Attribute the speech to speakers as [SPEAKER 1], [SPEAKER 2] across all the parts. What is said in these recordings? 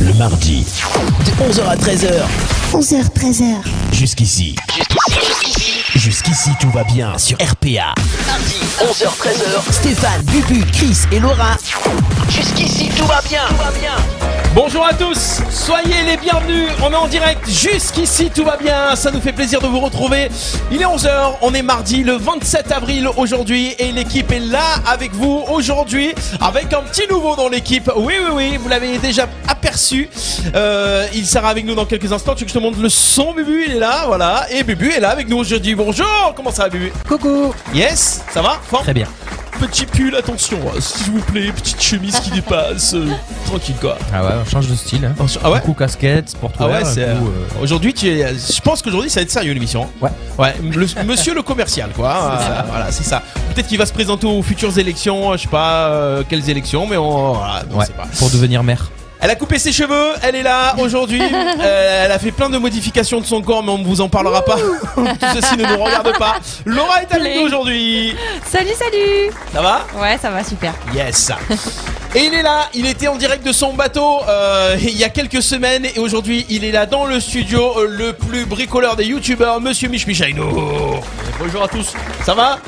[SPEAKER 1] le mardi. De 11h à 13h.
[SPEAKER 2] 11h, 13h.
[SPEAKER 1] Jusqu'ici. Jusqu'ici, tout va bien sur RPA. Mardi, 11h-13h. Stéphane, Bubu, Chris et Laura. Jusqu'ici, tout va bien. Tout va bien.
[SPEAKER 3] Bonjour à tous, soyez les bienvenus, on est en direct jusqu'ici, tout va bien, ça nous fait plaisir de vous retrouver. Il est 11h, on est mardi le 27 avril aujourd'hui et l'équipe est là avec vous aujourd'hui avec un petit nouveau dans l'équipe. Oui, oui, oui, vous l'avez déjà aperçu. Euh, il sera avec nous dans quelques instants, tu veux que je te montre le son, Bubu, il est là, voilà, et Bubu est là avec nous aujourd'hui. Bonjour, comment ça va Bubu
[SPEAKER 4] Coucou
[SPEAKER 3] Yes, ça va Fort
[SPEAKER 5] Très bien.
[SPEAKER 3] Petit pull, attention, hein, s'il vous plaît, petite chemise qui dépasse, euh, tranquille quoi.
[SPEAKER 5] Ah ouais, on change de style. hein.
[SPEAKER 3] Attention- Ah ouais
[SPEAKER 5] Beaucoup casquette, sportwear.
[SPEAKER 3] Ah ouais, c'est.
[SPEAKER 5] beaucoup,
[SPEAKER 3] euh, Aujourd'hui, tu es. Je pense qu'aujourd'hui, ça va être sérieux l'émission. hein.
[SPEAKER 5] Ouais.
[SPEAKER 3] Ouais. le- monsieur le commercial, quoi. Euh, Voilà, c'est ça. Peut-être qu'il va se présenter aux futures élections. Je sais pas euh, quelles élections, mais on. Voilà, on
[SPEAKER 5] ouais,
[SPEAKER 3] sait pas.
[SPEAKER 5] pour devenir maire.
[SPEAKER 3] Elle a coupé ses cheveux. Elle est là aujourd'hui. Euh, elle a fait plein de modifications de son corps, mais on ne vous en parlera pas. Tout ceci ne nous regarde pas. Laura est avec
[SPEAKER 4] Play.
[SPEAKER 3] nous aujourd'hui.
[SPEAKER 4] Salut, salut
[SPEAKER 3] Ça va
[SPEAKER 4] Ouais, ça va, super.
[SPEAKER 3] Yes. Et il est là, il était en direct de son bateau euh, il y a quelques semaines et aujourd'hui il est là dans le studio, euh, le plus bricoleur des youtubeurs, monsieur Mich Michaino. Bonjour à tous. Ça va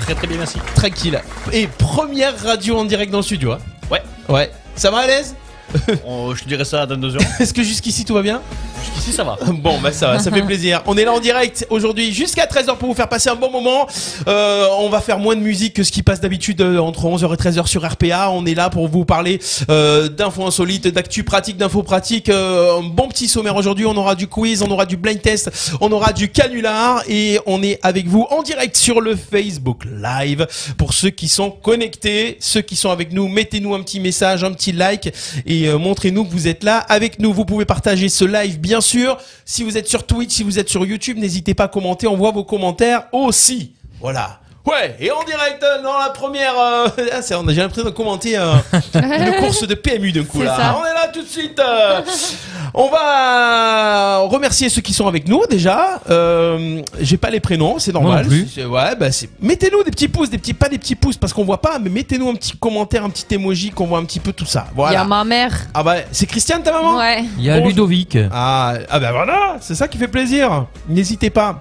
[SPEAKER 6] Très très bien, merci.
[SPEAKER 3] Tranquille. Et première radio en direct dans le studio. hein.
[SPEAKER 6] Ouais.
[SPEAKER 3] Ouais. Ça va à l'aise
[SPEAKER 6] On- je te dirai ça dans deux heures.
[SPEAKER 3] Est-ce que jusqu'ici tout va bien
[SPEAKER 6] Jusqu'ici, ça va.
[SPEAKER 3] Bon bah ça va, ça fait plaisir. On est là en direct aujourd'hui jusqu'à 13h pour vous faire passer un bon moment. Euh, on va faire moins de musique que ce qui passe d'habitude euh, entre 11h et 13h sur RPA. On est là pour vous parler euh, d'infos insolites, d'actu pratique, d'infos pratiques. Euh, un bon petit sommaire aujourd'hui. On aura du quiz, on aura du blind test, on aura du canular et on est avec vous en direct sur le Facebook Live. Pour ceux qui sont connectés, ceux qui sont avec nous, mettez-nous un petit message, un petit like et euh, montrez-nous que vous êtes là avec nous. Vous pouvez partager ce live bien sûr. Si vous êtes sur Twitch, si vous êtes sur YouTube, n'hésitez pas à commenter, on voit vos commentaires aussi. Voilà. Ouais, et en direct euh, dans la première euh, ah, c'est- on a- j'ai l'impression de commenter euh, une course de PMU d'un coup
[SPEAKER 4] C'est
[SPEAKER 3] là.
[SPEAKER 4] ça.
[SPEAKER 3] On est là tout de suite. euh, on va remercier ceux qui sont avec nous déjà. Euh, j'ai pas les prénoms, c'est normal.
[SPEAKER 5] non plus.
[SPEAKER 3] C'est- Ouais, bah c'est. Mettez-nous des petits pouces, des petits pas des petits pouces parce qu'on voit pas, mais mettez-nous un petit commentaire, un petit emoji qu'on voit un petit peu tout ça.
[SPEAKER 4] Il y a
[SPEAKER 3] Voilà.
[SPEAKER 4] ma mère.
[SPEAKER 3] Ah bah c'est Christiane ta maman
[SPEAKER 4] Ouais.
[SPEAKER 5] Il y a
[SPEAKER 3] Bon,
[SPEAKER 5] Ludovic.
[SPEAKER 3] ah, ah ben voilà, c'est ça qui fait plaisir. N'hésitez pas.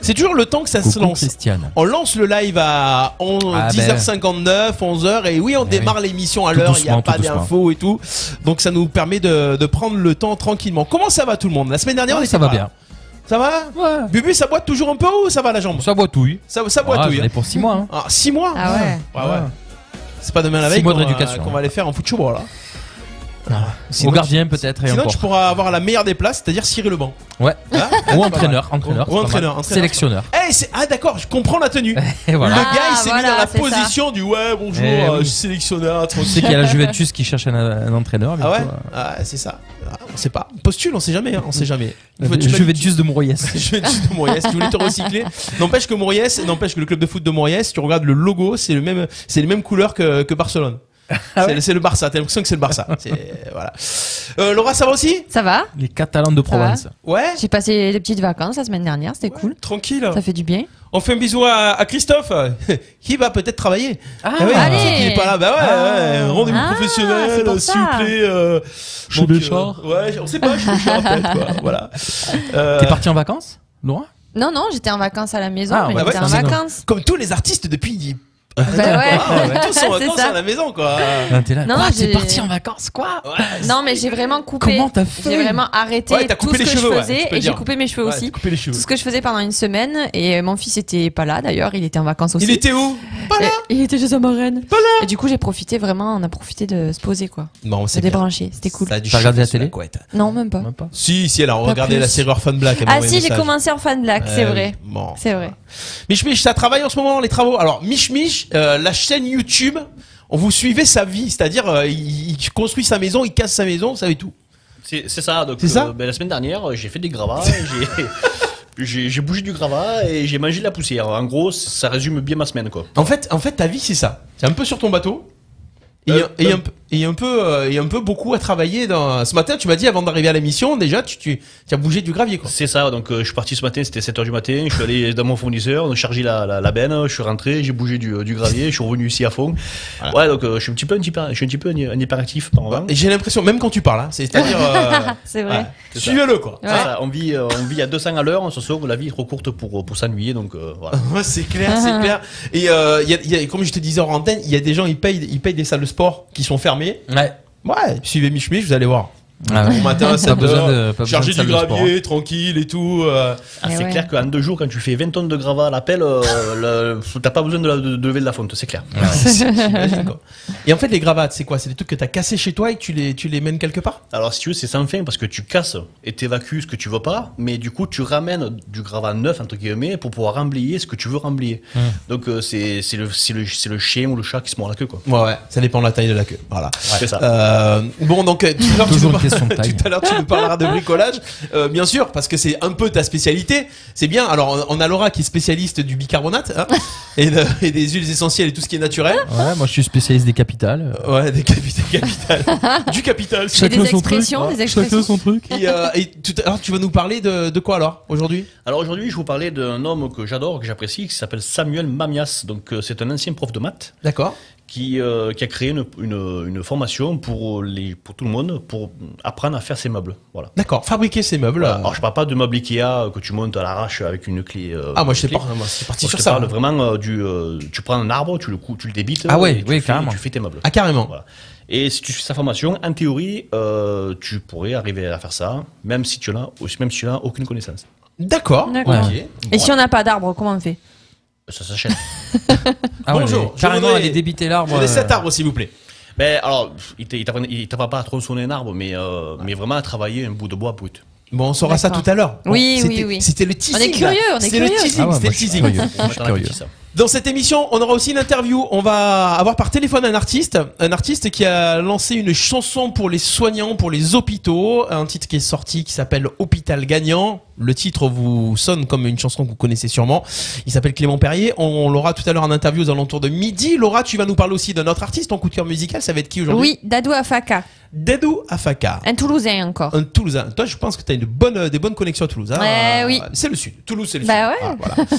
[SPEAKER 3] C'est toujours le temps que ça se
[SPEAKER 5] Coucou
[SPEAKER 3] lance.
[SPEAKER 5] Christiane.
[SPEAKER 3] On lance le live à on-
[SPEAKER 5] Ah
[SPEAKER 3] 10h59, 11h, et oui, on
[SPEAKER 5] Eh
[SPEAKER 3] démarre l'émission à
[SPEAKER 5] Tout
[SPEAKER 3] l'heure, il n'y a
[SPEAKER 5] doucement,
[SPEAKER 3] pas
[SPEAKER 5] tout doucement.
[SPEAKER 3] d'infos et tout. Donc ça nous permet de, de prendre le temps tranquillement. Comment ça va tout le monde La semaine dernière, on
[SPEAKER 5] Ah, ça
[SPEAKER 3] était
[SPEAKER 5] va
[SPEAKER 3] pas là.
[SPEAKER 5] bien.
[SPEAKER 3] Ça va
[SPEAKER 5] Ouais.
[SPEAKER 3] Bubu, ça boite toujours un peu ou ça va la jambe
[SPEAKER 5] Ça boitouille.
[SPEAKER 3] Ça, ça
[SPEAKER 5] Ah,
[SPEAKER 3] boite, oui.
[SPEAKER 5] j'en ai pour 6 mois. hein.
[SPEAKER 3] Ah, six mois
[SPEAKER 4] Ah ouais.
[SPEAKER 3] Ouais, ouais. C'est pas demain la
[SPEAKER 5] Six
[SPEAKER 3] veille
[SPEAKER 5] mois de
[SPEAKER 3] qu'on va-
[SPEAKER 5] rééducation,
[SPEAKER 3] qu'on
[SPEAKER 5] hein.
[SPEAKER 3] va aller faire en foot là.
[SPEAKER 5] Au
[SPEAKER 3] Sinon,
[SPEAKER 5] gardien peut-être et
[SPEAKER 3] Sinon,
[SPEAKER 5] encore.
[SPEAKER 3] tu pourras avoir la meilleure des places, c'est-à-dire Cyril Leban.
[SPEAKER 5] Ouais.
[SPEAKER 3] Hein
[SPEAKER 5] Ou entraîneur,
[SPEAKER 3] Ou
[SPEAKER 5] entraîneur. c'est pas mal.
[SPEAKER 3] entraîneur, entraîneur.
[SPEAKER 5] Sélectionneur.
[SPEAKER 3] Eh, c'est- ah d'accord, je comprends la tenue.
[SPEAKER 5] Et
[SPEAKER 3] Le
[SPEAKER 5] voilà.
[SPEAKER 4] Ah,
[SPEAKER 3] gars, il s'est mis
[SPEAKER 4] voilà,
[SPEAKER 3] dans la
[SPEAKER 4] c'est ça.
[SPEAKER 3] position du ouais, bonjour,
[SPEAKER 5] Eh
[SPEAKER 3] euh,
[SPEAKER 5] oui.
[SPEAKER 3] je suis sélectionneur,
[SPEAKER 5] Tu
[SPEAKER 3] tranquille.
[SPEAKER 5] sais qu'il y a la Juventus qui cherche un, un entraîneur.
[SPEAKER 3] Ah ouais
[SPEAKER 5] bientôt, euh,
[SPEAKER 3] Ah, c'est ça. Ah, on sait pas. Postule, on sait jamais, hein, on sait jamais. Une fois, tu
[SPEAKER 5] la
[SPEAKER 3] m'as dit-
[SPEAKER 5] Juventus de Mouroyes.
[SPEAKER 3] Je vais dire de Moriès, tu voulais te recycler. N'empêche que Moriès, n'empêche que le club de foot de Moriès, tu regardes le logo, c'est le même, c'est les mêmes couleurs que, que Barcelone.
[SPEAKER 5] Ah
[SPEAKER 3] c'est, le- c'est le Barça, t'as l'impression que c'est le Barça. C'est- voilà. Euh, Laura, ça va aussi
[SPEAKER 4] Ça va
[SPEAKER 5] Les Catalans de Provence.
[SPEAKER 3] Ouais
[SPEAKER 4] J'ai passé des petites vacances la semaine dernière, c'était cool.
[SPEAKER 3] Tranquille.
[SPEAKER 4] Ça fait du bien.
[SPEAKER 3] On fait un bisou à, à Christophe, qui va peut-être travailler. Ah, oui,
[SPEAKER 4] allez.
[SPEAKER 3] c'est qu'il est pas là. Bah ouais, ouais,
[SPEAKER 5] Ah.
[SPEAKER 3] rendez-vous
[SPEAKER 4] Ah, c'est
[SPEAKER 3] professionnel,
[SPEAKER 4] pour
[SPEAKER 3] s'il vous
[SPEAKER 4] ça.
[SPEAKER 3] plaît. Euh,
[SPEAKER 5] Chez
[SPEAKER 3] donc,
[SPEAKER 5] Béchard.
[SPEAKER 3] euh, ouais, on sait pas, chez Béchard, peut-être, quoi. Voilà. Euh,
[SPEAKER 5] T'es parti en vacances, Laura
[SPEAKER 4] Non, non, j'étais en vacances à la maison,
[SPEAKER 5] Ah,
[SPEAKER 4] mais
[SPEAKER 5] bah
[SPEAKER 3] ouais,
[SPEAKER 4] j'étais en
[SPEAKER 5] c'est bon.
[SPEAKER 4] vacances.
[SPEAKER 3] Comme tous les artistes depuis.
[SPEAKER 4] Bah ouais.
[SPEAKER 3] Ah, ouais, tous en
[SPEAKER 4] C'est
[SPEAKER 3] vacances
[SPEAKER 4] ça.
[SPEAKER 3] à la maison, quoi.
[SPEAKER 5] Ah, T'es là.
[SPEAKER 4] Non,
[SPEAKER 5] Quoi,
[SPEAKER 4] j'ai-
[SPEAKER 5] t'es parti en vacances, quoi
[SPEAKER 4] Non, mais j'ai vraiment coupé.
[SPEAKER 5] Comment t'as fait
[SPEAKER 4] J'ai vraiment arrêté
[SPEAKER 3] Ouais, t'as
[SPEAKER 4] tout
[SPEAKER 3] coupé
[SPEAKER 4] ce
[SPEAKER 3] les
[SPEAKER 4] que
[SPEAKER 3] cheveux, ouais,
[SPEAKER 4] je
[SPEAKER 3] tu
[SPEAKER 4] faisais
[SPEAKER 3] peux le
[SPEAKER 4] et j'ai
[SPEAKER 3] dire.
[SPEAKER 4] coupé mes cheveux aussi.
[SPEAKER 3] couper les
[SPEAKER 4] Tout
[SPEAKER 3] cheveux.
[SPEAKER 4] ce que je faisais pendant une semaine et euh, mon fils était pas là d'ailleurs, il était en vacances aussi.
[SPEAKER 3] Il était où Pas là.
[SPEAKER 4] Et- il était chez sa marraine. Et du coup, j'ai profité vraiment, on a profité de se poser quoi,
[SPEAKER 3] Non,
[SPEAKER 4] se débrancher, c'était cool.
[SPEAKER 3] Ça a dû
[SPEAKER 5] T'as
[SPEAKER 3] chauffer
[SPEAKER 5] regardé la
[SPEAKER 3] sous
[SPEAKER 5] télé
[SPEAKER 3] couette.
[SPEAKER 4] Non, même pas.
[SPEAKER 5] Même pas.
[SPEAKER 3] Si, si, elle a regardé
[SPEAKER 4] plus.
[SPEAKER 3] la serrure Fan Black. elle m'a
[SPEAKER 4] Ah
[SPEAKER 3] envoyé
[SPEAKER 4] si,
[SPEAKER 3] un
[SPEAKER 4] j'ai
[SPEAKER 3] message.
[SPEAKER 4] commencé en fan black, c'est
[SPEAKER 3] Euh,
[SPEAKER 4] vrai.
[SPEAKER 3] bon.
[SPEAKER 4] C'est vrai.
[SPEAKER 3] Mich Mich, ça travaille en ce moment les travaux. Alors Mich Mich, euh, la chaîne YouTube, on vous suivait sa vie, c'est-à-dire euh, il, il construit sa maison, il casse sa maison, vous savez tout.
[SPEAKER 6] C'est c'est ça. donc,
[SPEAKER 3] C'est ça
[SPEAKER 6] euh, ben, La semaine dernière, euh, j'ai fait des gravats. j'ai- J'ai j'ai bougé du gravat et j'ai mangé de la poussière. En gros, ça résume bien ma semaine, quoi.
[SPEAKER 3] En fait, en fait, ta vie c'est ça. C'est un peu sur ton bateau. Et
[SPEAKER 6] Euh,
[SPEAKER 3] il y a- et il y a un peu- et il y a un peu, euh, il y a un peu beaucoup à travailler. Dans... Ce matin, tu m'as dit avant d'arriver à la mission, déjà, tu, tu, tu as bougé du gravier. Quoi.
[SPEAKER 6] C'est ça, donc euh, je suis parti ce matin, c'était 7h du matin, je suis allé dans mon fournisseur, donc chargé la, la, la benne, je suis rentré, j'ai bougé du, euh, du gravier, je suis revenu ici à fond. Ouais, donc euh, je suis un petit peu un, hyper- je suis un, petit peu un, un hyperactif par moment.
[SPEAKER 3] Et j'ai l'impression, même quand tu parles, hein, c'est-à-dire, euh,
[SPEAKER 4] C'est vrai.
[SPEAKER 3] ouais,
[SPEAKER 6] C'est ça.
[SPEAKER 3] suivez-le quoi.
[SPEAKER 6] C'est ça, on, vit, euh, on vit à 200 à l'heure, on se sauve, la vie est trop courte pour, euh, pour s'ennuyer, donc euh, voilà.
[SPEAKER 3] Ouais, Ah, c'est clair,
[SPEAKER 5] Ah.
[SPEAKER 3] c'est clair. Et euh, il y a- il y a- comme je te disais en antenne, il y a des gens, ils payent, ils payent des salles de sport qui sont fermées.
[SPEAKER 5] Ouais.
[SPEAKER 3] Ouais, suivez Michemich, vous allez voir.
[SPEAKER 5] Ah
[SPEAKER 3] Bon
[SPEAKER 5] ouais.
[SPEAKER 3] matin,
[SPEAKER 5] Pas
[SPEAKER 3] 7
[SPEAKER 5] besoin
[SPEAKER 3] heures,
[SPEAKER 5] de. pas besoin de
[SPEAKER 3] chargé du
[SPEAKER 5] salle de sport, hein.
[SPEAKER 3] gravier, tranquille et tout. euh,
[SPEAKER 6] Ah,
[SPEAKER 4] Eh
[SPEAKER 6] c'est
[SPEAKER 4] ouais.
[SPEAKER 6] clair qu'en deux jours, quand tu fais 20 tonnes de gravats à l'appel, euh, le- t'as pas besoin de, la- de- de lever de la fonte, c'est clair.
[SPEAKER 3] t'imagines, quoi. Et en fait, les gravates, c'est quoi C'est des trucs que t'as cassés chez toi et que tu les, tu les mènes quelque part
[SPEAKER 6] Alors si tu veux, c'est sans fin parce que tu casses et t'évacues ce que tu veux pas, mais du coup tu ramènes du gravat neuf entre guillemets pour pouvoir remblayer ce que tu veux remblayer.
[SPEAKER 3] Mmh.
[SPEAKER 6] Donc euh, c'est c'est le, c'est le, c'est le chien ou le chat qui se mord la queue quoi.
[SPEAKER 3] Ouais, ouais, ça dépend de la taille de la queue. Voilà.
[SPEAKER 6] C'est ça.
[SPEAKER 3] Euh, bon, donc euh, tout à l'heure, tu
[SPEAKER 5] Toujours
[SPEAKER 3] nous
[SPEAKER 5] une question de
[SPEAKER 3] par-
[SPEAKER 5] taille.
[SPEAKER 3] tout à l'heure, tu nous parleras de bricolage, Euh, bien sûr, parce que c'est un peu ta spécialité. C'est bien. Alors, on on a Laura qui est spécialiste du bicarbonate hein, et, de- et des huiles essentielles et tout ce qui est naturel.
[SPEAKER 5] Ouais, moi je suis spécialiste des capitales.
[SPEAKER 3] Ouais, des capi- des capitales, du capital.
[SPEAKER 4] Et des expressions, des expressions.
[SPEAKER 5] truc.
[SPEAKER 3] Et, euh, et tout à l'heure, tu vas nous parler de, de quoi alors aujourd'hui
[SPEAKER 6] Alors aujourd'hui, je vous parlais d'un homme que j'adore, que j'apprécie, qui s'appelle Samuel Mamias. Donc euh, c'est un ancien prof de maths
[SPEAKER 3] D'accord.
[SPEAKER 6] qui, euh, qui a créé une, une- une formation pour, les, pour tout le monde pour apprendre à faire ses meubles. Voilà.
[SPEAKER 3] D'accord. Fabriquer ces meubles.
[SPEAKER 6] Voilà.
[SPEAKER 3] euh,
[SPEAKER 6] Alors je parle pas de meubles Ikea euh, que tu montes à l'arrache avec une clé. euh,
[SPEAKER 3] ah, moi, je sais
[SPEAKER 6] clé.
[SPEAKER 3] pas. Moi, c'est parti
[SPEAKER 6] Moi, je
[SPEAKER 3] sur
[SPEAKER 6] te
[SPEAKER 3] ça.
[SPEAKER 6] parle
[SPEAKER 3] moi.
[SPEAKER 6] vraiment euh, du. euh, tu prends un arbre, tu le, cou- tu le débites.
[SPEAKER 5] Ah ouais,
[SPEAKER 6] et tu
[SPEAKER 5] oui,
[SPEAKER 6] fais,
[SPEAKER 5] carrément.
[SPEAKER 6] Tu fais tes meubles.
[SPEAKER 3] Ah, carrément.
[SPEAKER 6] Voilà. Et si tu fais sa formation, en théorie, euh, tu pourrais arriver à faire ça, même si tu n'as même si tu n'as aucune connaissance.
[SPEAKER 3] D'accord.
[SPEAKER 4] D'accord.
[SPEAKER 3] Ok.
[SPEAKER 4] Et si on n'a pas d'arbre, comment on fait
[SPEAKER 6] Ça s'achète.
[SPEAKER 3] Bonjour, je
[SPEAKER 5] Carrément,
[SPEAKER 3] voudrais-
[SPEAKER 5] aller débiter l'arbre.
[SPEAKER 3] Je voudrais
[SPEAKER 5] euh,
[SPEAKER 3] sept arbres, s'il vous plaît.
[SPEAKER 6] mais Ben, alors, pff, il t'a- il t'apprend- il t'apprend pas à tronçonner un arbre, mais, euh, mais vraiment à travailler un bout de bois brut.
[SPEAKER 3] Bon, on saura ça
[SPEAKER 4] D'accord.
[SPEAKER 3] tout à l'heure. Bon,
[SPEAKER 4] Oui, oui,
[SPEAKER 3] c'était-
[SPEAKER 4] oui.
[SPEAKER 3] C'était le teasing.
[SPEAKER 4] On est curieux,
[SPEAKER 3] là.
[SPEAKER 4] on est
[SPEAKER 3] C'était le
[SPEAKER 4] curieux.
[SPEAKER 3] teasing,
[SPEAKER 5] Ah ouais,
[SPEAKER 3] c'était
[SPEAKER 5] moi,
[SPEAKER 3] le
[SPEAKER 5] je suis
[SPEAKER 3] teasing.
[SPEAKER 5] curieux.
[SPEAKER 6] On
[SPEAKER 5] Je suis
[SPEAKER 6] attend la
[SPEAKER 5] curieux.
[SPEAKER 6] petite, ça.
[SPEAKER 3] Dans cette émission, on aura aussi une interview. On va avoir par téléphone un artiste, un artiste qui a lancé une chanson pour les soignants, pour les hôpitaux, un titre qui est sorti qui s'appelle Hôpital gagnant. Le titre vous sonne comme une chanson que vous connaissez sûrement. Il s'appelle Clément Perrier. On l'aura tout à l'heure en interview aux alentours de midi. Laura, tu vas nous parler aussi d'un autre artiste, ton coup de cœur musical. Ça va être qui aujourd'hui
[SPEAKER 4] Oui, Dadou Afaka,
[SPEAKER 3] Dadou Afaka.
[SPEAKER 4] un Toulousain encore.
[SPEAKER 3] Un Toulousain. Toi, je pense que tu as une bonne, euh, des bonnes connexions à Toulouse. hein.
[SPEAKER 4] Ouais, oui.
[SPEAKER 3] C'est le sud. Toulouse, c'est le sud.
[SPEAKER 4] Bah ouais.
[SPEAKER 3] Ah, voilà.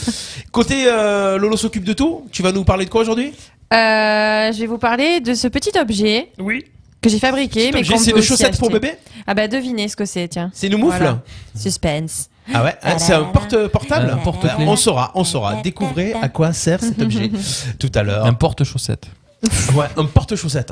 [SPEAKER 3] Côté euh, Lolo s'occupe de tout. Tu vas nous parler de quoi aujourd'hui
[SPEAKER 4] Euh, je vais vous parler de ce petit objet. Oui. Que j'ai fabriqué, mais
[SPEAKER 3] J'ai
[SPEAKER 4] qu'on
[SPEAKER 3] essayé
[SPEAKER 4] peut
[SPEAKER 3] des
[SPEAKER 4] aussi
[SPEAKER 3] chaussettes pour
[SPEAKER 4] acheter.
[SPEAKER 3] bébé.
[SPEAKER 4] Ah bah devinez ce que c'est, tiens.
[SPEAKER 3] C'est une moufle.
[SPEAKER 4] Voilà. Suspense.
[SPEAKER 3] Ah ouais. hein, c'est un porte portable.
[SPEAKER 5] Un porte-clés.
[SPEAKER 3] On saura, on saura. Découvrez à quoi sert cet objet tout à l'heure.
[SPEAKER 5] Un porte-chaussette.
[SPEAKER 3] Ouais, un porte-chaussettes.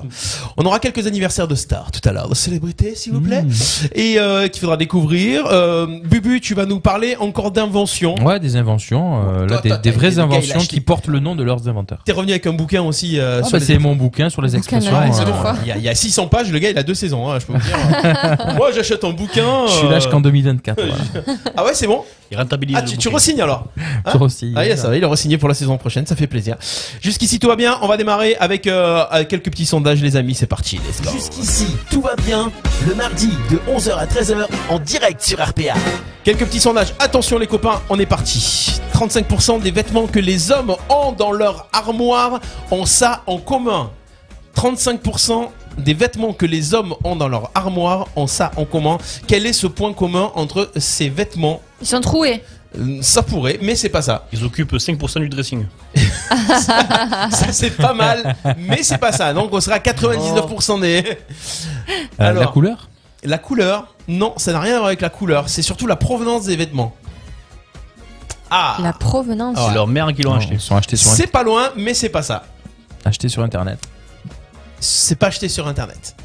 [SPEAKER 3] On aura quelques anniversaires de stars tout à l'heure, de célébrités, s'il vous plaît,
[SPEAKER 5] Mmh.
[SPEAKER 3] et euh, qu'il faudra découvrir. Euh, Bubu, tu vas nous parler encore d'inventions.
[SPEAKER 5] Ouais, des inventions. euh,
[SPEAKER 3] Toi,
[SPEAKER 5] là, des,
[SPEAKER 3] toi,
[SPEAKER 5] des
[SPEAKER 3] t'as-
[SPEAKER 5] vraies
[SPEAKER 3] le gars, il a
[SPEAKER 5] inventions
[SPEAKER 3] acheté.
[SPEAKER 5] qui portent le nom de leurs inventeurs.
[SPEAKER 3] T'es revenu avec un bouquin aussi euh,
[SPEAKER 5] Ah,
[SPEAKER 3] sur
[SPEAKER 5] bah,
[SPEAKER 3] les
[SPEAKER 5] c'est mon bouquin sur les
[SPEAKER 4] Bouquin de
[SPEAKER 5] expressions.
[SPEAKER 4] la
[SPEAKER 5] euh,
[SPEAKER 4] raison.
[SPEAKER 3] Ah, Il y, a- il y a 600 pages, le gars il a deux saisons, hein, je peux vous dire. Moi j'achète un bouquin.
[SPEAKER 5] Je suis là
[SPEAKER 3] euh,
[SPEAKER 5] jusqu'en 2024. voilà.
[SPEAKER 3] Ah ouais, c'est bon
[SPEAKER 6] Il rentabilise.
[SPEAKER 3] Ah,
[SPEAKER 6] le
[SPEAKER 3] tu, tu
[SPEAKER 6] bouquet.
[SPEAKER 3] resignes alors Hein
[SPEAKER 5] Sur aussi.
[SPEAKER 3] Ah, yes, ça va, il est re-signé pour la saison prochaine, ça fait plaisir. Jusqu'ici tout va bien, on va démarrer avec euh, avec quelques petits sondages, les amis, c'est parti, let's go.
[SPEAKER 1] Jusqu'ici, tout va bien. Le mardi de 11h à 13h en direct sur RPA.
[SPEAKER 3] Quelques petits sondages. Attention les copains, on est parti. 35% des vêtements que les hommes ont dans leur armoire ont ça en commun. 35% des vêtements que les hommes ont dans leur armoire ont ça en commun. Quel est ce point commun entre ces vêtements
[SPEAKER 4] Ils sont troués.
[SPEAKER 3] Euh, Ça pourrait, mais c'est pas ça.
[SPEAKER 6] Ils occupent 5% du dressing.
[SPEAKER 3] Ça c'est pas mal, mais c'est pas ça. Donc on sera à 99% des...
[SPEAKER 5] Euh, La
[SPEAKER 3] Alors.
[SPEAKER 5] couleur
[SPEAKER 3] La couleur, non, ça n'a rien à voir avec la couleur. C'est surtout la provenance des vêtements. Ah
[SPEAKER 4] La provenance.
[SPEAKER 3] Ah ouais.
[SPEAKER 6] C'est leur mère qui l'ont
[SPEAKER 5] Non,
[SPEAKER 6] acheté.
[SPEAKER 5] Ils sont achetés sur,
[SPEAKER 3] C'est pas loin, mais c'est pas ça.
[SPEAKER 5] achetés sur Internet.
[SPEAKER 3] C'est pas acheté sur internet.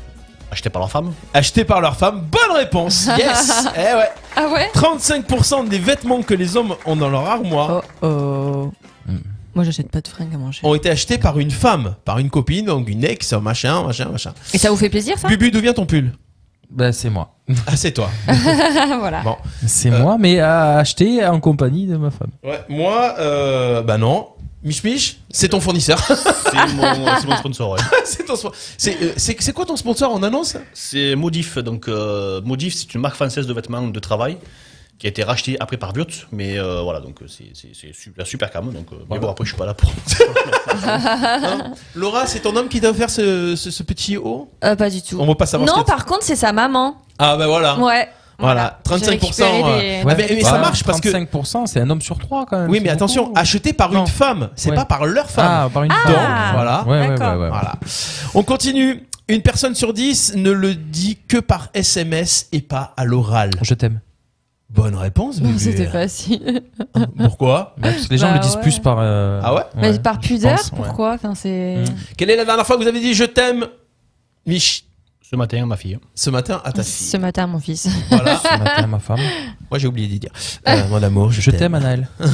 [SPEAKER 6] Acheté par leur femme.
[SPEAKER 3] Acheté par leur femme, bonne réponse. Yes. eh ouais.
[SPEAKER 4] Ah ouais
[SPEAKER 3] 35% des vêtements que les hommes ont dans leur armoire
[SPEAKER 4] Oh oh.
[SPEAKER 5] Hmm.
[SPEAKER 4] Moi j'achète pas de fringues à manger.
[SPEAKER 3] ont été achetés par une femme, par une copine, donc une ex, un machin, machin, machin.
[SPEAKER 4] Et ça vous fait plaisir ça
[SPEAKER 3] Bubu, d'où vient ton pull
[SPEAKER 5] Bah, c'est moi.
[SPEAKER 3] Ah, c'est toi.
[SPEAKER 4] Voilà.
[SPEAKER 3] Bon.
[SPEAKER 5] C'est
[SPEAKER 3] Euh.
[SPEAKER 5] moi, mais à acheter en compagnie de ma femme.
[SPEAKER 3] Ouais, moi, euh, bah non. Mich Mich, c'est ton fournisseur.
[SPEAKER 6] C'est mon, c'est mon sponsor. ouais.
[SPEAKER 3] c'est ton spon- C'est euh, c'est- c'est quoi ton sponsor en annonce
[SPEAKER 6] C'est Modif. Donc, euh, Modif, c'est une marque française de vêtements de travail qui a été racheté après par Wurtz. Mais euh, voilà, donc euh, c'est- c'est c'est super, super calme. Donc, euh, Mais bon, après, je suis pas là pour.
[SPEAKER 3] Laura, c'est ton homme qui t'a offert ce, ce- ce petit haut
[SPEAKER 4] Euh, pas du tout.
[SPEAKER 3] On veut pas savoir ce
[SPEAKER 4] Non,
[SPEAKER 3] que tu-
[SPEAKER 4] par contre, c'est sa maman.
[SPEAKER 3] Ah bah voilà.
[SPEAKER 4] Ouais.
[SPEAKER 3] Voilà, 35%,
[SPEAKER 4] J'ai récupéré
[SPEAKER 3] ouais.
[SPEAKER 4] des-
[SPEAKER 3] Ah, mais- mais ça marche parce que-
[SPEAKER 5] 35%, c'est un homme sur trois quand même.
[SPEAKER 3] Oui,
[SPEAKER 5] c'est
[SPEAKER 3] mais
[SPEAKER 5] beaucoup.
[SPEAKER 3] attention, acheté par une
[SPEAKER 5] Non.
[SPEAKER 3] femme, c'est
[SPEAKER 5] Ouais.
[SPEAKER 3] pas par leur femme.
[SPEAKER 5] Ah, par une
[SPEAKER 4] Ah.
[SPEAKER 5] femme.
[SPEAKER 4] Donc,
[SPEAKER 3] voilà.
[SPEAKER 5] Ouais, ouais,
[SPEAKER 4] D'accord.
[SPEAKER 5] ouais, ouais.
[SPEAKER 3] Voilà. On continue. Une personne sur dix ne le dit que par SMS et pas à l'oral.
[SPEAKER 5] Je t'aime.
[SPEAKER 3] Bonne réponse,
[SPEAKER 4] Non,
[SPEAKER 3] bébé.
[SPEAKER 4] c'était facile.
[SPEAKER 3] Pourquoi
[SPEAKER 5] Ouais, parce que les gens
[SPEAKER 4] Bah
[SPEAKER 5] le disent
[SPEAKER 4] ouais.
[SPEAKER 5] plus par. euh,
[SPEAKER 3] Ah ouais
[SPEAKER 4] Mais par pudeur,
[SPEAKER 5] pense, ouais.
[SPEAKER 4] pourquoi Enfin, c'est.
[SPEAKER 5] Mm.
[SPEAKER 3] Quelle est la dernière fois que vous avez dit je t'aime, Mich
[SPEAKER 6] Ce matin, ma fille.
[SPEAKER 3] Ce matin
[SPEAKER 5] Ah,
[SPEAKER 3] à ta
[SPEAKER 4] Ce
[SPEAKER 3] fille.
[SPEAKER 4] matin, mon fils.
[SPEAKER 3] Voilà.
[SPEAKER 5] Ce matin, ma femme.
[SPEAKER 3] Moi, j'ai oublié de dire. Euh, mon amour, je,
[SPEAKER 5] Je t'aime, Anaël.
[SPEAKER 3] Ah,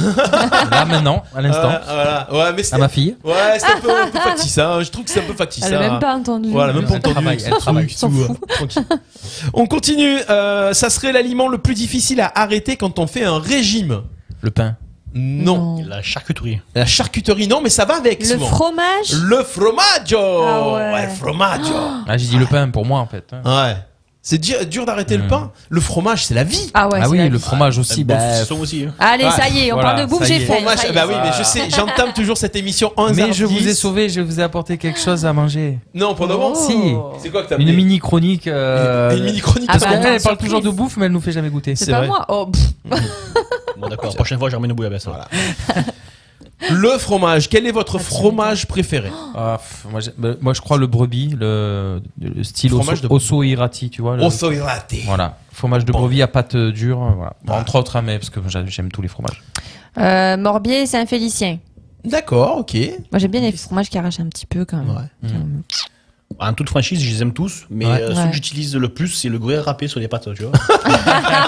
[SPEAKER 5] Là, maintenant, à
[SPEAKER 3] Ouais,
[SPEAKER 5] l'instant.
[SPEAKER 3] voilà. ah, Ouais, mais
[SPEAKER 5] À
[SPEAKER 3] c'était
[SPEAKER 5] ma fille.
[SPEAKER 3] ouais, c'est un peu, un peu factice, hein. Je trouve que c'est un peu factice,
[SPEAKER 4] Elle a
[SPEAKER 3] hein.
[SPEAKER 4] même pas entendu.
[SPEAKER 3] Voilà, même pas
[SPEAKER 5] Elle
[SPEAKER 3] entendu.
[SPEAKER 5] travaille, elle
[SPEAKER 3] son
[SPEAKER 5] travaille.
[SPEAKER 3] truc,
[SPEAKER 4] Ils s'en
[SPEAKER 3] tout,
[SPEAKER 4] foutent.
[SPEAKER 3] euh, tranquille. On continue. euh, ça serait l'aliment le plus difficile à arrêter quand on fait un régime.
[SPEAKER 5] Le pain.
[SPEAKER 3] Non.
[SPEAKER 6] La charcuterie.
[SPEAKER 3] La charcuterie, non, mais ça va avec.
[SPEAKER 4] Le
[SPEAKER 3] souvent.
[SPEAKER 4] fromage
[SPEAKER 3] Le fromaggio.
[SPEAKER 4] Ah ouais.
[SPEAKER 3] le fromaggio.
[SPEAKER 5] Ah, j'ai dit le pain pour moi en fait. hein.
[SPEAKER 3] ouais. C'est dur, dur d'arrêter le
[SPEAKER 5] Mm.
[SPEAKER 3] pain. Le fromage, c'est la vie.
[SPEAKER 4] Ah ouais,
[SPEAKER 5] ah
[SPEAKER 4] c'est
[SPEAKER 5] oui,
[SPEAKER 4] la
[SPEAKER 5] le
[SPEAKER 4] vie.
[SPEAKER 5] fromage aussi.
[SPEAKER 6] Un bon
[SPEAKER 5] bah,
[SPEAKER 6] saucisson aussi. hein.
[SPEAKER 4] Allez,
[SPEAKER 3] Ouais,
[SPEAKER 4] ça y est, on
[SPEAKER 5] voilà,
[SPEAKER 4] parle de
[SPEAKER 5] ça
[SPEAKER 4] bouffe,
[SPEAKER 5] y
[SPEAKER 4] j'ai Ah.
[SPEAKER 5] est.
[SPEAKER 4] fait.
[SPEAKER 3] Fromage,
[SPEAKER 4] ça y est.
[SPEAKER 3] bah oui, mais je sais, j'entame toujours cette émission en
[SPEAKER 5] mais je vous ai sauvé, je vous ai apporté quelque chose à manger.
[SPEAKER 3] Non, pour le moment.
[SPEAKER 5] Oh. Si.
[SPEAKER 3] C'est quoi que t'as
[SPEAKER 5] Une
[SPEAKER 3] pris
[SPEAKER 5] mini chronique. euh,
[SPEAKER 3] Une mini chronique.
[SPEAKER 4] Ah
[SPEAKER 5] Parce
[SPEAKER 4] bah,
[SPEAKER 5] qu'elle
[SPEAKER 4] attends,
[SPEAKER 5] elle parle
[SPEAKER 4] surprise.
[SPEAKER 5] toujours de bouffe, mais elle nous fait jamais goûter.
[SPEAKER 4] C'est
[SPEAKER 3] C'est
[SPEAKER 4] pas
[SPEAKER 3] vrai.
[SPEAKER 4] moi. Oh, pff,
[SPEAKER 6] Bon, d'accord. La prochaine fois, j'emmène une bouillabaisse. alors.
[SPEAKER 3] Le fromage. Quel est
[SPEAKER 4] Ah,
[SPEAKER 3] votre fromage préféré
[SPEAKER 4] Oh.
[SPEAKER 5] Ah, pff, moi, j'ai- bah, moi, je crois le brebis, le, le style
[SPEAKER 3] Fromage de
[SPEAKER 5] osso, osso irati, tu vois. le-
[SPEAKER 3] Osso e latte.
[SPEAKER 5] Voilà, fromage de
[SPEAKER 3] Bon.
[SPEAKER 5] brebis à pâte euh, dure, euh, voilà. Bon,
[SPEAKER 3] Ah.
[SPEAKER 5] entre autres, hein, mais parce que j'a- j'aime tous les fromages.
[SPEAKER 4] euh, Morbier et Saint-Félicien.
[SPEAKER 3] D'accord, ok.
[SPEAKER 4] Moi, j'aime bien les fromages qui arrachent un petit peu quand même.
[SPEAKER 5] Mmh.
[SPEAKER 4] Hum.
[SPEAKER 6] En toute franchise, je les aime tous, mais
[SPEAKER 3] Ouais.
[SPEAKER 6] euh, ceux
[SPEAKER 4] Ouais.
[SPEAKER 6] que j'utilise le plus, c'est le gruyère râpé sur les pâtes, tu vois.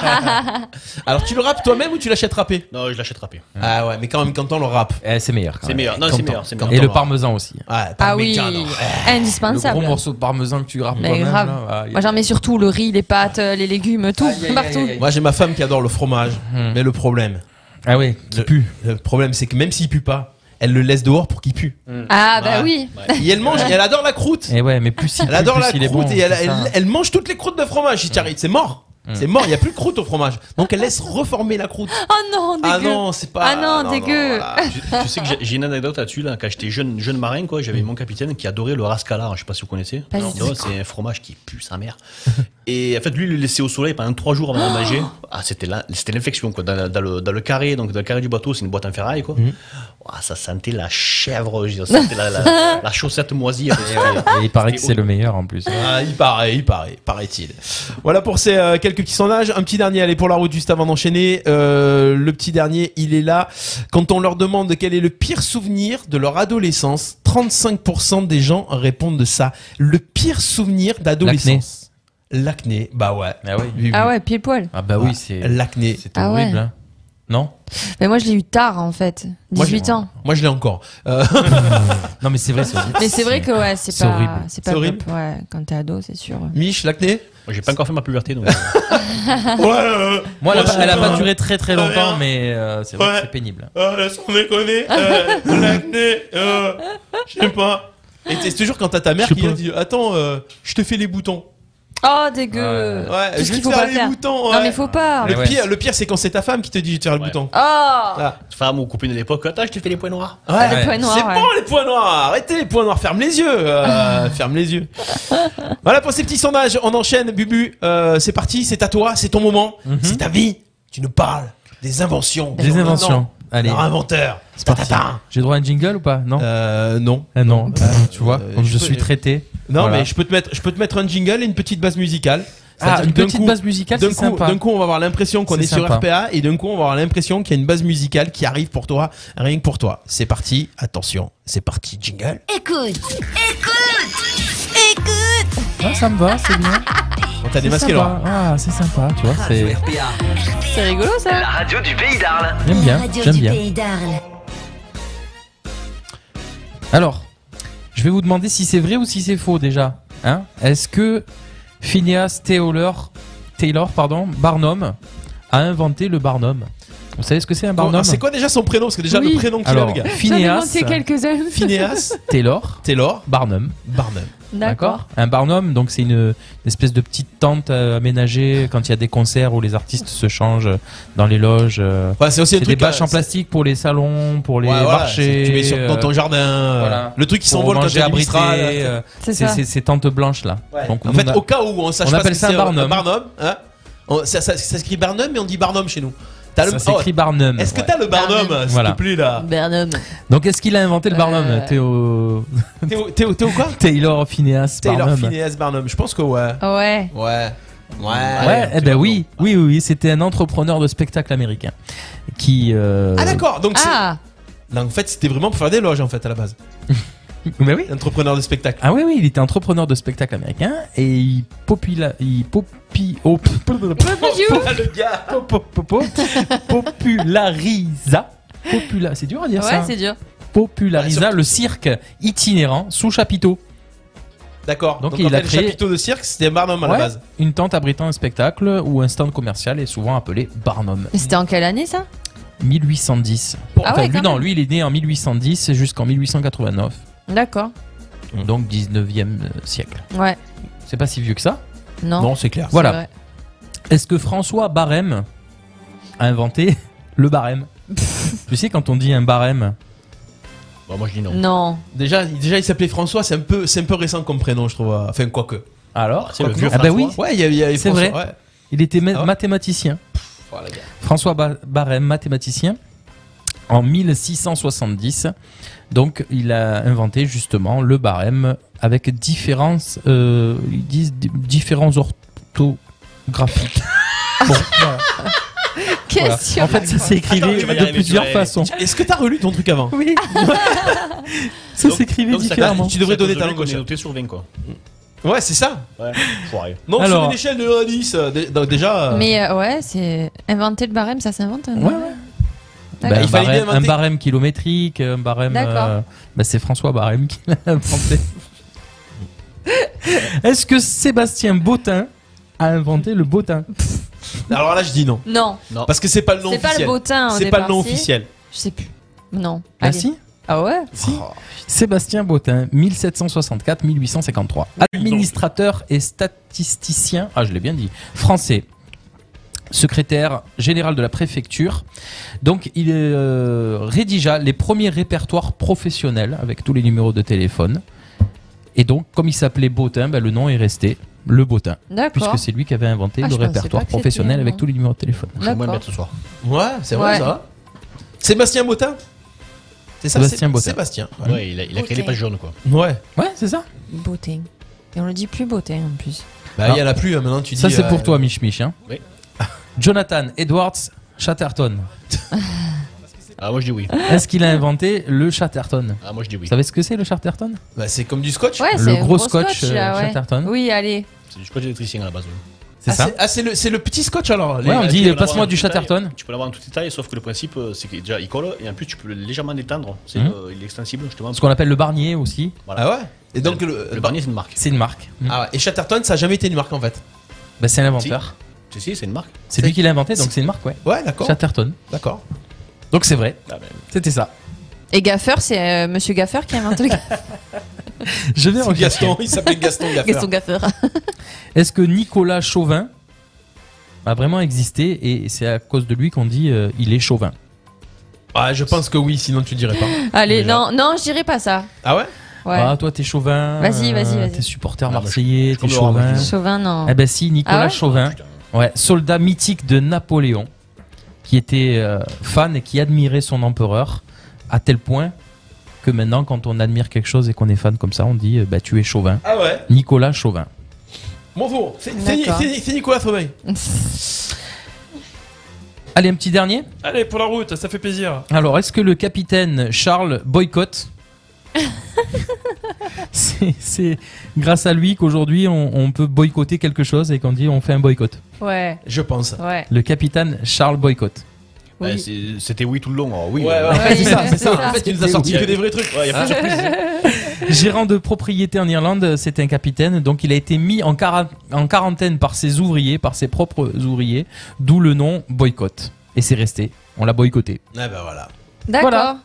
[SPEAKER 3] Alors tu le râpes toi-même ou tu l'achètes râpé
[SPEAKER 6] non, je l'achète râpé.
[SPEAKER 3] Ah ouais, mais quand même quand on le râpe.
[SPEAKER 5] Eh, c'est meilleur. quand
[SPEAKER 6] C'est
[SPEAKER 5] même.
[SPEAKER 6] meilleur. Non,
[SPEAKER 3] Quand
[SPEAKER 6] c'est
[SPEAKER 3] on-
[SPEAKER 6] meilleur. c'est
[SPEAKER 3] quand
[SPEAKER 6] meilleur.
[SPEAKER 5] Et le
[SPEAKER 3] on-
[SPEAKER 5] parmesan aussi.
[SPEAKER 3] Ah,
[SPEAKER 4] Ah oui,
[SPEAKER 3] parmigiano.
[SPEAKER 5] Le
[SPEAKER 4] indispensable.
[SPEAKER 5] gros morceau de parmesan que tu grappes
[SPEAKER 4] Mais
[SPEAKER 5] toi-même.
[SPEAKER 4] grave.
[SPEAKER 5] là, ah, y a-
[SPEAKER 4] Moi, j'en mets surtout le riz, les pâtes, euh, les légumes, tout,
[SPEAKER 5] Aïe, aïe, aïe,
[SPEAKER 4] partout.
[SPEAKER 5] aïe, aïe.
[SPEAKER 3] Moi j'ai ma femme qui adore le fromage,
[SPEAKER 5] Hmm.
[SPEAKER 3] mais le problème,
[SPEAKER 5] Ah oui, qui
[SPEAKER 3] Le-
[SPEAKER 5] pue.
[SPEAKER 3] le problème c'est que même s'il pue pas, elle le laisse dehors pour qu'il pue.
[SPEAKER 4] Ah bah
[SPEAKER 3] Ouais.
[SPEAKER 4] oui.
[SPEAKER 3] Et elle mange, et elle adore la croûte.
[SPEAKER 5] Et Eh ouais, mais plus il
[SPEAKER 3] Elle
[SPEAKER 5] pue,
[SPEAKER 3] adore
[SPEAKER 5] plus
[SPEAKER 3] la
[SPEAKER 5] il est
[SPEAKER 3] croûte
[SPEAKER 5] bon,
[SPEAKER 3] et elle,
[SPEAKER 5] c'est ça.
[SPEAKER 3] elle- elle mange toutes les croûtes de fromage. J'ai dit, Arrête, c'est mort. C'est mort, il y a plus de croûte au fromage. Donc elle laisse reformer la croûte.
[SPEAKER 4] Oh non, dégueu.
[SPEAKER 3] Ah non, c'est pas
[SPEAKER 4] Ah non, dégueu.
[SPEAKER 3] voilà.
[SPEAKER 6] Tu, tu sais que j'ai- j'ai une anecdote là-dessus, là, quand j'étais jeune, jeune marin, quoi, j'avais mon capitaine qui adorait le rascala, hein, je sais pas si vous connaissez.
[SPEAKER 4] Pas du tout.
[SPEAKER 6] c'est un fromage qui pue sa mère. Et en fait, lui, il le laissait au soleil pendant trois jours avant de nager. Ah, c'était là, c'était l'infection, quoi, dans, dans le, dans le carré, donc dans le carré du bateau, c'est une boîte en ferraille, quoi. Ouah, ça sentait la chèvre, je veux dire, ça sentait la, la- la chaussette moisie. après, c'était-
[SPEAKER 5] Et il paraît que c'est le meilleur en plus.
[SPEAKER 3] Ah, il paraît, il paraît, paraît-il. Voilà pour ces euh, quelques petits sondages. Un petit dernier, allez, pour la route, juste avant d'enchaîner. Euh, le petit dernier, il est là. Quand on leur demande quel est le pire souvenir de leur adolescence, 35% des gens répondent de ça. Le pire souvenir d'adolescence. L'acné, bah ouais.
[SPEAKER 5] Ah oui.
[SPEAKER 3] Oui, oui.
[SPEAKER 4] Ah ouais, pile poil.
[SPEAKER 5] Ah bah
[SPEAKER 3] Ouais.
[SPEAKER 5] oui, c'est
[SPEAKER 3] L'acné.
[SPEAKER 5] c'est
[SPEAKER 4] Ah ouais.
[SPEAKER 5] horrible. hein. Non
[SPEAKER 4] Mais moi, je l'ai eu tard en fait,
[SPEAKER 3] Moi, j'ai-
[SPEAKER 4] 18 ans.
[SPEAKER 3] Moi, je l'ai encore. Euh,
[SPEAKER 5] Non mais c'est vrai, c'est horrible.
[SPEAKER 4] Mais c'est vrai que ouais, c'est
[SPEAKER 5] C'est
[SPEAKER 4] pas,
[SPEAKER 5] horrible.
[SPEAKER 4] c'est pas
[SPEAKER 3] C'est horrible.
[SPEAKER 4] top. Ouais, quand t'es ado, c'est sûr.
[SPEAKER 3] Mich, l'acné
[SPEAKER 6] Moi, j'ai pas encore fait ma puberté, donc. euh,
[SPEAKER 3] Ouais, euh,
[SPEAKER 5] Moi, elle a,
[SPEAKER 3] Moi,
[SPEAKER 5] pas- elle a
[SPEAKER 3] je-
[SPEAKER 5] pas duré très très longtemps,
[SPEAKER 3] Ouais.
[SPEAKER 5] mais euh, c'est vrai
[SPEAKER 3] Ouais.
[SPEAKER 5] que c'est pénible.
[SPEAKER 3] euh, sans déconner, euh, l'acné, euh, je sais pas. Et c'est toujours quand t'as ta mère
[SPEAKER 5] Je sais
[SPEAKER 3] qui vient
[SPEAKER 5] pas.
[SPEAKER 3] dit Attends, euh, je te fais les boutons.
[SPEAKER 4] Oh dégueu.
[SPEAKER 5] Ouais.
[SPEAKER 3] Ouais,
[SPEAKER 4] Tout
[SPEAKER 3] je
[SPEAKER 4] ce
[SPEAKER 3] vais
[SPEAKER 4] qu'il
[SPEAKER 3] te
[SPEAKER 4] faut
[SPEAKER 3] faire
[SPEAKER 4] pas
[SPEAKER 3] les
[SPEAKER 4] faire.
[SPEAKER 3] boutons.
[SPEAKER 4] Non
[SPEAKER 3] ouais.
[SPEAKER 4] mais faut pas.
[SPEAKER 5] Mais
[SPEAKER 3] Le
[SPEAKER 5] ouais,
[SPEAKER 3] pire,
[SPEAKER 5] c'est-
[SPEAKER 3] le pire, c'est quand c'est ta femme qui te dit je vais te faire le
[SPEAKER 6] Ouais.
[SPEAKER 3] bouton.
[SPEAKER 4] Oh.
[SPEAKER 3] Ah.
[SPEAKER 6] Femme ou copine de l'époque, attends, je t'ai fait les points noirs.
[SPEAKER 3] Ouais,
[SPEAKER 5] le
[SPEAKER 4] point noir,
[SPEAKER 3] c'est
[SPEAKER 4] ouais.
[SPEAKER 3] bon les points noirs. Arrêtez les points noirs, ferme les yeux, euh, ferme les yeux. Voilà pour ces petits sondages. On enchaîne, Bubu. Euh, c'est parti, c'est à toi, c'est ton moment,
[SPEAKER 5] Mhm.
[SPEAKER 3] c'est ta vie. Tu nous parles des inventions,
[SPEAKER 5] Les inventions. Allez,
[SPEAKER 3] Leur inventeur.
[SPEAKER 5] c'est parti. J'ai droit à un jingle ou pas Non
[SPEAKER 3] Euh, non.
[SPEAKER 5] Ah non,
[SPEAKER 3] Euh,
[SPEAKER 5] tu vois,
[SPEAKER 3] euh,
[SPEAKER 5] comme
[SPEAKER 3] je
[SPEAKER 5] je
[SPEAKER 3] peux-
[SPEAKER 5] suis traité.
[SPEAKER 3] Non,
[SPEAKER 5] Voilà.
[SPEAKER 3] mais je peux te mettre, je peux te mettre un jingle et une petite base musicale.
[SPEAKER 5] Ah,
[SPEAKER 3] C'est-à-dire
[SPEAKER 5] une
[SPEAKER 3] que d'un
[SPEAKER 5] petite
[SPEAKER 3] coup-
[SPEAKER 5] base musicale,
[SPEAKER 3] D'un
[SPEAKER 5] c'est
[SPEAKER 3] coup,
[SPEAKER 5] sympa.
[SPEAKER 3] d'un coup, on va avoir l'impression qu'on est,
[SPEAKER 5] C'est
[SPEAKER 3] sur
[SPEAKER 5] sympa.
[SPEAKER 3] RPA et d'un coup, on va avoir l'impression qu'il y a une base musicale qui arrive pour toi, rien que pour toi. C'est parti, attention, c'est parti, jingle.
[SPEAKER 2] Écoute, écoute, écoute.
[SPEAKER 5] Ah, ça me va, c'est bien.
[SPEAKER 3] On t'a
[SPEAKER 5] C'est
[SPEAKER 3] démasqué
[SPEAKER 5] sympa.
[SPEAKER 3] là.
[SPEAKER 5] Ah, c'est sympa, tu vois, c'est
[SPEAKER 1] RPA,
[SPEAKER 4] C'est rigolo ça.
[SPEAKER 1] la radio du pays d'Arles.
[SPEAKER 5] j'aime
[SPEAKER 2] La
[SPEAKER 5] bien,
[SPEAKER 2] radio
[SPEAKER 5] j'aime
[SPEAKER 2] du
[SPEAKER 5] bien.
[SPEAKER 2] pays d'Arles.
[SPEAKER 5] Alors, je vais vous demander si c'est vrai ou si c'est faux déjà. Hein Est-ce que Phineas Taylor, Taylor pardon, Barnum a inventé le Barnum Vous savez ce que c'est un Barnum
[SPEAKER 3] Bon, Oh, ah, C'est quoi déjà son prénom Parce que déjà
[SPEAKER 4] Oui.
[SPEAKER 3] le prénom qu'il a,
[SPEAKER 5] Alors,
[SPEAKER 3] le gars.
[SPEAKER 4] J'en ai
[SPEAKER 5] Phineas
[SPEAKER 4] manqué quelques-uns.
[SPEAKER 3] Phineas
[SPEAKER 5] Taylor
[SPEAKER 3] Taylor
[SPEAKER 5] Barnum
[SPEAKER 3] Barnum.
[SPEAKER 4] D'accord.
[SPEAKER 5] Un barnum, donc c'est une, une espèce de petite tente euh, aménagée quand il y a des concerts où les artistes se changent euh, dans les loges. euh,
[SPEAKER 3] Ouais, c'est aussi le
[SPEAKER 5] des
[SPEAKER 3] truc,
[SPEAKER 5] bâches
[SPEAKER 3] euh,
[SPEAKER 5] en plastique pour les salons, pour les
[SPEAKER 3] Ouais, voilà,
[SPEAKER 5] marchés.
[SPEAKER 3] c'est- tu mets sur- dans ton
[SPEAKER 5] euh,
[SPEAKER 3] jardin,
[SPEAKER 5] voilà.
[SPEAKER 3] le truc qui
[SPEAKER 5] Pour
[SPEAKER 3] s'envole quand
[SPEAKER 5] manger
[SPEAKER 3] il y a du
[SPEAKER 5] abrité,
[SPEAKER 3] Mistral.
[SPEAKER 5] euh,
[SPEAKER 4] C'est
[SPEAKER 5] C'est
[SPEAKER 4] ça.
[SPEAKER 5] c'est- ces tentes blanches là. Donc,
[SPEAKER 3] en
[SPEAKER 5] nous,
[SPEAKER 3] fait,
[SPEAKER 5] on a-
[SPEAKER 3] au cas où on sache
[SPEAKER 5] on
[SPEAKER 3] pas
[SPEAKER 5] appelle
[SPEAKER 3] ce que
[SPEAKER 5] ça un
[SPEAKER 3] c'est, euh,
[SPEAKER 5] Barnum.
[SPEAKER 3] Barnum, hein On- ça, ça- ça s'écrit Barnum, mais on dit Barnum chez nous. T'as
[SPEAKER 5] ça
[SPEAKER 3] le-
[SPEAKER 5] s'écrit
[SPEAKER 3] oh,
[SPEAKER 5] Barnum.
[SPEAKER 3] Est-ce que
[SPEAKER 5] ouais.
[SPEAKER 3] t'as le Barnum,
[SPEAKER 4] Barnum.
[SPEAKER 3] s'il
[SPEAKER 5] Voilà.
[SPEAKER 3] te plaît, là
[SPEAKER 4] Bernum.
[SPEAKER 5] Donc est-ce qu'il a inventé le Barnum,
[SPEAKER 4] Euh,
[SPEAKER 5] Théo
[SPEAKER 3] Théo, Théo, Théo quoi
[SPEAKER 5] Taylor Phineas
[SPEAKER 3] Taylor
[SPEAKER 5] Barnum
[SPEAKER 3] Phineas Barnum, je pense que ouais.
[SPEAKER 4] Ouais.
[SPEAKER 3] Ouais. Ah Ouais.
[SPEAKER 5] Ouais, eh ben oui, oui, oui, oui, c'était un entrepreneur de spectacle américain qui. euh,
[SPEAKER 3] Ah d'accord, donc c'est-
[SPEAKER 4] Ah,
[SPEAKER 3] Là, en fait c'était vraiment pour faire des loges en fait à la base.
[SPEAKER 5] Ben oui.
[SPEAKER 3] Entrepreneur de spectacle.
[SPEAKER 5] Ah oui, oui, il était entrepreneur de spectacle américain et il popula, il popi, oh,
[SPEAKER 4] you.
[SPEAKER 3] Ah, le gars
[SPEAKER 5] po- po- po- po- popularisa, popula, c'est dur à Oh, dire
[SPEAKER 4] ouais,
[SPEAKER 5] ça.
[SPEAKER 4] c'est dur.
[SPEAKER 5] Popularisa le cirque itinérant sous chapiteau.
[SPEAKER 3] D'accord. Donc,
[SPEAKER 5] Donc,
[SPEAKER 3] il
[SPEAKER 5] il
[SPEAKER 3] en
[SPEAKER 5] a
[SPEAKER 3] fait,
[SPEAKER 5] créé-
[SPEAKER 3] le chapiteau de cirque c'était Barnum à la
[SPEAKER 5] Ouais,
[SPEAKER 3] base.
[SPEAKER 5] Une tente abritant un spectacle ou un stand commercial est souvent appelé Barnum.
[SPEAKER 4] Mais C'était en quelle année ça
[SPEAKER 5] 1810.
[SPEAKER 4] Ah
[SPEAKER 5] Enfin,
[SPEAKER 4] ouais,
[SPEAKER 5] lui,
[SPEAKER 4] quand
[SPEAKER 5] non, lui, il est né en 1810 jusqu'en 1889,
[SPEAKER 4] D'accord.
[SPEAKER 6] Mmh.
[SPEAKER 5] donc 19e siècle.
[SPEAKER 4] Ouais.
[SPEAKER 5] C'est pas si vieux que ça.
[SPEAKER 4] Non.
[SPEAKER 3] c'est clair.
[SPEAKER 4] c'est
[SPEAKER 5] Voilà.
[SPEAKER 4] vrai.
[SPEAKER 5] Est-ce que François Barème a inventé le barème Tu sais, quand on dit un barème,
[SPEAKER 6] Bah, moi je dis non.
[SPEAKER 4] Non.
[SPEAKER 3] Déjà, déjà il s'appelait François, c'est un peu c'est un peu récent comme prénom je trouve. Enfin quoique.
[SPEAKER 5] alors
[SPEAKER 6] C'est le vieux
[SPEAKER 5] Ah bah
[SPEAKER 6] François.
[SPEAKER 5] oui,
[SPEAKER 3] Ouais, il y a, il y a
[SPEAKER 5] C'est
[SPEAKER 3] François,
[SPEAKER 5] vrai.
[SPEAKER 3] ouais.
[SPEAKER 5] il était ma-
[SPEAKER 3] Ah ouais
[SPEAKER 5] mathématicien.
[SPEAKER 3] Oh, le gars.
[SPEAKER 5] François Ba- Barème, mathématicien, en 1670. Donc, il a inventé justement le barème avec différents, euh, ils disent di- différents orthographiques. Bon, voilà, voilà.
[SPEAKER 4] Question.
[SPEAKER 5] En fait, ça
[SPEAKER 6] Attends,
[SPEAKER 5] s'écrivait
[SPEAKER 6] tu vas y
[SPEAKER 5] de
[SPEAKER 6] arriver,
[SPEAKER 5] plusieurs
[SPEAKER 6] tu vas y
[SPEAKER 5] façons.
[SPEAKER 3] Est-ce que t'as relu ton truc avant
[SPEAKER 5] Oui. ça
[SPEAKER 6] Donc-
[SPEAKER 5] s'écrivait
[SPEAKER 6] donc ça-
[SPEAKER 5] différemment.
[SPEAKER 3] Tu devrais
[SPEAKER 6] C'est à
[SPEAKER 3] donner
[SPEAKER 6] cause
[SPEAKER 3] ta
[SPEAKER 6] de
[SPEAKER 3] langue
[SPEAKER 6] lui qu'on
[SPEAKER 3] au
[SPEAKER 6] est
[SPEAKER 3] chat.
[SPEAKER 6] noté sur 20 quoi.
[SPEAKER 3] Ouais, c'est ça.
[SPEAKER 6] Ouais, foiré.
[SPEAKER 3] Non,
[SPEAKER 5] Alors.
[SPEAKER 3] sur une échelle de 1 à 10 euh, dé- donc déjà euh,
[SPEAKER 4] Mais euh, ouais, c'est inventer le barème, ça s'invente. hein,
[SPEAKER 5] Ouais,
[SPEAKER 4] non
[SPEAKER 5] ouais.
[SPEAKER 4] D'accord.
[SPEAKER 5] Bah, un,
[SPEAKER 3] il fallait
[SPEAKER 5] barème,
[SPEAKER 3] bien inventer-
[SPEAKER 5] un barème kilométrique, un barème.
[SPEAKER 4] D'accord.
[SPEAKER 5] euh, bah, c'est François Barème qui l'a inventé. Est-ce que Sébastien Bottin a inventé le Bottin
[SPEAKER 3] Alors là, je dis non.
[SPEAKER 4] Non.
[SPEAKER 6] Non.
[SPEAKER 3] Parce que c'est pas le nom
[SPEAKER 4] C'est pas le
[SPEAKER 3] officiel.
[SPEAKER 4] botin. au
[SPEAKER 3] C'est pas le
[SPEAKER 4] départ,
[SPEAKER 3] nom
[SPEAKER 4] si
[SPEAKER 3] officiel.
[SPEAKER 4] Je sais plus. Non.
[SPEAKER 5] Ah
[SPEAKER 4] Allez.
[SPEAKER 5] si Oh,
[SPEAKER 4] Ah ouais
[SPEAKER 5] Sébastien Bottin, 1764-1853.
[SPEAKER 6] Ah,
[SPEAKER 5] Administrateur et statisticien, ah je l'ai bien dit, français, secrétaire général de la préfecture. Donc il euh, rédigea les premiers répertoires professionnels avec tous les numéros de téléphone. Et donc, comme il s'appelait Bottin, bah, le nom est resté le Bottin,
[SPEAKER 4] D'accord.
[SPEAKER 5] puisque c'est lui qui avait inventé
[SPEAKER 4] Ah,
[SPEAKER 5] le
[SPEAKER 4] je pensais
[SPEAKER 5] répertoire
[SPEAKER 4] pas que c'était
[SPEAKER 5] professionnel
[SPEAKER 4] un
[SPEAKER 5] avec
[SPEAKER 4] nom.
[SPEAKER 5] tous les numéros de téléphone.
[SPEAKER 6] Je vais moins
[SPEAKER 4] D'accord.
[SPEAKER 6] mettre ce soir.
[SPEAKER 3] Ouais, c'est vrai
[SPEAKER 4] Ouais.
[SPEAKER 3] ça. Sébastien Motin C'est ça
[SPEAKER 5] Sébastien
[SPEAKER 3] Sé-
[SPEAKER 5] Bottin.
[SPEAKER 3] Sébastien. Ouais.
[SPEAKER 6] Ouais, il a, il a créé
[SPEAKER 4] Ok.
[SPEAKER 6] les pages jaunes quoi.
[SPEAKER 3] Ouais.
[SPEAKER 5] Ouais, c'est ça.
[SPEAKER 4] Beauté. Et on le dit plus beauté en plus.
[SPEAKER 3] Bah, il y en a plus hein, maintenant, tu dis.
[SPEAKER 5] Ça, c'est
[SPEAKER 3] euh,
[SPEAKER 5] pour toi, Mich Mich. hein.
[SPEAKER 6] Oui.
[SPEAKER 5] Jonathan Edwards Chatterton.
[SPEAKER 6] Ah, moi je dis oui.
[SPEAKER 5] Est-ce qu'il a inventé le Chatterton
[SPEAKER 6] Ah, moi je dis
[SPEAKER 5] Vous
[SPEAKER 6] oui.
[SPEAKER 5] savez ce que c'est le Chatterton
[SPEAKER 3] Bah, c'est comme du scotch.
[SPEAKER 4] Ouais,
[SPEAKER 5] Le
[SPEAKER 4] c'est
[SPEAKER 5] gros scotch, euh,
[SPEAKER 4] là, ouais.
[SPEAKER 5] Chatterton.
[SPEAKER 4] Oui, allez.
[SPEAKER 6] C'est du côté électricien à la base. oui.
[SPEAKER 5] C'est
[SPEAKER 3] Ah,
[SPEAKER 5] ça
[SPEAKER 3] c'est- Ah, c'est le, c'est le petit scotch alors. les-
[SPEAKER 5] Ouais, on
[SPEAKER 6] tu
[SPEAKER 5] dit, euh,
[SPEAKER 6] peux l'avoir
[SPEAKER 5] passe-moi
[SPEAKER 6] en
[SPEAKER 5] du
[SPEAKER 6] tout détail,
[SPEAKER 5] Chatterton.
[SPEAKER 6] Tu peux l'avoir en tout détail, sauf que le principe, euh, c'est que déjà il colle et en plus tu peux légèrement l'étendre. C'est
[SPEAKER 5] Mhm.
[SPEAKER 6] euh, il est extensible justement.
[SPEAKER 5] Ce qu'on appelle le barnier aussi.
[SPEAKER 3] Ah ouais Et donc le. bah,
[SPEAKER 6] Le barnier c'est une marque.
[SPEAKER 5] C'est une marque. Mm.
[SPEAKER 3] Ah ouais, et Chatterton, ça a jamais été une marque en fait.
[SPEAKER 5] Bah, c'est l'inventeur.
[SPEAKER 6] Si, si, c'est une marque.
[SPEAKER 5] C'est lui qui l'a inventé, donc c'est une marque, ouais.
[SPEAKER 3] Ouais, d'accord.
[SPEAKER 5] Chatterton.
[SPEAKER 3] D'accord.
[SPEAKER 5] Donc c'est vrai.
[SPEAKER 6] Ah, ben,
[SPEAKER 5] C'était ça.
[SPEAKER 4] Et Gaffer, c'est euh, Monsieur Gaffer qui a inventé le
[SPEAKER 5] Je vais
[SPEAKER 3] C'est
[SPEAKER 5] rechercher.
[SPEAKER 3] Gaston, il s'appelait Gaston Gaffer.
[SPEAKER 4] Gaston Gaffer.
[SPEAKER 5] Est-ce que Nicolas Chauvin a vraiment existé et c'est à cause de lui qu'on dit euh, il est chauvin
[SPEAKER 3] Ah, je pense que oui, sinon tu dirais pas.
[SPEAKER 4] Allez,
[SPEAKER 3] Déjà.
[SPEAKER 4] non, non, je dirais pas ça.
[SPEAKER 3] Ah ouais
[SPEAKER 4] Ouais.
[SPEAKER 5] Ah, toi, t'es chauvin.
[SPEAKER 4] Vas-y, vas-y,
[SPEAKER 5] euh,
[SPEAKER 4] vas-y.
[SPEAKER 5] T'es supporter
[SPEAKER 6] Ah, bah, je-
[SPEAKER 5] marseillais, t'es
[SPEAKER 6] comme Laurent,
[SPEAKER 5] chauvin.
[SPEAKER 6] moi, je dis
[SPEAKER 4] Chauvin, non.
[SPEAKER 5] Eh ben si, Nicolas
[SPEAKER 4] Ah ouais
[SPEAKER 5] Chauvin.
[SPEAKER 6] putain.
[SPEAKER 5] Ouais, soldat mythique de Napoléon, qui était euh, fan et qui admirait son empereur, à tel point que maintenant, quand on admire quelque chose et qu'on est fan comme ça, on dit euh, bah, tu es chauvin.
[SPEAKER 3] Ah ouais
[SPEAKER 5] Nicolas Chauvin.
[SPEAKER 3] Bon, bon, c'est c'est-
[SPEAKER 4] D'accord.
[SPEAKER 3] c'est- c'est Nicolas Fauveil.
[SPEAKER 5] Allez, un petit dernier.
[SPEAKER 3] Allez, pour la route, ça fait plaisir.
[SPEAKER 5] Alors, est-ce que le capitaine Charles boycotte C'est c'est grâce à lui qu'aujourd'hui on, on peut boycotter quelque chose et qu'on dit on fait un boycott.
[SPEAKER 4] Ouais,
[SPEAKER 3] Je pense.
[SPEAKER 4] ouais.
[SPEAKER 5] Le capitaine Charles boycotte.
[SPEAKER 6] Ouais,
[SPEAKER 4] Oui.
[SPEAKER 6] Bah, c'est- C'était oui tout le long. oh, oui.
[SPEAKER 3] Ouais, ouais,
[SPEAKER 6] euh,
[SPEAKER 3] ouais, c'est ça,
[SPEAKER 4] Ouais,
[SPEAKER 3] c'est
[SPEAKER 4] c'est
[SPEAKER 3] ça.
[SPEAKER 4] ça.
[SPEAKER 3] En fait, il nous a sorti
[SPEAKER 6] Ouais.
[SPEAKER 3] que des vrais trucs. Hein
[SPEAKER 6] Ouais, y a pas de surprise.
[SPEAKER 5] Gérant de propriété en Irlande, c'est un capitaine, donc il a été mis en, cara- en quarantaine par ses ouvriers, par ses propres ouvriers, d'où le nom boycott. Et c'est resté, on l'a boycotté.
[SPEAKER 3] Ah bah voilà.
[SPEAKER 4] D'accord.
[SPEAKER 5] Voilà.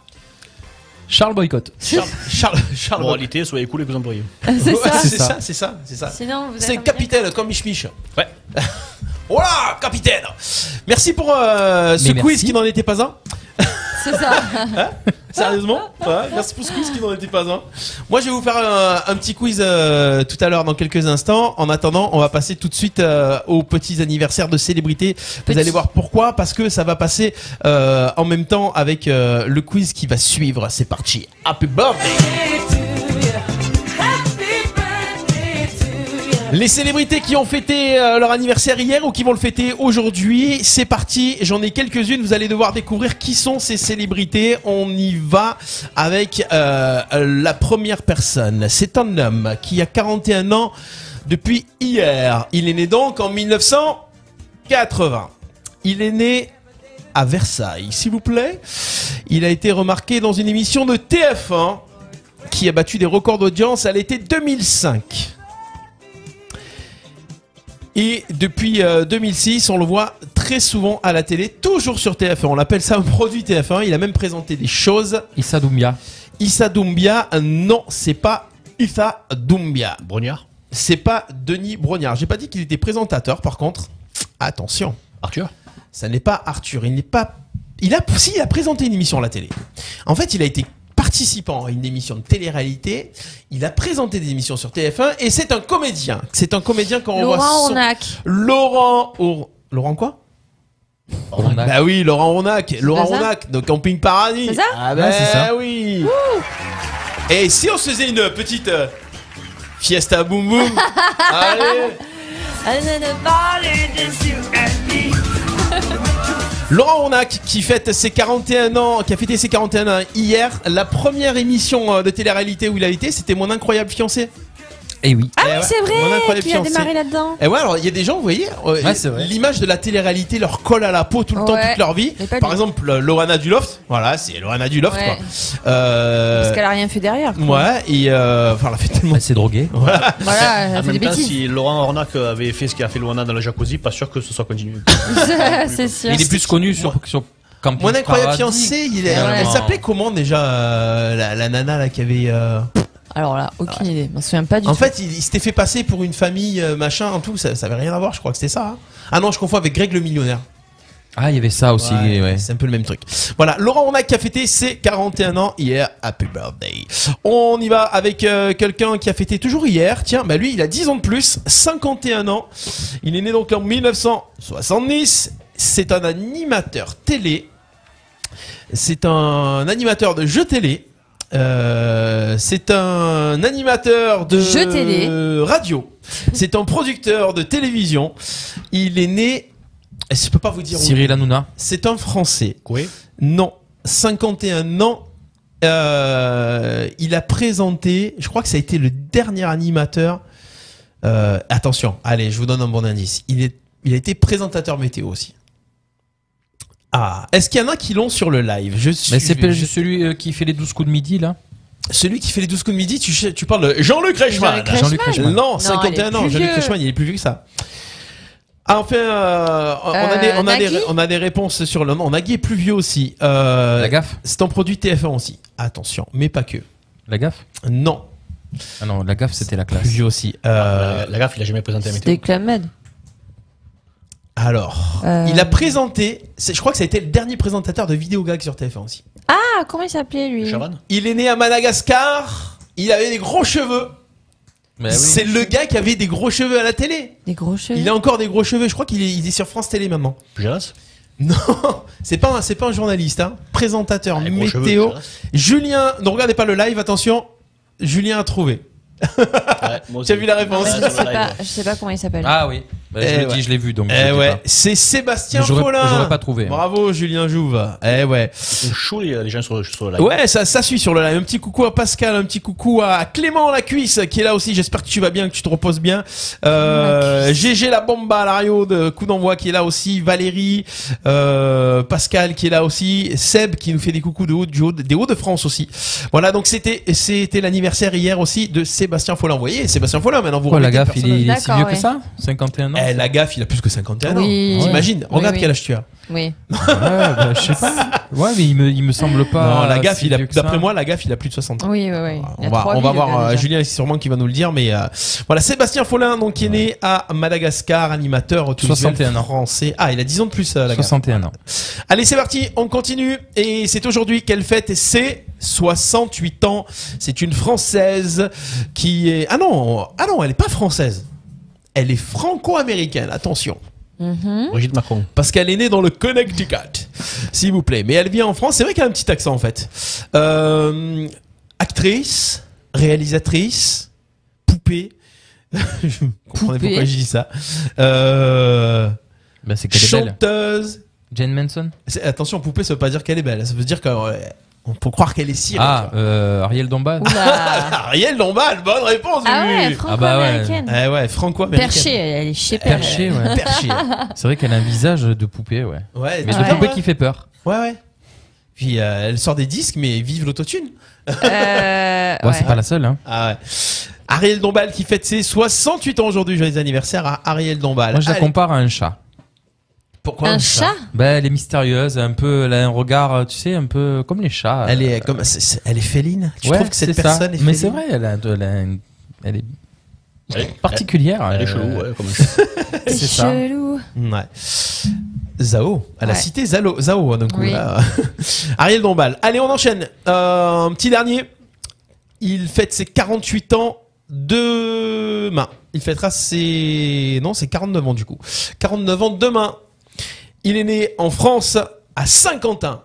[SPEAKER 5] Charles boycott.
[SPEAKER 3] Charles, Charles, Charles
[SPEAKER 6] Moralité, soyez cool avec vos employés.
[SPEAKER 4] C'est
[SPEAKER 3] Ouais,
[SPEAKER 4] ça.
[SPEAKER 3] c'est ça, c'est ça, c'est ça.
[SPEAKER 4] Sinon, vous êtes
[SPEAKER 3] C'est
[SPEAKER 4] un
[SPEAKER 3] capitaine comme Mich Mich.
[SPEAKER 6] Ouais.
[SPEAKER 3] Voilà, capitaine. Merci pour euh, ce
[SPEAKER 5] Mais
[SPEAKER 3] quiz
[SPEAKER 5] merci.
[SPEAKER 3] qui n'en était pas un.
[SPEAKER 4] C'est ça.
[SPEAKER 3] Hein Sérieusement Ouais, Merci pour ce quiz qui n'en était pas un. Moi, je vais vous faire un, un petit quiz euh, tout à l'heure dans quelques instants. En attendant, on va passer tout de suite euh, aux petits anniversaires de célébrités. Vous
[SPEAKER 4] Petit.
[SPEAKER 3] allez voir pourquoi, parce que ça va passer euh, en même temps avec euh, le quiz qui va suivre. C'est parti. Happy birthday Les célébrités qui ont fêté euh, leur anniversaire hier ou qui vont le fêter aujourd'hui, c'est parti. J'en ai quelques-unes. Vous allez devoir découvrir qui sont ces célébrités. On y va avec euh, la première personne. C'est un homme qui a 41 ans depuis hier. Il est né donc en 1980. Il est né à Versailles, s'il vous plaît. Il a été remarqué dans une émission de TF1 qui a battu des records d'audience à l'été 2005. Et depuis euh, 2006, on le voit très souvent à la télé, toujours sur TF1. On l'appelle ça un produit TF1. Il a même présenté des choses.
[SPEAKER 5] Issa Doumbia.
[SPEAKER 3] Issa Doumbia, non, c'est pas Issa Doumbia.
[SPEAKER 6] Brognard
[SPEAKER 3] C'est pas Denis Brognard. J'ai pas dit qu'il était présentateur, par contre. Attention,
[SPEAKER 6] Arthur
[SPEAKER 3] ça n'est pas Arthur. Il n'est pas. Il a, si, il a présenté une émission à la télé. En fait, il a été participant à une émission de télé-réalité. Il a présenté des émissions sur TF1 et c'est un comédien. C'est un comédien qu'on
[SPEAKER 4] Laurent
[SPEAKER 3] voit.
[SPEAKER 4] Onac.
[SPEAKER 3] Laurent Or- Laurent quoi
[SPEAKER 5] On a-
[SPEAKER 3] Bah oui, Laurent Ronac, Laurent
[SPEAKER 4] pas ça
[SPEAKER 3] Ronac de Camping Paradis.
[SPEAKER 4] C'est ça
[SPEAKER 3] Ah
[SPEAKER 5] Ouais,
[SPEAKER 3] bah
[SPEAKER 5] c'est ça.
[SPEAKER 3] oui. Et si on se faisait une petite euh, fiesta boum boum Allez.
[SPEAKER 4] Ah, non, non, non.
[SPEAKER 3] Laurent Ronac qui fête ses 41 ans, qui a fêté ses 41 ans hier, la première émission euh, de télé-réalité où il a été, c'était Mon incroyable fiancé.
[SPEAKER 5] Eh oui.
[SPEAKER 3] Eh ouais,
[SPEAKER 4] Ah oui, c'est
[SPEAKER 3] mon
[SPEAKER 4] vrai
[SPEAKER 3] incroyable
[SPEAKER 4] qu'il a
[SPEAKER 3] fiancé.
[SPEAKER 4] démarré là-dedans.
[SPEAKER 3] Et ouais, alors il y a des gens, vous voyez, euh,
[SPEAKER 5] Ouais, c'est vrai.
[SPEAKER 3] l'image de la télé-réalité leur colle à la peau tout le temps,
[SPEAKER 4] Ouais.
[SPEAKER 3] toute leur vie.
[SPEAKER 4] Mais pas
[SPEAKER 3] Par
[SPEAKER 4] lui.
[SPEAKER 3] exemple, euh, Loana Duloft, voilà, c'est Loana Duloft
[SPEAKER 4] Ouais.
[SPEAKER 3] quoi. Euh,
[SPEAKER 4] Parce qu'elle a rien fait derrière. quoi.
[SPEAKER 3] Ouais, et euh, enfin, on l'a fait tellement.
[SPEAKER 5] Elle s'est droguée.
[SPEAKER 4] Voilà, elle a
[SPEAKER 6] En
[SPEAKER 4] fait des
[SPEAKER 6] même temps,
[SPEAKER 4] bêtises.
[SPEAKER 6] si Laurent Ornac avait fait ce qu'a fait Luana dans le jacuzzi, pas sûr que ce soit continué.
[SPEAKER 4] c'est sûr.
[SPEAKER 5] Il est plus connu sur, sur Camping
[SPEAKER 3] Mon incroyable
[SPEAKER 5] Paradis.
[SPEAKER 3] fiancé, il est,
[SPEAKER 4] Ouais.
[SPEAKER 3] elle s'appelait comment déjà euh, la, la nana là qui avait. euh,
[SPEAKER 4] Alors là, aucune idée. Je me souviens pas du
[SPEAKER 3] En
[SPEAKER 4] tout.
[SPEAKER 3] fait, il, il s'était fait passer pour une famille euh, machin en tout, ça, ça avait rien à voir, je crois que c'était ça. hein. Ah non, je confonds avec Greg le millionnaire.
[SPEAKER 5] Ah, il y avait ça aussi.
[SPEAKER 3] Ouais,
[SPEAKER 5] ouais.
[SPEAKER 3] C'est un peu le même truc. Voilà, Laurent Onac qui a fêté ses 41 ans hier. Happy birthday. On y va avec euh, quelqu'un qui a fêté toujours hier. Tiens, bah lui, il a 10 ans de plus, 51 ans. Il est né donc en 1970. C'est un animateur télé. C'est un animateur de jeux télé. Euh, c'est un animateur de
[SPEAKER 4] Jeux télé.
[SPEAKER 3] radio. C'est un producteur de télévision. Il est né. Je peux pas vous dire où.
[SPEAKER 5] Cyril Hanouna.
[SPEAKER 3] C'est un Français.
[SPEAKER 6] Coué
[SPEAKER 3] Non, 51 ans. Euh, il a présenté, je crois que ça a été le dernier animateur. Euh, attention, allez, je vous donne un bon indice. Il, est, il a été présentateur météo aussi. Ah, est-ce qu'il y en a qui l'ont sur le live je, suis-
[SPEAKER 5] Mais c'est pas
[SPEAKER 3] je-
[SPEAKER 5] celui euh, qui fait les 12 coups de midi là
[SPEAKER 3] Celui qui fait les 12 coups de midi, tu, sais- tu parles de Jean-Luc Reichmann.
[SPEAKER 4] Jean-Luc Reichmann.
[SPEAKER 5] Reichmann.
[SPEAKER 3] Non, 51
[SPEAKER 4] il est
[SPEAKER 3] ans,
[SPEAKER 4] plus
[SPEAKER 3] Jean-Luc
[SPEAKER 4] vieux.
[SPEAKER 3] Reichmann, il est plus vieux que ça. Ah, enfin, euh, on, a des, on, a des,
[SPEAKER 4] Nagui
[SPEAKER 3] on a des réponses sur le nom. Nagui est plus vieux aussi. Euh,
[SPEAKER 5] La gaffe
[SPEAKER 3] C'est un produit TF1 aussi. Attention, mais pas que.
[SPEAKER 5] La gaffe
[SPEAKER 3] Non,
[SPEAKER 5] Ah non, la gaffe c'était la
[SPEAKER 3] plus
[SPEAKER 5] classe.
[SPEAKER 3] vieux aussi. Euh,
[SPEAKER 6] Ah, La gaffe, il a jamais présenté un météo.
[SPEAKER 4] C'était Club Med.
[SPEAKER 3] alors,
[SPEAKER 4] Euh.
[SPEAKER 3] il a présenté, c'est- je crois que ça a été le dernier présentateur de Vidéogag sur TF1 aussi.
[SPEAKER 4] Ah, comment il s'appelait lui
[SPEAKER 6] Chavannes
[SPEAKER 3] Il est né à Madagascar, il avait des gros cheveux.
[SPEAKER 6] Bah
[SPEAKER 5] Mais
[SPEAKER 3] C'est le gars qui avait des gros cheveux à la télé.
[SPEAKER 4] Des gros cheveux.
[SPEAKER 3] Il a encore des gros cheveux, je crois qu'il est, il est sur France Télé maintenant.
[SPEAKER 6] Pujalas
[SPEAKER 3] Non, c'est pas, un- c'est pas un journaliste, hein. présentateur,
[SPEAKER 6] Ah, les gros cheveux,
[SPEAKER 3] météo.
[SPEAKER 6] Pujalas.
[SPEAKER 3] Julien, ne regardez pas le live, attention, Julien a trouvé.
[SPEAKER 6] Ouais, moi aussi.
[SPEAKER 3] T'as vu Ah, la réponse
[SPEAKER 4] Ouais,
[SPEAKER 6] Ouais,
[SPEAKER 4] Ah, je,
[SPEAKER 6] sur
[SPEAKER 4] sais
[SPEAKER 6] le
[SPEAKER 4] pas,
[SPEAKER 6] live.
[SPEAKER 4] je sais pas comment il s'appelle.
[SPEAKER 5] Ah oui. Bah, je
[SPEAKER 3] Eh
[SPEAKER 5] l'ai
[SPEAKER 3] ouais.
[SPEAKER 5] dit, je l'ai vu donc.
[SPEAKER 3] Eh
[SPEAKER 5] je sais
[SPEAKER 3] ouais,
[SPEAKER 5] pas.
[SPEAKER 3] c'est Sébastien
[SPEAKER 5] Mais j'aurais-
[SPEAKER 3] Follin.
[SPEAKER 5] j'aurais pas trouvé. hein.
[SPEAKER 3] Bravo Julien Jouve. Eh ouais.
[SPEAKER 6] Ils sont chauds, les les gens sur sur le live.
[SPEAKER 3] Ouais, ça, ça suit sur le live. Un petit coucou à Pascal, un petit coucou à Clément la cuisse qui est là aussi. J'espère que tu vas bien, que tu te reposes bien. Euh, GG la bomba, Lario de coup d'envoi qui est là aussi. Valérie, euh, Pascal qui est là aussi. Seb qui nous fait des coucous de haut, du haut, des Hauts-de-France aussi. Voilà, donc c'était c'était l'anniversaire hier aussi de Sébastien Follin. Vous voyez, Sébastien Follin. Maintenant vous
[SPEAKER 5] Pourquoi la
[SPEAKER 3] remettez le
[SPEAKER 5] gaffe il
[SPEAKER 3] personnage.
[SPEAKER 5] est si
[SPEAKER 4] D'accord,
[SPEAKER 5] vieux que
[SPEAKER 4] ouais.
[SPEAKER 5] ça 51 ans
[SPEAKER 3] Eh, la gaffe, il a plus que 51
[SPEAKER 4] Oui.
[SPEAKER 3] ans. T'imagines
[SPEAKER 4] Oui,
[SPEAKER 3] Regarde
[SPEAKER 4] oui.
[SPEAKER 3] quel âge tu as.
[SPEAKER 4] Oui.
[SPEAKER 5] Ouais, bah, je sais pas. Ouais, mais il me, il me semble pas.
[SPEAKER 3] non, la gaffe,
[SPEAKER 5] si
[SPEAKER 3] il a,
[SPEAKER 5] vieux que ça.
[SPEAKER 3] d'après moi, la gaffe, il a plus de 60 ans.
[SPEAKER 4] Oui, oui, oui. Il y
[SPEAKER 3] On
[SPEAKER 4] a
[SPEAKER 3] va,
[SPEAKER 4] trois
[SPEAKER 3] on va
[SPEAKER 4] villes, le
[SPEAKER 3] voir
[SPEAKER 4] gars,
[SPEAKER 3] euh,
[SPEAKER 4] déjà.
[SPEAKER 3] Julien, c'est sûrement qui va nous le dire, mais euh, voilà, Sébastien Follin, donc qui est né à Madagascar, animateur tout
[SPEAKER 5] 61 ans.
[SPEAKER 3] français. Ah, il a 10 ans de plus, euh, la gaffe.
[SPEAKER 5] 61 ans.
[SPEAKER 3] Allez, c'est parti, on continue. Et c'est aujourd'hui qu'elle fête ses 68 ans. C'est une Française qui est... Ah non, ah non, elle n'est pas française. Elle est franco-américaine, attention.
[SPEAKER 4] Mhm.
[SPEAKER 6] Brigitte Macron.
[SPEAKER 3] Parce qu'elle est née dans le Connecticut, s'il vous plaît. Mais elle vit en France, c'est vrai qu'elle a un petit accent en fait. Euh, actrice, réalisatrice, poupée. Je comprenais
[SPEAKER 4] Poupée.
[SPEAKER 3] pourquoi je dis ça. Euh,
[SPEAKER 5] Bah, c'est qu'elle est belle.
[SPEAKER 3] chanteuse,
[SPEAKER 5] Jane Manson
[SPEAKER 3] c'est- Attention, poupée, ça veut pas dire qu'elle est belle. Ça veut dire qu'on euh, peut croire qu'elle est si.
[SPEAKER 5] Ah, euh, Ariel Dombal
[SPEAKER 4] Oula.
[SPEAKER 3] Ariel Dombal, bonne réponse.
[SPEAKER 4] Ah
[SPEAKER 3] Lulu.
[SPEAKER 5] bah
[SPEAKER 4] ouais, franco-américaine.
[SPEAKER 3] Eh ouais, franco-américaine.
[SPEAKER 4] Perchée, elle est chez
[SPEAKER 5] Perchée, ouais.
[SPEAKER 3] Perché.
[SPEAKER 5] C'est vrai qu'elle a un visage de poupée, ouais.
[SPEAKER 3] Ouais,
[SPEAKER 5] Mais
[SPEAKER 3] tu
[SPEAKER 5] de
[SPEAKER 3] vois
[SPEAKER 5] poupée
[SPEAKER 3] pas
[SPEAKER 5] qui fait peur.
[SPEAKER 3] Ouais, ouais. Puis euh, elle sort des disques, mais vive l'autotune.
[SPEAKER 4] Euh,
[SPEAKER 5] Ouais,
[SPEAKER 4] ouais.
[SPEAKER 5] c'est pas la seule, hein.
[SPEAKER 3] Ah ouais. Ariel Dombal qui fête ses 68 ans aujourd'hui. Joyeux anniversaire à Ariel Dombal.
[SPEAKER 5] Moi, je la
[SPEAKER 3] Allez,
[SPEAKER 5] compare à un chat.
[SPEAKER 3] pourquoi
[SPEAKER 4] Un chat
[SPEAKER 5] Bah, elle est mystérieuse, un peu, elle a un regard, tu sais, un peu comme les chats.
[SPEAKER 3] Elle est, comme, c'est- c'est- elle est féline. Tu
[SPEAKER 5] Ouais,
[SPEAKER 3] trouves que cette
[SPEAKER 5] c'est ça.
[SPEAKER 3] personne est féline
[SPEAKER 5] Mais c'est vrai, elle, a, elle, a une- elle est
[SPEAKER 6] Elle est
[SPEAKER 5] particulière.
[SPEAKER 6] Elle est
[SPEAKER 5] euh,
[SPEAKER 6] chelou, ouais, comme
[SPEAKER 5] C'est
[SPEAKER 4] C'est
[SPEAKER 5] ça.
[SPEAKER 4] chelou.
[SPEAKER 3] Ouais. Zao, à la
[SPEAKER 4] Ouais.
[SPEAKER 3] cité Zalo, Zao, d'un coup.
[SPEAKER 4] Oui.
[SPEAKER 3] là. Ariel Dombal. Allez, on enchaîne. Euh, un petit dernier. Il fête ses 48 ans demain. Il fêtera ses. Non, c'est 49 ans du coup. 49 ans demain. Il est né en France à Saint-Quentin.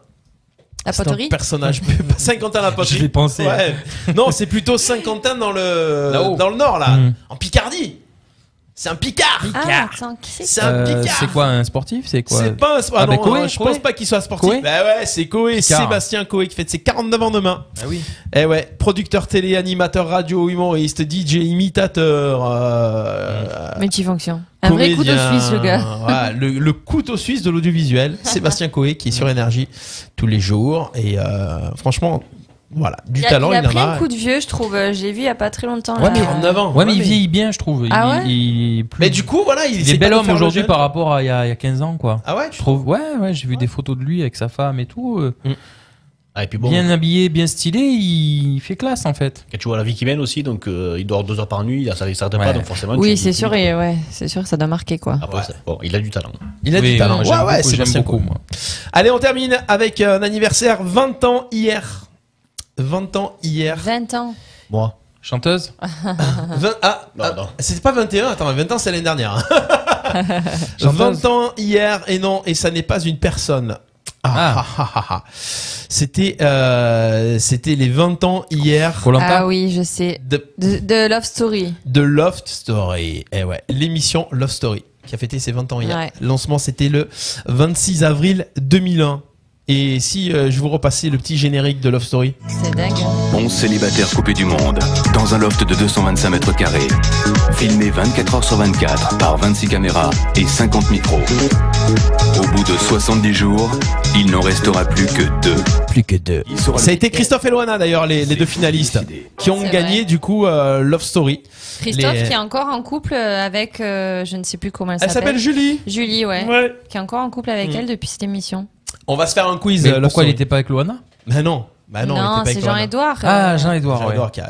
[SPEAKER 4] La
[SPEAKER 3] C'est un
[SPEAKER 4] poterie
[SPEAKER 3] personnage. pas Saint-Quentin la poterie.
[SPEAKER 5] J'y ai pensé.
[SPEAKER 3] Ouais. non, c'est plutôt Saint-Quentin dans le
[SPEAKER 5] Là-haut.
[SPEAKER 3] dans le nord là,
[SPEAKER 5] Mm.
[SPEAKER 3] en Picardie. C'est un Picard.
[SPEAKER 4] Ah, attends, qui c'est
[SPEAKER 3] C'est un
[SPEAKER 5] euh,
[SPEAKER 3] Picard.
[SPEAKER 5] c'est quoi, un sportif C'est quoi
[SPEAKER 3] C'est pas un sport.
[SPEAKER 5] Ah, bah,
[SPEAKER 3] non,
[SPEAKER 5] Koé,
[SPEAKER 3] non, je
[SPEAKER 5] Koé.
[SPEAKER 3] pense pas qu'il soit sportif.
[SPEAKER 5] Koé
[SPEAKER 3] Bah ouais, c'est Koé,
[SPEAKER 5] Picard.
[SPEAKER 3] Sébastien Koé qui fête ses 49 ans demain.
[SPEAKER 5] Ah oui.
[SPEAKER 3] Eh ouais, producteur télé, animateur radio, humoriste, DJ, imitateur. euh,
[SPEAKER 4] Multifonction. Un vrai coup de
[SPEAKER 3] comédien.
[SPEAKER 4] suisse, le gars.
[SPEAKER 3] Voilà, le, le couteau suisse de l'audiovisuel, Sébastien Coé qui est sur énergie tous les jours. Et euh, franchement, voilà, du
[SPEAKER 4] Il a,
[SPEAKER 3] talent,
[SPEAKER 4] il
[SPEAKER 3] il,
[SPEAKER 4] a
[SPEAKER 3] en
[SPEAKER 4] plein
[SPEAKER 3] a.
[SPEAKER 4] de coups de vieux, je trouve. Je l'ai vu il y a pas très longtemps.
[SPEAKER 5] Ouais,
[SPEAKER 4] là.
[SPEAKER 5] mais-
[SPEAKER 3] 49 ans.
[SPEAKER 5] Ouais, mais il vieillit bien, je trouve. Il-
[SPEAKER 4] Ah ouais
[SPEAKER 5] il, il est plus-
[SPEAKER 3] Mais du coup, voilà, il,
[SPEAKER 5] il
[SPEAKER 3] sait
[SPEAKER 5] est
[SPEAKER 3] pas
[SPEAKER 5] bel
[SPEAKER 3] de
[SPEAKER 5] homme
[SPEAKER 3] faire le
[SPEAKER 5] aujourd'hui
[SPEAKER 3] jeune.
[SPEAKER 5] par rapport à il y a, il y a 15 ans, quoi.
[SPEAKER 3] Ah ouais, tu Mm.
[SPEAKER 5] Je trouve, ouais, ouais, j'ai vu des photos de lui avec sa femme et tout. euh,
[SPEAKER 6] Ah, et puis bon,
[SPEAKER 5] Bien
[SPEAKER 3] Hein,
[SPEAKER 5] habillé, bien stylé, il il fait classe en fait.
[SPEAKER 6] quand tu vois la vie qu'il mène aussi, donc euh, il dort deux heures par nuit, il a sa sa retraite
[SPEAKER 5] Ouais.
[SPEAKER 6] pas, donc forcément.
[SPEAKER 4] Oui,
[SPEAKER 6] tu-
[SPEAKER 4] c'est
[SPEAKER 6] tu-
[SPEAKER 4] sûr, et ouais, c'est sûr, ça doit marquer quoi.
[SPEAKER 6] Après,
[SPEAKER 3] Ouais.
[SPEAKER 6] ça- bon, il a du talent.
[SPEAKER 3] il a du talent.
[SPEAKER 5] moi,
[SPEAKER 3] Ouais, ouais,
[SPEAKER 5] j'aime beaucoup, j'aime
[SPEAKER 3] Sébastien
[SPEAKER 5] beaucoup,
[SPEAKER 3] Coé.
[SPEAKER 5] moi.
[SPEAKER 3] Allez, on termine avec euh, un anniversaire 20 ans hier. 20 ans hier.
[SPEAKER 4] 20 ans.
[SPEAKER 6] Moi.
[SPEAKER 5] Chanteuse
[SPEAKER 3] 20 ah,
[SPEAKER 6] Non,
[SPEAKER 3] ah,
[SPEAKER 6] non.
[SPEAKER 3] c'était pas 21, attends, 20 ans c'est l'année dernière. hein.
[SPEAKER 5] Chanteuse.
[SPEAKER 3] 20 ans hier, et non, et ça n'est pas une personne. Ah,
[SPEAKER 5] Ah.
[SPEAKER 3] ah, ah, ah. C'était, euh, c'était les 20 ans hier
[SPEAKER 5] Colanta
[SPEAKER 4] Ah oui, je sais.
[SPEAKER 3] de,
[SPEAKER 4] De, de Love Story.
[SPEAKER 3] de Loft Story. Eh ouais, l'émission Love Story qui a fêté ses 20 ans hier.
[SPEAKER 4] Ouais.
[SPEAKER 3] Le Lancement, c'était le 26 avril 2001. Et si euh, je vous repassais le petit générique de Love Story
[SPEAKER 7] 11 célibataires coupés du monde, dans un loft de 225 mètres carrés. Filmé 24 heures sur 24 par 26 caméras et 50 micros. Au bout de 70 jours, il n'en restera plus que deux.
[SPEAKER 3] Plus que deux.
[SPEAKER 7] Il sera
[SPEAKER 3] Ça a été Christophe et Loana d'ailleurs, les, les deux finalistes, qui ont
[SPEAKER 4] C'est
[SPEAKER 3] gagné
[SPEAKER 4] vrai.
[SPEAKER 3] du coup euh, Love Story.
[SPEAKER 4] Christophe
[SPEAKER 3] Les-
[SPEAKER 4] qui est encore en couple euh, avec, euh, je ne sais plus comment elle
[SPEAKER 3] Elle s'appelle
[SPEAKER 4] s'appelle.
[SPEAKER 3] Julie.
[SPEAKER 4] Julie, ouais, Qui est encore en couple avec
[SPEAKER 3] Mm.
[SPEAKER 4] elle depuis cette émission.
[SPEAKER 3] On va se faire un quiz.
[SPEAKER 5] Mais
[SPEAKER 3] euh, Love
[SPEAKER 5] pourquoi il
[SPEAKER 3] Story.
[SPEAKER 5] était pas avec Loana
[SPEAKER 3] Bah non, bah non, il était
[SPEAKER 4] c'est
[SPEAKER 3] pas avec Loana.
[SPEAKER 4] Jean-Edouard.
[SPEAKER 5] Ah,
[SPEAKER 4] euh,
[SPEAKER 5] Jean-Edouard, ouais.
[SPEAKER 3] Jean-Edouard qui a,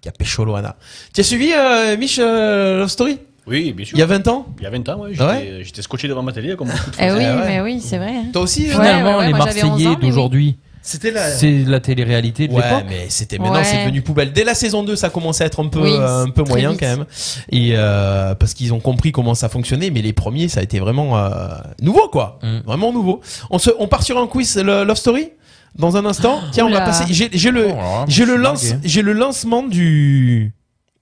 [SPEAKER 3] qui a pécho Loana. Tu as suivi euh, Mich euh, Love Story
[SPEAKER 6] Oui, bien sûr.
[SPEAKER 3] il y a 20 ans
[SPEAKER 6] Il y a 20 ans, ouais, j'étais
[SPEAKER 3] Ouais.
[SPEAKER 6] j'étais scotché devant ma télé comme beaucoup de
[SPEAKER 4] Eh
[SPEAKER 6] Français.
[SPEAKER 4] oui,
[SPEAKER 3] Ah ouais.
[SPEAKER 4] mais oui, c'est vrai. hein.
[SPEAKER 3] Toi aussi
[SPEAKER 4] Ouais,
[SPEAKER 5] Finalement,
[SPEAKER 4] ouais,
[SPEAKER 5] les
[SPEAKER 4] moi, j'avais 11 ans,
[SPEAKER 5] Marseillais
[SPEAKER 4] mais oui.
[SPEAKER 5] d'aujourd'hui,
[SPEAKER 3] C'était
[SPEAKER 5] c'est la télé-réalité de
[SPEAKER 3] Ouais,
[SPEAKER 5] l'époque.
[SPEAKER 3] mais c'était maintenant c'est
[SPEAKER 4] Ouais.
[SPEAKER 3] devenu poubelle. Dès la saison 2, ça commençait à être un peu
[SPEAKER 4] Oui,
[SPEAKER 3] euh, un peu
[SPEAKER 4] très
[SPEAKER 3] moyen
[SPEAKER 4] vite.
[SPEAKER 3] quand même. Et euh, parce qu'ils ont compris comment ça fonctionnait, mais les premiers, ça a été vraiment euh, nouveau quoi,
[SPEAKER 5] Mm.
[SPEAKER 3] vraiment nouveau. On se on part sur un quiz le- Love Story dans un instant. Tiens, on va
[SPEAKER 4] Oula.
[SPEAKER 3] passer j'ai j'ai le
[SPEAKER 5] Oh là là,
[SPEAKER 3] j'ai
[SPEAKER 5] moi,
[SPEAKER 3] le
[SPEAKER 5] je
[SPEAKER 3] lance
[SPEAKER 5] suis dingue, hein.
[SPEAKER 3] j'ai le lancement du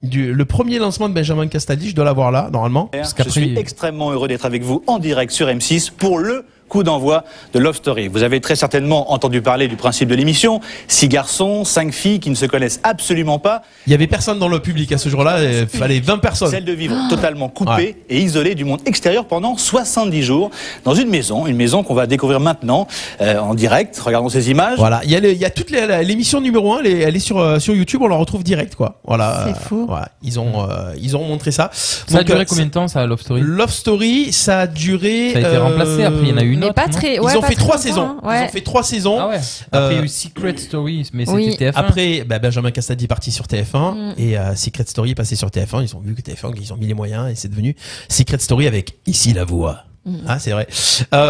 [SPEAKER 3] du le premier lancement de Benjamin Castaldi, je dois l'avoir là normalement.
[SPEAKER 5] qu'après,
[SPEAKER 8] Je suis
[SPEAKER 5] il-
[SPEAKER 8] extrêmement heureux d'être avec vous en direct sur M6 pour le coup d'envoi de Love Story. Vous avez très certainement entendu parler du principe de l'émission. Six garçons, cinq filles qui ne se connaissent absolument pas.
[SPEAKER 3] Il y avait personne dans le public à ce jour-là, il fallait 20 personnes.
[SPEAKER 8] Celle de vivre totalement
[SPEAKER 3] Ah.
[SPEAKER 8] coupée et isolée du monde extérieur pendant 70 jours dans une maison, une maison qu'on va découvrir maintenant euh, en direct. Regardons ces images.
[SPEAKER 3] Voilà, il y a, le- il y a toute la- la- l'émission numéro 1, elle est, elle est sur, euh, sur YouTube, on la retrouve direct quoi. Voilà.
[SPEAKER 4] C'est fou.
[SPEAKER 3] Voilà, ils ont euh, ils ont montré ça.
[SPEAKER 5] Ça a duré combien de temps ça, euh, Love Story
[SPEAKER 3] Love Story, ça a duré
[SPEAKER 5] Ça a été
[SPEAKER 3] euh,
[SPEAKER 5] remplacé, après il y en a eu une
[SPEAKER 4] Mais
[SPEAKER 5] autre.
[SPEAKER 4] pas
[SPEAKER 5] non
[SPEAKER 4] très.
[SPEAKER 3] Ils
[SPEAKER 4] ouais,
[SPEAKER 3] ont
[SPEAKER 4] pas
[SPEAKER 3] fait
[SPEAKER 4] très
[SPEAKER 3] trois
[SPEAKER 4] longtemps,
[SPEAKER 3] saisons.
[SPEAKER 4] hein. Ouais.
[SPEAKER 3] Ils ont fait trois saisons. Euh,
[SPEAKER 5] Ah ouais. Après il y a eu Secret Stories, mais
[SPEAKER 4] Oui.
[SPEAKER 5] c'était TF1.
[SPEAKER 3] Après, bah, Benjamin Castaldi est parti sur TF1
[SPEAKER 4] Mm.
[SPEAKER 3] et euh, Secret Story est passé sur TF1. Ils ont vu que TF1, ils ont mis les moyens et c'est devenu Secret Story avec Ici la voix.
[SPEAKER 4] Mm.
[SPEAKER 3] Ah, c'est vrai.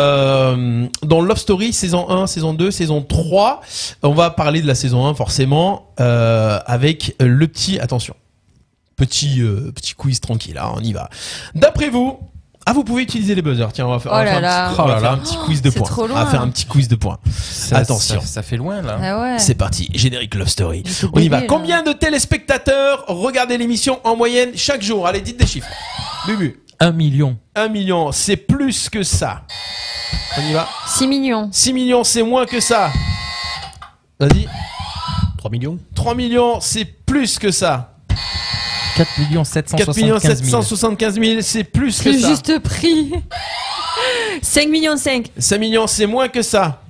[SPEAKER 3] Euh, dans Love Story, saison 1, saison 2, saison 3, on va parler de la saison 1 forcément euh, avec le petit, attention, petit, euh, petit quiz tranquille, hein, on y va. D'après vous, ah, vous pouvez utiliser les buzzers. Tiens, on va faire, on va
[SPEAKER 4] Oh là
[SPEAKER 3] faire un,
[SPEAKER 4] là.
[SPEAKER 3] petit, on va
[SPEAKER 5] Oh là
[SPEAKER 3] faire
[SPEAKER 5] là.
[SPEAKER 3] un petit quiz de
[SPEAKER 4] c'est
[SPEAKER 3] points.
[SPEAKER 4] trop
[SPEAKER 3] On va
[SPEAKER 4] loin.
[SPEAKER 3] faire un petit quiz de points.
[SPEAKER 5] Ça-
[SPEAKER 3] Attention.
[SPEAKER 5] Ça, ça fait loin là.
[SPEAKER 4] Ah ouais.
[SPEAKER 3] C'est parti, générique Love Story.
[SPEAKER 4] J'étais
[SPEAKER 3] On y va.
[SPEAKER 4] bébé, là.
[SPEAKER 3] Combien de téléspectateurs regardaient l'émission en moyenne chaque jour Allez, dites des chiffres. Bubu,
[SPEAKER 5] Un million.
[SPEAKER 3] 1 million, c'est plus que ça. On y va.
[SPEAKER 4] 6 millions.
[SPEAKER 3] 6 millions, c'est moins que ça. Vas-y.
[SPEAKER 6] 3 millions
[SPEAKER 3] 3 millions, c'est plus que ça.
[SPEAKER 5] 4 millions
[SPEAKER 3] 4 millions
[SPEAKER 5] 775 000.
[SPEAKER 3] 775 000, c'est plus que
[SPEAKER 4] Le
[SPEAKER 3] ça.
[SPEAKER 4] juste prix. 5 millions 5.
[SPEAKER 3] 5 millions, c'est moins que ça.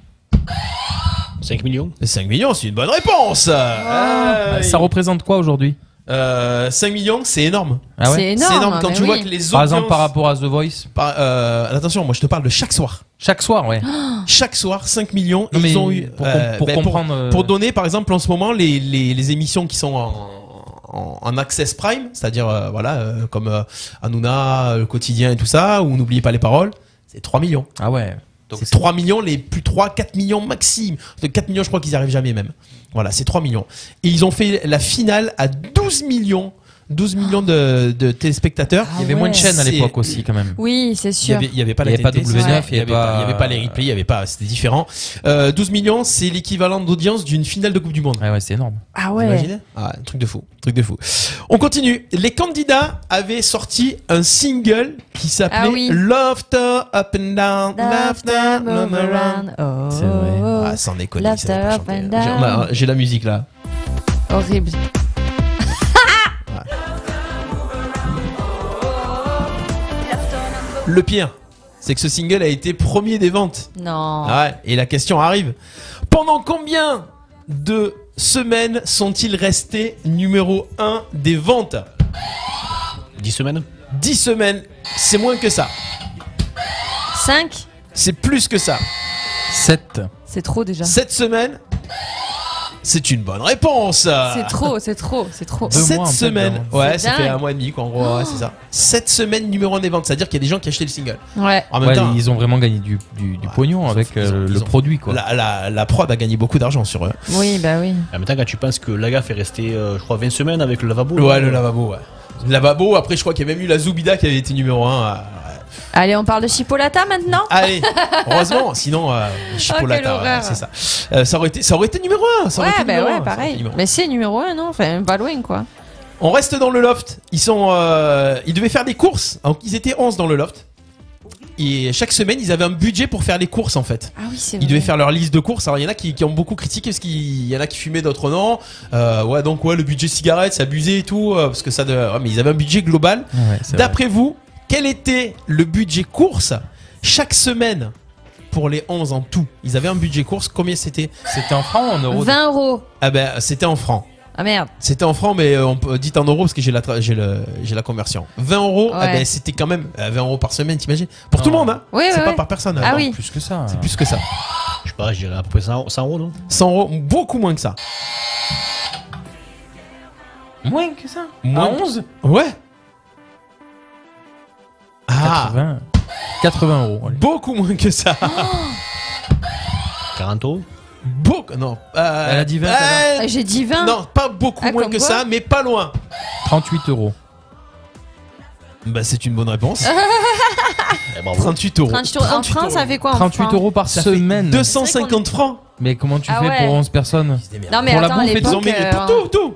[SPEAKER 6] 5 millions
[SPEAKER 3] 5 millions, c'est une bonne réponse.
[SPEAKER 5] Ah, Ça représente quoi aujourd'hui
[SPEAKER 3] Euh, 5 millions, c'est énorme.
[SPEAKER 5] Ah ouais
[SPEAKER 4] C'est énorme.
[SPEAKER 3] c'est énorme quand
[SPEAKER 4] mais
[SPEAKER 3] tu
[SPEAKER 4] oui.
[SPEAKER 3] vois que les autres.
[SPEAKER 5] Par exemple, par rapport à The Voice.
[SPEAKER 3] attention, moi je te parle de chaque soir.
[SPEAKER 5] Chaque soir, ouais.
[SPEAKER 4] Oh.
[SPEAKER 3] chaque soir 5 millions.
[SPEAKER 5] Non, mais
[SPEAKER 3] ils ont eu ben,
[SPEAKER 5] pour com- pour comprendre, euh,
[SPEAKER 3] pour donner par exemple en ce moment les, les, les émissions qui sont en, en, en access prime, c'est-à-dire euh, voilà euh, comme euh, Hanouna, euh, le quotidien et tout ça, ou n'oubliez pas les paroles. C'est 3 millions.
[SPEAKER 5] Ah ouais. Donc
[SPEAKER 3] C'est 3 millions, les plus 3, 4 millions maximum. De 4 millions, je crois qu'ils n'y arrivent jamais même. Voilà, c'est 3 millions. Et ils ont fait la finale à 12 millions. 12 millions de, de téléspectateurs.
[SPEAKER 5] Il y avait moins de chaînes à
[SPEAKER 3] C'est-
[SPEAKER 5] l'époque aussi, quand même.
[SPEAKER 4] Ah Oui, c'est
[SPEAKER 3] il y
[SPEAKER 4] sûr.
[SPEAKER 3] avait, il y avait pas
[SPEAKER 5] Il y
[SPEAKER 3] la
[SPEAKER 5] avait pas
[SPEAKER 3] TNT,
[SPEAKER 5] W9,
[SPEAKER 3] c'est vrai.
[SPEAKER 5] il y avait pas-
[SPEAKER 3] il y avait pas les replays, il y avait pas, c'était différent. Euh, 12 millions, c'est l'équivalent d'audience d'une finale de Coupe du Monde.
[SPEAKER 5] Ouais, ouais, c'est énorme.
[SPEAKER 4] Ah
[SPEAKER 3] Vous
[SPEAKER 4] ouais.
[SPEAKER 3] imaginez Ah, un truc de fou, un truc de fou. On continue. Les candidats avaient sorti un single qui s'appelait
[SPEAKER 4] Ah oui.
[SPEAKER 3] Love to Up and Down, Love
[SPEAKER 4] Love
[SPEAKER 3] to
[SPEAKER 4] them
[SPEAKER 3] Move Around.
[SPEAKER 4] around. Oh,
[SPEAKER 5] C'est vrai.
[SPEAKER 3] Ah, ça en est connu,
[SPEAKER 4] Love
[SPEAKER 3] ça va
[SPEAKER 4] to
[SPEAKER 3] pas
[SPEAKER 4] up
[SPEAKER 3] chanter.
[SPEAKER 4] and
[SPEAKER 3] J'ai- on
[SPEAKER 5] Bah, euh,
[SPEAKER 3] a- J'ai la musique là.
[SPEAKER 4] horrible.
[SPEAKER 3] Le pire, c'est que ce single a été premier des ventes.
[SPEAKER 4] Non.
[SPEAKER 3] Ah ouais, et la question arrive. Pendant combien de semaines sont-ils restés numéro 1 des ventes
[SPEAKER 6] 10 semaines
[SPEAKER 3] 10 semaines, c'est moins que ça.
[SPEAKER 4] 5
[SPEAKER 3] C'est plus que ça.
[SPEAKER 5] 7.
[SPEAKER 4] C'est trop déjà.
[SPEAKER 3] 7 semaines, c'est une bonne réponse.
[SPEAKER 4] C'est trop, c'est trop, c'est trop.
[SPEAKER 5] Ah. Deux
[SPEAKER 3] 7
[SPEAKER 5] mois, en fait,
[SPEAKER 3] semaines,
[SPEAKER 5] vraiment.
[SPEAKER 3] ouais,
[SPEAKER 4] C'est
[SPEAKER 3] ça fait
[SPEAKER 4] dingue. Oh.
[SPEAKER 3] un mois et demi, quoi, en gros, ouais, c'est ça. 7 semaines numéro 1 des ventes, c'est-à-dire qu'il y a des gens qui achetaient le single.
[SPEAKER 4] Ouais.
[SPEAKER 3] En même
[SPEAKER 5] Ouais,
[SPEAKER 3] temps,
[SPEAKER 5] ils ont vraiment gagné du, du, du
[SPEAKER 3] Ouais,
[SPEAKER 5] pognon
[SPEAKER 3] ils ont-
[SPEAKER 5] avec
[SPEAKER 3] ils ont-
[SPEAKER 5] euh,
[SPEAKER 3] ils
[SPEAKER 5] le
[SPEAKER 3] ont-
[SPEAKER 5] produit, quoi.
[SPEAKER 3] la, la, la prod a gagné beaucoup d'argent sur eux.
[SPEAKER 4] Oui, bah oui.
[SPEAKER 6] En même temps, quand tu penses que la gaffe est restée, euh, je crois, 20 semaines avec le lavabo. euh,
[SPEAKER 3] Ouais, le lavabo, ouais. Le lavabo, après, je crois qu'il y a même eu la Zoubida qui avait été numéro euh, 1
[SPEAKER 4] Allez, on parle de Chipolata maintenant
[SPEAKER 3] Allez, heureusement, sinon euh, Chipolata,
[SPEAKER 4] Oh, quelle horreur.
[SPEAKER 3] c'est ça. Euh, ça aurait été, ça aurait été numéro 1 ça aurait
[SPEAKER 4] Ouais,
[SPEAKER 3] été
[SPEAKER 4] bah
[SPEAKER 3] numéro un,
[SPEAKER 4] ouais,
[SPEAKER 3] ça aurait été
[SPEAKER 4] pareil.
[SPEAKER 3] numéro un.
[SPEAKER 4] Mais c'est numéro 1, non Enfin, pas loin, quoi.
[SPEAKER 3] On reste dans le loft. Ils sont, euh, ils devaient faire des courses. Donc ils étaient 11 dans le loft. Et chaque semaine, ils avaient un budget pour faire les courses en fait.
[SPEAKER 4] Ah oui, c'est
[SPEAKER 3] Ils devaient faire leur liste de courses. Alors il y en a qui, qui ont beaucoup critiqué parce qu'il y en a qui fumaient, d'autres non. Euh, ouais, donc ouais, le budget cigarette, c'est abusé et tout euh, parce que ça. De... ouais, mais ils avaient un budget global.
[SPEAKER 5] Ouais, c'est vrai.
[SPEAKER 3] D'après vous, quel était le budget course chaque semaine pour les 11 en tout Ils avaient un budget course, combien c'était
[SPEAKER 5] C'était en francs ou en euros
[SPEAKER 4] 20 euros.
[SPEAKER 3] Ah ben c'était en francs.
[SPEAKER 4] Ah merde.
[SPEAKER 3] C'était en francs, mais euh, on peut, dites en euros parce que j'ai la, tra- j'ai le- j'ai la conversion. 20 euros, ah
[SPEAKER 4] Ouais.
[SPEAKER 3] ben, c'était quand même euh, 20 euros par semaine, t'imagines Pour tout le
[SPEAKER 5] Non.
[SPEAKER 3] monde, hein
[SPEAKER 4] Oui,
[SPEAKER 3] C'est
[SPEAKER 4] oui,
[SPEAKER 3] pas
[SPEAKER 4] oui.
[SPEAKER 3] par personne. hein,
[SPEAKER 4] Ah
[SPEAKER 3] non.
[SPEAKER 4] oui.
[SPEAKER 5] Plus que ça.
[SPEAKER 3] C'est plus que ça.
[SPEAKER 6] Je sais pas, je dirais à peu près 100 100 euros, non
[SPEAKER 3] 100 euros, beaucoup moins que ça.
[SPEAKER 5] Moins que ça.
[SPEAKER 3] Moins
[SPEAKER 5] Moins
[SPEAKER 3] que-
[SPEAKER 5] 11
[SPEAKER 3] Ouais Ah
[SPEAKER 5] 80. 80 euros. allez.
[SPEAKER 3] Beaucoup moins que ça.
[SPEAKER 4] Oh.
[SPEAKER 6] 40 euros
[SPEAKER 3] Beaucoup. Non. euh,
[SPEAKER 5] Elle a dit 20,
[SPEAKER 3] euh,
[SPEAKER 4] Ah, J'ai dit 20.
[SPEAKER 3] Non, pas beaucoup
[SPEAKER 4] Ah,
[SPEAKER 3] moins
[SPEAKER 4] comme
[SPEAKER 3] que
[SPEAKER 4] quoi
[SPEAKER 3] ça, mais pas loin.
[SPEAKER 5] 38 euros.
[SPEAKER 3] Bah, c'est une bonne réponse.
[SPEAKER 6] Eh, bravo.
[SPEAKER 3] 38 euros.
[SPEAKER 4] 38 euros. En
[SPEAKER 3] 38
[SPEAKER 4] France, ça fait quoi en
[SPEAKER 5] 38
[SPEAKER 4] francs
[SPEAKER 5] euros par
[SPEAKER 3] Ça fait
[SPEAKER 5] semaine.
[SPEAKER 3] 250 francs.
[SPEAKER 5] Mais comment tu
[SPEAKER 4] Ah
[SPEAKER 5] fais
[SPEAKER 4] ouais.
[SPEAKER 5] pour 11 personnes
[SPEAKER 4] Non, mais
[SPEAKER 5] Pour la
[SPEAKER 4] attends,
[SPEAKER 5] bouffe,
[SPEAKER 4] à
[SPEAKER 5] ils
[SPEAKER 3] Ils ont
[SPEAKER 4] l'époque,
[SPEAKER 3] mis
[SPEAKER 4] euh,
[SPEAKER 3] tout, tout.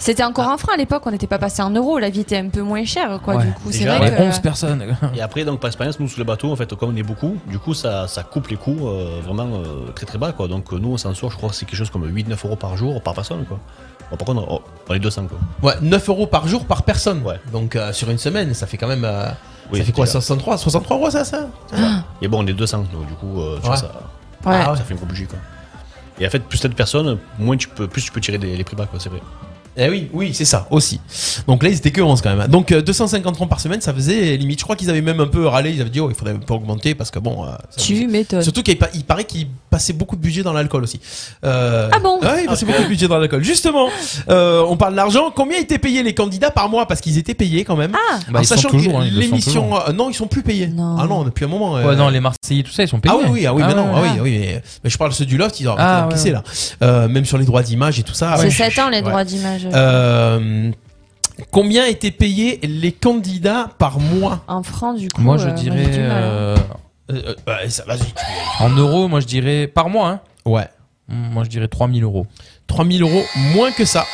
[SPEAKER 4] C'était encore un franc à l'époque, on n'était pas passé en euros, la vie était un peu moins chère, quoi.
[SPEAKER 5] Ouais.
[SPEAKER 4] Du coup, c'est
[SPEAKER 6] Déjà,
[SPEAKER 4] vrai
[SPEAKER 5] Ouais,
[SPEAKER 4] que.
[SPEAKER 5] 11 personnes.
[SPEAKER 6] Et après, donc, par expérience, nous, sous les bateaux, en fait, comme on est beaucoup, du coup, ça, ça coupe les coûts euh, vraiment euh, très très bas, quoi. Donc, euh, nous, on s'en sort, je crois que c'est quelque chose comme 8-9 euros par jour, par personne, quoi. Bon, par contre, on- on est 200, quoi.
[SPEAKER 3] Ouais, 9 euros par jour par personne.
[SPEAKER 6] Ouais.
[SPEAKER 3] Donc euh, sur une semaine, ça fait quand même. euh,
[SPEAKER 6] Oui,
[SPEAKER 3] ça fait quoi
[SPEAKER 6] déjà.
[SPEAKER 3] 63 63 euros ça, ça
[SPEAKER 6] Et bon, on est 200, donc, du coup, euh, tu vois,
[SPEAKER 3] Ouais.
[SPEAKER 6] ça,
[SPEAKER 4] Ouais.
[SPEAKER 3] Ah ouais.
[SPEAKER 6] ça fait une gros budget, quoi. Et en fait, plus t'as de personnes, moins tu peux, plus tu peux tirer des- les prix bas, quoi, c'est vrai.
[SPEAKER 3] Eh oui, oui, c'est ça aussi. Donc là, ils étaient que 11 quand même. Donc euh, 250 francs par semaine, ça faisait limite. Je crois qu'ils avaient même un peu râlé. Ils avaient dit, oh, il faudrait pas augmenter parce que bon. euh, ça faisait-
[SPEAKER 4] Tu m'étonnes.
[SPEAKER 3] Surtout qu'il pa- il paraît qu'il passait beaucoup de budget dans l'alcool aussi. Euh,
[SPEAKER 4] Ah bon
[SPEAKER 3] Ouais, il passait beaucoup de budget dans l'alcool. Justement, euh, on parle d'argent. Combien étaient payés les candidats par mois Parce qu'ils étaient payés quand même.
[SPEAKER 4] Ah
[SPEAKER 5] Bah,
[SPEAKER 3] en
[SPEAKER 5] ils sont
[SPEAKER 3] sachant
[SPEAKER 5] toujours,
[SPEAKER 3] que
[SPEAKER 5] hein, ils le sont
[SPEAKER 3] l'émission.
[SPEAKER 5] toujours.
[SPEAKER 3] euh, non, ils sont plus payés.
[SPEAKER 4] Non.
[SPEAKER 3] Ah non, depuis un moment.
[SPEAKER 4] hein.
[SPEAKER 3] euh,
[SPEAKER 5] Ouais, non, les Marseillais, tout ça, ils sont payés.
[SPEAKER 3] ah oui, oui, ah oui, mais non,
[SPEAKER 5] ouais,
[SPEAKER 3] ah
[SPEAKER 5] ouais.
[SPEAKER 3] oui, oui, mais, mais je parle ceux du loft, ils ont
[SPEAKER 5] Ah,
[SPEAKER 3] encaissé
[SPEAKER 5] ouais.
[SPEAKER 3] là. Euh, même sur les droits d'image et tout ça.
[SPEAKER 4] C'est
[SPEAKER 3] ouais.
[SPEAKER 4] 7 ans les
[SPEAKER 3] Ouais.
[SPEAKER 4] droits d'image.
[SPEAKER 3] Euh, combien étaient payés les candidats par mois
[SPEAKER 4] En francs, du coup.
[SPEAKER 5] Moi, je
[SPEAKER 4] euh, j'ai
[SPEAKER 5] dirais.
[SPEAKER 4] du mal, hein.
[SPEAKER 5] euh,
[SPEAKER 3] Euh, euh, bah, ça, vas-y, tu-
[SPEAKER 5] en euros, moi, je dirais. Par mois, hein.
[SPEAKER 3] Ouais.
[SPEAKER 5] Moi, je dirais 3000 euros.
[SPEAKER 3] 3000 euros moins que ça.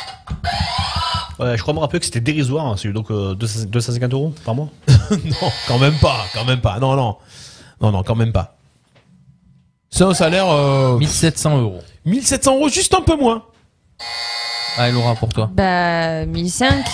[SPEAKER 6] Ouais, je crois me rappeler que c'était dérisoire, hein, c'est donc euh, 200 250 euros par mois.
[SPEAKER 3] non, quand même pas, quand même pas. Ah, Non, non. Non, non, quand même pas. C'est un salaire. euh,
[SPEAKER 5] 1700 euros.
[SPEAKER 3] 1700 euros, juste un peu moins.
[SPEAKER 5] Allez, Ah, Laura, pour toi.
[SPEAKER 4] Bah, 1005.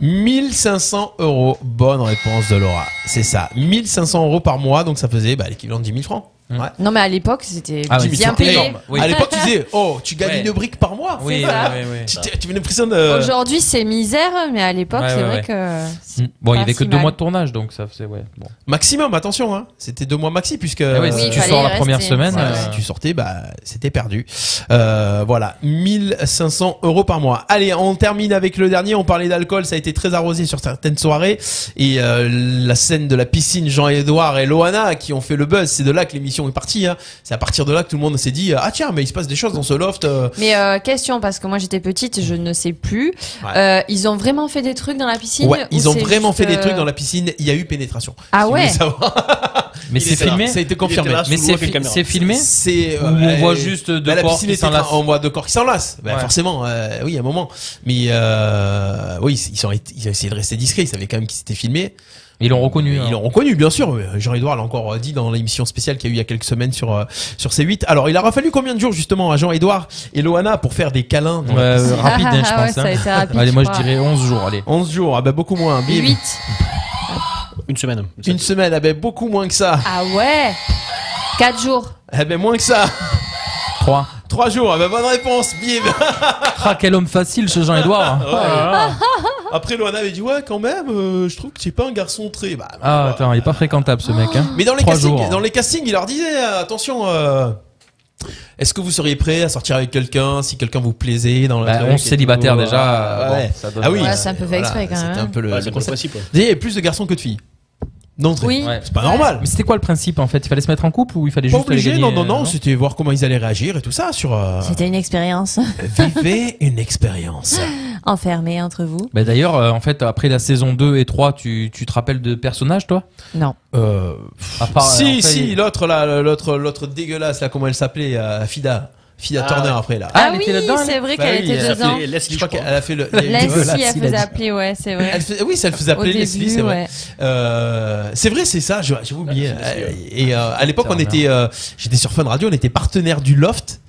[SPEAKER 3] 1500 euros. Bonne réponse de Laura. C'est ça. 1500 euros par mois, donc ça faisait bah, l'équivalent de 10 000 francs.
[SPEAKER 5] Mm.
[SPEAKER 3] Ouais.
[SPEAKER 4] Non, mais à l'époque, c'était
[SPEAKER 5] Ah oui, mais
[SPEAKER 4] bien
[SPEAKER 5] c'était
[SPEAKER 4] payé.
[SPEAKER 5] énorme. Oui.
[SPEAKER 3] À l'époque, tu disais, oh, tu gagnes
[SPEAKER 5] Ouais.
[SPEAKER 3] une brique par mois.
[SPEAKER 5] Oui,
[SPEAKER 4] ça.
[SPEAKER 5] oui, oui, oui.
[SPEAKER 3] Tu, tu- tu venais prison de.
[SPEAKER 4] Aujourd'hui, c'est misère, mais à l'époque,
[SPEAKER 5] Ouais,
[SPEAKER 4] c'est
[SPEAKER 5] ouais,
[SPEAKER 4] vrai
[SPEAKER 5] ouais.
[SPEAKER 4] que. c'est
[SPEAKER 5] Mm. Bon, il y
[SPEAKER 4] pas
[SPEAKER 5] avait que
[SPEAKER 4] si
[SPEAKER 5] deux
[SPEAKER 4] mal.
[SPEAKER 5] mois de tournage, donc ça faisait. Ouais. Bon.
[SPEAKER 3] Maximum, attention, hein. c'était deux mois maxi, puisque
[SPEAKER 5] Ah ouais,
[SPEAKER 3] euh,
[SPEAKER 5] si
[SPEAKER 4] Oui,
[SPEAKER 5] tu
[SPEAKER 4] fallait
[SPEAKER 5] sors la
[SPEAKER 4] y
[SPEAKER 5] première
[SPEAKER 4] rester.
[SPEAKER 5] semaine.
[SPEAKER 4] Ouais.
[SPEAKER 5] euh,
[SPEAKER 3] si tu sortais, bah, c'était perdu. Euh, voilà, 1500 euros par mois. Allez, on termine avec le dernier. On parlait d'alcool, ça a été très arrosé sur certaines soirées. Et euh, la scène de la piscine, Jean-Edouard et Loana qui ont fait le buzz, c'est de là que l'émission est partie. hein. C'est à partir de là que tout le monde s'est dit, ah tiens, mais il se passe des choses dans ce loft. euh.
[SPEAKER 4] Mais euh, question, parce que moi j'étais petite, je ne sais plus.
[SPEAKER 3] Ouais.
[SPEAKER 4] Euh, ils ont vraiment fait des trucs dans la piscine
[SPEAKER 3] Ouais, ils ont vraiment fait des trucs dans
[SPEAKER 4] la
[SPEAKER 3] la piscine. Il y a eu pénétration.
[SPEAKER 4] Ah
[SPEAKER 3] Si vous voulez
[SPEAKER 4] ouais
[SPEAKER 3] savoir.
[SPEAKER 5] Mais
[SPEAKER 3] Il
[SPEAKER 5] c'est
[SPEAKER 3] était là.
[SPEAKER 5] filmé.
[SPEAKER 3] Ça a été confirmé.
[SPEAKER 6] là,
[SPEAKER 5] Mais
[SPEAKER 6] sous
[SPEAKER 5] c'est
[SPEAKER 6] l'eau avec
[SPEAKER 5] fi-
[SPEAKER 6] caméra.
[SPEAKER 5] c'est filmé
[SPEAKER 3] C'est
[SPEAKER 5] Ou on
[SPEAKER 3] euh,
[SPEAKER 5] voit
[SPEAKER 3] euh,
[SPEAKER 5] juste deux
[SPEAKER 3] bah, la
[SPEAKER 5] corps
[SPEAKER 3] piscine
[SPEAKER 5] qui
[SPEAKER 3] était
[SPEAKER 5] s'enlacent.
[SPEAKER 3] tra- on voit deux corps qui s'enlacent. Bah,
[SPEAKER 5] Ouais.
[SPEAKER 3] Forcément, euh, oui, à un moment. Mais euh, oui, c- ils ont, été- ils ont essayé de rester discrets. Ils savaient quand même qu'ils s'étaient filmés.
[SPEAKER 5] Ils l'ont reconnu. hein.
[SPEAKER 3] Ils l'ont reconnu, bien sûr. Mais Jean-Édouard l'a encore euh, dit dans l'émission spéciale qu'il y a eu il y a quelques semaines sur euh, sur C8. Alors, il a fallu combien de jours justement à Jean-Édouard et Loana pour faire des câlins dans
[SPEAKER 5] Ouais,
[SPEAKER 3] la piscine
[SPEAKER 5] euh, rapide, hein, je
[SPEAKER 4] Ah ouais,
[SPEAKER 5] pense.
[SPEAKER 4] ça a
[SPEAKER 5] hein.
[SPEAKER 4] été rapide,
[SPEAKER 5] Allez, moi,
[SPEAKER 4] je
[SPEAKER 5] je
[SPEAKER 4] crois.
[SPEAKER 5] dirais 11 jours. Allez.
[SPEAKER 3] 11 jours, ah bah beaucoup moins. bim.
[SPEAKER 4] 8.
[SPEAKER 6] Une semaine.
[SPEAKER 3] Une semaine, ah bah beaucoup moins que ça.
[SPEAKER 4] Ah ouais 4 jours.
[SPEAKER 3] Ah bah moins que ça.
[SPEAKER 5] 3.
[SPEAKER 3] Trois jours, ah bah bonne réponse, bim.
[SPEAKER 5] Ah, quel homme hein. facile, ce Jean-Edouard.
[SPEAKER 4] Ah.
[SPEAKER 3] Après, Loana avait dit ouais, quand même, euh, je trouve que c'est pas un garçon très. Bah, non,
[SPEAKER 5] Ah,
[SPEAKER 3] bah,
[SPEAKER 5] attends, il est pas fréquentable, ce mec. hein.
[SPEAKER 3] Mais dans les,
[SPEAKER 5] Trois
[SPEAKER 3] castings,
[SPEAKER 5] jours.
[SPEAKER 3] dans les castings, il leur disait euh, attention. euh, Est-ce que vous seriez prêt à sortir avec quelqu'un si quelqu'un vous plaisait dans le
[SPEAKER 5] Bah,
[SPEAKER 3] truc
[SPEAKER 5] on
[SPEAKER 3] et
[SPEAKER 5] célibataire
[SPEAKER 3] tout,
[SPEAKER 5] déjà,
[SPEAKER 3] euh,
[SPEAKER 5] bon,
[SPEAKER 3] ouais.
[SPEAKER 5] ça donne-
[SPEAKER 3] ah oui,
[SPEAKER 4] Ouais, c'est un peu
[SPEAKER 3] voilà,
[SPEAKER 4] fait exprès, quand même,
[SPEAKER 3] C'était un
[SPEAKER 4] hein.
[SPEAKER 3] peu le,
[SPEAKER 6] Ouais,
[SPEAKER 3] le
[SPEAKER 6] c'est le
[SPEAKER 3] concept.
[SPEAKER 6] principe. ouais.
[SPEAKER 3] Il y avait plus de garçons que de filles. D'entrée.
[SPEAKER 4] Oui.
[SPEAKER 5] Ouais.
[SPEAKER 3] C'est pas normal.
[SPEAKER 5] Mais c'était quoi le principe en fait Il fallait se mettre en couple ou il fallait
[SPEAKER 3] Pas
[SPEAKER 5] juste les
[SPEAKER 3] obligé,
[SPEAKER 5] gagner
[SPEAKER 3] non, non,
[SPEAKER 5] euh,
[SPEAKER 3] non, c'était voir comment ils allaient réagir et tout ça sur. euh,
[SPEAKER 2] C'était une expérience
[SPEAKER 3] Vivez une expérience.
[SPEAKER 2] enfermée entre vous.
[SPEAKER 5] Bah, D'ailleurs, euh, en fait, après la saison 2 et 3, tu, tu te rappelles de personnages, toi
[SPEAKER 4] Non.
[SPEAKER 3] Euh,
[SPEAKER 5] À part,
[SPEAKER 3] si,
[SPEAKER 5] euh, en fait,
[SPEAKER 3] si,
[SPEAKER 5] il-
[SPEAKER 3] l'autre là, l'autre, l'autre dégueulasse là, comment elle s'appelait, euh, Fida, Fida
[SPEAKER 6] Ah,
[SPEAKER 3] Turner
[SPEAKER 6] ouais.
[SPEAKER 3] après là.
[SPEAKER 5] Ah,
[SPEAKER 4] Ah,
[SPEAKER 5] elle
[SPEAKER 4] oui,
[SPEAKER 5] était là-dedans, elle
[SPEAKER 4] c'est vrai
[SPEAKER 3] Bah
[SPEAKER 4] qu'elle
[SPEAKER 3] oui, elle
[SPEAKER 4] était 2 ans.
[SPEAKER 6] s'appelait Leslie,
[SPEAKER 3] Je
[SPEAKER 6] je
[SPEAKER 3] crois
[SPEAKER 6] crois.
[SPEAKER 3] qu'elle a fait le. il y a eu-
[SPEAKER 4] Leslie,
[SPEAKER 5] Leslie,
[SPEAKER 4] elle
[SPEAKER 5] elle
[SPEAKER 4] faisait
[SPEAKER 5] a dit.
[SPEAKER 4] appeler, ouais, c'est
[SPEAKER 3] Elle
[SPEAKER 4] vrai.
[SPEAKER 3] faisait- oui, ça elle faisait
[SPEAKER 4] Au
[SPEAKER 3] appeler
[SPEAKER 4] début,
[SPEAKER 3] Leslie, c'est vrai.
[SPEAKER 4] ouais.
[SPEAKER 3] Euh, c'est vrai, c'est ça. je- J'avais oublié.
[SPEAKER 6] Leslie, ouais.
[SPEAKER 3] Et euh, à l'époque, on
[SPEAKER 5] Turner.
[SPEAKER 3] était, euh, j'étais sur Fun Radio, on était partenaire du Loft,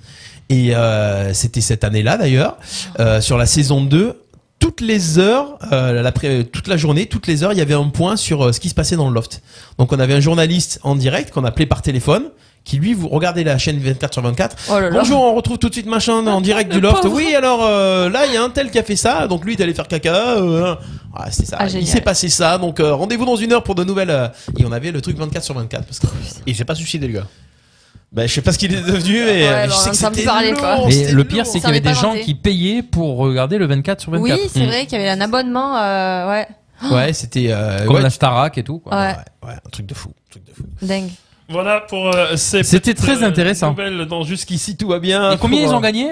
[SPEAKER 3] et euh, c'était cette année-là d'ailleurs, euh, sur la saison 2 toutes les heures, euh, la pré- toute la journée, toutes les heures, il y avait un point sur euh, ce qui se passait dans le loft. Donc on avait un journaliste en direct qu'on appelait par téléphone, qui lui, vous regardez la chaîne 24 sur 24.
[SPEAKER 4] Oh là là.
[SPEAKER 3] Bonjour, on retrouve tout de suite machin en direct du loft.
[SPEAKER 4] pauvre.
[SPEAKER 3] Oui, alors euh, là, il y a un tel qui a fait ça, donc lui, il est allé faire caca. euh, ah, c'est ça.
[SPEAKER 4] Ah,
[SPEAKER 3] il
[SPEAKER 4] génial.
[SPEAKER 3] s'est passé ça, donc euh, rendez-vous dans une heure pour de nouvelles. euh, et on avait le truc 24 sur 24.
[SPEAKER 4] Oh,
[SPEAKER 3] Parce que,
[SPEAKER 6] Il s'est pas suicidé, le gars.
[SPEAKER 3] bah, je sais pas ce qu'il est devenu, mais
[SPEAKER 4] Ouais,
[SPEAKER 3] euh, je
[SPEAKER 4] bah, on
[SPEAKER 3] sais que
[SPEAKER 4] entend plus
[SPEAKER 3] c'était
[SPEAKER 4] parler,
[SPEAKER 3] lourd,
[SPEAKER 4] quoi.
[SPEAKER 5] Mais
[SPEAKER 3] c'était
[SPEAKER 5] le pire,
[SPEAKER 3] lourd.
[SPEAKER 5] c'est qu'il
[SPEAKER 4] Ça
[SPEAKER 5] y avait
[SPEAKER 4] m'est pas
[SPEAKER 5] des gens
[SPEAKER 4] vanté.
[SPEAKER 5] qui payaient pour regarder le 24 sur 24.
[SPEAKER 4] Oui, c'est
[SPEAKER 5] Mm.
[SPEAKER 4] vrai qu'il y avait un abonnement, euh, ouais.
[SPEAKER 3] Ouais, c'était. euh,
[SPEAKER 5] Comme
[SPEAKER 3] ouais,
[SPEAKER 5] la Starac et tout. quoi.
[SPEAKER 4] Ouais,
[SPEAKER 3] ouais, ouais, un truc de fou. un truc de fou.
[SPEAKER 4] dingue.
[SPEAKER 9] Voilà pour euh, ces
[SPEAKER 5] C'était
[SPEAKER 9] petites,
[SPEAKER 5] très
[SPEAKER 9] euh,
[SPEAKER 5] intéressant.
[SPEAKER 9] nouvelles dans jusqu'ici.
[SPEAKER 3] Si tout va bien.
[SPEAKER 5] Et combien
[SPEAKER 3] pour,
[SPEAKER 5] ils
[SPEAKER 3] euh,
[SPEAKER 5] ont gagné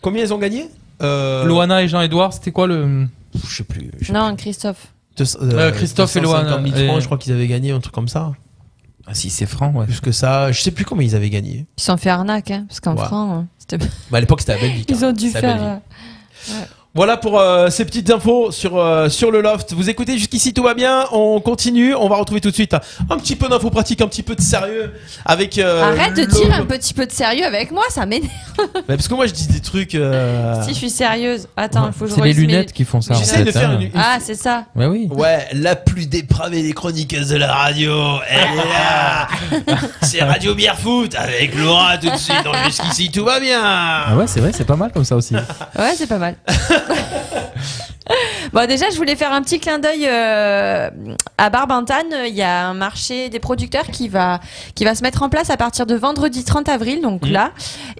[SPEAKER 3] Combien ils ont gagné euh,
[SPEAKER 5] Loana et Jean-Edouard, c'était quoi le.
[SPEAKER 3] Je sais plus. je sais
[SPEAKER 4] Non, Christophe.
[SPEAKER 3] plus. Deux-
[SPEAKER 5] Euh, Christophe et
[SPEAKER 3] 250 000
[SPEAKER 5] Loana,
[SPEAKER 3] francs,
[SPEAKER 5] et-
[SPEAKER 3] je crois qu'ils avaient gagné un truc comme ça.
[SPEAKER 5] Ah, si, c'est franc, ouais.
[SPEAKER 3] Plus que ça, je sais plus combien ils avaient gagné.
[SPEAKER 4] Ils se sont fait arnaque, hein, parce qu'en
[SPEAKER 3] Ouais.
[SPEAKER 4] France, c'était-
[SPEAKER 3] Bah, à l'époque, c'était la Belgique.
[SPEAKER 4] ils
[SPEAKER 3] hein.
[SPEAKER 4] ont dû
[SPEAKER 3] C'était la
[SPEAKER 4] faire.
[SPEAKER 3] Belgique.
[SPEAKER 4] euh,
[SPEAKER 3] Voilà pour euh, ces petites infos sur euh, sur le loft. Vous écoutez jusqu'ici tout va bien. On continue. On va retrouver tout de suite un petit peu d'infos pratiques, un petit peu de sérieux avec. euh,
[SPEAKER 4] Arrête de
[SPEAKER 3] le-
[SPEAKER 4] dire un petit peu de sérieux avec moi, ça m'énerve.
[SPEAKER 3] Ouais, parce que moi je dis des trucs. euh,
[SPEAKER 4] Si je suis sérieuse, attends, il faut que je
[SPEAKER 5] Ah. C'est les
[SPEAKER 4] relise mes-
[SPEAKER 5] lunettes qui font ça. en
[SPEAKER 3] J'essaie
[SPEAKER 5] fait,
[SPEAKER 3] de faire
[SPEAKER 5] hein.
[SPEAKER 3] une-
[SPEAKER 4] Ah, c'est ça.
[SPEAKER 5] Ouais, oui.
[SPEAKER 3] Ouais, la plus dépravée des chroniqueuses de la radio, elle est là. C'est Radio Bière Foot avec Laura tout de suite. Donc jusqu'ici tout va
[SPEAKER 5] Ah
[SPEAKER 3] bien.
[SPEAKER 5] ouais, c'est vrai, c'est pas mal comme ça aussi.
[SPEAKER 4] Ouais, c'est pas mal. bon, déjà, je voulais faire un petit clin d'œil euh, à Barbantane. Il y a un marché des producteurs qui va, qui va se mettre en place à partir de vendredi 30 avril, donc
[SPEAKER 5] Mmh.
[SPEAKER 4] là.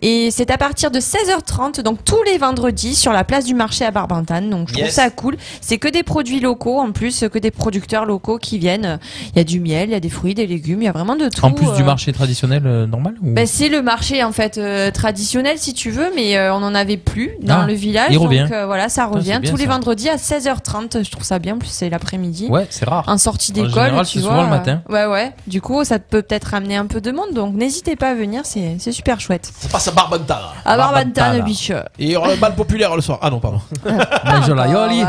[SPEAKER 4] Et c'est à partir de 16h30, donc tous les vendredis, sur la place du marché à Barbantane. Donc, je trouve
[SPEAKER 3] Yes.
[SPEAKER 4] ça cool. C'est que des produits locaux, en plus, que des producteurs locaux qui viennent. Il y a du miel, il y a des fruits, des légumes, il y a vraiment de tout.
[SPEAKER 5] En plus du
[SPEAKER 4] euh,
[SPEAKER 5] marché traditionnel euh, normal ou...
[SPEAKER 4] ben, c'est le marché en fait euh, traditionnel si tu veux, mais euh, on en avait plus dans
[SPEAKER 5] Ah,
[SPEAKER 4] le village.
[SPEAKER 5] il revient.
[SPEAKER 4] Donc euh, voilà, ça revient
[SPEAKER 5] c'est bien,
[SPEAKER 4] tous les
[SPEAKER 5] ça.
[SPEAKER 4] vendredis à 16h30. Je trouve ça bien, en plus c'est l'après-midi.
[SPEAKER 5] Ouais, c'est rare.
[SPEAKER 4] En sortie d'école,
[SPEAKER 5] général, c'est
[SPEAKER 4] tu vois. euh,
[SPEAKER 5] souvent le matin.
[SPEAKER 4] Ouais, ouais. Du coup, ça peut peut-être ramener un peu de monde, donc n'hésitez pas à venir, c'est c'est super chouette.
[SPEAKER 3] Ça passe à Barbantana.
[SPEAKER 4] À
[SPEAKER 5] Barbantana.
[SPEAKER 4] Barbantane, biche.
[SPEAKER 3] Et il y aura le bal populaire le soir. Ah non, pardon.
[SPEAKER 5] Bonjour la Yoli.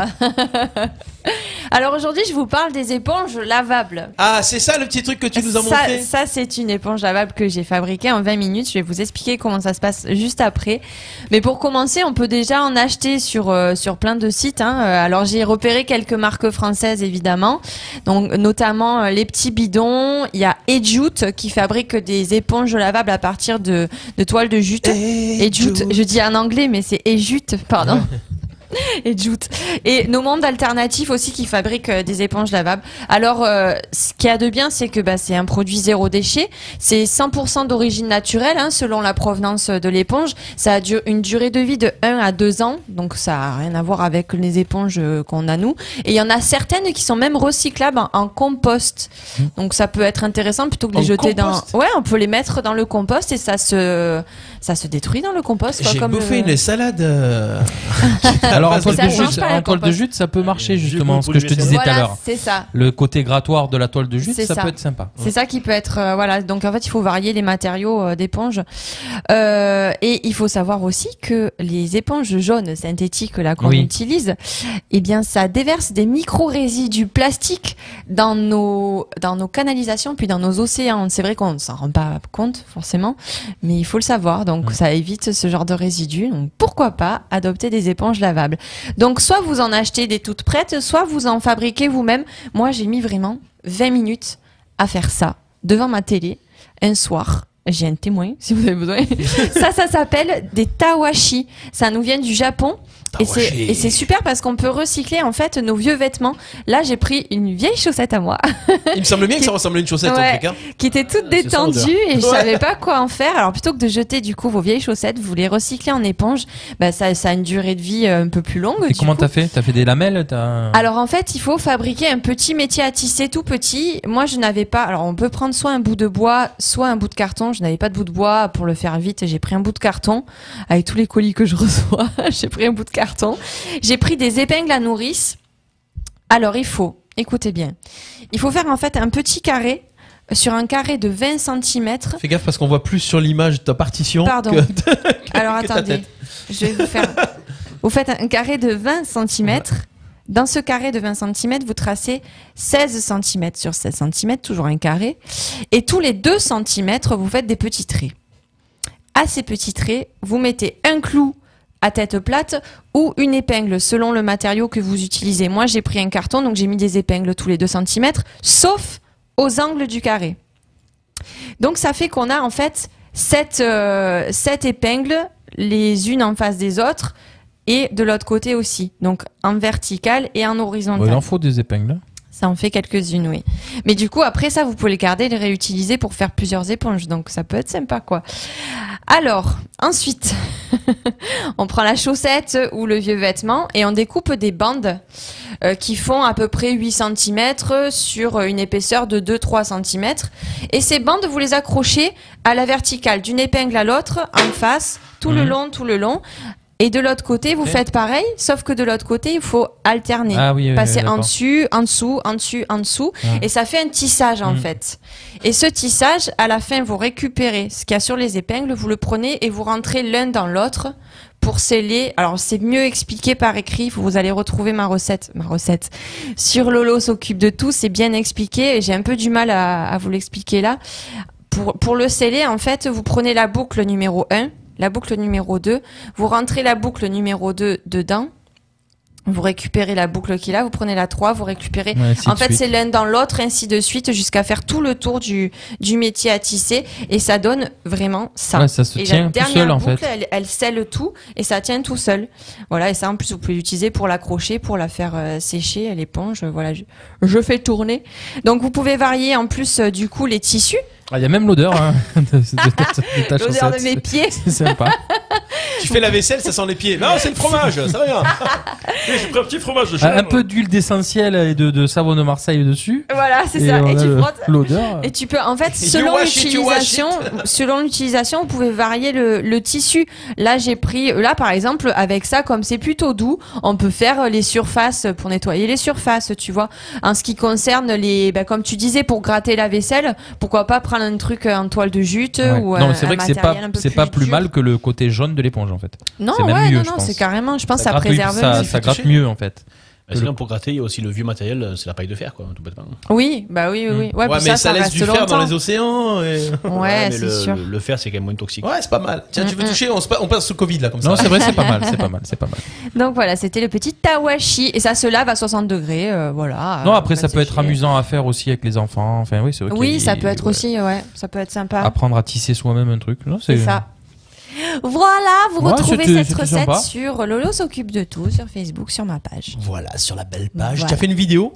[SPEAKER 4] Alors aujourd'hui, je vous parle des éponges lavables.
[SPEAKER 3] Ah, c'est ça le petit truc que tu nous as
[SPEAKER 4] ça,
[SPEAKER 3] montré.
[SPEAKER 4] ça, c'est une éponge lavable que j'ai fabriquée en 20 minutes. Je vais vous expliquer comment ça se passe juste après. Mais pour commencer, on peut déjà en acheter sur euh, sur plein de sites. hein. Euh, Alors j'ai repéré quelques marques françaises évidemment, donc notamment euh, les petits bidons. Il y a Edjut qui fabrique des éponges lavables à partir de de toiles de jute. Edjut, je dis en anglais, mais c'est Edjut, pardon. Edjut. Et nos mondes alternatifs aussi qui fabriquent euh, des éponges lavables. Alors, euh, ce qu'il y a de bien, c'est que bah, c'est un produit zéro déchet. C'est 100% d'origine naturelle, hein, selon la provenance de l'éponge. Ça a du- une durée de vie de 1 à 2 ans, donc ça n'a rien à voir avec les éponges euh, qu'on a nous. Et il y en a certaines qui sont même recyclables en, en compost. Donc ça peut être intéressant plutôt que de les
[SPEAKER 3] Mmh. En
[SPEAKER 4] jeter
[SPEAKER 3] compost
[SPEAKER 4] dans. Ouais, on peut les mettre dans le compost et ça se, ça se détruit dans le compost. quoi,
[SPEAKER 3] J'ai
[SPEAKER 4] comme
[SPEAKER 3] bouffé
[SPEAKER 4] le-
[SPEAKER 3] une salade. euh,
[SPEAKER 5] Alors en
[SPEAKER 3] Ça
[SPEAKER 5] toile de
[SPEAKER 4] change
[SPEAKER 5] jute,
[SPEAKER 4] pas la
[SPEAKER 5] en toile de
[SPEAKER 4] composte.
[SPEAKER 5] jute, ça peut marcher justement,
[SPEAKER 9] bon
[SPEAKER 5] ce que je te
[SPEAKER 9] produit,
[SPEAKER 5] disais tout à
[SPEAKER 4] Voilà,
[SPEAKER 5] l'heure.
[SPEAKER 4] c'est ça.
[SPEAKER 5] Le côté grattoir de la toile de jute,
[SPEAKER 4] C'est
[SPEAKER 5] ça
[SPEAKER 4] ça.
[SPEAKER 5] peut être sympa.
[SPEAKER 4] C'est ça qui peut être euh, voilà. Donc en fait, il faut varier les matériaux euh, d'éponge Euh, et il faut savoir aussi que les éponges jaunes synthétiques là qu'on
[SPEAKER 5] Oui.
[SPEAKER 4] utilise, eh bien ça déverse des micro-résidus plastiques dans nos dans nos canalisations puis dans nos océans. C'est vrai qu'on ne s'en rend pas compte forcément, mais il faut le savoir. Donc ça évite ce genre de résidus. Donc pourquoi pas adopter des éponges lavables. Donc soit vous en achetez des toutes prêtes, soit vous en fabriquez vous-même. Moi, j'ai mis vraiment 20 minutes à faire ça devant ma télé un soir. J'ai un témoin si vous avez besoin. ça, ça s'appelle des tawashi. Ça nous vient du Japon. Et c'est,
[SPEAKER 3] Tawashi.
[SPEAKER 4] et c'est super parce qu'on peut recycler en fait nos vieux vêtements. Là, j'ai pris une vieille chaussette à moi
[SPEAKER 3] Il me semble bien que ça ressemblait à une chaussette,
[SPEAKER 4] Ouais.
[SPEAKER 3] en tout cas.
[SPEAKER 4] qui était toute
[SPEAKER 6] c'est ça,
[SPEAKER 4] détendue et je savais pas quoi en faire. Alors plutôt que de jeter du coup vos vieilles chaussettes, vous les recyclez en éponge. Bah, ça, ça a une durée de vie euh, un peu plus longue.
[SPEAKER 5] Et
[SPEAKER 4] du
[SPEAKER 5] comment
[SPEAKER 4] coup.
[SPEAKER 5] t'as fait T'as fait des lamelles t'as-
[SPEAKER 4] Alors en fait, il faut fabriquer un petit métier à tisser tout petit. Moi, je n'avais pas. Alors on peut prendre soit un bout de bois, soit un bout de carton. Je n'avais pas de bout de bois pour le faire vite. J'ai pris un bout de carton avec tous les colis que je reçois. J'ai pris un bout de carton. J'ai pris des épingles à nourrice. Alors il faut, écoutez bien, il faut faire en fait un petit carré sur un carré de 20 cm.
[SPEAKER 3] Fais gaffe parce qu'on voit plus sur l'image de ta partition.
[SPEAKER 4] Pardon.
[SPEAKER 3] que-
[SPEAKER 4] Alors
[SPEAKER 3] que ta
[SPEAKER 4] attendez,
[SPEAKER 3] tête.
[SPEAKER 4] je vais vous faire. Vous faites un carré de 20 cm. Dans ce carré de 20 cm, vous tracez 16 cm sur 16 cm, toujours un carré. Et tous les 2 cm, vous faites des petits traits. À ces petits traits, vous mettez un clou à tête plate ou une épingle selon le matériau que vous utilisez. Moi, j'ai pris un carton, donc j'ai mis des épingles tous les 2 cm, sauf aux angles du carré. Donc ça fait qu'on a en fait sept, euh, sept épingles les unes en face des autres et de l'autre côté aussi. Donc en vertical et en
[SPEAKER 5] Bon,
[SPEAKER 4] horizontal.
[SPEAKER 5] il en faut des épingles. hein.
[SPEAKER 4] Ça en fait quelques-unes, oui. Mais du coup, après ça, vous pouvez les garder, les réutiliser pour faire plusieurs éponges. Donc, ça peut être sympa, quoi. Alors, ensuite, on prend la chaussette ou le vieux vêtement et on découpe des bandes euh, qui font à peu près 8 cm sur une épaisseur de 2-3 cm. Et ces bandes, vous les accrochez à la verticale, d'une épingle à l'autre, en face, tout le
[SPEAKER 5] Mhm.
[SPEAKER 4] long, tout le long. Et de l'autre côté, vous
[SPEAKER 5] Ok.
[SPEAKER 4] faites pareil, sauf que de l'autre côté, il faut alterner
[SPEAKER 5] Ah oui, oui, oui,
[SPEAKER 4] passer en
[SPEAKER 5] d'accord.
[SPEAKER 4] dessus, en dessous, en dessus, en dessous.
[SPEAKER 5] Ouais.
[SPEAKER 4] Et ça fait un tissage, en
[SPEAKER 5] Mm.
[SPEAKER 4] fait. Et ce tissage, à la fin, vous récupérez ce qu'il y a sur les épingles, vous le prenez et vous rentrez l'un dans l'autre pour sceller. Alors c'est mieux expliqué par écrit. Vous allez retrouver ma recette, ma recette sur Lolo s'occupe de tout. C'est bien expliqué. J'ai un peu du mal à, à vous l'expliquer là. Pour pour le sceller, en fait, vous prenez la boucle numéro 1, la boucle numéro 2, vous rentrez la boucle numéro 2 dedans. Vous récupérez la boucle qu'il a, vous prenez la 3, vous récupérez.
[SPEAKER 5] Ouais, ainsi
[SPEAKER 4] en
[SPEAKER 5] de
[SPEAKER 4] fait,
[SPEAKER 5] suite.
[SPEAKER 4] c'est l'un dans l'autre, ainsi de suite, jusqu'à faire tout le tour du, du métier à tisser. Et ça donne vraiment ça.
[SPEAKER 5] Ouais, ça se
[SPEAKER 4] et
[SPEAKER 5] tient
[SPEAKER 4] la
[SPEAKER 5] tout
[SPEAKER 4] dernière
[SPEAKER 5] seul, en
[SPEAKER 4] boucle,
[SPEAKER 5] fait.
[SPEAKER 4] elle, elle scelle tout et ça tient tout seul. Voilà, et ça, en plus, vous pouvez l'utiliser pour l'accrocher, pour la faire euh, sécher à l'éponge. Voilà, je, je fais tourner. Donc, vous pouvez varier, en plus, euh, du coup, les tissus.
[SPEAKER 5] Ah, Il y a même l'odeur hein, de, de, de ta
[SPEAKER 4] L'odeur de
[SPEAKER 5] chaussette.
[SPEAKER 4] mes pieds.
[SPEAKER 5] C'est sympa.
[SPEAKER 3] Tu fais la vaisselle, ça sent les pieds. Non, c'est le fromage, ça va bien.
[SPEAKER 9] J'ai pris un petit fromage de
[SPEAKER 5] Un,
[SPEAKER 9] chèvre.
[SPEAKER 5] un peu d'huile d'essentiel et de, de savon de Marseille dessus.
[SPEAKER 4] Voilà, c'est
[SPEAKER 5] Et
[SPEAKER 4] ça.
[SPEAKER 5] on
[SPEAKER 4] Et
[SPEAKER 5] a
[SPEAKER 4] tu
[SPEAKER 5] le-
[SPEAKER 4] frottes.
[SPEAKER 5] L'odeur.
[SPEAKER 4] Et tu peux, en fait,
[SPEAKER 3] You
[SPEAKER 4] selon
[SPEAKER 3] wash it, you wash
[SPEAKER 4] l'utilisation, selon l'utilisation, vous pouvez varier le, le tissu. Là, j'ai pris, là, par exemple, avec ça, comme c'est plutôt doux, on peut faire euh, les surfaces pour nettoyer les surfaces, tu vois. En ce qui concerne les, bah, comme tu disais, pour gratter la vaisselle, pourquoi pas prendre un truc euh, en toile de jute
[SPEAKER 5] Ouais.
[SPEAKER 4] ou
[SPEAKER 5] non,
[SPEAKER 4] un,
[SPEAKER 5] mais c'est vrai
[SPEAKER 4] un
[SPEAKER 5] que c'est pas,
[SPEAKER 4] matériel un peu
[SPEAKER 5] c'est pas plus
[SPEAKER 4] dur.
[SPEAKER 5] mal que le côté jaune de l'éponge en fait.
[SPEAKER 4] Non,
[SPEAKER 5] c'est même
[SPEAKER 4] ouais,
[SPEAKER 5] mieux,
[SPEAKER 4] non,
[SPEAKER 5] je
[SPEAKER 4] non,
[SPEAKER 5] pense.
[SPEAKER 4] c'est carrément, je pense, que ça,
[SPEAKER 5] gratte-
[SPEAKER 4] préserve.
[SPEAKER 5] ça-
[SPEAKER 4] mieux.
[SPEAKER 5] ça gratte mieux en fait.
[SPEAKER 6] Bah, Sinon, pour gratter, il y a aussi le vieux matériel, euh, c'est la paille de fer, quoi, tout bêtement.
[SPEAKER 4] Oui, bah oui,
[SPEAKER 5] Mm.
[SPEAKER 4] oui, oui. Ouais,
[SPEAKER 3] Ouais,
[SPEAKER 4] puis
[SPEAKER 3] mais ça, laisse
[SPEAKER 4] reste
[SPEAKER 3] du fer dans
[SPEAKER 4] longtemps.
[SPEAKER 3] les océans. et-
[SPEAKER 4] Ouais,
[SPEAKER 6] mais
[SPEAKER 4] c'est
[SPEAKER 6] le,
[SPEAKER 4] sûr.
[SPEAKER 6] le- le fer, c'est quand même moins toxique.
[SPEAKER 3] Ouais, c'est pas mal. Tiens, tu veux toucher On, se pa- on passe sous Covid là, comme
[SPEAKER 5] Non,
[SPEAKER 3] ça.
[SPEAKER 5] c'est vrai, c'est pas mal, c'est pas mal, c'est pas mal.
[SPEAKER 4] Donc voilà, c'était le petit tawashi. Et ça se lave à 60 degrés, euh, voilà.
[SPEAKER 5] Non,
[SPEAKER 4] Euh,
[SPEAKER 5] après
[SPEAKER 4] pas
[SPEAKER 5] ça
[SPEAKER 4] de
[SPEAKER 5] peut être
[SPEAKER 4] sécher.
[SPEAKER 5] amusant à faire aussi avec les enfants. Enfin, oui, c'est ok.
[SPEAKER 4] Oui, ça peut être
[SPEAKER 5] Ouais. Ah,
[SPEAKER 4] aussi, ouais. Ça peut être sympa.
[SPEAKER 5] Apprendre à tisser soi-même un truc. Non,
[SPEAKER 4] c'est ça. Voilà, vous
[SPEAKER 5] Ouais,
[SPEAKER 4] retrouvez
[SPEAKER 5] c'était-
[SPEAKER 4] cette
[SPEAKER 5] c'était
[SPEAKER 4] recette
[SPEAKER 5] sympa.
[SPEAKER 4] sur Lolo s'occupe de tout, sur Facebook, sur ma page.
[SPEAKER 3] Voilà, sur la belle page.
[SPEAKER 4] Voilà.
[SPEAKER 3] Bah, Tu as fait une vidéo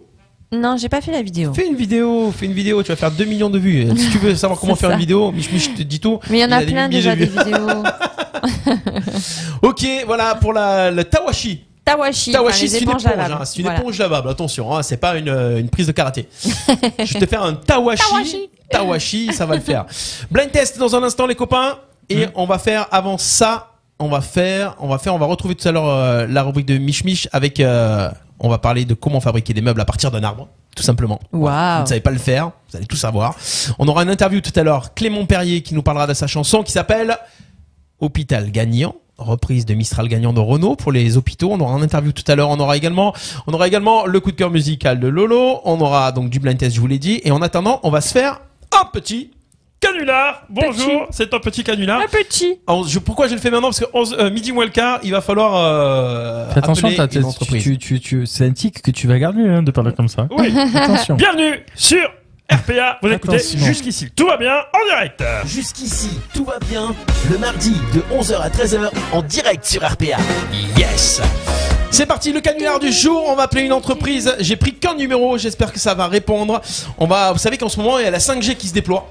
[SPEAKER 4] Non, j'ai pas fait la vidéo.
[SPEAKER 3] Fais une vidéo, fais une vidéo, tu vas faire 2 millions de vues. Si tu veux savoir comment
[SPEAKER 4] C'est
[SPEAKER 3] faire
[SPEAKER 4] ça.
[SPEAKER 3] une vidéo, Mich Mich te dit tout.
[SPEAKER 4] Mais il y en a,
[SPEAKER 3] des
[SPEAKER 4] plein
[SPEAKER 3] milliers
[SPEAKER 4] déjà
[SPEAKER 3] de
[SPEAKER 4] des
[SPEAKER 3] vues.
[SPEAKER 4] vidéos.
[SPEAKER 3] Ok, voilà pour la, le tawashi.
[SPEAKER 4] Tawashi, enfin,
[SPEAKER 3] Tawashi,
[SPEAKER 4] les
[SPEAKER 3] c'est une
[SPEAKER 4] éponges
[SPEAKER 3] éponge,
[SPEAKER 4] lavables.
[SPEAKER 3] hein, c'est une
[SPEAKER 4] Voilà.
[SPEAKER 3] éponge lavable. Attention, hein, c'est pas une, euh, une prise de karaté. Je vais te faire un tawashi.
[SPEAKER 4] Tawashi.
[SPEAKER 3] Tawashi, ça va le faire. Blind test dans un instant, les copains. Et on va faire avant ça, on va faire, on va faire, on va retrouver tout à l'heure euh, la rubrique de Mich Mich avec. euh, on va parler de comment fabriquer des meubles à partir d'un arbre, tout simplement. Vous
[SPEAKER 4] Waouh.
[SPEAKER 3] ne savez pas le faire, vous allez tout savoir. On aura une interview tout à l'heure, Clément Perrier qui nous parlera de sa chanson qui s'appelle Hôpital gagnant, reprise de Mistral gagnant de Renault pour les hôpitaux. On aura un interview tout à l'heure. On aura également, on aura également le coup de cœur musical de Lolo. On aura donc du blind test, je vous l'ai dit. Et en attendant, on va se faire un petit.
[SPEAKER 9] Canular, bonjour, c'est un petit canular.
[SPEAKER 4] Un petit.
[SPEAKER 3] on- je- pourquoi je le fais maintenant Parce que 11, euh, midi moins le quart, il va falloir. euh,
[SPEAKER 5] Fais attention,
[SPEAKER 3] appeler
[SPEAKER 5] t'as-
[SPEAKER 3] une
[SPEAKER 5] t'as- tu,
[SPEAKER 3] entreprise.
[SPEAKER 5] tu, tu, tu- c'est un tic que tu vas garder hein, de parler comme ça.
[SPEAKER 9] Oui,
[SPEAKER 5] Attention.
[SPEAKER 9] bienvenue sur RPA. Vous écoutez
[SPEAKER 5] Attention.
[SPEAKER 9] jusqu'ici. Tout va bien en direct.
[SPEAKER 1] Jusqu'ici, tout va bien. Le mardi de 11h à 13h en direct sur RPA.
[SPEAKER 3] Yes c'est parti, le canular du jour, on va appeler une entreprise. J'ai pris qu'un numéro, j'espère que ça va répondre. On va, vous savez qu'en ce moment, il y a la 5G qui se déploie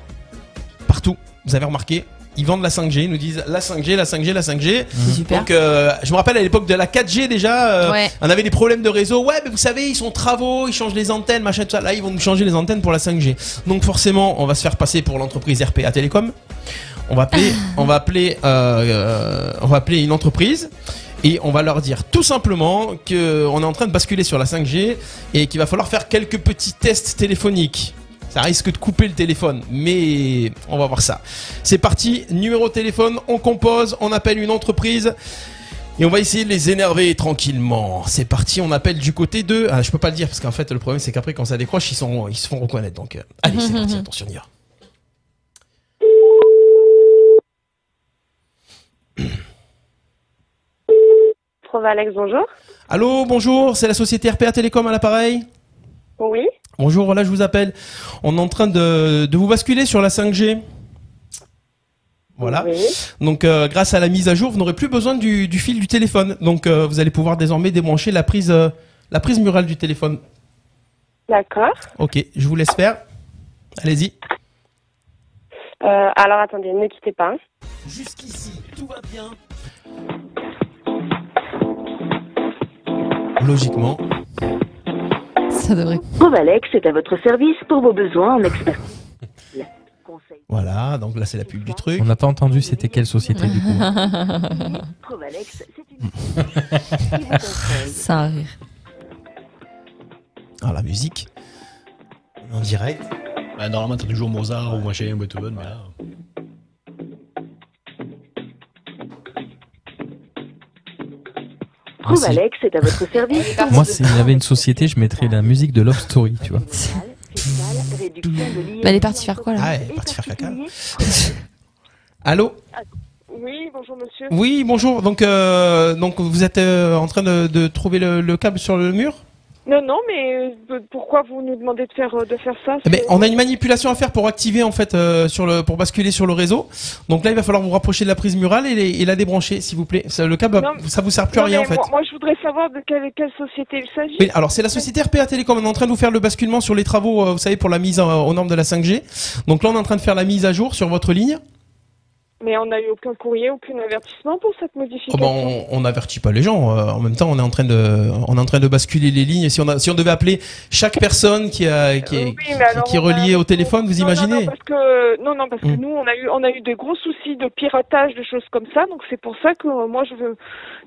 [SPEAKER 3] partout. Vous avez remarqué, ils vendent la 5G, ils nous disent la 5G, la 5G, la 5G.
[SPEAKER 4] C'est super.
[SPEAKER 3] Donc euh, je me rappelle à l'époque de la 4G déjà, euh,
[SPEAKER 4] Ouais.
[SPEAKER 3] on avait des problèmes de réseau. Ouais, mais vous savez, ils sont travaux, ils changent les antennes, machin, tout ça. Là, ils vont nous changer les antennes pour la 5G. Donc forcément, on va se faire passer pour l'entreprise RPA Télécom. On va appeler, on va appeler, euh, euh, on va appeler une entreprise. Et on va leur dire tout simplement qu'on est en train de basculer sur la 5G et qu'il va falloir faire quelques petits tests téléphoniques. Ça risque de couper le téléphone, mais on va voir ça. C'est parti, numéro de téléphone, on compose, on appelle une entreprise et on va essayer de les énerver tranquillement. C'est parti, on appelle du côté de. Ah, je peux pas le dire parce qu'en fait, le problème c'est qu'après, quand ça décroche, ils, sont... ils se font reconnaître. Donc, euh, allez, c'est parti, attention, on y va.
[SPEAKER 10] Provalex, bonjour.
[SPEAKER 3] Allô, bonjour, c'est la société RPA Télécom à l'appareil.
[SPEAKER 10] Oui,
[SPEAKER 3] Bonjour, voilà, je vous appelle. On est en train de, de vous basculer sur la 5G. Voilà.
[SPEAKER 10] oui.
[SPEAKER 3] Donc, euh, grâce à la mise à jour, vous n'aurez plus besoin du, du fil du téléphone. Donc, euh, vous allez pouvoir désormais débrancher la prise, euh, la prise murale du téléphone.
[SPEAKER 10] D'accord.
[SPEAKER 3] Ok, je vous laisse faire. Allez-y.
[SPEAKER 10] Euh, alors attendez, ne quittez pas.
[SPEAKER 1] Jusqu'ici, tout va bien.
[SPEAKER 3] Logiquement.
[SPEAKER 4] Ça devrait.
[SPEAKER 11] Provalex est à votre service pour vos besoins en expertise. Conseil
[SPEAKER 3] Voilà, donc là, c'est la pub du truc.
[SPEAKER 5] On n'a pas entendu c'était quelle société du coup.
[SPEAKER 11] Provalex, c'est une. qui vous conseille.
[SPEAKER 4] Ça rire.
[SPEAKER 3] Ah, la musique. En direct.
[SPEAKER 6] Bah, normalement, t'as toujours Mozart ou machin, Beethoven, mais euh. là.
[SPEAKER 11] trouve,
[SPEAKER 5] si-
[SPEAKER 11] Alex, c'est à votre service.
[SPEAKER 5] Moi, s'il y avait une société, je mettrais la musique de Love Story, tu vois.
[SPEAKER 4] Bah, elle est partie faire quoi là
[SPEAKER 3] Ah, Elle est partie faire caca. Allô
[SPEAKER 10] Oui, bonjour monsieur.
[SPEAKER 3] Oui, bonjour. Donc, euh, donc vous êtes euh, en train de, de trouver le, le câble sur le mur
[SPEAKER 10] Non, non, mais euh, pourquoi vous nous demandez de faire, euh, de faire ça
[SPEAKER 3] Eh ben, On a une manipulation à faire pour activer, en fait, euh, sur le, pour basculer sur le réseau. Donc là, il va falloir vous rapprocher de la prise murale et, les- et la débrancher, s'il vous plaît. Ça, le câble,
[SPEAKER 10] Non,
[SPEAKER 3] ça vous sert plus à
[SPEAKER 10] Non,
[SPEAKER 3] rien, en
[SPEAKER 10] mais
[SPEAKER 3] fait.
[SPEAKER 10] Moi, moi, je voudrais savoir de quelle, quelle société il s'agit.
[SPEAKER 3] Oui, alors c'est la société RPA Télécom. On est en train de vous faire le basculement sur les travaux, euh, vous savez, pour la mise en- aux normes de la 5G. Donc là, on est en train de faire la mise à jour sur votre ligne.
[SPEAKER 10] Mais on n'a eu aucun courrier, aucun avertissement pour cette
[SPEAKER 3] Oh,
[SPEAKER 10] modification.
[SPEAKER 3] bah, on- on n'avertit pas les gens. euh, en même temps, on est en train de, on est en train de basculer les lignes. Et si on a, si on devait appeler chaque personne qui a, qui est,
[SPEAKER 10] Oui, mais
[SPEAKER 3] qui-
[SPEAKER 10] alors,
[SPEAKER 3] qui est
[SPEAKER 10] on a-
[SPEAKER 3] reliée au téléphone, vous
[SPEAKER 10] Non, non, non,
[SPEAKER 3] imaginez
[SPEAKER 10] parce que non, non, parce que
[SPEAKER 3] Mm.
[SPEAKER 10] nous, on a eu, on a eu des gros soucis de piratage, de choses comme ça. Donc c'est pour ça que euh, moi, je veux,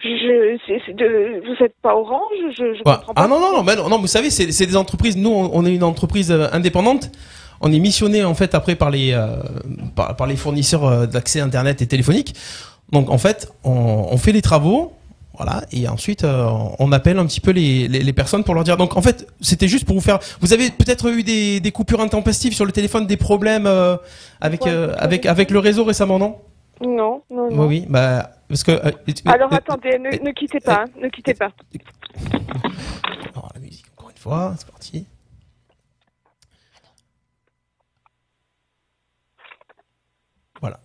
[SPEAKER 10] je, je- c'est- c'est de- vous êtes pas orange, je, je
[SPEAKER 3] Ouais.
[SPEAKER 10] comprends pas.
[SPEAKER 3] Ah non non non, bah non, non, vous savez, c'est c'est des entreprises. Nous, on, on est une entreprise euh, indépendante. On est missionné en fait après par les euh, par, par les fournisseurs euh, d'accès internet et téléphonique. Donc en fait, on, on fait les travaux. Voilà, et ensuite euh, on appelle un petit peu les, les, les personnes pour leur dire. Donc en fait, c'était juste pour vous faire. Vous avez peut-être eu des, des coupures intempestives sur le téléphone, des problèmes euh, avec
[SPEAKER 10] Ouais,
[SPEAKER 3] euh,
[SPEAKER 10] tout à
[SPEAKER 3] avec
[SPEAKER 10] fait.
[SPEAKER 3] avec le réseau récemment, non
[SPEAKER 10] Non, non,
[SPEAKER 3] Oui,
[SPEAKER 10] non.
[SPEAKER 3] oui. Bah parce que. euh,
[SPEAKER 10] Alors
[SPEAKER 3] euh,
[SPEAKER 10] attendez, ne, ne quittez pas, hein, ne quittez pas.
[SPEAKER 3] une fois, c'est parti. Voilà.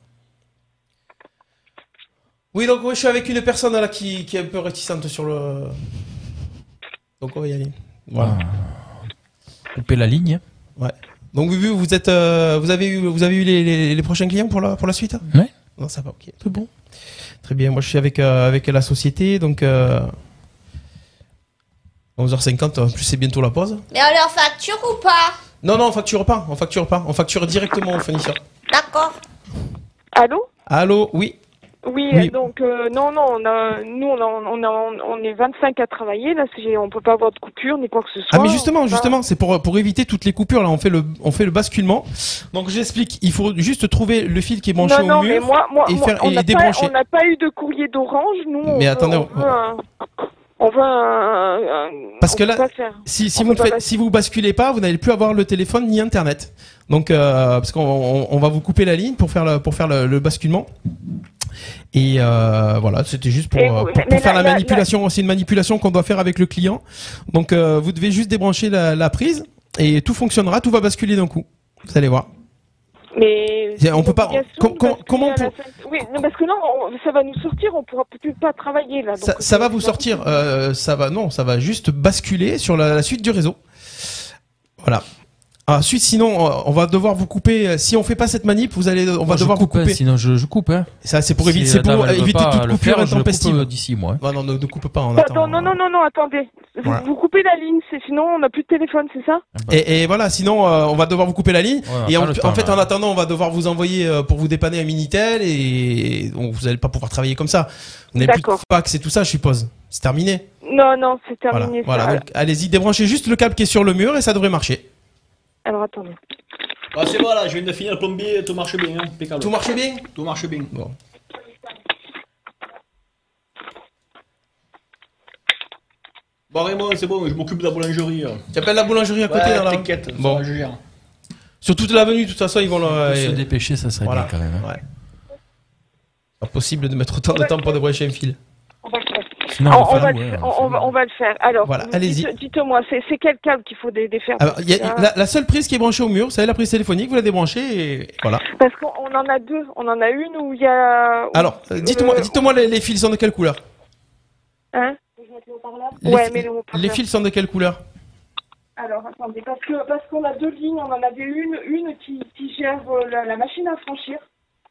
[SPEAKER 3] Oui, donc ouais, je suis avec une personne là qui, qui est un peu réticente sur le. Donc on va y aller. Voilà.
[SPEAKER 5] Couper la ligne.
[SPEAKER 3] Ouais. Donc vu vous êtes, euh, vous avez eu, vous avez eu les, les- les prochains clients pour la pour la suite.
[SPEAKER 5] Ouais.
[SPEAKER 3] hein. Non, ça va. Ok, tout bon. Très bien. Moi, je suis avec euh, avec la société, donc. euh, 11h50, en plus c'est bientôt la pause.
[SPEAKER 12] Mais on leur facture ou pas
[SPEAKER 3] Non, non, on facture pas, on facture pas, on facture directement au fournisseur.
[SPEAKER 12] D'accord.
[SPEAKER 10] Allô
[SPEAKER 3] Allô, oui.
[SPEAKER 10] Oui,
[SPEAKER 3] Oui.
[SPEAKER 10] euh, donc euh, non, non, on a, nous, on, a, on, a, on est 25 à travailler là, c'est- on peut pas avoir de coupure ni quoi que ce soit.
[SPEAKER 3] Ah mais justement,
[SPEAKER 10] on va-
[SPEAKER 3] justement, c'est pour pour éviter toutes les coupures là, on fait le on fait le basculement. Donc j'explique, il faut juste trouver le fil qui est branché
[SPEAKER 10] non, non,
[SPEAKER 3] au mur
[SPEAKER 10] mais moi, moi,
[SPEAKER 3] et
[SPEAKER 10] moi,
[SPEAKER 3] faire
[SPEAKER 10] on
[SPEAKER 3] et
[SPEAKER 10] n'a pas,
[SPEAKER 3] débrancher.
[SPEAKER 10] on n'a pas eu de courrier d'orange, nous. on
[SPEAKER 3] Mais
[SPEAKER 10] veut-
[SPEAKER 3] attendez,
[SPEAKER 10] on veut un- on veut un- un-
[SPEAKER 3] Parce
[SPEAKER 10] on
[SPEAKER 3] que
[SPEAKER 10] peut
[SPEAKER 3] là,
[SPEAKER 10] pas faire.
[SPEAKER 3] si, si
[SPEAKER 10] On
[SPEAKER 3] vous
[SPEAKER 10] peut
[SPEAKER 3] ne
[SPEAKER 10] pas
[SPEAKER 3] faites-
[SPEAKER 10] passer.
[SPEAKER 3] si vous basculez pas, vous n'allez plus avoir le téléphone ni internet. Donc euh, parce qu'on on, on va vous couper la ligne pour faire le, pour faire le, le basculement. Et euh, voilà, c'était juste pour,
[SPEAKER 10] Et
[SPEAKER 3] euh,
[SPEAKER 10] vous-
[SPEAKER 3] pour,
[SPEAKER 10] mais-
[SPEAKER 3] pour
[SPEAKER 10] mais
[SPEAKER 3] faire
[SPEAKER 10] la-
[SPEAKER 3] la,
[SPEAKER 10] la-
[SPEAKER 3] manipulation. C'est une manipulation qu'on doit faire avec le client. Donc euh, vous devez juste débrancher la, la prise et tout fonctionnera, tout va basculer d'un coup. Vous allez voir.
[SPEAKER 10] Mais
[SPEAKER 3] Et on peut pas-
[SPEAKER 10] l'obligation
[SPEAKER 3] com-
[SPEAKER 10] de
[SPEAKER 3] com-
[SPEAKER 10] basculer
[SPEAKER 3] comment
[SPEAKER 10] à la
[SPEAKER 3] pour-
[SPEAKER 10] fin- Oui, non, parce que là, on- ça va nous sortir, on pourra plus pas travailler là.
[SPEAKER 3] Ça,
[SPEAKER 10] donc-
[SPEAKER 3] ça va vous sortir. euh, ça va non, ça va juste basculer sur la, la suite du réseau. Voilà. Ensuite, sinon, euh, on va devoir vous couper. euh, Si on fait pas cette manip, vous allez, on va
[SPEAKER 5] Moi, je
[SPEAKER 3] devoir
[SPEAKER 5] coupe,
[SPEAKER 3] vous
[SPEAKER 5] hein,
[SPEAKER 3] couper.
[SPEAKER 5] Sinon, je, je coupe. Hein.
[SPEAKER 3] Ça, c'est pour
[SPEAKER 5] Si
[SPEAKER 3] éviter, c'est
[SPEAKER 5] la dame,
[SPEAKER 3] pour
[SPEAKER 5] elle veut
[SPEAKER 3] éviter
[SPEAKER 5] pas
[SPEAKER 3] toute
[SPEAKER 5] le
[SPEAKER 3] coupure
[SPEAKER 5] faire, je le coupe,
[SPEAKER 3] intempestive.
[SPEAKER 5] euh, d'ici moi.
[SPEAKER 3] Non, non, ne, ne coupe pas. On attend.
[SPEAKER 10] Attends, non, non, non, non, attendez. Vous,
[SPEAKER 3] Voilà.
[SPEAKER 10] vous coupez la ligne, c'est- sinon on n'a plus de téléphone, c'est ça
[SPEAKER 3] Et, et voilà, sinon euh, on va devoir vous couper la ligne.
[SPEAKER 5] on a
[SPEAKER 3] et
[SPEAKER 5] pas
[SPEAKER 3] en,
[SPEAKER 5] le temps,
[SPEAKER 3] en fait,
[SPEAKER 5] là.
[SPEAKER 3] en attendant, on va devoir vous envoyer euh, pour vous dépanner un minitel et donc vous n'allez pas pouvoir travailler comme ça. Vous n'avez plus de
[SPEAKER 10] D'accord.
[SPEAKER 3] fax et tout ça, je suppose. C'est terminé.
[SPEAKER 10] Non, non, c'est
[SPEAKER 3] Voilà.
[SPEAKER 10] terminé. ça.
[SPEAKER 3] voilà.
[SPEAKER 10] Alors-
[SPEAKER 3] Donc, allez-y, débranchez juste le câble qui est sur le mur et ça devrait marcher.
[SPEAKER 10] Alors attendez.
[SPEAKER 6] Ah, c'est bon, là, je viens de finir le plombier, tout marche bien. hein, impeccable.
[SPEAKER 3] Tout marche bien
[SPEAKER 6] Tout marche bien.
[SPEAKER 3] Bon.
[SPEAKER 6] Bon, Raymond, c'est bon, je m'occupe de la boulangerie.
[SPEAKER 3] Tu appelles la boulangerie à côté
[SPEAKER 6] Ouais,
[SPEAKER 3] là
[SPEAKER 6] t'inquiète, ça
[SPEAKER 3] Bon.
[SPEAKER 6] va, hein. je gère.
[SPEAKER 3] Sur toute l'avenue, de toute façon, ils vont le. euh,
[SPEAKER 5] se dépêcher, ça serait
[SPEAKER 3] Voilà.
[SPEAKER 5] bien quand même. hein.
[SPEAKER 3] Ouais. Pas possible de mettre autant de temps pour débrancher un fil.
[SPEAKER 10] On va le faire.
[SPEAKER 5] Sinon,
[SPEAKER 10] on,
[SPEAKER 5] on va
[SPEAKER 10] on va
[SPEAKER 5] faire,
[SPEAKER 10] le
[SPEAKER 5] ouais,
[SPEAKER 10] faire,
[SPEAKER 5] on
[SPEAKER 10] on- on va- on va le faire. Alors,
[SPEAKER 3] Voilà,
[SPEAKER 10] dites-
[SPEAKER 3] allez-y.
[SPEAKER 10] dites-moi, c'est c'est quel câble qu'il faut dé- défaire
[SPEAKER 3] Alors, il y a-
[SPEAKER 10] Parce que là-
[SPEAKER 3] la, la seule prise qui est branchée au mur, c'est la prise téléphonique, vous la débranchez et voilà.
[SPEAKER 10] Parce qu'on on en a deux. On en a une où il y a.
[SPEAKER 3] Alors, euh, dites-moi, dites-moi les, les fils sont de quelle couleur
[SPEAKER 10] Hein
[SPEAKER 3] les,
[SPEAKER 10] Ouais,
[SPEAKER 3] fi-
[SPEAKER 10] mais le haut-parleur.
[SPEAKER 3] les fils sont de quelle couleur
[SPEAKER 10] Alors, attendez, parce que parce qu'on a deux lignes. On en avait une, une qui, qui gère euh, la, la machine à franchir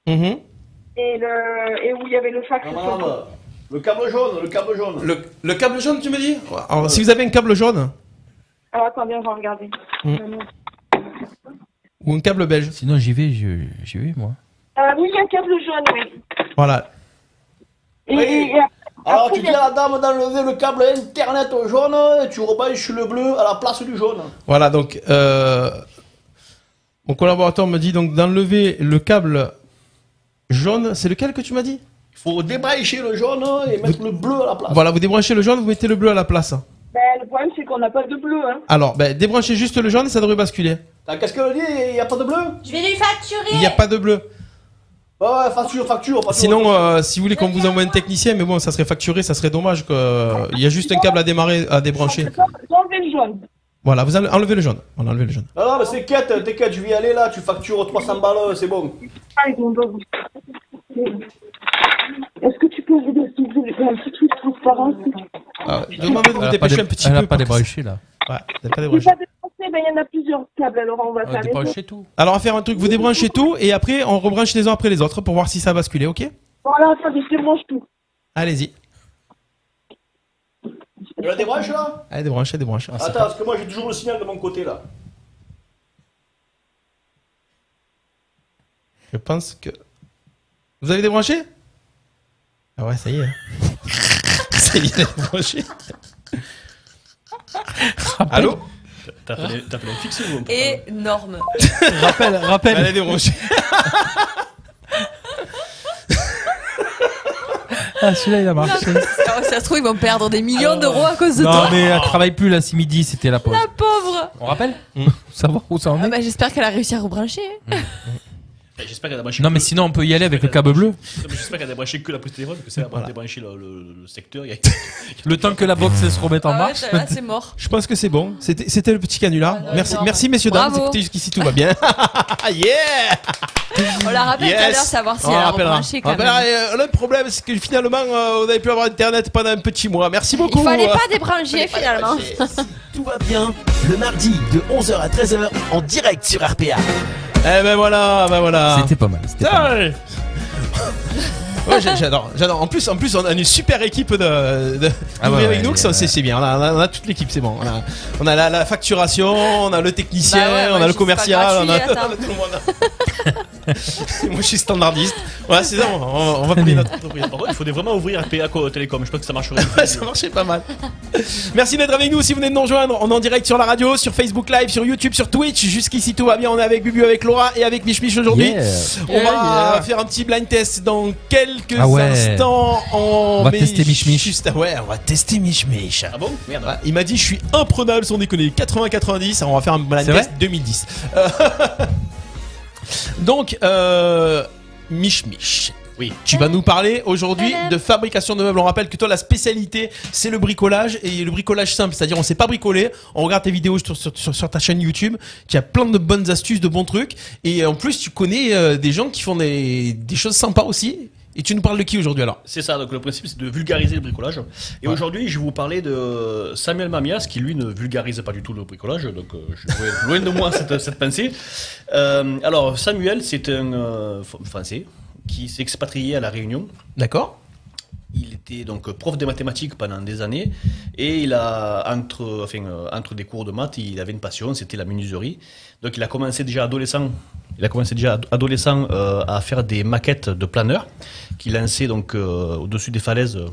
[SPEAKER 3] Mhm.
[SPEAKER 10] et, le, et où il y avait le fax.
[SPEAKER 6] Ah,
[SPEAKER 10] sur-
[SPEAKER 6] madame, le câble jaune, le câble jaune.
[SPEAKER 3] le, le câble jaune, tu me dis
[SPEAKER 6] Euh.
[SPEAKER 3] Alors, Si vous avez un câble jaune
[SPEAKER 10] Alors, attendez, on va regarder. Euh,
[SPEAKER 3] Mhm. ou un câble belge.
[SPEAKER 5] Sinon, j'y vais, je- j'y vais moi.
[SPEAKER 10] Ah oui, il y a un câble jaune, oui.
[SPEAKER 3] Voilà.
[SPEAKER 10] Et,
[SPEAKER 6] Oui.
[SPEAKER 10] et- et après-
[SPEAKER 6] Alors,
[SPEAKER 10] après,
[SPEAKER 6] tu dis à la dame d'enlever le câble internet au jaune, et tu rebâches le bleu à la place du jaune.
[SPEAKER 3] Voilà, donc euh, mon collaborateur me dit donc d'enlever le câble jaune. C'est lequel que tu m'as dit
[SPEAKER 6] Il faut débrayer le jaune hein, et mettre le bleu à la place.
[SPEAKER 3] Voilà, vous débranchez le jaune, vous mettez le bleu à la place.
[SPEAKER 10] Ben, le problème, c'est qu'on n'a pas de bleu, hein.
[SPEAKER 3] Alors, ben, débranchez juste le jaune et ça devrait basculer.
[SPEAKER 6] Ah, Qu'est-ce qu'elle dit Il n'y a pas de bleu
[SPEAKER 12] Je vais lui
[SPEAKER 3] Il
[SPEAKER 12] facturer.
[SPEAKER 3] n'y a pas de bleu.
[SPEAKER 6] Ouais, facture, facture, facture.
[SPEAKER 3] Sinon, euh, si vous voulez qu'on vous envoie un technicien, mais bon, ça serait facturé, ça serait dommage. Que... euh, Il y a juste un câble à démarrer, à débrancher.
[SPEAKER 10] J'ai enlevé le jaune.
[SPEAKER 3] Voilà, vous enle- enlevez le jaune. On enlevez le jaune.
[SPEAKER 6] Non, non, mais c'est quête, t'es quête, je vais y aller là, tu factures 300 balles, euh, c'est bon.
[SPEAKER 10] Ah, Est-ce que tu peux vous donner un petit truc transparent s'il te plaît
[SPEAKER 3] Ah, demandez de
[SPEAKER 5] Elle
[SPEAKER 3] vous
[SPEAKER 5] a pas
[SPEAKER 3] dépêcher
[SPEAKER 5] dé-
[SPEAKER 3] un petit
[SPEAKER 5] elle
[SPEAKER 3] peu.
[SPEAKER 5] a pas
[SPEAKER 3] pour que ça-
[SPEAKER 5] débranché là.
[SPEAKER 3] Ouais, elle a pas
[SPEAKER 10] J'ai
[SPEAKER 3] débranché.
[SPEAKER 10] pas de français, ben, il y en a plusieurs câbles, alors on
[SPEAKER 3] Ah,
[SPEAKER 4] Ah,
[SPEAKER 10] va faire les autres.
[SPEAKER 5] tout.
[SPEAKER 3] Alors, on va faire un truc, vous débranchez tout et après, on rebranche les uns après les autres pour voir si ça a basculé, ok
[SPEAKER 10] Bon, là, attendez, je mange tout.
[SPEAKER 3] Allez-y.
[SPEAKER 6] Tu la débranches là
[SPEAKER 3] Allez, débranchez, débranchez.
[SPEAKER 6] Attends, parce que moi j'ai toujours le signal de mon côté là.
[SPEAKER 3] Je pense que. Vous avez débranché
[SPEAKER 5] euh.
[SPEAKER 3] Ah ouais, ça y est. ça y est, elle a débranché. Allô
[SPEAKER 6] T'as fait t'as fait le fixe ou
[SPEAKER 4] Énorme.
[SPEAKER 5] Rappel, rappel.
[SPEAKER 3] Elle a débranché.
[SPEAKER 5] Ah, celui-là, il a marché.
[SPEAKER 4] Alors, si ça se trouve, ils vont perdre des
[SPEAKER 3] Ah,
[SPEAKER 4] millions d'euros à cause de
[SPEAKER 5] Non,
[SPEAKER 4] toi.
[SPEAKER 5] mais elle travaille plus là, si midi, c'était la pause.
[SPEAKER 4] La pauvre.
[SPEAKER 5] On rappelle Savoir où ça en
[SPEAKER 4] Ah
[SPEAKER 5] est
[SPEAKER 4] bah, J'espère qu'elle a réussi à rebrancher. hein.
[SPEAKER 6] J'espère qu'elle a débranché.
[SPEAKER 5] Non, mais sinon, on peut y aller avec le câble bleu.
[SPEAKER 6] Non, mais J'espère qu'elle a débranché que la prise téléphone, parce que c'est elle a débranché le, le- le secteur. il y a-
[SPEAKER 5] Le temps que la box se remette en
[SPEAKER 4] Ah ouais,
[SPEAKER 5] marche.
[SPEAKER 4] là, c'est mort.
[SPEAKER 3] Je pense que c'est bon. C'était c'était le petit canular. merci,
[SPEAKER 4] non,
[SPEAKER 3] merci
[SPEAKER 4] non.
[SPEAKER 3] messieurs dames.
[SPEAKER 4] Bravo.
[SPEAKER 3] Écoutez, jusqu'ici tout va bien. yeah
[SPEAKER 4] On Oh, la rappelle tout à l'heure, savoir si
[SPEAKER 3] On
[SPEAKER 4] elle a
[SPEAKER 3] rappellera.
[SPEAKER 4] rebranché
[SPEAKER 3] On
[SPEAKER 4] quand
[SPEAKER 3] rappellera.
[SPEAKER 4] même.
[SPEAKER 3] Et, euh, le problème, c'est que finalement, euh, on avait pu avoir Internet pendant un petit mois. Merci beaucoup.
[SPEAKER 4] Il fallait
[SPEAKER 3] Euh,
[SPEAKER 4] pas débrancher finalement.
[SPEAKER 1] Tout va bien le mardi de 11h à 13h en direct sur RPA.
[SPEAKER 3] Eh ben voilà, ben voilà.
[SPEAKER 5] C'était pas mal. c'était pas mal.
[SPEAKER 3] Ouais, j'ai- j'adore, j'adore. En plus, en plus, on a une super équipe de, de
[SPEAKER 5] Ah
[SPEAKER 3] d'ouvriers
[SPEAKER 5] ouais,
[SPEAKER 3] avec
[SPEAKER 5] ouais,
[SPEAKER 3] nous. que ça, C'est c'est bien. On a, on a- on a toute l'équipe, c'est bon. On a, on a la, la facturation, on a le technicien,
[SPEAKER 4] Bah ouais, moi,
[SPEAKER 3] on a
[SPEAKER 4] je
[SPEAKER 3] le
[SPEAKER 4] suis
[SPEAKER 3] commercial,
[SPEAKER 4] pas
[SPEAKER 3] on a,
[SPEAKER 4] gratuit,
[SPEAKER 3] on a tout le monde. Et Moi, je suis standardiste. Voilà, c'est ça. On, va- on va payer notre entreprise.
[SPEAKER 6] Par contre, il faudrait vraiment ouvrir RPA Co- Télécom, je pense que ça marcherait.
[SPEAKER 3] ça marchait pas mal. Merci d'être avec nous. Si vous venez de nous rejoindre, on est en direct sur la radio, sur Facebook Live, sur YouTube, sur Twitch. Jusqu'ici, tout va bien. On est avec Bubu, avec Laura et avec Mich Mich aujourd'hui.
[SPEAKER 5] Yeah.
[SPEAKER 3] On va
[SPEAKER 5] Yeah, yeah.
[SPEAKER 3] faire un petit blind test dans quelques
[SPEAKER 5] Ah ouais.
[SPEAKER 3] instants. On,
[SPEAKER 5] On va tester Mich Mich.
[SPEAKER 3] Juste, ah ouais, on va tester Mich Mich.
[SPEAKER 6] Ah bon Merde.
[SPEAKER 3] Ouais, Il m'a dit, je suis imprenable sans déconner. 80-90, alors on va faire un blind
[SPEAKER 5] C'est
[SPEAKER 3] test 2010. Euh, Donc, euh, Mich Mich.
[SPEAKER 6] Oui.
[SPEAKER 3] Tu vas nous parler aujourd'hui de fabrication de meubles. On rappelle que toi, la spécialité, c'est le bricolage et le bricolage simple. C'est-à-dire, on sait pas bricoler. On regarde tes vidéos sur, sur- sur- sur ta chaîne YouTube. Tu as plein de bonnes astuces, de bons trucs. Et en plus, tu connais euh, des gens qui font des, des choses sympas aussi. Et tu nous parles de qui aujourd'hui alors
[SPEAKER 6] C'est ça, donc le principe c'est de vulgariser le bricolage. Et aujourd'hui, je vais vous parler de Samuel Mamias, qui lui ne vulgarise pas du tout le bricolage, donc euh, je suis loin de moi cette, cette pensée. Euh, alors, Samuel, c'est un euh, fr- Français qui s'est expatrié à La Réunion.
[SPEAKER 3] D'accord
[SPEAKER 6] Il était donc prof de mathématiques pendant des années et il a, entre, enfin, euh, entre des cours de maths, il avait une passion, c'était la menuiserie. Donc il a commencé déjà adolescent, il a commencé déjà ad- adolescent euh, à faire des maquettes de planeurs qu'il lançait donc euh, au-dessus des falaises euh,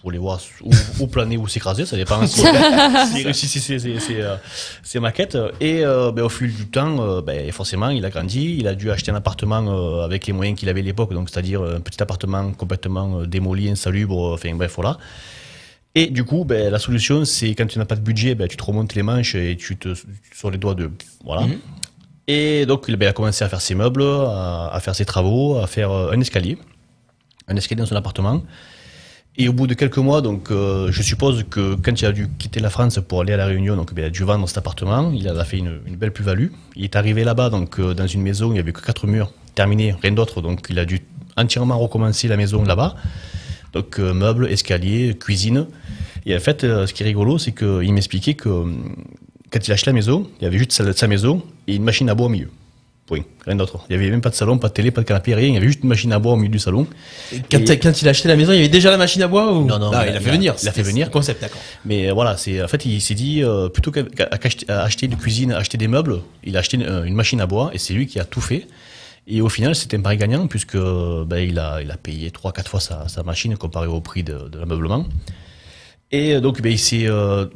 [SPEAKER 6] pour les voir ou, ou planer ou s'écraser, ça dépend si s'il réussissait ses, ses- ses, euh, ses maquettes. Et euh, ben, au fil du temps, euh, ben, forcément, il a grandi, il a dû acheter un appartement euh, avec les moyens qu'il avait à l'époque, donc c'est-à-dire euh, un petit appartement complètement euh, démoli, insalubre, euh, enfin bref, voilà. Et du coup, ben, la solution, c'est quand tu n'as pas de budget, ben, tu te remontes les manches et tu te sur les doigts de... Voilà. Et donc, ben, il a commencé à faire ses meubles, à, à faire ses travaux, à faire euh, un escalier. Un escalier dans son appartement. Et au bout de quelques mois, donc, euh, je suppose que quand il a dû quitter la France pour aller à La Réunion, donc, ben, il a dû vendre cet appartement. Il en a fait une, une belle plus-value. Il est arrivé là-bas, donc, euh, dans une maison où il n'y avait que quatre murs terminés, rien d'autre. Donc, il a dû entièrement recommencer la maison là-bas. Donc, euh, meubles, escalier, cuisine. Et en fait, euh, ce qui est rigolo, c'est qu'il m'expliquait que hum, quand il achetait la maison, il y avait juste sa, sa maison et une machine à bois au milieu. Point. Rien d'autre. Il n'y avait même pas de salon, pas de télé, pas de canapé, rien. Il y avait juste une machine à bois au milieu du salon.
[SPEAKER 3] quand,
[SPEAKER 6] Et-
[SPEAKER 3] quand il a acheté la maison, il y avait déjà la machine à bois ou
[SPEAKER 6] Non, non,
[SPEAKER 3] Ah, il,
[SPEAKER 6] il
[SPEAKER 3] a
[SPEAKER 6] a-
[SPEAKER 3] fait venir.
[SPEAKER 6] il a fait
[SPEAKER 3] C'était-
[SPEAKER 6] venir.
[SPEAKER 3] c'était le Concept, d'accord.
[SPEAKER 6] Mais euh, voilà, c'est en fait, il s'est dit euh, plutôt qu'à qu'à- qu'à acheter- à acheter une cuisine, acheter des meubles, il a acheté une, euh, une machine à bois et c'est lui qui a tout fait. Et au final, c'était un pari gagnant puisque euh, ben, il, a, il a payé 3-4 fois sa, sa machine comparé au prix de, de l'ameublement. Et euh, donc, ben, il s'est euh,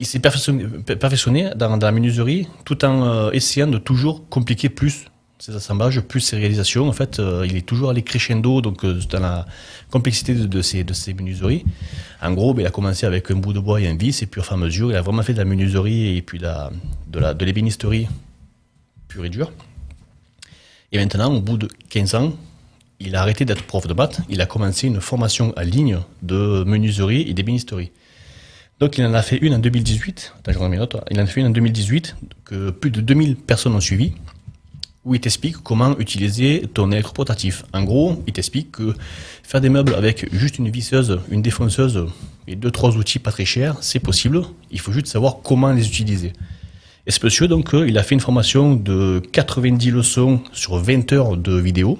[SPEAKER 6] il s'est perfectionné, perfectionné dans, dans la menuiserie tout en euh, essayant de toujours compliquer plus ces assemblages, plus ces réalisations. En fait, euh, il est toujours allé crescendo, donc euh, dans la complexité de, de ces, de ces menuiseries. En gros, ben, il a commencé avec un bout de bois et un vis, et puis au fur et à mesure, il a vraiment fait de la menuiserie et puis de la- de la- de l'ébénisterie pure et dure. Et maintenant, au bout de 15 ans, il a arrêté d'être prof de maths, il a commencé une formation en ligne de menuiserie et d'ébénisterie. Donc il en a fait une en 2018, attends, je reprends mes notes. il en a fait une en 2018, que plus de 2000 personnes ont suivi, où il t'explique comment utiliser ton électroportatif. En gros, il t'explique que faire des meubles avec juste une visseuse, une défonceuse et deux, trois outils pas très chers, c'est possible, il faut juste savoir comment les utiliser. Et ce monsieur, donc, euh, il a fait une formation de 90 leçons sur 20 heures de vidéo.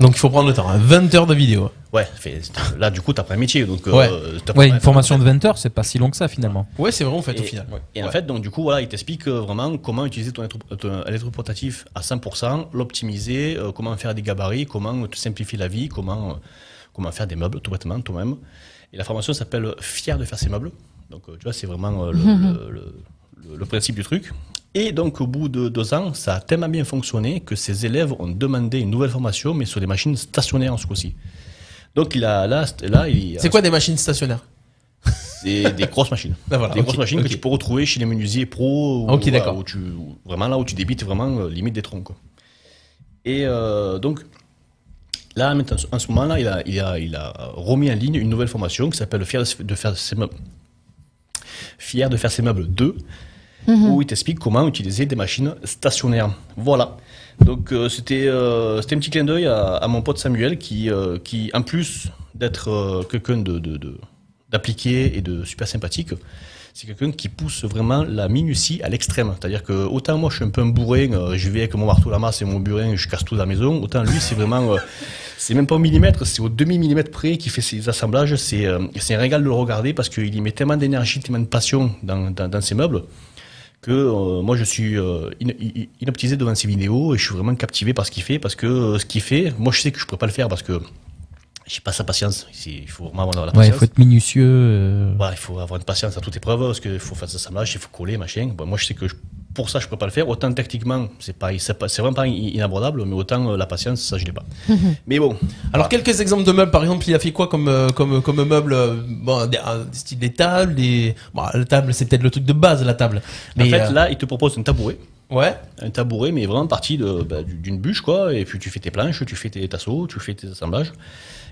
[SPEAKER 3] Donc il faut prendre le temps, hein, 20 heures de vidéo.
[SPEAKER 6] Ouais, fait- là, du coup, t'as pas un métier. Donc, euh,
[SPEAKER 5] Ouais,
[SPEAKER 6] t'as pas-
[SPEAKER 5] Ouais, une formation de 20 heures, c'est pas si long que ça finalement.
[SPEAKER 3] Ouais, c'est vrai, en fait,
[SPEAKER 6] et,
[SPEAKER 3] au final.
[SPEAKER 6] Et en fait, donc, du coup, voilà, il t'explique euh, vraiment comment utiliser ton, électro- ton électroportatif à 100%, l'optimiser, euh, comment faire des gabarits, comment te simplifier la vie, comment, euh, comment faire des meubles tout bêtement, toi-même. Et la formation s'appelle Fier de faire ses meubles. Donc, euh, tu vois, c'est vraiment euh, le- le- le- le- le principe du truc. Et donc, au bout de deux ans, ça a tellement bien fonctionné que ses élèves ont demandé une nouvelle formation, mais sur des machines stationnaires en ce coup-ci. Donc, il a, là, c'est- là il
[SPEAKER 3] C'est quoi des machines stationnaires
[SPEAKER 6] des, des grosses machines.
[SPEAKER 3] Ah, voilà,
[SPEAKER 6] des
[SPEAKER 3] ok,
[SPEAKER 6] grosses machines
[SPEAKER 3] ok.
[SPEAKER 6] que tu peux retrouver chez les menuisiers pro. Ou, euh,
[SPEAKER 3] Ah, ok, d'accord.
[SPEAKER 6] Où tu, où- vraiment là où tu débites vraiment euh, limite des troncs. quoi. Et euh, donc, là, maintenant, en ce moment-là, il a, il, a, il a remis en ligne une nouvelle formation qui s'appelle Fier de- de faire ses meubles. Fier de faire ses meubles 2
[SPEAKER 4] Mhm.
[SPEAKER 13] Mhm.
[SPEAKER 6] où il t'explique comment utiliser des machines stationnaires. Voilà. Donc euh, c'était euh, c'était un petit clin d'œil à, à mon pote Samuel qui, euh, qui en plus d'être euh, quelqu'un de, de- de- d'appliqué et de super sympathique, c'est quelqu'un qui pousse vraiment la minutie à l'extrême. C'est-à-dire que autant moi je suis un peu un bourrin, euh, je vais avec mon marteau, la masse et mon burin, et je casse tout dans la maison, autant lui c'est vraiment... euh, c'est même pas au millimètre, c'est au demi-millimètre près qu'il fait ses assemblages. C'est euh, c'est un régal de le regarder parce qu'il y met tellement d'énergie, tellement de passion dans, dans- dans ses meubles que euh, moi je suis euh, in- in- inoptisé devant ses vidéos et je suis vraiment captivé par ce qu'il fait parce que euh, ce qu'il fait, moi je sais que je pourrais pas le faire parce que j'ai pas sa patience. C'est- Il faut vraiment avoir
[SPEAKER 5] Ouais,
[SPEAKER 6] la patience.
[SPEAKER 5] il faut être minutieux. euh,
[SPEAKER 6] Voilà, il faut avoir une patience à toute épreuve parce qu'il faut faire des assemblages, il faut coller, machin. Bon, moi je sais que je- pour ça je peux pas le faire. Autant techniquement, c'est pas, c'est pas- c'est vraiment pas in- inabordable, mais autant euh, la patience, ça je l'ai pas. Mais bon.
[SPEAKER 3] Alors quelques exemples de meubles, par exemple, il a fait quoi comme euh, comme comme meuble euh, bon, des, un- des styles des tables, des bon, la table, c'est peut-être le truc de base, la table.
[SPEAKER 6] en fait,
[SPEAKER 3] euh,
[SPEAKER 6] là, il te propose un tabouret.
[SPEAKER 3] Ouais.
[SPEAKER 6] Un tabouret, mais vraiment parti de, bah, du- d'une bûche, quoi. Et puis tu fais tes planches, tu fais tes tasseaux, tu fais tes assemblages.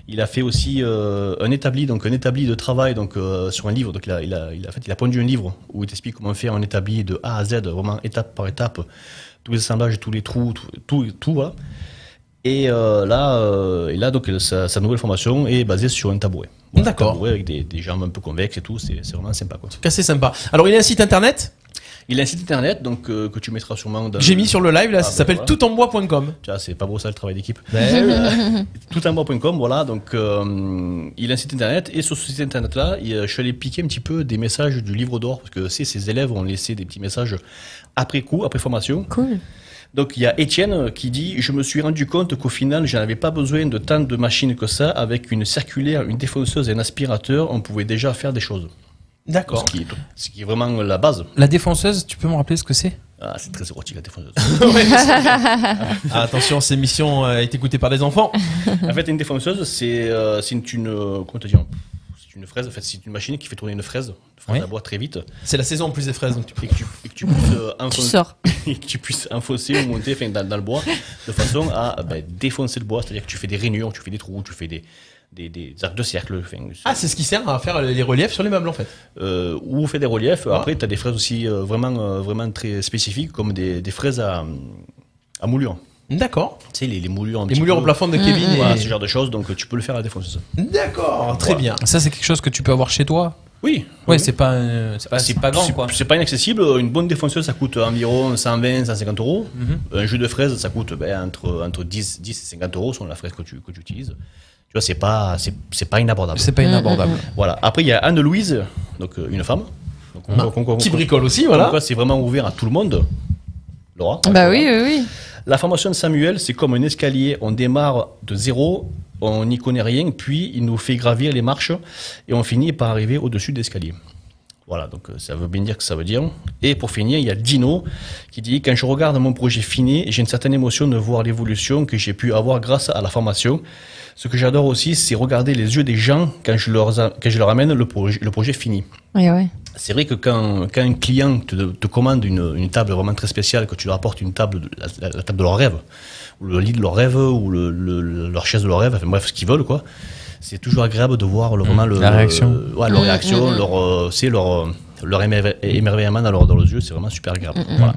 [SPEAKER 6] Il a fait aussi euh, un établi, donc un établi de travail, donc euh, sur un livre. Donc il a, il a- il a- en fait, il a pondu un livre où il t'explique comment faire un établi de A à Z, vraiment étape par étape, tous les assemblages, tous les trous, tout, tout, tout, voilà. Et euh, là, euh, et là, donc sa, sa nouvelle formation est basée sur un tabouret. D'accord. Un tabouret avec des, des jambes un peu convexes et tout, c'est c'est vraiment sympa, quoi.
[SPEAKER 3] C'est assez sympa. Alors il a un site internet
[SPEAKER 6] Il a un site internet donc euh, que tu mettras sûrement dans
[SPEAKER 3] J'ai mis sur le live
[SPEAKER 6] Ah,
[SPEAKER 3] là, ça s'appelle toutenbois.com.
[SPEAKER 6] Tu vois, ben c'est pas beau ça le travail d'équipe.
[SPEAKER 3] Ben
[SPEAKER 6] Euh, toutenbois.com voilà donc euh, il a un site internet et sur ce site internet là, je suis allé piquer un petit peu des messages du livre d'or parce que c'est ses élèves ont laissé des petits messages après coup, après formation.
[SPEAKER 4] Cool.
[SPEAKER 6] Donc il y a Étienne qui dit je me suis rendu compte qu'au final je n'avais pas besoin de tant de machines que ça avec une circulaire, une défonceuse et un aspirateur, on pouvait déjà faire des choses.
[SPEAKER 3] D'accord.
[SPEAKER 6] Ce qui est- ce qui est vraiment la base.
[SPEAKER 5] La défonceuse, tu peux me rappeler ce que c'est
[SPEAKER 6] Ah, c'est très érotique la défonceuse.
[SPEAKER 3] Ah, attention, cette émission euh, est écoutée par des enfants.
[SPEAKER 6] en fait, une défonceuse, c'est euh, c'est une, une, euh, comment te dire C'est une fraise. En fait, c'est une machine qui fait tourner une fraise, une fraise
[SPEAKER 3] Oui.
[SPEAKER 6] à bois très vite.
[SPEAKER 3] C'est la saison en plus des fraises, donc tu
[SPEAKER 6] Et que tu, et que tu puisses euh, enfoncer-
[SPEAKER 3] sors.
[SPEAKER 6] et que tu puisses enfoncer ou monter enfin, dans, dans le bois de façon à bah, défoncer le bois. C'est-à-dire que tu fais des rainures, tu fais des trous, tu fais des, des, des arcs de cercle. enfin,
[SPEAKER 3] Ah, c'est ce qui sert à faire les reliefs sur les meubles en fait. Ah.
[SPEAKER 6] euh, où on fait des reliefs. Après, tu as des fraises aussi euh, vraiment, euh, vraiment très spécifiques, comme des, des fraises à, à moulure.
[SPEAKER 3] D'accord.
[SPEAKER 6] Tu sais, les, les moulures un
[SPEAKER 3] Les
[SPEAKER 6] petit
[SPEAKER 3] moulures
[SPEAKER 6] peu.
[SPEAKER 3] au plafond de Kevin et-
[SPEAKER 6] Voilà, ce genre de choses. Donc, tu peux le faire à la défonceuse.
[SPEAKER 3] D'accord, très bien.
[SPEAKER 5] Ça, c'est quelque chose que tu peux avoir chez toi
[SPEAKER 6] Oui.
[SPEAKER 5] Ouais, c'est pas, euh,
[SPEAKER 3] Ah,
[SPEAKER 5] c'est pas, c'est pas grand
[SPEAKER 6] C'est-
[SPEAKER 5] quoi.
[SPEAKER 6] C'est pas inaccessible. Une bonne défonceuse, ça coûte environ 120, 150 euros.
[SPEAKER 5] Mhm.
[SPEAKER 6] Un jus de fraise, ça coûte ben, entre, entre 10, 10 et 50 euros selon la fraise que tu, que tu utilises. Tu vois, c'est pas, c'est, c'est pas inabordable.
[SPEAKER 5] C'est pas inabordable. Mhm, mhm.
[SPEAKER 6] Voilà. Après, il y a Anne-Louise, donc euh, une femme. Donc,
[SPEAKER 3] Ah, qui bricole aussi, voilà.
[SPEAKER 6] Comme quoi, c'est vraiment ouvert à tout le monde. Laura
[SPEAKER 4] Bah oui, oui, oui.
[SPEAKER 6] la formation de Samuel, c'est comme un escalier. On démarre de zéro, on n'y connaît rien, puis il nous fait gravir les marches et on finit par arriver au-dessus de l'escalier. Voilà, donc euh, ça veut bien dire que ça veut dire. Et pour finir, il y a Dino qui dit Quand je regarde mon projet fini, j'ai une certaine émotion de voir l'évolution que j'ai pu avoir grâce à la formation. Ce que j'adore aussi, c'est regarder les yeux des gens quand je leur, a- quand je leur amène le, projet- le projet fini.
[SPEAKER 4] Oui, oui.
[SPEAKER 6] C'est vrai que quand, quand un client te, te commande une, une table vraiment très spéciale, que tu leur apportes une table, de- la, la table de leur rêve, ou le lit de leur rêve, ou le, le- le- leur chaise de leur rêve, enfin bref, ce qu'ils veulent, quoi. C'est toujours agréable de voir le, vraiment le,
[SPEAKER 5] la réaction.
[SPEAKER 6] le- ouais, leur
[SPEAKER 5] Mmh,
[SPEAKER 6] réaction,
[SPEAKER 5] mmh, mmh.
[SPEAKER 6] leur, euh, c'est leur, euh, leur émerve- émerveillement dans, leur- dans leurs yeux, c'est vraiment super agréable.
[SPEAKER 5] Mmh,
[SPEAKER 6] Voilà.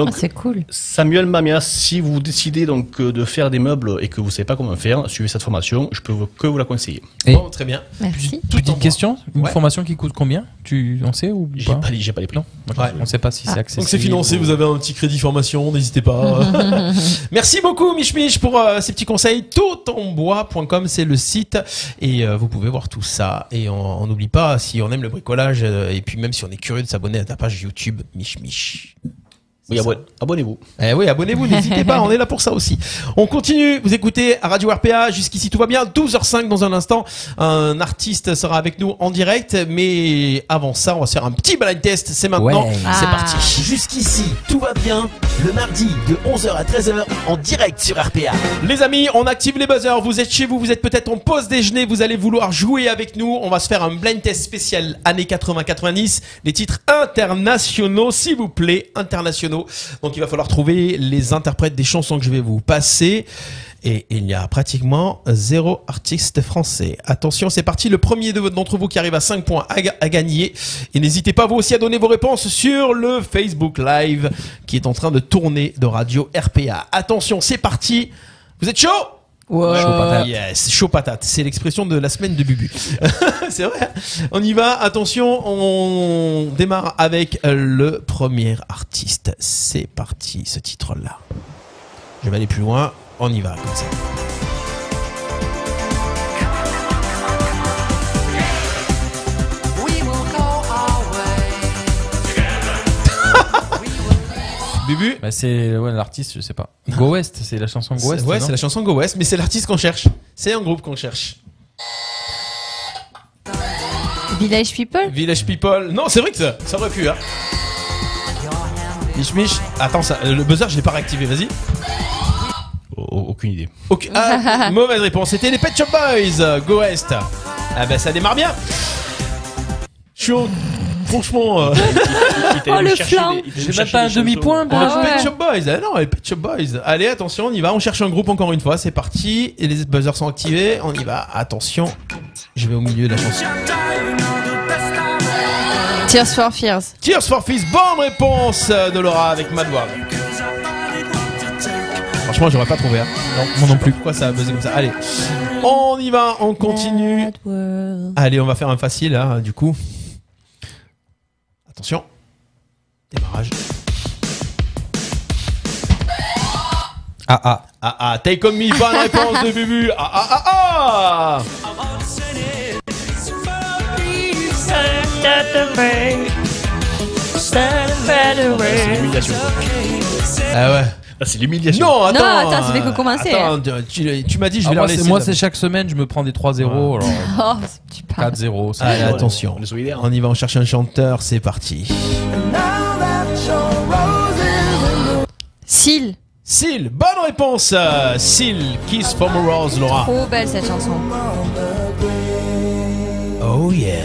[SPEAKER 5] Ah,
[SPEAKER 6] Donc,
[SPEAKER 4] c'est cool.
[SPEAKER 6] Samuel Mamia, si vous décidez donc euh, de faire des meubles et que vous savez pas comment faire, suivez cette formation, je peux vous- que vous la conseiller.
[SPEAKER 3] Bon, très bien.
[SPEAKER 4] Merci.
[SPEAKER 5] Petite question, une
[SPEAKER 6] Ouais.
[SPEAKER 5] formation qui coûte combien Tu en sais ou pas
[SPEAKER 6] J'ai pas les prix.
[SPEAKER 5] On sait pas si c'est accessible.
[SPEAKER 3] Donc c'est financé, vous avez un petit crédit formation, n'hésitez pas. Merci beaucoup Mich Mich pour euh, ces petits conseils. Toutenbois.com c'est le site et euh, vous pouvez voir tout ça. Et on on n'oublie pas, si on aime le bricolage euh, et puis même si on est curieux de s'abonner à ta page YouTube Mich Mich.
[SPEAKER 6] Oui, abonne- abonnez-vous.
[SPEAKER 3] Eh oui, abonnez-vous, n'hésitez pas, on est là pour ça aussi. On continue, vous écoutez à Radio RPA, jusqu'ici tout va bien, 12h05 dans un instant, un artiste sera avec nous en direct, mais avant ça, on va se faire un petit blind test, c'est maintenant,
[SPEAKER 1] Ouais.
[SPEAKER 3] c'est
[SPEAKER 1] Ah.
[SPEAKER 3] parti.
[SPEAKER 1] Jusqu'ici, tout va bien. Le mardi de 11h à 13h en direct sur RPA.
[SPEAKER 3] Les amis, on active les buzzers. Vous êtes chez vous, vous êtes peut-être en pause déjeuner, vous allez vouloir jouer avec nous. On va se faire un blind test spécial années 80-90, les titres internationaux, s'il vous plaît, internationaux. Donc il va falloir trouver les interprètes des chansons que je vais vous passer. Et il y a pratiquement zéro artiste français. Attention, c'est parti. Le premier de- d'entre vous qui arrive à 5 points à, ga- à gagner. Et n'hésitez pas vous aussi à donner vos réponses sur le Facebook Live qui est en train de tourner de radio RPA. Attention, c'est parti. Vous êtes chaud
[SPEAKER 5] Chaud patate.
[SPEAKER 3] Yes, chaud patate. Euh, C'est l'expression de la semaine de Bubu. c'est vrai. hein. On y va. Attention, on démarre avec euh, le premier artiste. C'est parti, ce titre-là. Je vais aller plus loin. On y va comme ça. Bubu
[SPEAKER 5] bah C'est ouais, l'artiste, je sais pas. Go West, c'est la chanson Go West.
[SPEAKER 3] C'est- ouais,
[SPEAKER 5] non
[SPEAKER 3] c'est la chanson Go West, mais c'est l'artiste qu'on cherche. C'est un groupe qu'on cherche.
[SPEAKER 4] Village People
[SPEAKER 3] Village People. Non, c'est vrai que ça, ça aurait pu. Hein. Mich Mich. Attends, ça, le buzzer, je l'ai pas réactivé. Vas-y.
[SPEAKER 6] Oh, Aucune idée.
[SPEAKER 3] Ok, ah, mauvaise réponse. C'était les Pet Shop Boys. euh, Go West. Ah ben ça démarre bien. Je suis en- franchement. euh,
[SPEAKER 5] allé Oh, me le chercher flanc. des- il était allé J'ai me même chercher pas des un chansons. demi-point pour
[SPEAKER 3] Ah,
[SPEAKER 5] le
[SPEAKER 3] les
[SPEAKER 5] jeu.
[SPEAKER 3] Pet Shop Boys. Ah non, les Pet Shop Boys. Allez, attention, on y va. On cherche un groupe encore une fois. C'est parti. Et les buzzers sont activés. On y va. Attention. Je vais au milieu de la chanson.
[SPEAKER 4] Tears for Fears.
[SPEAKER 3] Tears for Fears, bonne réponse de Laura avec Mad World. Franchement, j'aurais pas trouvé. hein. Non, moi non plus. Pourquoi ça a buzzé comme ça Allez, on y va, on continue. Allez, on va faire un facile, hein, du coup. Attention. Démarrage.
[SPEAKER 5] Ah ah.
[SPEAKER 3] Ah ah, take on me, bonne réponse de Bubu. Ah ah ah ah Ah ouais.
[SPEAKER 6] Là, c'est l'humiliation.
[SPEAKER 3] Non, attends.
[SPEAKER 4] Non, attends, ça fait que commencer.
[SPEAKER 3] Attends, tu, tu m'as dit, je
[SPEAKER 5] Ah,
[SPEAKER 3] vais
[SPEAKER 5] moi,
[SPEAKER 3] leur
[SPEAKER 5] c'est-
[SPEAKER 3] laisser.
[SPEAKER 5] Moi,
[SPEAKER 3] la-
[SPEAKER 5] c'est chaque semaine, je me prends des 3-0. alors, euh,
[SPEAKER 4] Oh,
[SPEAKER 5] 4-0. c'est-
[SPEAKER 3] Allez, Ah, attention.
[SPEAKER 5] hein.
[SPEAKER 3] On y va, on cherche un chanteur, c'est parti.
[SPEAKER 4] Seal.
[SPEAKER 3] Seal, bonne réponse. euh, Seal, Kiss from a Rose, Laura.
[SPEAKER 4] Trop belle cette chanson.
[SPEAKER 3] Oh yeah.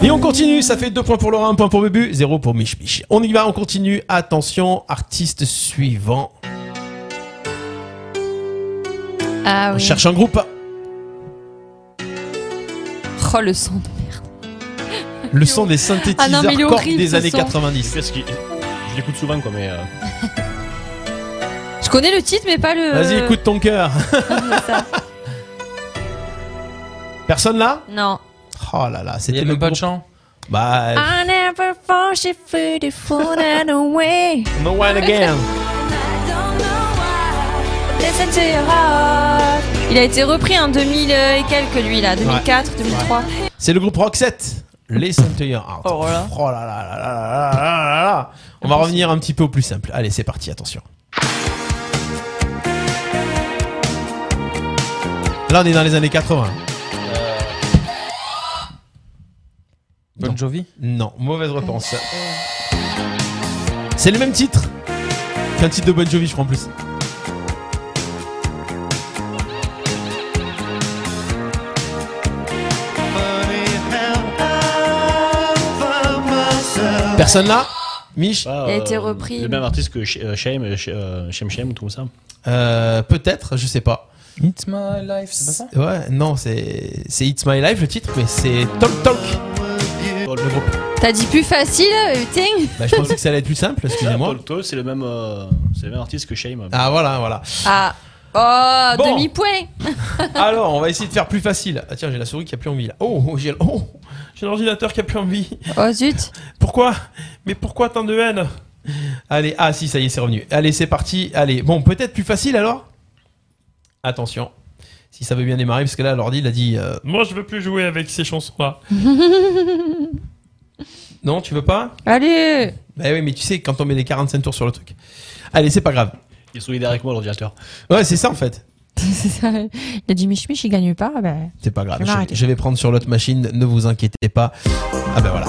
[SPEAKER 3] Et on continue, ça fait 2 points pour Laura, 1 point pour Bubu, 0 pour Mich Mich. On y va, on continue. Attention, artiste suivant.
[SPEAKER 4] Ah
[SPEAKER 3] On
[SPEAKER 4] oui.
[SPEAKER 3] cherche un groupe.
[SPEAKER 4] Oh, le son.
[SPEAKER 3] Le son des
[SPEAKER 4] Ah non,
[SPEAKER 3] synthétiseurs
[SPEAKER 4] mais il est
[SPEAKER 3] cordes
[SPEAKER 4] horrible,
[SPEAKER 3] des
[SPEAKER 4] ce
[SPEAKER 3] années
[SPEAKER 4] son.
[SPEAKER 3] 90.
[SPEAKER 6] Je l'écoute souvent, quoi, mais. euh,
[SPEAKER 4] Je connais le titre, mais pas le.
[SPEAKER 3] Vas-y, écoute ton cœur. Personne là
[SPEAKER 4] Non.
[SPEAKER 3] Oh là là, c'était même pas de
[SPEAKER 5] chant.
[SPEAKER 3] Bah,
[SPEAKER 4] I never thought she threw the phone and away.
[SPEAKER 3] no one again.
[SPEAKER 4] Listen to your heart. Il a été repris en 2000 et quelques, lui, là. 2004, 2003.
[SPEAKER 3] C'est le groupe Roxette. Listen to your heart. Oh là là là là là là là là. On va revenir un petit peu au plus simple. Allez, c'est parti, attention. Là, on est dans les années 80.
[SPEAKER 6] euh,
[SPEAKER 5] Bon Jovi
[SPEAKER 3] Non, mauvaise réponse. C'est le même titre qu'un titre de Bon Jovi, je crois en plus. Personne là Mich
[SPEAKER 6] Ah,
[SPEAKER 4] Il a
[SPEAKER 6] euh,
[SPEAKER 4] été repris.
[SPEAKER 6] Le même artiste que Sh- euh, Shame, euh, Sh- euh, Shame Shame, tout ça.
[SPEAKER 3] Euh, Peut-être, je sais pas.
[SPEAKER 5] It's my life, c'est pas ça
[SPEAKER 3] Ouais, non, c'est c'est It's My Life le titre, mais c'est Talk Talk. Le groupe.
[SPEAKER 4] T'as dit plus facile, euh, putain.
[SPEAKER 3] Bah, je pensais que ça allait être plus simple, excusez-moi.
[SPEAKER 6] Paul Toe, c'est le même, euh, c'est le même artiste que Shame.
[SPEAKER 3] Ah voilà, voilà.
[SPEAKER 4] Ah. Oh,
[SPEAKER 3] Bon.
[SPEAKER 4] demi-point.
[SPEAKER 3] Alors, on va essayer de faire plus facile. Ah tiens, j'ai la souris qui a plus envie là. Oh, oh, j'ai oh, j'ai l'ordinateur qui a plus envie.
[SPEAKER 4] Oh zut.
[SPEAKER 3] Pourquoi Mais pourquoi tant de haine Allez, ah si, ça y est, c'est revenu. Allez, c'est parti. Allez, bon, peut-être plus facile alors Attention. Si ça veut bien démarrer, parce que là, l'ordi, il a dit... euh,
[SPEAKER 9] Moi, je veux plus jouer avec ces chansons-là.
[SPEAKER 3] Non, tu veux pas
[SPEAKER 4] Allez
[SPEAKER 3] Bah oui, mais tu sais, quand on met les 45 tours sur le truc. Allez, c'est pas grave.
[SPEAKER 6] Il est solidaire avec moi, l'ordinateur.
[SPEAKER 3] Ouais, c'est ça en fait.
[SPEAKER 4] C'est ça. Il a dit Mich Mich, il gagne pas. ah ben.
[SPEAKER 3] C'est pas grave.
[SPEAKER 4] Je vais
[SPEAKER 3] Je,
[SPEAKER 4] m'arrêter.
[SPEAKER 3] je vais prendre sur l'autre machine, ne vous inquiétez pas. Ah bah voilà.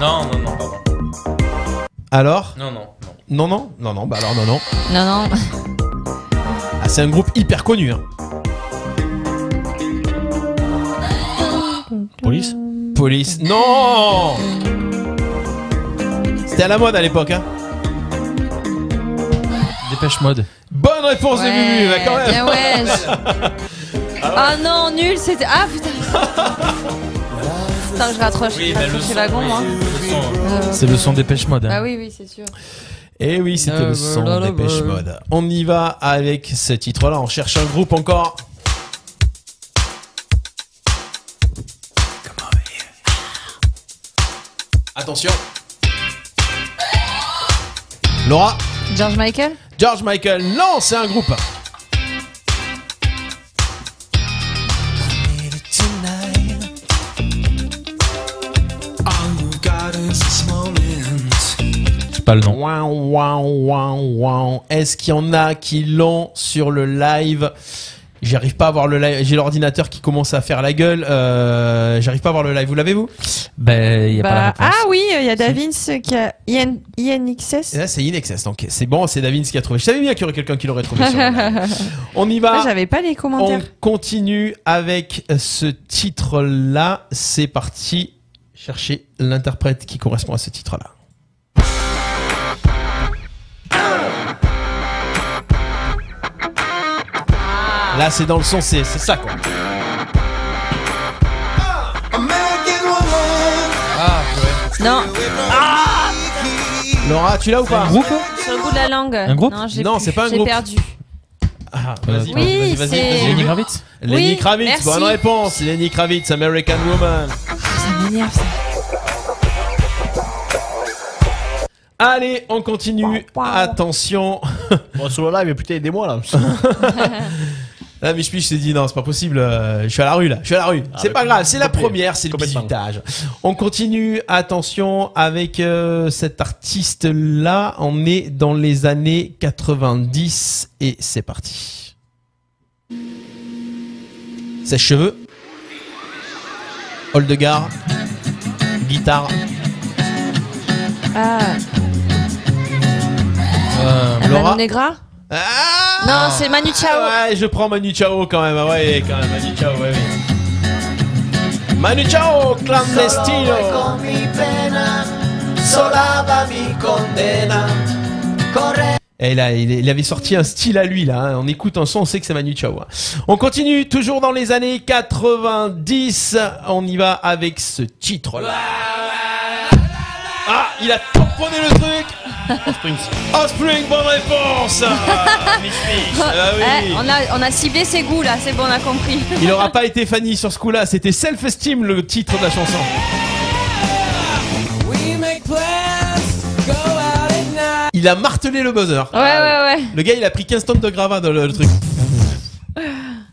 [SPEAKER 5] Non, non, non, pardon.
[SPEAKER 3] Alors
[SPEAKER 5] Non, non, non.
[SPEAKER 3] Non, non Non, non, bah alors non, non.
[SPEAKER 4] Non, non.
[SPEAKER 3] Ah, c'est un groupe hyper connu. Hein.
[SPEAKER 6] Police
[SPEAKER 3] Police. Non C'était à la mode à l'époque, hein
[SPEAKER 5] Dépêche mode.
[SPEAKER 3] Bonne réponse de
[SPEAKER 4] Ouais,
[SPEAKER 3] Bubu, bah, quand même
[SPEAKER 4] bien Ah non, nul, c'était. Ah putain Putain, je raccroche.
[SPEAKER 5] Oui,
[SPEAKER 4] je
[SPEAKER 5] mais le
[SPEAKER 4] raccroche les
[SPEAKER 5] son,
[SPEAKER 4] wagons, moi. Euh,
[SPEAKER 5] C'est le son Dépêche mode. hein.
[SPEAKER 4] Bah oui, oui, c'est sûr.
[SPEAKER 3] Et Eh oui, c'était le son
[SPEAKER 5] Blablabla.
[SPEAKER 3] Dépêche Mode. On y va avec ce titre-là. On cherche un groupe encore. Attention. Laura,
[SPEAKER 4] George Michael
[SPEAKER 3] George Michael, non, c'est un groupe.
[SPEAKER 5] C'est pas le nom.
[SPEAKER 3] Ouin, ouin, ouin, ouin. Est-ce qu'il y en a qui l'ont sur le live J'arrive pas à voir le live. J'ai l'ordinateur qui commence à faire la gueule. Euh, J'arrive pas à voir le live. Vous l'avez vous
[SPEAKER 5] Ben, y a pas la
[SPEAKER 4] Bah,
[SPEAKER 5] réponse.
[SPEAKER 4] ah oui, il y a Davins qui a. IN- INXS
[SPEAKER 3] Et Là, c'est Inexcess. Donc, c'est bon, c'est Davins qui a trouvé. Je savais bien qu'il y aurait quelqu'un qui l'aurait trouvé. sur le live. On y
[SPEAKER 4] Ouais,
[SPEAKER 3] va.
[SPEAKER 4] J'avais pas les
[SPEAKER 3] On
[SPEAKER 4] commentaires.
[SPEAKER 3] continue avec euh, ce titre-là. C'est parti. Cherchez l'interprète qui correspond à ce titre-là. Là, c'est dans le son, c'est c'est ça quoi. Ah,
[SPEAKER 4] Non,
[SPEAKER 3] Laura, tu l'as Ah ou pas Un groupe
[SPEAKER 4] sur le bout de la langue.
[SPEAKER 3] Un groupe
[SPEAKER 4] Non, j'ai
[SPEAKER 3] Non,
[SPEAKER 4] plus.
[SPEAKER 3] c'est pas un
[SPEAKER 4] J'ai
[SPEAKER 3] groupe.
[SPEAKER 4] perdu.
[SPEAKER 3] Ah, vas-y,
[SPEAKER 4] Oui,
[SPEAKER 3] vas-y, vas-y,
[SPEAKER 4] c'est-
[SPEAKER 3] vas-y.
[SPEAKER 5] Lenny Kravitz
[SPEAKER 3] Lenny
[SPEAKER 4] Oui,
[SPEAKER 3] Kravitz,
[SPEAKER 4] merci.
[SPEAKER 3] bonne réponse. Lenny Kravitz, American Woman.
[SPEAKER 4] Ça m'énerve ça.
[SPEAKER 3] Allez, on continue. Attention.
[SPEAKER 6] Bon, sur le live, putain, aidez-moi là.
[SPEAKER 3] Là, Mich Mich Ah, s'est dit non, c'est pas possible. euh, je suis à la rue là, je suis à la rue.
[SPEAKER 6] Ah,
[SPEAKER 3] c'est
[SPEAKER 6] mais
[SPEAKER 3] pas grave, c'est la
[SPEAKER 6] complètement.
[SPEAKER 3] première, c'est le
[SPEAKER 6] Complètement.
[SPEAKER 3] bisutage. On continue, attention, avec euh, cet artiste là. On est dans les années 90 et c'est parti. Sèche-cheveux. Oldegar. Guitare.
[SPEAKER 4] Ah,
[SPEAKER 5] Euh,
[SPEAKER 3] Laura.
[SPEAKER 4] Manon Negra
[SPEAKER 3] Ah
[SPEAKER 4] Non, c'est Manu Chao.
[SPEAKER 3] Ouais, je prends Manu Chao quand même. ah Ouais, quand même, Manu Chao, ouais, oui. Manu Chao, clandestino. Et là, il il avait sorti un style à lui, là. hein. On écoute un son, on sait que c'est Manu Chao. hein. On continue, toujours dans les années 90. On y va avec ce titre-là. Ah, il a tamponné le truc. Offspring, bonne réponse. Ah, Mich Mich, ah oui.
[SPEAKER 4] Eh, on, a, on a ciblé ses goûts là, c'est bon, on a compris.
[SPEAKER 3] Il n'aura pas été Fanny sur ce coup-là, c'était Self Esteem le titre de la chanson. Il a martelé le buzzer.
[SPEAKER 4] Ouais, ouais, ouais.
[SPEAKER 3] Le gars, il a pris 15 tonnes de gravat dans le, le truc.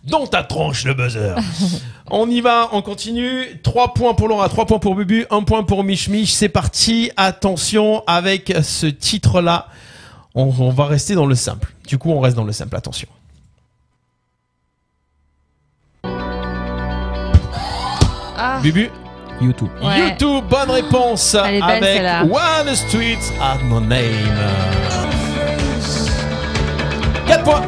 [SPEAKER 3] Dans ta tronche, le buzzer. On y va, on continue. 3 points pour Laura, 3 points pour Bubu, 1 point pour Mich Mich. C'est parti. Attention avec ce titre-là. On, on va rester dans le simple. Du coup, on reste dans le simple. Attention.
[SPEAKER 4] Ah, Ah.
[SPEAKER 3] Bubu,
[SPEAKER 5] YouTube.
[SPEAKER 3] YouTube, bonne réponse
[SPEAKER 5] Elle est belle,
[SPEAKER 3] avec
[SPEAKER 5] celle-là.
[SPEAKER 3] One Street at No Name. 4 points.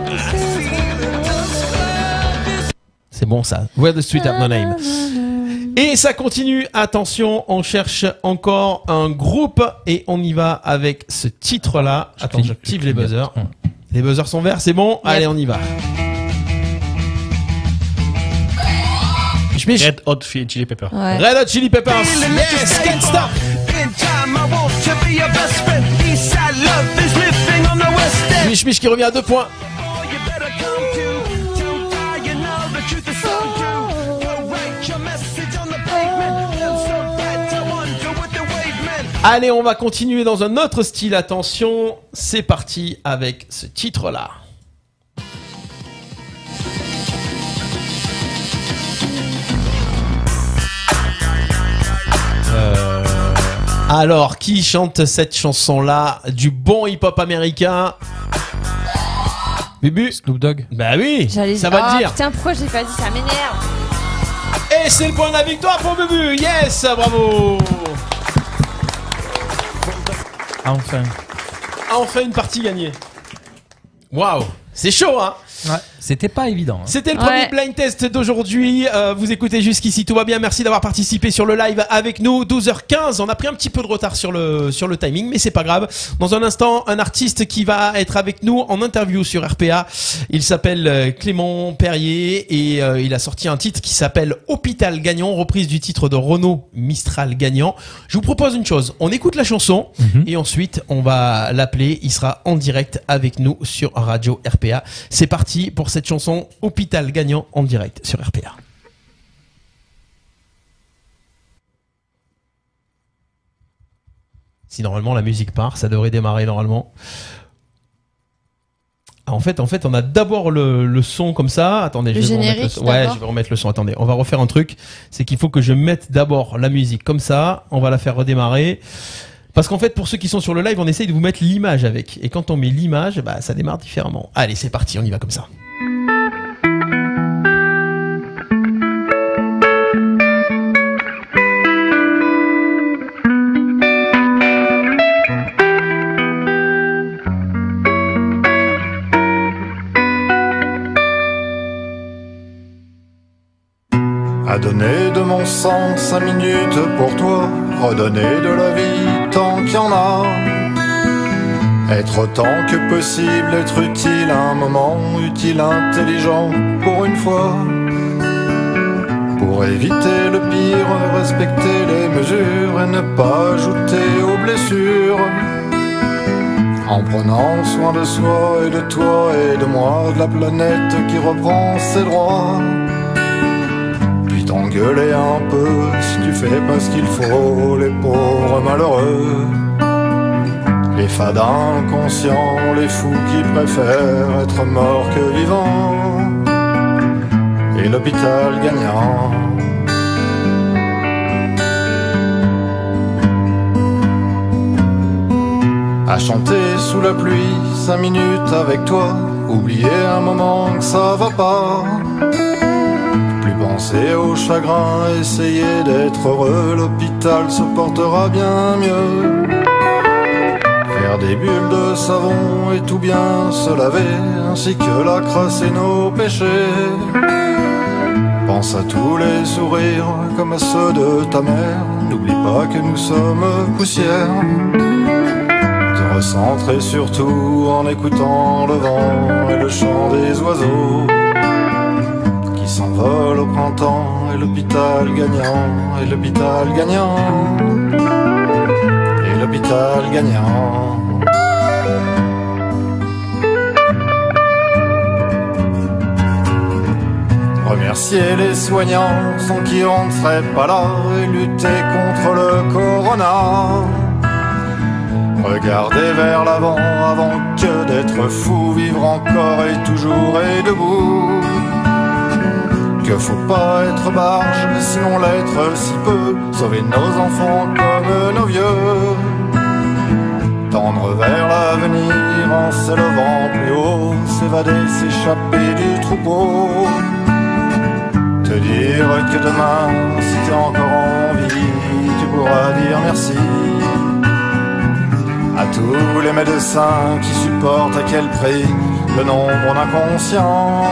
[SPEAKER 3] C'est bon ça. Where the Street at No Name. Et ça continue. Attention, on cherche encore un groupe et on y va avec ce titre-là. Attends, j'active les buzzers. Les buzzers sont verts, c'est bon. Allez, on y va.
[SPEAKER 6] Red Hot Chili Pepper.
[SPEAKER 3] Ouais. Red Hot Chili Peppers. Yes, can't stop. Mich Mich qui revient à deux points. Allez, on va continuer dans un autre style. Attention, c'est parti avec ce titre-là. Euh, Alors, qui chante cette chanson-là du bon hip-hop américain Bubu
[SPEAKER 5] Snoop Dogg
[SPEAKER 3] Bah oui, ça va
[SPEAKER 4] Ah,
[SPEAKER 3] le dire.
[SPEAKER 4] Putain, pourquoi j'ai pas dit ça m'énerve
[SPEAKER 3] Et c'est le point de la victoire pour Bubu. Yes, bravo.
[SPEAKER 5] Ah, Enfin.
[SPEAKER 3] Enfin Ah, une partie gagnée. Waouh, c'est chaud, hein
[SPEAKER 5] C'était pas évident. hein.
[SPEAKER 3] C'était le premier blind test d'aujourd'hui. Euh, vous écoutez jusqu'ici, tout va bien. Merci d'avoir participé sur le live avec nous. 12h15, on a pris un petit peu de retard sur le sur le timing, mais c'est pas grave. Dans un instant, un artiste qui va être avec nous en interview sur RPA. Il s'appelle euh, Clément Perrier et euh, il a sorti un titre qui s'appelle Hôpital Gagnant, reprise du titre de Renaud Mistral Gagnant. Je vous propose une chose. On écoute la chanson et ensuite on va l'appeler. Il sera en direct avec nous sur Radio RPA. C'est parti pour cette chanson Hôpital Gagnant en direct sur RPA. Si normalement la musique part, ça devrait démarrer normalement. Ah, en fait, en fait, on a d'abord le, le son comme ça. Attendez,
[SPEAKER 5] Le
[SPEAKER 3] je vais vous remettre le
[SPEAKER 5] générique,
[SPEAKER 3] son. Ouais,
[SPEAKER 5] d'abord.
[SPEAKER 3] je vais remettre le son. Attendez, on va refaire un truc. C'est qu'il faut que je mette d'abord la musique comme ça. On va la faire redémarrer. Parce qu'en fait, pour ceux qui sont sur le live, on essaye de vous mettre l'image avec. Et quand on met l'image, bah, ça démarre différemment. Allez, c'est parti, on y va comme ça.
[SPEAKER 14] À donner de mon sang cinq minutes pour toi, redonner de la vie tant qu'il y en a. Être autant que possible, être utile à un moment, utile, intelligent pour une fois. Pour éviter le pire, respecter les mesures et ne pas ajouter aux blessures. En prenant soin de soi et de toi et de moi, de la planète qui reprend ses droits puis t'engueuler un peu si tu fais pas ce qu'il faut, les pauvres malheureux. Les fadins inconscients, les fous qui préfèrent être morts que vivants, et l'hôpital gagnant. À chanter sous la pluie, cinq minutes avec toi, oublier un moment que ça va pas. Plus penser au chagrin, essayer d'être heureux, l'hôpital se portera bien mieux. Faire des bulles de savon et tout bien se laver, ainsi que la crasse et nos péchés. Pense à tous les sourires comme à ceux de ta mère, n'oublie pas que nous sommes poussière. Te recentrer surtout en écoutant le vent et le chant des oiseaux qui s'envole au printemps et l'hôpital gagnant et l'hôpital gagnant et l'hôpital gagnant. Remercier les soignants sans qui on ne serait pas là et lutter contre le corona. Regarder vers l'avant avant que d'être fou, vivre encore et toujours et debout que faut pas être barge, sinon l'être si peu, sauver nos enfants comme nos vieux. Tendre vers l'avenir en s'élevant plus haut, s'évader, s'échapper du troupeau. Te dire que demain, si t'es encore en vie, pour dire merci à tous les médecins qui supportent à quel prix le nombre d'inconscients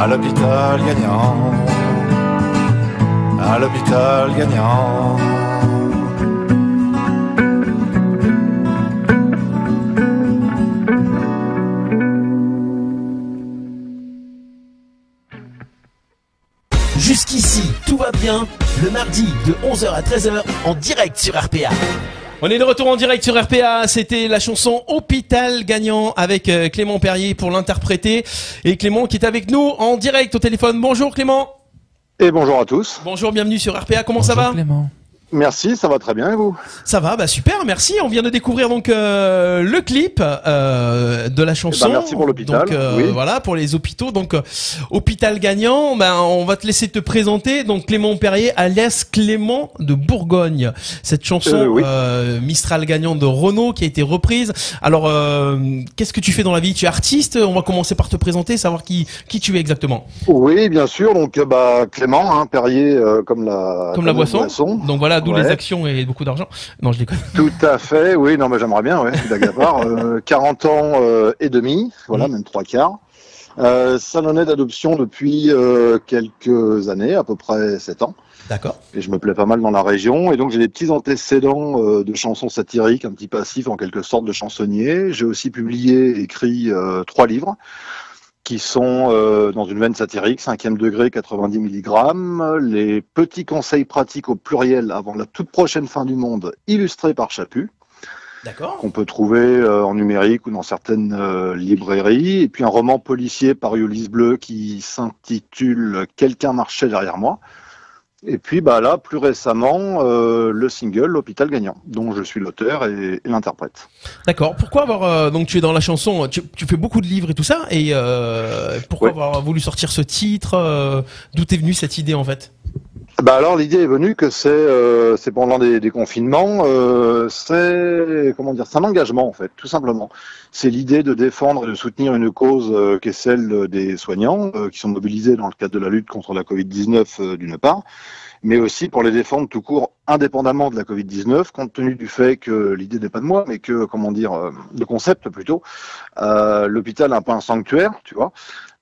[SPEAKER 14] à l'hôpital gagnant, à l'hôpital gagnant.
[SPEAKER 1] Jusqu'ici, tout va bien. Le mardi de 11h à 13h en direct sur RPA.
[SPEAKER 3] On est de retour en direct sur RPA. C'était la chanson Hôpital gagnant avec euh, Clément Perrier pour l'interpréter. Et Clément qui est avec nous en direct au téléphone. Bonjour Clément.
[SPEAKER 15] Et bonjour à tous.
[SPEAKER 3] Bonjour, bienvenue sur RPA. Comment ça va
[SPEAKER 15] Merci, ça va très bien et vous
[SPEAKER 3] Ça va, bah super, merci. On vient de découvrir donc euh, le clip euh, de la chanson.
[SPEAKER 15] Eh ben, merci pour l'hôpital,
[SPEAKER 3] Donc euh,
[SPEAKER 15] oui.
[SPEAKER 3] voilà pour les hôpitaux. Donc euh, hôpital gagnant. Ben on va te laisser te présenter. Donc Clément Perrier, alias Clément de Bourgogne. Cette chanson
[SPEAKER 15] Euh, oui.
[SPEAKER 3] euh, Mistral gagnant de Renault qui a été reprise. Alors euh, qu'est-ce que tu fais dans la vie Tu es artiste. On va commencer par te présenter, savoir qui qui tu es exactement.
[SPEAKER 15] Oui, bien sûr. Donc, euh, bah, Clément, hein, Perrier, euh, comme la
[SPEAKER 3] Comme la boisson. Donc voilà, d'où les
[SPEAKER 15] Ouais.
[SPEAKER 3] actions et beaucoup d'argent. Non, je déconne.
[SPEAKER 15] Tout à fait. Oui, non, mais j'aimerais bien. Ouais, blague à part. Euh, 40 ans euh, et demi, voilà,
[SPEAKER 3] Mhm.
[SPEAKER 15] même trois quarts. Euh, salonnais d'adoption depuis euh, quelques années, à peu près 7 ans.
[SPEAKER 3] D'accord.
[SPEAKER 15] Et je me plais pas mal dans la région. Et donc, j'ai des petits antécédents euh, de chansons satiriques, un petit passif en quelque sorte de chansonnier. J'ai aussi publié, écrit euh, trois livres qui sont euh, dans une veine satirique, 5e degré, 90 mg, les petits conseils pratiques au pluriel avant la toute prochaine fin du monde, illustrés par Chaput
[SPEAKER 3] D'accord.
[SPEAKER 15] qu'on peut trouver euh, en numérique ou dans certaines euh, librairies. Et puis un roman policier par Ulysse Bleu qui s'intitule Quelqu'un marchait derrière moi. Et puis bah là, plus récemment, euh, le single L'Hôpital Gagnant, dont je suis l'auteur et, et l'interprète.
[SPEAKER 3] D'accord. Pourquoi avoir euh, donc tu es dans la chanson, tu, tu fais beaucoup de livres et tout ça, et euh, pourquoi avoir voulu sortir ce titre euh, D'où est venue cette idée en fait
[SPEAKER 15] Bah alors l'idée est venue que c'est euh, c'est pendant des, des confinements, euh, c'est comment dire, c'est un engagement en fait, tout simplement. C'est l'idée de défendre et de soutenir une cause euh, qui est celle des soignants euh, qui sont mobilisés dans le cadre de la lutte contre la Covid-19 euh, d'une part, mais aussi pour les défendre tout court indépendamment de la Covid-19, compte tenu du fait que l'idée n'est pas de moi, mais que comment dire, euh, le concept plutôt, euh, l'hôpital est un peu un sanctuaire, tu vois.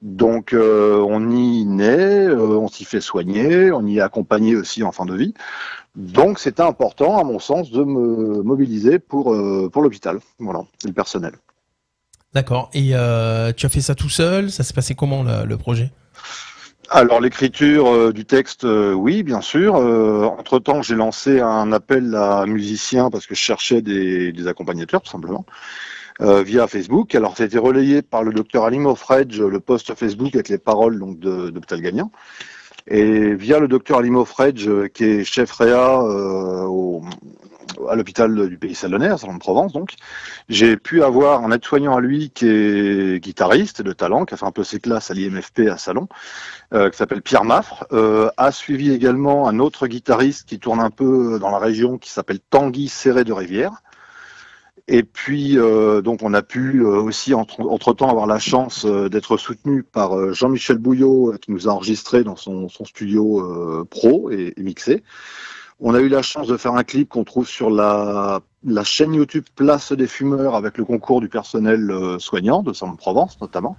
[SPEAKER 15] Donc euh, on y naît, euh, on s'y fait soigner, on y est accompagné aussi en fin de vie. Donc c'était important, à mon sens, de me mobiliser pour, euh, pour l'hôpital, voilà, et le personnel.
[SPEAKER 3] D'accord. Et euh, tu as fait ça tout seul Ça s'est passé comment le, le projet
[SPEAKER 15] Alors l'écriture euh, du texte, euh, oui, bien sûr. entre temps, j'ai lancé un appel à musiciens parce que je cherchais des, des accompagnateurs, tout simplement, euh, via Facebook. Alors ça a été relayé par le docteur Alim Fredge, le post Facebook avec les paroles donc de, de Ptal Gagnant. Et via le docteur Alim Fredge, euh, qui est chef réa euh, au- à l'hôpital du Pays Salonnais, à Salon-de-Provence, donc, j'ai pu avoir un aide-soignant à lui qui est guitariste de talent, qui a fait un peu ses classes à l'IMFP à Salon, euh, qui s'appelle Pierre Maffre, euh, a suivi également un autre guitariste qui tourne un peu dans la région, qui s'appelle Tanguy Serré de Rivière. Et puis, euh, donc, on a pu euh, aussi, entre- entre-temps, avoir la chance euh, d'être soutenu par euh, Jean-Michel Bouillot, euh, qui nous a enregistré dans son, son studio euh, pro et, et mixé. On a eu la chance de faire un clip qu'on trouve sur la, la chaîne YouTube Place des Fumeurs avec le concours du personnel euh, soignant de Saint-Provence, notamment.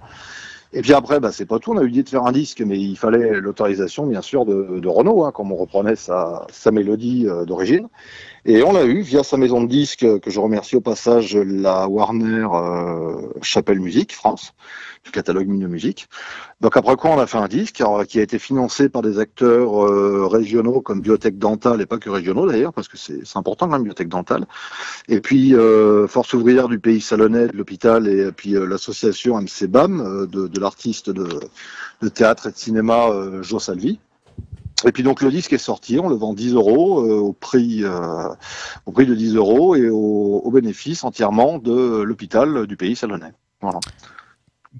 [SPEAKER 15] Et puis après, bah, c'est pas tout. On a eu l'idée de faire un disque, mais il fallait l'autorisation, bien sûr, de, de Renault, hein, comme on reprenait sa, sa mélodie euh, d'origine. Et on l'a eu via sa maison de disques, euh, que je remercie au passage, la Warner euh, Chapelle Musique France, du catalogue Mino Musique. Donc après quoi, on a fait un disque alors, qui a été financé par des acteurs euh, régionaux comme Biotech Dental, et pas que régionaux d'ailleurs, parce que c'est c'est important quand même, Biotech Dental. Et puis euh, Force ouvrière du pays salonnais, de l'hôpital, et puis euh, l'association MCBAM, euh, de, de l'artiste de, de théâtre et de cinéma euh, Jo Salvi. Et puis donc le disque est sorti, on le vend 10 euros euh, au prix euh, au prix de 10 euros et au, au bénéfice entièrement de l'hôpital du pays salonnais. Voilà.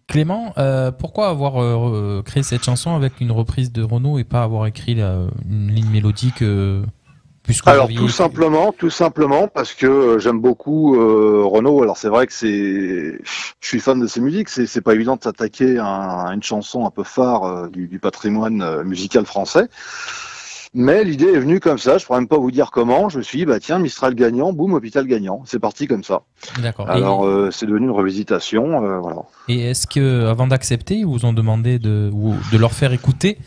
[SPEAKER 5] Clément, euh, pourquoi avoir euh, re- créé cette chanson avec une reprise de Renault et pas avoir écrit la- une ligne mélodique euh, puisque vous
[SPEAKER 15] Alors
[SPEAKER 5] aviez-
[SPEAKER 15] tout simplement, tout simplement parce que euh, j'aime beaucoup euh, Renaud. Alors c'est vrai que c'est, je suis fan de ses musiques. C'est c'est pas évident de s'attaquer à, un- à une chanson un peu phare euh, du, du patrimoine euh, musical français. Mais l'idée est venue comme ça, je pourrais même pas vous dire comment. Je me suis dit, bah tiens, Mistral gagnant, boum, hôpital gagnant. C'est parti comme ça.
[SPEAKER 5] D'accord.
[SPEAKER 15] Alors euh, c'est devenu une revisitation, euh, voilà.
[SPEAKER 5] Et est-ce que, avant d'accepter, ils vous ont demandé de, ou de leur faire écouter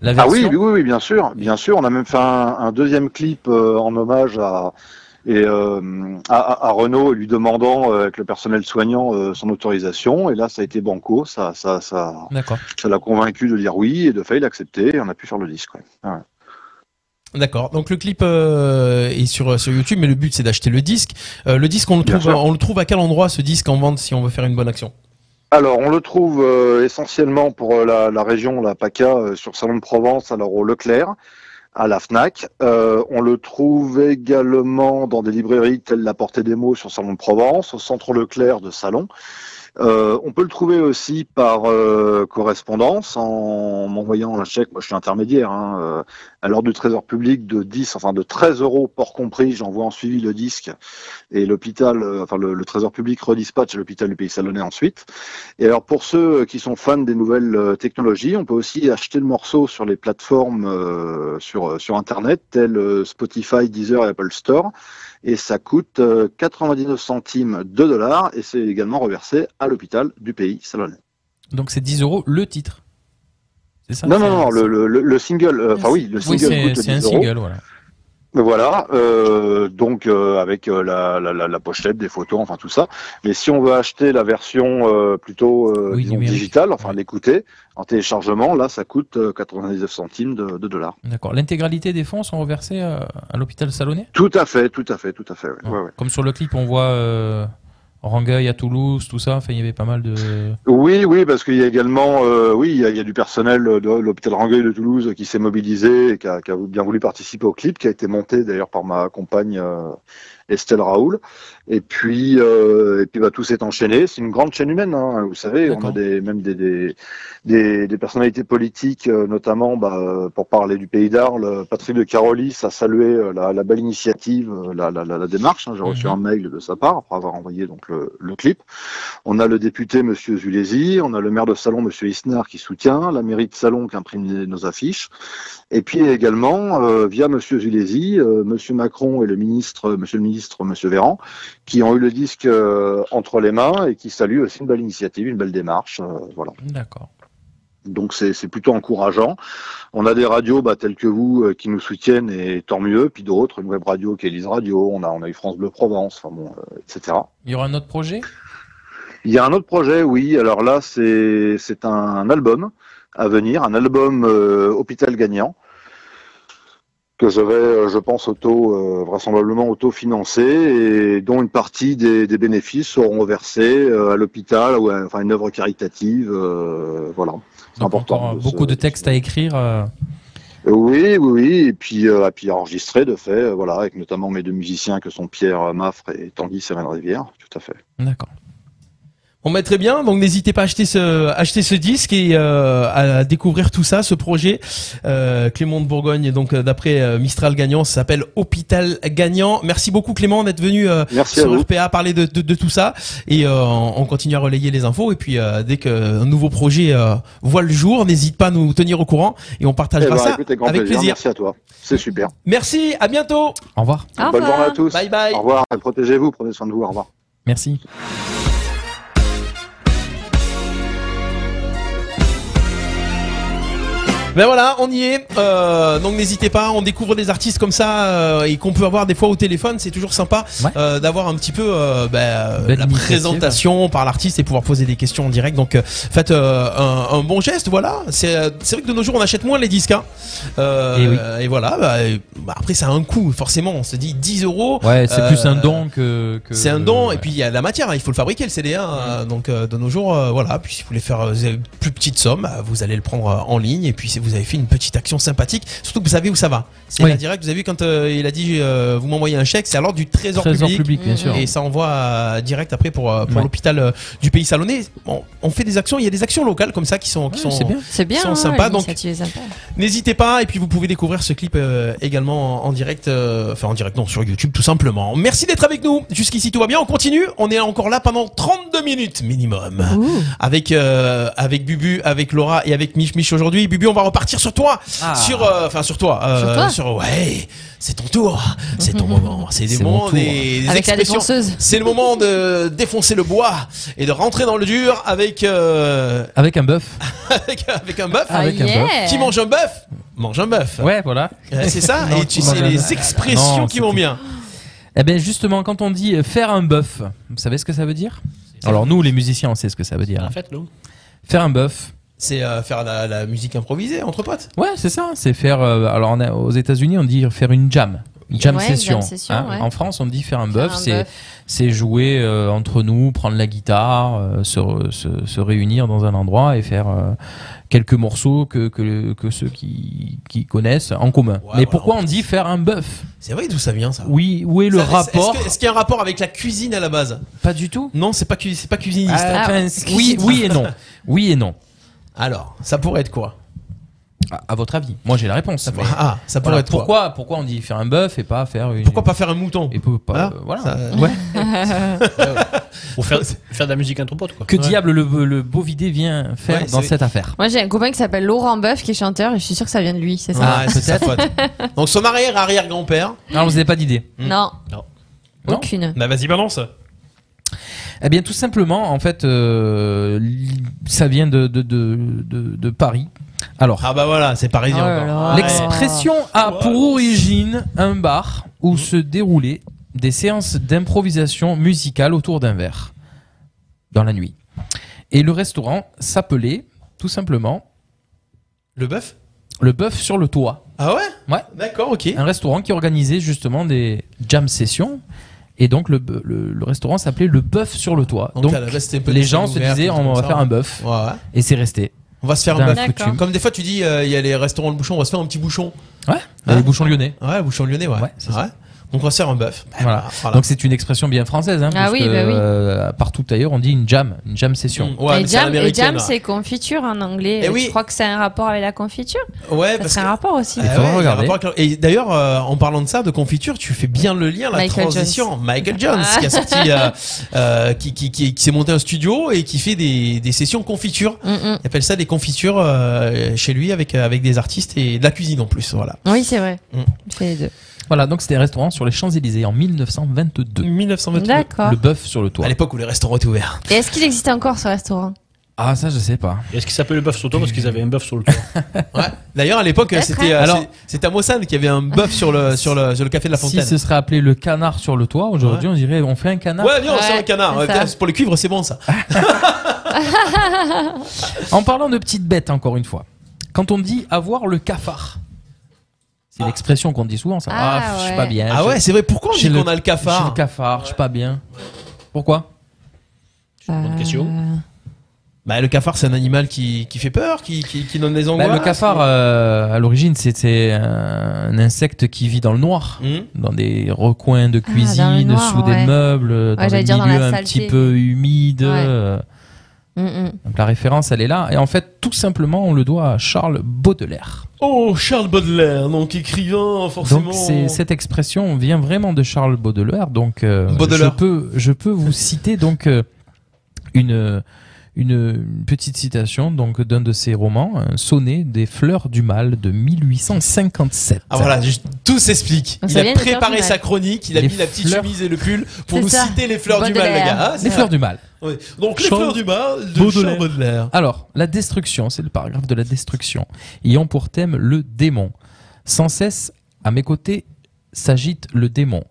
[SPEAKER 5] la
[SPEAKER 15] Ah
[SPEAKER 5] version
[SPEAKER 15] oui, oui, oui, oui, bien sûr, bien sûr. On a même fait un, un deuxième clip euh, en hommage à et euh, à, à- à Renault, lui demandant euh, avec le personnel soignant euh, son autorisation. Et là, ça a été banco, ça, ça, ça,
[SPEAKER 5] D'accord.
[SPEAKER 15] ça l'a convaincu de dire oui et de fait l'accepter. Et on a pu faire le disque. ouais. Ah Ouais.
[SPEAKER 3] D'accord. Donc le clip euh, est sur sur YouTube, mais le but c'est d'acheter le disque. Euh, le disque, on le
[SPEAKER 15] Bien
[SPEAKER 3] trouve,
[SPEAKER 15] sûr.
[SPEAKER 3] on le trouve à quel endroit ce disque en vente si on veut faire une bonne action
[SPEAKER 15] Alors, on le trouve euh, essentiellement pour euh, la, la région, la PACA, euh, sur Salon de Provence, alors au Leclerc, à la FNAC. Euh, on le trouve également dans des librairies telles La Portée des mots sur Salon de Provence, au Centre Leclerc de Salon. Euh, on peut le trouver aussi par euh, correspondance en m'envoyant un chèque. Moi, je suis intermédiaire. Hein, euh, à l'ordre du Trésor public de 10, enfin de 13 euros port compris. J'envoie en suivi le disque et l'hôpital, euh, enfin le, le Trésor public redispatche à l'hôpital du Pays Salonnais ensuite. Et alors pour ceux euh, qui sont fans des nouvelles euh, technologies, on peut aussi acheter le morceau sur les plateformes euh, sur, euh, sur Internet, telles euh, Spotify, Deezer et Apple Store. Et ça coûte euh, 99 centimes 2 dollars et c'est également reversé à l'hôpital du Pays Salonnais.
[SPEAKER 5] Donc c'est 10 euros le titre. C'est ça
[SPEAKER 15] non,
[SPEAKER 5] c'est-
[SPEAKER 15] non, non, le, le- le- le single, euh, enfin oui, le
[SPEAKER 5] Oui,
[SPEAKER 15] single
[SPEAKER 5] c'est
[SPEAKER 15] coûte 10
[SPEAKER 5] c'est un
[SPEAKER 15] euros.
[SPEAKER 5] single, voilà.
[SPEAKER 15] Voilà, euh, donc euh, avec euh, la, la, la, la pochette, des photos, enfin tout ça. Mais si on veut acheter la version euh, plutôt euh, disons, digitale, enfin l'écouter en téléchargement, là ça coûte euh, 99 centimes de, de dollars.
[SPEAKER 5] D'accord. L'intégralité des fonds sont reversés euh, à l'hôpital Salonnet
[SPEAKER 15] Tout à fait, tout à fait, tout à fait. ouais, ouais, ouais.
[SPEAKER 5] Comme sur le clip, on voit euh, Rangueil à Toulouse, tout ça. Enfin, il y avait pas mal de.
[SPEAKER 15] Oui, oui, parce qu'il y a également, euh, oui, il y a, il y a du personnel de l'hôpital Rangueil de Toulouse qui s'est mobilisé et qui a, qui a bien voulu participer au clip, qui a été monté d'ailleurs par ma compagne euh, Estelle Raoul. Et puis, euh, et puis bah, tout s'est enchaîné. C'est une grande chaîne humaine, hein, vous savez. On a des, même des, des, des, des personnalités politiques, euh, notamment bah, euh, pour parler du pays d'Arles, Patrick de Carolis a salué euh, la, la belle initiative, euh, la, la, la, la démarche. hein. J'ai reçu un mail de sa part après avoir envoyé donc le, le clip. On a le député Monsieur Zulesi, on a le maire de Salon Monsieur Isnard qui soutient, la mairie de Salon qui imprime les- nos affiches, et puis également euh, via Monsieur Zulesi, euh, Monsieur Macron et le ministre, euh, Monsieur le ministre Monsieur Véran, qui ont eu le disque euh, entre les mains et qui saluent aussi une belle initiative, une belle démarche, euh, voilà.
[SPEAKER 5] D'accord.
[SPEAKER 15] Donc c'est c'est plutôt encourageant. On a des radios bah, telles que vous euh, qui nous soutiennent et tant mieux. Puis d'autres, une web radio qui est Lise Radio. On a on a eu France Bleu Provence, enfin bon, euh, etc.
[SPEAKER 5] Il y aura un autre projet
[SPEAKER 15] Il y a un autre projet, oui. Alors là, c'est c'est un album à venir, un album euh, Hôpital Gagnant que je vais, euh, je pense, auto euh, vraisemblablement auto-financer et dont une partie des, des bénéfices seront versés euh, à l'hôpital ou à, enfin une œuvre caritative, euh, voilà. C'est important.
[SPEAKER 5] Encore beaucoup de textes à écrire. euh,
[SPEAKER 15] Oui, oui, oui, et puis, euh, et puis enregistré de fait, euh, voilà, avec notamment mes deux musiciens que sont Pierre Maffre et Tanguy Sérène Rivière, tout à fait.
[SPEAKER 5] D'accord.
[SPEAKER 3] On met bah, très bien, donc n'hésitez pas à acheter ce, acheter ce disque et euh, à découvrir tout ça, ce projet. Euh, Clément de Bourgogne, donc euh, d'après euh, Mistral Gagnant, ça s'appelle Hôpital Gagnant. Merci beaucoup Clément d'être venu euh,
[SPEAKER 15] Merci à
[SPEAKER 3] sur
[SPEAKER 15] vous.
[SPEAKER 3] RPA parler de, de, de tout ça et euh, on continue à relayer les infos et puis euh, dès qu'un nouveau projet euh, voit le jour, n'hésite pas à nous tenir au courant et on
[SPEAKER 15] Eh
[SPEAKER 3] partagera
[SPEAKER 15] ben,
[SPEAKER 3] ça
[SPEAKER 15] écoutez, grand
[SPEAKER 3] avec plaisir.
[SPEAKER 15] Merci à toi, c'est super.
[SPEAKER 3] Merci, à bientôt.
[SPEAKER 5] Au revoir.
[SPEAKER 3] Au
[SPEAKER 15] Bonne
[SPEAKER 3] revoir.
[SPEAKER 15] journée à tous.
[SPEAKER 3] Bye bye.
[SPEAKER 15] Au revoir, et protégez-vous, prenez soin de vous, au revoir.
[SPEAKER 5] Merci.
[SPEAKER 3] Ben voilà, on y est. Euh, donc n'hésitez pas, on découvre des artistes comme ça euh, et qu'on peut avoir des fois au téléphone. C'est toujours sympa euh, d'avoir un petit peu euh, ben, euh,
[SPEAKER 5] Belle
[SPEAKER 3] la
[SPEAKER 5] initiative.
[SPEAKER 3] présentation par l'artiste et pouvoir poser des questions en direct. Donc euh, faites euh, un, un bon geste, voilà. C'est euh, c'est vrai que de nos jours on achète moins les disques. hein. Euh,
[SPEAKER 5] Eh oui.
[SPEAKER 3] et voilà. bah, euh, bah, après ça a un coût, forcément. On se dit 10 euros.
[SPEAKER 5] Ouais, c'est
[SPEAKER 3] euh,
[SPEAKER 5] plus un don que. que- Mm.
[SPEAKER 3] c'est un don et puis il y a de la matière, hein, il faut le fabriquer le CD1 euh, donc euh, de nos jours euh, voilà, puis si vous voulez faire euh, des plus petite somme, euh, vous allez le prendre euh, en ligne et puis si vous avez fait une petite action sympathique, surtout que vous savez où ça va. C'est
[SPEAKER 5] Oui.
[SPEAKER 3] la direct, vous avez vu quand euh, il a dit euh, vous m'envoyez un chèque, c'est alors du trésor,
[SPEAKER 5] Trésor public, bien sûr.
[SPEAKER 3] Mm. et ça envoie euh, direct après pour euh, pour l'hôpital euh, du pays salonnais. Bon, on fait des actions, il y a des actions locales comme ça qui sont qui sont
[SPEAKER 4] c'est bien. C'est bien.
[SPEAKER 3] qui sont
[SPEAKER 4] hein,
[SPEAKER 3] sympas donc
[SPEAKER 4] l'initiative est sympa.
[SPEAKER 3] N'hésitez pas et puis vous pouvez découvrir ce clip euh, également en, en direct, euh, enfin en direct non sur YouTube tout simplement. Merci d'être avec nous. Jusqu'ici tout va bien. On continue. On est encore là pendant 32 euh, minutes minimum avec euh, avec Bubu, avec Laura et avec Mich Mich aujourd'hui. Bubu, on va repartir sur toi,
[SPEAKER 5] Ah.
[SPEAKER 3] sur, euh, enfin sur toi, euh,
[SPEAKER 5] Sur toi
[SPEAKER 3] ouais, c'est ton tour, oh, c'est ton moment, c'est des
[SPEAKER 5] C'est mon
[SPEAKER 3] moments,
[SPEAKER 5] tour.
[SPEAKER 3] des, des
[SPEAKER 5] Avec la
[SPEAKER 3] expressions.
[SPEAKER 5] défonceuse.
[SPEAKER 3] C'est le moment de défoncer le bois et de rentrer dans le dur avec euh,
[SPEAKER 5] Avec un bœuf.
[SPEAKER 3] avec, avec un bœuf,
[SPEAKER 5] Avec un bœuf.
[SPEAKER 3] qui mange un bœuf, mange un bœuf.
[SPEAKER 5] Ouais, voilà.
[SPEAKER 3] Euh, C'est ça.
[SPEAKER 5] Non,
[SPEAKER 3] et tu
[SPEAKER 5] qui
[SPEAKER 3] sais
[SPEAKER 5] mange un bœuf.
[SPEAKER 3] les expressions
[SPEAKER 5] Non,
[SPEAKER 3] qui vont
[SPEAKER 5] c'était-
[SPEAKER 3] bien.
[SPEAKER 5] Eh ben justement, quand on dit euh, faire un bœuf, vous savez ce que ça veut dire Alors nous, les musiciens, on sait ce que ça veut dire. hein.
[SPEAKER 6] En fait, non.
[SPEAKER 5] Faire un bœuf.
[SPEAKER 3] C'est euh, faire la, la musique improvisée entre potes.
[SPEAKER 5] Ouais, c'est ça. C'est faire. euh, alors, on a- aux États-Unis, on dit faire une jam. Une Jam
[SPEAKER 3] Ouais, une
[SPEAKER 5] session. hein.
[SPEAKER 3] jam session, ouais.
[SPEAKER 5] En France, on dit faire un bœuf.
[SPEAKER 3] un
[SPEAKER 5] C'est
[SPEAKER 3] bœuf.
[SPEAKER 5] c'est jouer euh, entre nous, prendre la guitare, euh, se, re- se, se réunir dans un endroit et faire euh, quelques morceaux que, que, que ceux qui, qui connaissent en commun. Mais pourquoi on dit faire un bœuf
[SPEAKER 3] C'est vrai d'où ça vient ça
[SPEAKER 5] Oui, où est le
[SPEAKER 3] Ça, est-ce-
[SPEAKER 5] rapport
[SPEAKER 3] Est-ce que- est-ce qu'il y a un rapport avec la cuisine à la base
[SPEAKER 5] Pas du tout.
[SPEAKER 3] Non, c'est pas cu- c'est pas cuisiniste.
[SPEAKER 5] Ah, enfin, oui, oui et non. Oui et non.
[SPEAKER 3] Alors, ça pourrait être quoi
[SPEAKER 5] à, à votre avis Moi, j'ai la réponse. mais-
[SPEAKER 3] ah, ça pourrait
[SPEAKER 5] Voilà,
[SPEAKER 3] être quoi
[SPEAKER 5] pourquoi, pourquoi on dit faire un bœuf et pas faire une... Pourquoi
[SPEAKER 3] pas faire un mouton Hein
[SPEAKER 5] et peut pas,
[SPEAKER 6] Ah,
[SPEAKER 5] euh, Voilà.
[SPEAKER 6] ça-
[SPEAKER 5] Ouais.
[SPEAKER 6] Pour faire, faire de la musique entre potes, quoi.
[SPEAKER 5] Que diable le, le beau vidé vient faire
[SPEAKER 6] Ouais,
[SPEAKER 5] dans
[SPEAKER 6] c'est-
[SPEAKER 5] cette affaire
[SPEAKER 4] Moi j'ai un copain qui s'appelle Laurent Boeuf qui est chanteur et je suis sûr que ça vient de lui, c'est ça
[SPEAKER 5] Ah, c'est sa faute.
[SPEAKER 3] Donc son arrière-arrière-grand-père.
[SPEAKER 5] Non, vous n'avez pas d'idée.
[SPEAKER 3] Mm.
[SPEAKER 4] Non.
[SPEAKER 5] Non
[SPEAKER 4] Aucune.
[SPEAKER 3] Hmm. Bah vas-y, balance.
[SPEAKER 5] Eh bien, tout simplement, en fait, euh, li- ça vient de, de, de, de- de Paris. Alors.
[SPEAKER 3] Ah bah voilà, c'est
[SPEAKER 5] Oh
[SPEAKER 3] parisien. encore.
[SPEAKER 5] L'expression a pour origine un bar
[SPEAKER 3] Mm.
[SPEAKER 5] où se déroulaient des séances d'improvisation musicale autour d'un verre dans la nuit. Et le restaurant s'appelait tout simplement
[SPEAKER 3] Le bœuf
[SPEAKER 5] Le bœuf sur le toit.
[SPEAKER 3] Ah ouais
[SPEAKER 5] Ouais.
[SPEAKER 3] D'accord, ok.
[SPEAKER 5] Un restaurant qui organisait justement des jam sessions. Et donc le, bœ- le- le restaurant s'appelait Le bœuf sur le toit.
[SPEAKER 3] Donc,
[SPEAKER 5] Donc,
[SPEAKER 3] à la base, c'était un peu
[SPEAKER 5] les
[SPEAKER 3] des
[SPEAKER 5] gens
[SPEAKER 3] scènes
[SPEAKER 5] se
[SPEAKER 3] ouvertes,
[SPEAKER 5] disaient
[SPEAKER 3] des trucs
[SPEAKER 5] on va
[SPEAKER 3] comme ça.
[SPEAKER 5] faire un bœuf.
[SPEAKER 3] Ouais, ouais.
[SPEAKER 5] Et c'est resté.
[SPEAKER 3] On va se faire
[SPEAKER 5] Dans
[SPEAKER 3] un
[SPEAKER 5] la
[SPEAKER 3] bœuf.
[SPEAKER 5] coutume.
[SPEAKER 3] Comme des fois tu dis, euh, il y a les restaurants le bouchon, on va se faire un petit bouchon.
[SPEAKER 5] Ouais.
[SPEAKER 3] Hein
[SPEAKER 5] Les bouchons lyonnais.
[SPEAKER 3] Ouais, bouchon lyonnais, ouais. Ouais. Donc on va se faire un bœuf. Bah,
[SPEAKER 5] Voilà.
[SPEAKER 3] voilà.
[SPEAKER 5] Donc c'est une expression bien française, hein,
[SPEAKER 4] Ah
[SPEAKER 5] parce
[SPEAKER 4] oui,
[SPEAKER 5] que,
[SPEAKER 4] bah oui.
[SPEAKER 5] euh, partout ailleurs on dit une jam, une jam session.
[SPEAKER 3] Mm, ouais,
[SPEAKER 4] et jam, et jam, c'est confiture en anglais.
[SPEAKER 3] Eh
[SPEAKER 4] Euh,
[SPEAKER 3] oui.
[SPEAKER 4] Je crois que c'est un rapport avec la confiture.
[SPEAKER 3] Ouais,
[SPEAKER 4] Ça
[SPEAKER 3] parce
[SPEAKER 4] serait un rapport aussi.
[SPEAKER 3] Ah ouais, il y a un rapport avec- Et d'ailleurs, euh, en parlant de ça, de confiture, tu fais bien le lien, la
[SPEAKER 4] Michael
[SPEAKER 3] transition.
[SPEAKER 4] Jones.
[SPEAKER 3] Michael Jones,
[SPEAKER 4] Ah.
[SPEAKER 3] qui a sorti, euh, euh, qui, qui, qui, qui s'est monté un studio et qui fait des, des sessions confiture.
[SPEAKER 4] Mm,
[SPEAKER 3] Il appelle ça des confitures euh, chez lui avec, avec des artistes et de la cuisine en plus. Voilà.
[SPEAKER 4] Oui, c'est vrai.
[SPEAKER 3] Mm.
[SPEAKER 4] Il fait les deux.
[SPEAKER 5] Voilà, donc c'était un restaurant sur les Champs-Élysées en 1922.
[SPEAKER 3] 1922.
[SPEAKER 4] D'accord.
[SPEAKER 5] Le bœuf sur le toit.
[SPEAKER 3] À l'époque où les restaurants étaient ouverts.
[SPEAKER 4] Et est-ce qu'il existe encore ce restaurant
[SPEAKER 5] Ah, ça, je sais pas.
[SPEAKER 6] Et Est-ce qu'ils s'appelaient le bœuf sur le toit parce qu'ils avaient un bœuf sur le toit
[SPEAKER 3] D'ailleurs, à l'époque,
[SPEAKER 6] Peut-être,
[SPEAKER 3] c'était
[SPEAKER 6] hein.
[SPEAKER 3] euh,
[SPEAKER 6] Alors-
[SPEAKER 3] c'est- c'était à Mossane qui avait un bœuf sur le, sur, le, sur le café de la
[SPEAKER 5] Si
[SPEAKER 3] Fontaine.
[SPEAKER 5] ce serait appelé le canard sur le toit, aujourd'hui on dirait on fait un canard.
[SPEAKER 3] Ouais, viens, on sort un canard.
[SPEAKER 5] c'est
[SPEAKER 3] Ouais, putain,
[SPEAKER 5] ça.
[SPEAKER 3] c'est pour les cuivres, c'est bon ça.
[SPEAKER 5] En parlant de petites bêtes, encore une fois, quand on dit avoir le cafard, c'est l'expression qu'on dit souvent, ça.
[SPEAKER 3] Ah,
[SPEAKER 5] Ah. je suis
[SPEAKER 3] ouais.
[SPEAKER 5] pas bien.
[SPEAKER 3] Ah
[SPEAKER 5] je-
[SPEAKER 3] ouais, c'est vrai, pourquoi on
[SPEAKER 5] j'ai
[SPEAKER 3] dit qu'on a le cafard
[SPEAKER 5] J'ai le cafard, je suis pas bien. Pourquoi
[SPEAKER 6] Bonne question.
[SPEAKER 3] Bah, le cafard, c'est un animal qui, qui fait peur, qui, qui, qui donne des
[SPEAKER 5] Bah,
[SPEAKER 3] angoisses.
[SPEAKER 5] le cafard, euh, à l'origine, c'était un insecte qui vit dans le noir, dans des recoins de
[SPEAKER 4] Ah, dans le
[SPEAKER 5] cuisine,
[SPEAKER 4] noir,
[SPEAKER 5] sous
[SPEAKER 4] ouais.
[SPEAKER 5] des meubles,
[SPEAKER 4] Ouais,
[SPEAKER 5] dans des
[SPEAKER 4] j'allais dire dans la
[SPEAKER 5] milieux un
[SPEAKER 4] saleté.
[SPEAKER 5] petit peu humides.
[SPEAKER 4] Ouais.
[SPEAKER 5] euh,
[SPEAKER 4] Mm, mm.
[SPEAKER 5] donc la référence, elle est là. Et en fait, tout simplement, on le doit à Charles Baudelaire.
[SPEAKER 3] Oh, Charles Baudelaire, donc écrivain, forcément.
[SPEAKER 5] Donc c'est- cette expression vient vraiment de Charles Baudelaire. Donc euh,
[SPEAKER 3] Baudelaire.
[SPEAKER 5] je peux je peux vous citer donc euh, une une une petite citation donc d'un de ses romans, un sonnet des fleurs du mal de 1857.
[SPEAKER 3] Ah voilà, je- tout s'explique.
[SPEAKER 5] Ça
[SPEAKER 3] Il
[SPEAKER 5] vient
[SPEAKER 3] a
[SPEAKER 5] de faire
[SPEAKER 3] préparé
[SPEAKER 5] du mal.
[SPEAKER 3] sa chronique, il a
[SPEAKER 5] Les
[SPEAKER 3] mis la petite
[SPEAKER 5] fleurs.
[SPEAKER 3] chemise et le pull pour
[SPEAKER 5] C'est
[SPEAKER 3] nous
[SPEAKER 5] ça.
[SPEAKER 3] citer les fleurs du mal, les
[SPEAKER 5] Baudelaire.
[SPEAKER 3] gars. Ah, c'est
[SPEAKER 5] Les
[SPEAKER 3] vrai.
[SPEAKER 5] fleurs du mal.
[SPEAKER 3] Ouais. Donc les
[SPEAKER 5] Charles
[SPEAKER 3] fleurs du mal de Charles Baudelaire.
[SPEAKER 5] Alors, la destruction, c'est le paragraphe de la destruction, ayant pour thème le démon. Sans cesse, à mes côtés, s'agite le démon.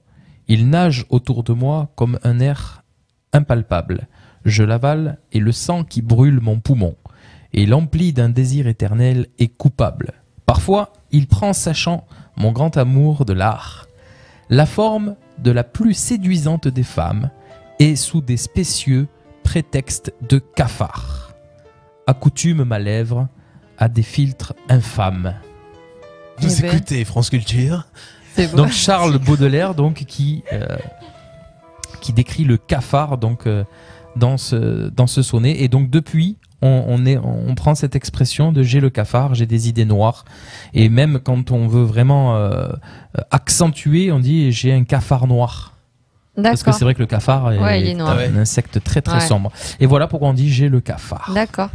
[SPEAKER 5] Il nage autour de moi comme un air impalpable. Je l'avale et le sang qui brûle mon poumon, et l'emplit d'un désir éternel et coupable. Parfois, il prend sachant mon grand amour de l'art la forme de la plus séduisante des femmes et sous des spécieux prétextes de cafard. Accoutume ma lèvre à des filtres infâmes.
[SPEAKER 3] Vous écoutez France Culture.
[SPEAKER 4] C'est beau.
[SPEAKER 5] Donc Charles Baudelaire donc qui euh, qui décrit le cafard donc euh, dans ce dans ce sonnet et donc depuis on, on est on prend cette expression de j'ai le cafard j'ai des idées noires et même quand on veut vraiment euh, accentuer on dit j'ai un cafard noir. Parce que
[SPEAKER 4] D'accord.
[SPEAKER 5] c'est vrai que le cafard est,
[SPEAKER 4] Ouais, il est
[SPEAKER 5] un
[SPEAKER 4] noir.
[SPEAKER 5] insecte très très
[SPEAKER 4] Ouais.
[SPEAKER 5] sombre. Et voilà pourquoi on dit j'ai le cafard.
[SPEAKER 4] D'accord.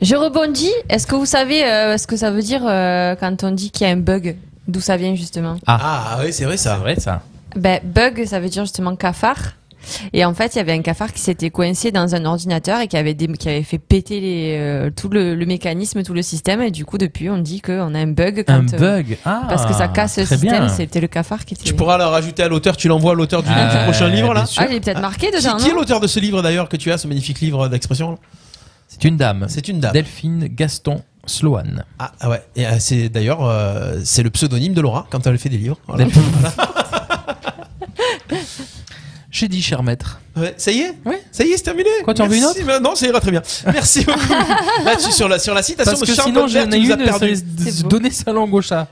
[SPEAKER 4] Je rebondis. Est-ce que vous savez euh, ce que ça veut dire euh, quand on dit qu'il y a un bug D'où ça vient justement
[SPEAKER 3] Ah, oui, c'est vrai ça.
[SPEAKER 5] C'est vrai ça.
[SPEAKER 4] Ben, bug, ça veut dire justement cafard. Et en fait, il y avait un cafard qui s'était coincé dans un ordinateur et qui avait, dé- qui avait fait péter les, euh, tout le, le mécanisme, tout le système. Et du coup, depuis, on dit qu'on a un bug. Quand,
[SPEAKER 5] Un
[SPEAKER 4] euh,
[SPEAKER 5] bug. Ah,
[SPEAKER 4] Parce que ça casse le
[SPEAKER 5] très bien.
[SPEAKER 4] système et c'était le cafard qui était.
[SPEAKER 3] Tu pourras le rajouter à l'auteur, tu l'envoies à l'auteur du,
[SPEAKER 5] Ah,
[SPEAKER 3] du prochain livre là
[SPEAKER 5] bien sûr. Ah,
[SPEAKER 4] il est peut-être marqué dedans,
[SPEAKER 3] Qui, qui est
[SPEAKER 4] non
[SPEAKER 3] l'auteur de ce livre d'ailleurs que tu as, ce magnifique livre d'expression
[SPEAKER 5] C'est une dame.
[SPEAKER 3] C'est une dame.
[SPEAKER 5] Delphine Gaston Sloan.
[SPEAKER 3] Ah, ah ouais, et euh, c'est d'ailleurs euh, c'est le pseudonyme de Laura quand elle fait des livres. Voilà.
[SPEAKER 5] J'ai dit, cher maître.
[SPEAKER 3] Ouais, ça y est Ça y est, c'est terminé
[SPEAKER 5] Quoi, t'en veux une
[SPEAKER 3] Merci, bah, Non, ça ira très bien. Merci beaucoup. Là-dessus, sur la, sur la citation
[SPEAKER 5] Parce
[SPEAKER 3] de
[SPEAKER 5] que
[SPEAKER 3] Charles
[SPEAKER 5] sinon,
[SPEAKER 3] Baudelaire,
[SPEAKER 5] j'en ai
[SPEAKER 3] tu nous as
[SPEAKER 5] une,
[SPEAKER 3] perdu.
[SPEAKER 5] c'est- c'est donner sa langue au chat.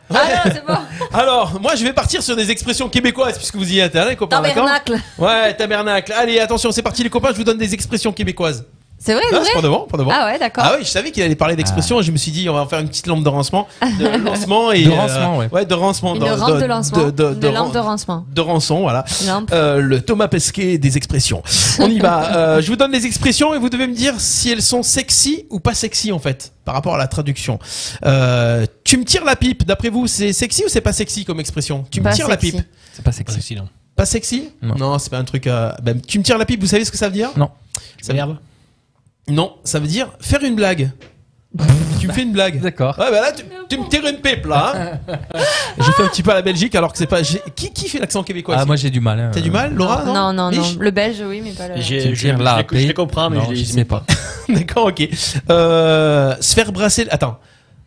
[SPEAKER 3] Alors, moi, je vais partir sur des expressions québécoises, puisque vous y êtes, hein, les copains. d'accord
[SPEAKER 4] Tabernacle.
[SPEAKER 3] Ouais, tabernacle. Allez, attention, c'est parti, les copains, je vous donne des expressions québécoises.
[SPEAKER 4] C'est vrai,
[SPEAKER 3] Ah,
[SPEAKER 4] c'est vrai
[SPEAKER 3] c'est pas devant, pas devant.
[SPEAKER 4] Ah ouais, d'accord.
[SPEAKER 3] Ah oui, je savais qu'il allait parler d'expression et je me suis dit on va en faire une petite lampe de rancement, de lancement et euh,
[SPEAKER 5] Ah. De rancement, ouais.
[SPEAKER 3] de rancement,
[SPEAKER 4] Une
[SPEAKER 3] de-
[SPEAKER 4] rampe de,
[SPEAKER 3] de-
[SPEAKER 4] lancement.
[SPEAKER 3] de- de-
[SPEAKER 4] Une
[SPEAKER 3] de
[SPEAKER 4] lampe
[SPEAKER 3] ran-
[SPEAKER 4] de lancement.
[SPEAKER 3] de rançon, voilà.
[SPEAKER 4] Une lampe.
[SPEAKER 3] Euh, le Thomas Pesquet des expressions. On y va. Euh, je vous donne les expressions et vous devez me dire si elles sont sexy ou pas sexy en fait, par rapport à la traduction. Euh, tu me tires la pipe. D'après vous, c'est sexy ou c'est pas sexy comme expression Tu me
[SPEAKER 5] Pas
[SPEAKER 3] tires
[SPEAKER 5] sexy.
[SPEAKER 3] la pipe.
[SPEAKER 5] C'est pas sexy. non.
[SPEAKER 3] Pas sexy
[SPEAKER 5] Non.
[SPEAKER 3] c'est pas un truc. euh, ben, tu me tires la pipe. Vous savez ce que ça veut dire
[SPEAKER 5] Non.
[SPEAKER 3] Ça veut... Non, ça veut dire faire une blague. tu me fais une blague.
[SPEAKER 5] D'accord.
[SPEAKER 3] Ouais, ben là, tu, tu me tires une pipe là. hein. J'ai fait un petit peu à la Belgique alors que c'est pas. j'ai- Qui, qui fait l'accent québécois
[SPEAKER 5] Ah,
[SPEAKER 3] ici
[SPEAKER 5] moi j'ai du mal. hein.
[SPEAKER 3] T'as du mal, Laura Non,
[SPEAKER 4] Non, non, non.
[SPEAKER 3] Mich
[SPEAKER 4] Le belge, oui, mais pas le.
[SPEAKER 5] Tu
[SPEAKER 6] je-
[SPEAKER 5] me tires
[SPEAKER 6] je-
[SPEAKER 5] la
[SPEAKER 6] je les- je les
[SPEAKER 5] paix.
[SPEAKER 6] comprends, mais
[SPEAKER 5] Non,
[SPEAKER 6] je les-
[SPEAKER 5] je
[SPEAKER 6] je
[SPEAKER 5] sais pas.
[SPEAKER 3] D'accord, ok. Euh, se faire brasser. le- Attends.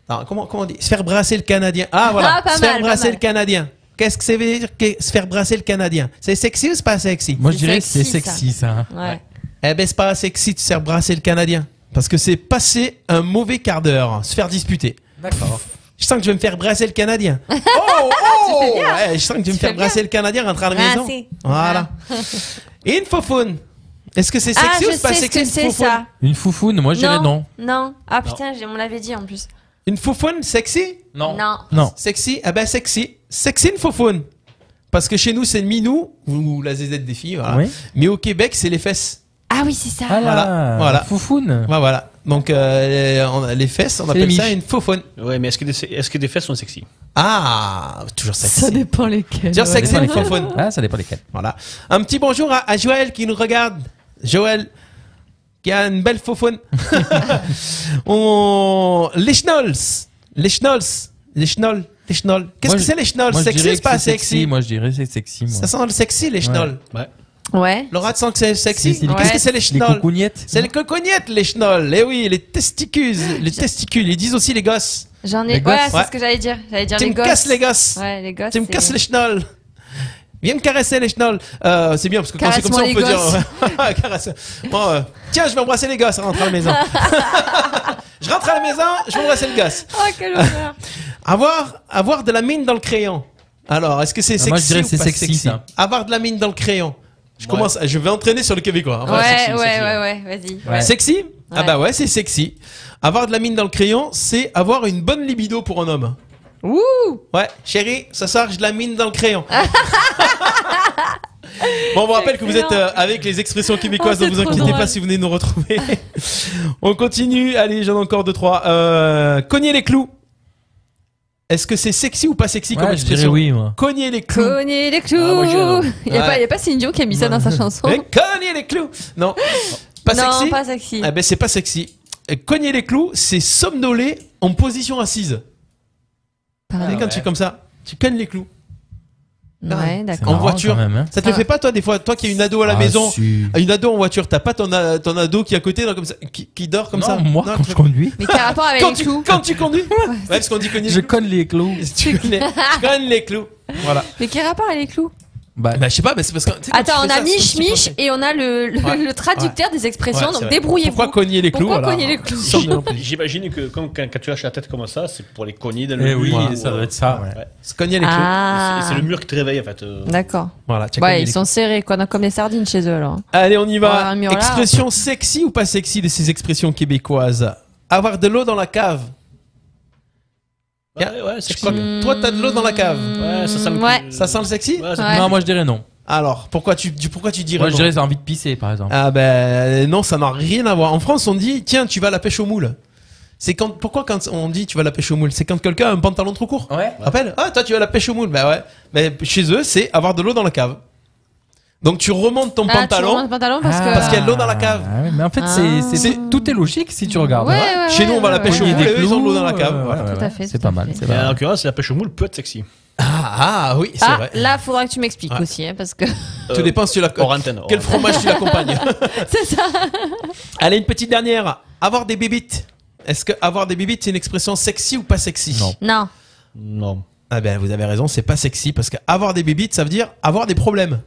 [SPEAKER 3] Attends, comment, comment on dit Se faire brasser le Canadien. Ah, voilà.
[SPEAKER 4] Ah, pas
[SPEAKER 3] se faire
[SPEAKER 4] mal, pas
[SPEAKER 3] brasser
[SPEAKER 4] mal.
[SPEAKER 3] le Canadien. Qu'est-ce que ça veut dire que se faire brasser le Canadien C'est sexy ou c'est pas sexy
[SPEAKER 5] Moi, je C'est dirais que c'est hein. sexy, sexy, ça. ça.
[SPEAKER 4] Ouais.
[SPEAKER 3] Eh ben, c'est pas sexy de se faire brasser le Canadien. Parce que c'est passer un mauvais quart d'heure, se faire disputer.
[SPEAKER 5] D'accord.
[SPEAKER 3] Je sens que je vais me faire brasser le Canadien. Oh, oh ouais, Je sens que je vais me faire brasser le Canadien en rentrant à la maison.
[SPEAKER 4] Brasser.
[SPEAKER 3] Voilà. Et une faufoune. Est-ce que c'est sexy
[SPEAKER 4] Ah,
[SPEAKER 3] ou
[SPEAKER 4] je
[SPEAKER 3] c'est pas
[SPEAKER 4] sais ce
[SPEAKER 3] sexy
[SPEAKER 4] que
[SPEAKER 3] une
[SPEAKER 4] c'est
[SPEAKER 3] faufoune
[SPEAKER 4] ça.
[SPEAKER 5] Une foufoune, moi je dirais non.
[SPEAKER 4] Non. Ah
[SPEAKER 3] Non.
[SPEAKER 4] putain, j'ai- on me l'avait dit en plus.
[SPEAKER 3] Une foufoune sexy
[SPEAKER 5] Non.
[SPEAKER 4] Non.
[SPEAKER 5] Non.
[SPEAKER 3] Sexy Ah ben sexy. Sexy une foufoune. Parce que chez nous c'est le minou ou la ZZ des filles. Voilà.
[SPEAKER 5] Oui.
[SPEAKER 3] Mais au Québec c'est les fesses.
[SPEAKER 4] Ah oui, c'est ça.
[SPEAKER 5] Ah là,
[SPEAKER 3] Voilà, voilà.
[SPEAKER 5] foufoune.
[SPEAKER 3] Ouais, voilà. Donc euh, on a- les fesses, on
[SPEAKER 6] C'est
[SPEAKER 3] appelle
[SPEAKER 6] les
[SPEAKER 3] ça
[SPEAKER 6] miches.
[SPEAKER 3] une faufoune.
[SPEAKER 6] Ouais, mais est-ce que, des- est-ce que des fesses sont sexy
[SPEAKER 3] Ah, toujours sexy.
[SPEAKER 6] Ça
[SPEAKER 4] dépend lesquels.
[SPEAKER 3] Dire sexy
[SPEAKER 5] Ça
[SPEAKER 3] une
[SPEAKER 5] dépend lesquels.
[SPEAKER 3] faufoune.
[SPEAKER 5] Ah, ça dépend lesquels.
[SPEAKER 3] Voilà. Un petit bonjour à, à Joël qui nous regarde. Joël qui a une belle faufoune. on... Les schnolls. Les schnolls. Les schnolls. Les schnolls. Qu'est-ce
[SPEAKER 5] Moi,
[SPEAKER 3] que
[SPEAKER 5] je-
[SPEAKER 3] c'est les schnolls
[SPEAKER 5] moi, je
[SPEAKER 3] Sexy
[SPEAKER 5] dirais
[SPEAKER 3] ou
[SPEAKER 5] que
[SPEAKER 3] pas
[SPEAKER 5] c'est
[SPEAKER 3] sexy
[SPEAKER 5] Moi je dirais c'est sexy. Moi.
[SPEAKER 3] Ça sent le sexy, les schnolls. Ah,
[SPEAKER 6] Ouais.
[SPEAKER 4] Ouais.
[SPEAKER 3] Laura, tu sens que c'est sexy
[SPEAKER 5] Si, c'est les-
[SPEAKER 3] Qu'est-ce
[SPEAKER 5] Ouais.
[SPEAKER 3] que c'est les
[SPEAKER 5] Les
[SPEAKER 3] schnolls
[SPEAKER 5] cocognettes.
[SPEAKER 3] C'est les cocognettes, les schnolls. Eh oui, les testicules. Les testicules. Ils disent aussi les gosses.
[SPEAKER 4] J'en ai.
[SPEAKER 3] Les
[SPEAKER 4] Ouais,
[SPEAKER 3] gosses.
[SPEAKER 4] c'est
[SPEAKER 3] Ouais.
[SPEAKER 4] ce que j'allais dire. J'allais dire
[SPEAKER 3] Tu
[SPEAKER 4] les
[SPEAKER 3] me
[SPEAKER 4] gosses.
[SPEAKER 3] casses les gosses.
[SPEAKER 4] Ouais, les gosses.
[SPEAKER 3] Tu me
[SPEAKER 4] Ah, c'est-
[SPEAKER 3] casses les schnolls. Viens me caresser les schnolls. Euh, c'est bien parce que quand c'est comme ça, on
[SPEAKER 4] Caresse-moi
[SPEAKER 3] peut
[SPEAKER 4] les
[SPEAKER 3] dire. Caresse. Bon, euh, tiens, je vais embrasser les gosses en rentrant à la maison. je rentre à la maison, je vais embrasser le gosse.
[SPEAKER 4] Oh, quelle horreur.
[SPEAKER 3] Avoir, avoir de la mine dans le crayon. Alors, est-ce que c'est
[SPEAKER 5] Ah,
[SPEAKER 3] sexy
[SPEAKER 5] moi, je dirais
[SPEAKER 3] ou
[SPEAKER 5] que c'est
[SPEAKER 3] pas
[SPEAKER 5] sexy, ça.
[SPEAKER 3] Avoir de la mine dans le crayon. Je commence, je vais entraîner sur le québécois. Enfin,
[SPEAKER 4] ouais,
[SPEAKER 3] sexy,
[SPEAKER 4] ouais,
[SPEAKER 3] sexy.
[SPEAKER 4] ouais, ouais, vas-y.
[SPEAKER 3] Ouais. hein. Sexy Ah
[SPEAKER 4] Ouais.
[SPEAKER 3] bah ouais, c'est sexy. Avoir de la mine dans le crayon, c'est avoir une bonne libido pour un homme.
[SPEAKER 4] Ouh
[SPEAKER 3] Ouais, chérie, ce soir j'ai de la mine dans le crayon. bon, on vous rappelle que vous êtes
[SPEAKER 5] excellent.
[SPEAKER 3] euh, avec les expressions québécoises,
[SPEAKER 5] Oh,
[SPEAKER 3] ne
[SPEAKER 5] c'est
[SPEAKER 3] vous
[SPEAKER 5] trop
[SPEAKER 3] inquiétez pas
[SPEAKER 5] drôle.
[SPEAKER 3] si vous venez nous retrouver. on continue, allez, j'en ai encore deux, trois. Euh, cogner les clous. Est-ce que c'est sexy ou pas sexy
[SPEAKER 5] Ouais,
[SPEAKER 3] comme
[SPEAKER 5] je
[SPEAKER 3] expression
[SPEAKER 5] dirais oui, moi.
[SPEAKER 3] Cogner les clous.
[SPEAKER 4] Cogner les clous.
[SPEAKER 3] Ah, moi, j'ai raison.
[SPEAKER 4] il y a
[SPEAKER 3] Ouais.
[SPEAKER 4] pas, il y a pas Céline Dion qui a mis ça dans sa chanson.
[SPEAKER 3] Mais cogner les clous Non, pas
[SPEAKER 4] non,
[SPEAKER 3] sexy
[SPEAKER 4] pas sexy.
[SPEAKER 3] Ah ben c'est pas sexy. Et Cogner les clous, c'est somnoler en position assise.
[SPEAKER 4] Pardon.
[SPEAKER 3] Et quand tu es comme ça, tu cognes les clous. Ah,
[SPEAKER 4] Ouais,
[SPEAKER 3] En
[SPEAKER 4] d'accord.
[SPEAKER 3] voiture, ça te le fait pas toi des fois, toi qui as une ado à la
[SPEAKER 5] hein. Ah,
[SPEAKER 3] maison,
[SPEAKER 5] si.
[SPEAKER 3] une ado en voiture, t'as pas ton, a- ton ado qui est à côté là, comme ça, qui, qui dort comme
[SPEAKER 5] Non,
[SPEAKER 3] ça.
[SPEAKER 5] moi,
[SPEAKER 3] Non,
[SPEAKER 5] quand je conduis,
[SPEAKER 4] Mais qui a rapport avec
[SPEAKER 3] quand
[SPEAKER 4] les
[SPEAKER 3] tu,
[SPEAKER 4] clous.
[SPEAKER 3] quand tu conduis, ouais, parce qu'on dit cogner les
[SPEAKER 5] je
[SPEAKER 3] clous.
[SPEAKER 5] colle les clous.
[SPEAKER 3] Tu cognes les- tu cognes les clous. Voilà.
[SPEAKER 4] Mais qui a rapport avec les clous
[SPEAKER 5] Bah,
[SPEAKER 3] je sais pas, mais c'est parce que. tu sais, quand tu
[SPEAKER 4] Attends,
[SPEAKER 3] fais
[SPEAKER 4] on
[SPEAKER 3] ça,
[SPEAKER 4] a
[SPEAKER 3] c'est
[SPEAKER 4] Mich
[SPEAKER 3] comme si tu
[SPEAKER 4] Mich et on a le, le,
[SPEAKER 3] Ouais.
[SPEAKER 4] le traducteur des
[SPEAKER 3] Ouais,
[SPEAKER 4] expressions,
[SPEAKER 3] c'est
[SPEAKER 4] donc
[SPEAKER 3] vrai.
[SPEAKER 4] débrouillez-vous.
[SPEAKER 3] Pourquoi cogner les clous
[SPEAKER 4] Pourquoi
[SPEAKER 3] alors Hein,
[SPEAKER 4] cogner les clous
[SPEAKER 6] J'imagine que quand, quand, quand tu lâches la tête comme ça, c'est pour les cogner dans le
[SPEAKER 5] Eh
[SPEAKER 6] mur.
[SPEAKER 5] oui,
[SPEAKER 6] ou,
[SPEAKER 5] ça
[SPEAKER 6] euh,
[SPEAKER 5] doit être ça.
[SPEAKER 6] ouais.
[SPEAKER 3] Se cogner les
[SPEAKER 4] Ah.
[SPEAKER 6] C'est c'est le mur qui te réveille en fait. euh.
[SPEAKER 4] D'accord.
[SPEAKER 3] Voilà, tu as cogné
[SPEAKER 4] Ouais, ils
[SPEAKER 3] les
[SPEAKER 4] sont serrés, quoi, comme des sardines chez eux alors.
[SPEAKER 3] Allez, on y
[SPEAKER 4] Ouais,
[SPEAKER 3] va.
[SPEAKER 4] un mur là.
[SPEAKER 3] Expression sexy ou pas sexy de ces expressions québécoises Avoir de l'eau dans la cave.
[SPEAKER 6] Ouais, ouais, sexy.
[SPEAKER 3] Je crois que toi, t'as de l'eau dans la cave.
[SPEAKER 6] Ouais, ça sent le-
[SPEAKER 4] Ouais.
[SPEAKER 3] Ça sent le sexy
[SPEAKER 4] Ouais.
[SPEAKER 5] Non, moi je dirais non.
[SPEAKER 3] Alors, pourquoi tu, tu- pourquoi tu dirais
[SPEAKER 5] Moi je
[SPEAKER 3] non
[SPEAKER 5] dirais j'ai envie de pisser par exemple.
[SPEAKER 3] euh, Ah ben non, ça n'a rien à voir. En France, on dit tiens, tu vas à la pêche au moule. C'est quand pourquoi quand on dit tu vas à la pêche aux moules, c'est quand quelqu'un a un pantalon trop court.
[SPEAKER 5] Ouais.
[SPEAKER 3] Rappelle Ah toi tu vas à la pêche aux moules. Bah ouais. Mais chez eux, c'est avoir de l'eau dans la cave. Donc tu remontes ton
[SPEAKER 4] Ah, tu
[SPEAKER 3] pantalon. Ah.
[SPEAKER 4] remontes le pantalon parce que-
[SPEAKER 3] qu'il y a de l'eau dans la cave.
[SPEAKER 5] Ah, mais en fait, c'est- c'est- tout est logique si tu regardes.
[SPEAKER 4] Ah.
[SPEAKER 5] hein.
[SPEAKER 4] Ouais, ouais,
[SPEAKER 3] Chez nous, on va à la
[SPEAKER 5] ouais,
[SPEAKER 3] pêche aux
[SPEAKER 5] ouais.
[SPEAKER 3] moules et eux, ils ont de l'eau
[SPEAKER 5] Des
[SPEAKER 3] dans la cave.
[SPEAKER 5] clous,
[SPEAKER 3] Voilà.
[SPEAKER 5] euh,
[SPEAKER 4] Tout à fait,
[SPEAKER 5] C'est pas mal. c'est
[SPEAKER 6] Mais
[SPEAKER 5] pas
[SPEAKER 6] en
[SPEAKER 5] mal.
[SPEAKER 6] l'occurrence, la pêche au moule peut être sexy.
[SPEAKER 3] Ah, ah oui, c'est
[SPEAKER 4] Ah,
[SPEAKER 3] vrai.
[SPEAKER 4] là, faudra que tu m'expliques
[SPEAKER 3] Ouais.
[SPEAKER 4] aussi, hein, parce que.
[SPEAKER 3] Tout dépend si tu la Quel fromage tu l'accompagnes.
[SPEAKER 4] c'est ça.
[SPEAKER 3] Allez, une petite dernière. Avoir des bébites. Est-ce que avoir des bébites, c'est une expression sexy ou pas sexy Non.
[SPEAKER 4] Non.
[SPEAKER 6] Non.
[SPEAKER 3] Ah ben, vous avez raison, c'est pas sexy parce que avoir des bébites, ça veut dire avoir des problèmes.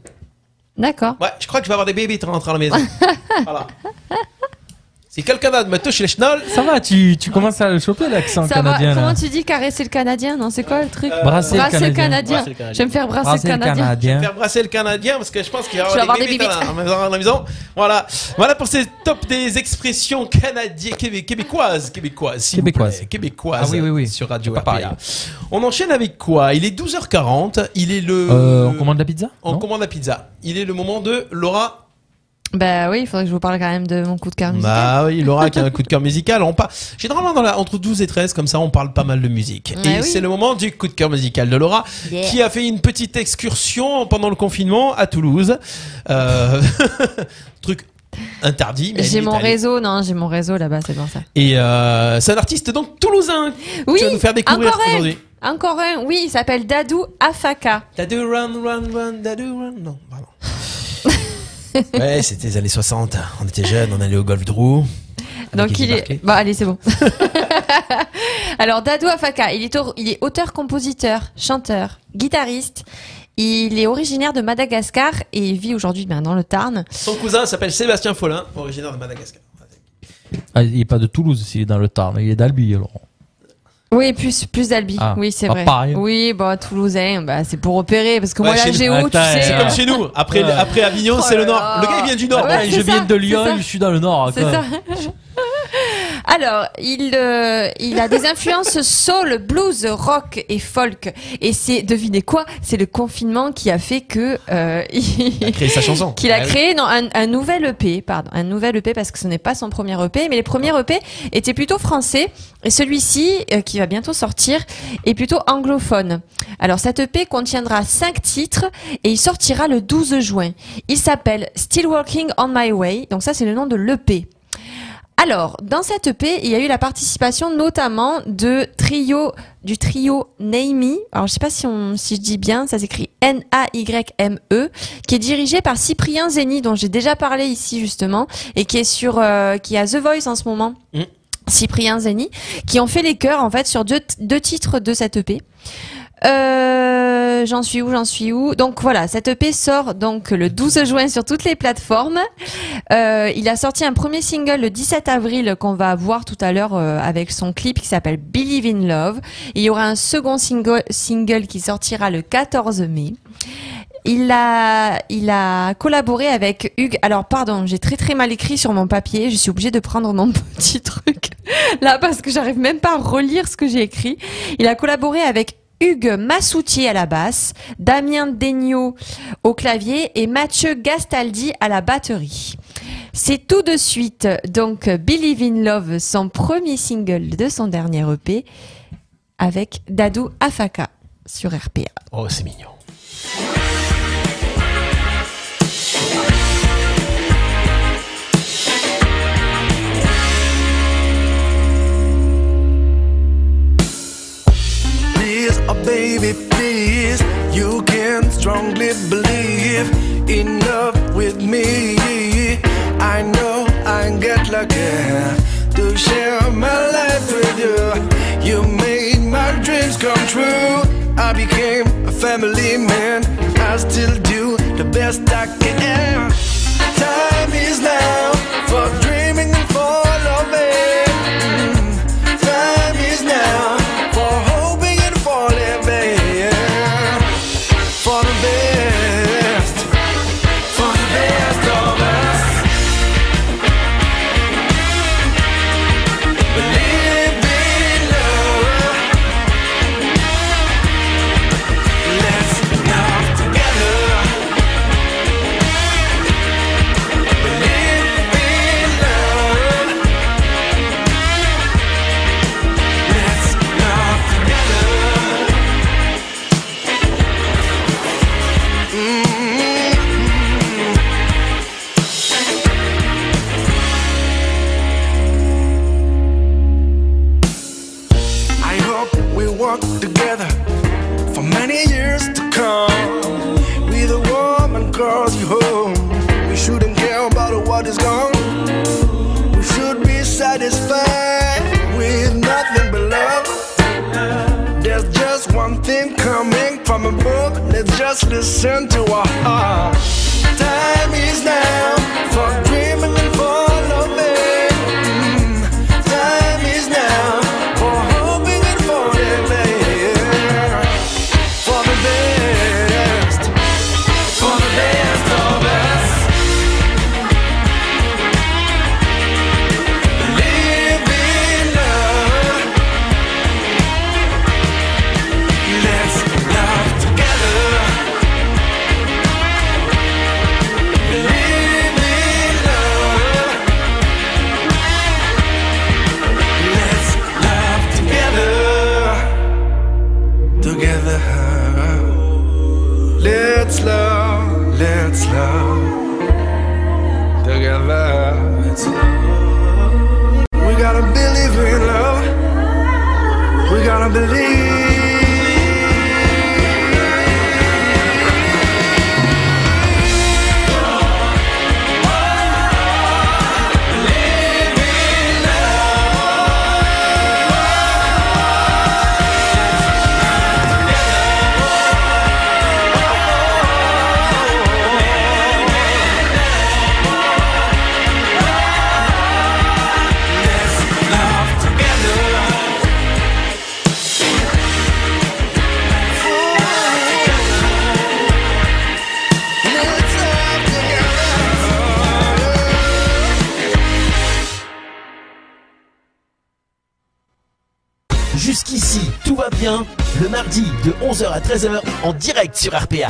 [SPEAKER 4] D'accord.
[SPEAKER 3] Ouais, je crois que je vais avoir des bébites en rentrant à la maison. voilà. Si quelqu'un va me toucher les chenolles.
[SPEAKER 5] Ça va, Ah, tu, tu commences à le choper hein, l'accent
[SPEAKER 4] Ça va.
[SPEAKER 5] canadien. là.
[SPEAKER 4] Comment tu dis caresser le Canadien Non, c'est quoi le truc
[SPEAKER 5] Brasser le Canadien.
[SPEAKER 4] Canadien.
[SPEAKER 5] Brasser le Canadien.
[SPEAKER 4] Je vais me faire brasser,
[SPEAKER 5] Brasser
[SPEAKER 4] le
[SPEAKER 5] le
[SPEAKER 4] Canadien.
[SPEAKER 5] Canadien.
[SPEAKER 3] Je vais faire brasser le Canadien parce que je pense qu'il va
[SPEAKER 4] Tu vas
[SPEAKER 3] avoir des
[SPEAKER 4] avoir des
[SPEAKER 3] bébites à la- à la maison. Voilà. Voilà pour ces top des expressions canadiennes, québé- québécoises, québécoises, s'il vous
[SPEAKER 5] Québécoises.
[SPEAKER 3] plaît. Québécoises.
[SPEAKER 5] Ah oui, oui, oui.
[SPEAKER 3] Sur Radio
[SPEAKER 5] C'est pas
[SPEAKER 3] RPA.
[SPEAKER 5] pareil.
[SPEAKER 3] On enchaîne avec quoi Il est 12h40. Il est le.
[SPEAKER 5] Euh, on commande la pizza
[SPEAKER 3] On
[SPEAKER 5] Non
[SPEAKER 3] commande la pizza. Il est le moment de Laura.
[SPEAKER 4] Bah oui, il faudrait que je vous parle quand même de mon coup de cœur musical.
[SPEAKER 3] Bah oui, Laura qui a un coup de cœur musical. On parle. Généralement dans la- entre 12 et 13 comme ça, on parle pas mal de musique.
[SPEAKER 4] Ah
[SPEAKER 3] et
[SPEAKER 4] oui.
[SPEAKER 3] c'est le moment du coup de cœur musical de Laura
[SPEAKER 1] Yeah.
[SPEAKER 3] qui a fait une petite excursion pendant le confinement à Toulouse. Euh, Truc interdit. mais elle y
[SPEAKER 4] J'ai
[SPEAKER 3] est
[SPEAKER 4] mon
[SPEAKER 3] allée.
[SPEAKER 4] réseau, non, j'ai mon réseau là-bas, c'est pour ça.
[SPEAKER 3] Et euh, c'est un artiste donc toulousain. que
[SPEAKER 4] Oui,
[SPEAKER 3] tu vas nous faire découvrir
[SPEAKER 4] encore un,
[SPEAKER 3] aujourd'hui.
[SPEAKER 4] encore un, oui, il s'appelle Dadou Afaka.
[SPEAKER 3] Dadou run, run, run, Dadou run, non, pardon. Ouais, c'était les années 60. On était jeunes, on allait au golf de roue.
[SPEAKER 4] Donc il est. Bon, allez, c'est bon. Alors, Dadou Afaka, il est, au- il est auteur, compositeur, chanteur, guitariste. Il est originaire de Madagascar et il vit aujourd'hui ben, dans le Tarn.
[SPEAKER 3] Son cousin s'appelle Sébastien Follin, originaire de Madagascar.
[SPEAKER 5] Ah, il est pas de Toulouse, il est dans le Tarn, il est d'Albi alors.
[SPEAKER 4] Oui, plus, plus d'Albi.
[SPEAKER 5] Ah,
[SPEAKER 4] oui, c'est
[SPEAKER 5] pas
[SPEAKER 4] vrai.
[SPEAKER 5] pareil.
[SPEAKER 4] Oui, bon, Toulousain, bah, c'est pour opérer parce que
[SPEAKER 3] Ouais,
[SPEAKER 4] moi, la
[SPEAKER 3] chez nous.
[SPEAKER 4] géo, tu
[SPEAKER 5] Attends,
[SPEAKER 4] sais. hein.
[SPEAKER 3] C'est
[SPEAKER 5] euh,
[SPEAKER 3] comme chez nous. Après,
[SPEAKER 5] Ouais.
[SPEAKER 3] après Avignon,
[SPEAKER 5] Oh
[SPEAKER 3] c'est le
[SPEAKER 5] là
[SPEAKER 3] Nord.
[SPEAKER 5] là.
[SPEAKER 3] Le gars, il vient du Nord.
[SPEAKER 5] Ah ouais,
[SPEAKER 3] Ouais,
[SPEAKER 5] je viens de
[SPEAKER 4] c'est ça.
[SPEAKER 5] Lyon, je suis dans le Nord.
[SPEAKER 4] C'est
[SPEAKER 5] quoi.
[SPEAKER 4] ça. Alors, il, euh, il a des influences soul, blues, rock et folk. Et c'est, devinez quoi, c'est le confinement qui a fait que... euh, il
[SPEAKER 3] a créé sa chanson.
[SPEAKER 4] Qu'il a
[SPEAKER 3] Ah oui.
[SPEAKER 4] créé non, un, un nouvel EP, pardon. Un nouvel EP parce que ce n'est pas son premier EP, mais les premiers EP étaient plutôt français. Et celui-ci, euh, qui va bientôt sortir, est plutôt anglophone. Alors, cet EP contiendra cinq titres et il sortira le 12 juin. Il s'appelle Still Walking on My Way. Donc ça, c'est le nom de l'EP. Alors, dans cette EP, il y a eu la participation notamment de trio, du trio Naimi. Alors, je sais pas si on, si je dis bien, ça s'écrit N-A-Y-M-E, E, qui est dirigé par Cyprien Zeni, dont j'ai déjà parlé ici, justement, et qui est sur, euh, qui est à The Voice en ce moment.
[SPEAKER 3] Mm.
[SPEAKER 4] Cyprien Zeni, qui ont fait les chœurs, en fait, sur deux, deux titres de cette EP. Euh, j'en suis où, j'en suis où. Donc voilà, cette EP sort donc le 12 juin sur toutes les plateformes. Euh, il a sorti un premier single le 17 avril qu'on va voir tout à l'heure euh, avec son clip qui s'appelle Believe in Love. Il y aura un second single, single qui sortira le 14 mai. Il a, il a collaboré avec Hugues. Alors, pardon, j'ai très très mal écrit sur mon papier. Je suis obligée de prendre mon petit truc là parce que j'arrive même pas à relire ce que j'ai écrit. Il a collaboré avec Hugues Massoutier à la basse, Damien Degnaud au clavier et Mathieu Gastaldi à la batterie. C'est tout de suite donc Believe in Love, son premier single de son dernier EP avec Dadou Afaka sur RPA.
[SPEAKER 3] Oh, c'est mignon.
[SPEAKER 16] Please, oh baby, please, you can strongly believe in love with me. I know I get lucky to share my life with you. You made my dreams come true. I became a family man. I still do the best I can. Time is now for dreaming and for loving. Time is now for hoping and for living for the best, for the best of us. Believe in love. Let's love together. proud of what is gone. We should be satisfied with nothing but love. There's just one thing coming from above. Let's just listen to our heart. Time is now for dreaming and for loving. Mm. Time is now for hoping and for the best. For the best. For the best of us. Live in love. Let's love together. Live in love. Let's love together. Together. Let's love. Let's love. Together. Let's love. We gotta believe in love. We gotta believe.
[SPEAKER 1] Jusqu'ici, tout va bien. Le mardi de 11h à 13h en direct sur RPA.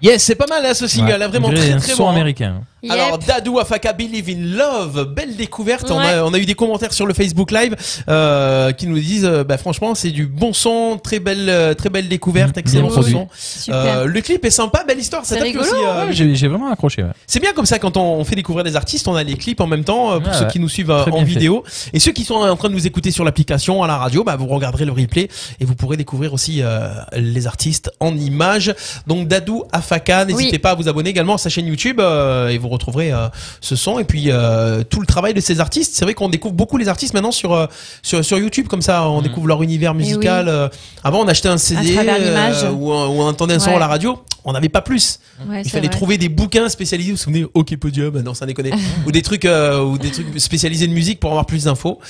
[SPEAKER 3] Yes, c'est pas mal hein, ce single,
[SPEAKER 5] Ouais.
[SPEAKER 3] a vraiment
[SPEAKER 5] On dirait
[SPEAKER 3] très
[SPEAKER 5] un
[SPEAKER 3] très
[SPEAKER 5] son
[SPEAKER 3] bon. hein.
[SPEAKER 5] américain.
[SPEAKER 2] Yep.
[SPEAKER 3] Alors Dadou Afaka Believe in Love, belle découverte. On,
[SPEAKER 2] Ouais.
[SPEAKER 3] a, on a eu des commentaires sur le Facebook Live euh, qui nous disent, euh, bah, franchement, c'est du bon son, très belle, euh, très belle découverte, excellent
[SPEAKER 5] Mm, produit.
[SPEAKER 3] son. Euh, le clip est sympa, belle histoire. Ça
[SPEAKER 5] C'est
[SPEAKER 3] tape
[SPEAKER 5] rigolo,
[SPEAKER 3] aussi, euh,
[SPEAKER 5] Ouais, j'ai j'ai vraiment accroché. ouais.
[SPEAKER 3] c'est bien comme ça quand on, on fait découvrir des artistes, on a les clips en même temps euh, pour
[SPEAKER 5] Ouais,
[SPEAKER 3] ceux
[SPEAKER 5] ouais.
[SPEAKER 3] qui nous suivent euh,
[SPEAKER 5] Très
[SPEAKER 3] en
[SPEAKER 5] bien fait.
[SPEAKER 3] vidéo et ceux qui sont en train de nous écouter sur l'application à la radio, bah vous regarderez le replay et vous pourrez découvrir aussi euh, les artistes en images. Donc Dadou Afaka, n'hésitez
[SPEAKER 2] Oui.
[SPEAKER 3] pas à vous abonner également à sa chaîne YouTube euh, et vous retrouverez euh, ce son et puis euh, tout le travail de ces artistes. C'est vrai qu'on découvre beaucoup les artistes maintenant sur euh, sur, sur YouTube comme ça,
[SPEAKER 5] Mm.
[SPEAKER 3] on découvre leur univers musical. euh, avant on achetait un CD
[SPEAKER 2] Eh travers l'image.
[SPEAKER 3] ou, un- ou on entendait un son
[SPEAKER 2] Ouais.
[SPEAKER 3] à la radio, on n'avait pas plus.
[SPEAKER 2] Ouais,
[SPEAKER 3] Il
[SPEAKER 2] c'est
[SPEAKER 3] fallait
[SPEAKER 2] vrai.
[SPEAKER 3] trouver des bouquins spécialisés, vous vous souvenez, OK Podium, non, ça déconne, ou des trucs, euh, ou des trucs spécialisés de musique pour avoir plus d'infos.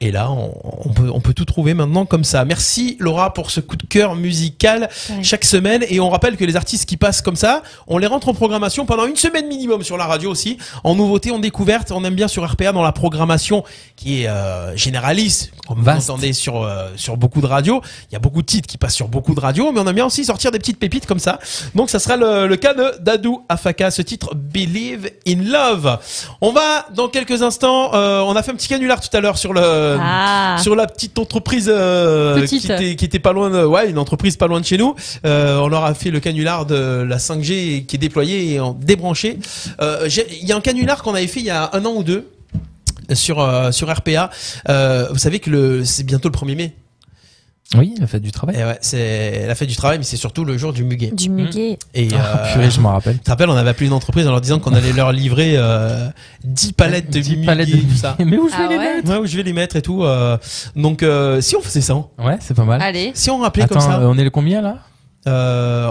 [SPEAKER 3] Et là, on, on peut, on peut tout trouver maintenant comme ça. Merci Laura pour ce coup de cœur musical chaque semaine. Et on rappelle que les artistes qui passent comme ça, on les rentre en programmation pendant une semaine minimum sur la radio aussi. En nouveauté, en découverte, on aime bien sur RPA dans la programmation qui est euh, généraliste, comme
[SPEAKER 5] Vaste.
[SPEAKER 3] vous entendez sur, euh, sur beaucoup de radios. Il y a beaucoup de titres qui passent sur beaucoup de radios, mais on aime bien aussi sortir des petites pépites comme ça. Donc ça sera le, le cas de Dadou Afaka, ce titre Believe in Love. On va dans quelques instants, euh, on a fait un petit canular tout à l'heure sur le
[SPEAKER 2] Ah.
[SPEAKER 3] sur la petite entreprise euh,
[SPEAKER 2] Petite.
[SPEAKER 3] qui, était, qui était pas loin, de, ouais, une entreprise pas loin de chez nous. Euh, on leur a fait le canular de la 5G qui est déployée et en débranché. Euh, j'ai- Il y a un canular qu'on avait fait il y a un an ou deux sur euh, sur RPA. Euh, vous savez que le c'est bientôt le 1er mai.
[SPEAKER 5] Oui, la fête du travail.
[SPEAKER 3] Et ouais, c'est la fête du travail, mais c'est surtout le jour du muguet.
[SPEAKER 2] Du muguet.
[SPEAKER 3] Et
[SPEAKER 5] Ah,
[SPEAKER 3] euh,
[SPEAKER 5] purée, je m'en rappelle.
[SPEAKER 3] Tu te rappelles, on avait appelé une entreprise en leur disant qu'on allait leur livrer euh, 10 palettes de 10
[SPEAKER 5] palettes de
[SPEAKER 3] tout ça.
[SPEAKER 5] Mais où je
[SPEAKER 3] vais les mettre Ouais, où je vais les mettre et tout. euh, donc euh, si on faisait ça. hein.
[SPEAKER 5] Ouais, c'est pas mal.
[SPEAKER 4] Allez.
[SPEAKER 3] Si on rappelait
[SPEAKER 5] Attends,
[SPEAKER 3] comme ça. Euh,
[SPEAKER 5] euh, on est le combien là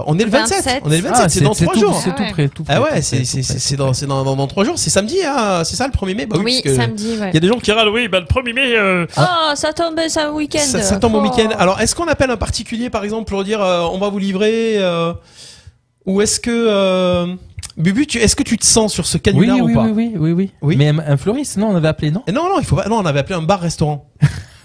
[SPEAKER 3] On est le 27. On est le 27,
[SPEAKER 5] Ah,
[SPEAKER 3] c'est dans 3
[SPEAKER 5] tout-
[SPEAKER 3] jours.
[SPEAKER 5] C'est tout près, tout près.
[SPEAKER 3] Ah ouais, c'est c'est- c'est dans, c'est dans, dans, 3 jours, c'est samedi, hein, c'est ça le 1er mai Bah
[SPEAKER 4] Oui,
[SPEAKER 3] parce que
[SPEAKER 4] samedi, ouais.
[SPEAKER 3] Il y a des gens qui râlent, oui, bah, le 1er mai. euh,
[SPEAKER 4] Oh, ça tombe ça au week-end.
[SPEAKER 3] ça, ça tombe au
[SPEAKER 4] Oh.
[SPEAKER 3] week-end. Ah, Alors, est-ce qu'on appelle un particulier, par exemple, pour dire euh, on va vous livrer euh, Ou est-ce que. euh, Bubu, tu- est-ce que tu te sens sur ce
[SPEAKER 5] Oui,
[SPEAKER 3] canular ou
[SPEAKER 5] oui,
[SPEAKER 3] pas
[SPEAKER 5] oui, oui, oui, oui, Mais un, un fleuriste, non, on avait appelé, non
[SPEAKER 3] Non, non, il faut pas. Non, on avait appelé un bar-restaurant.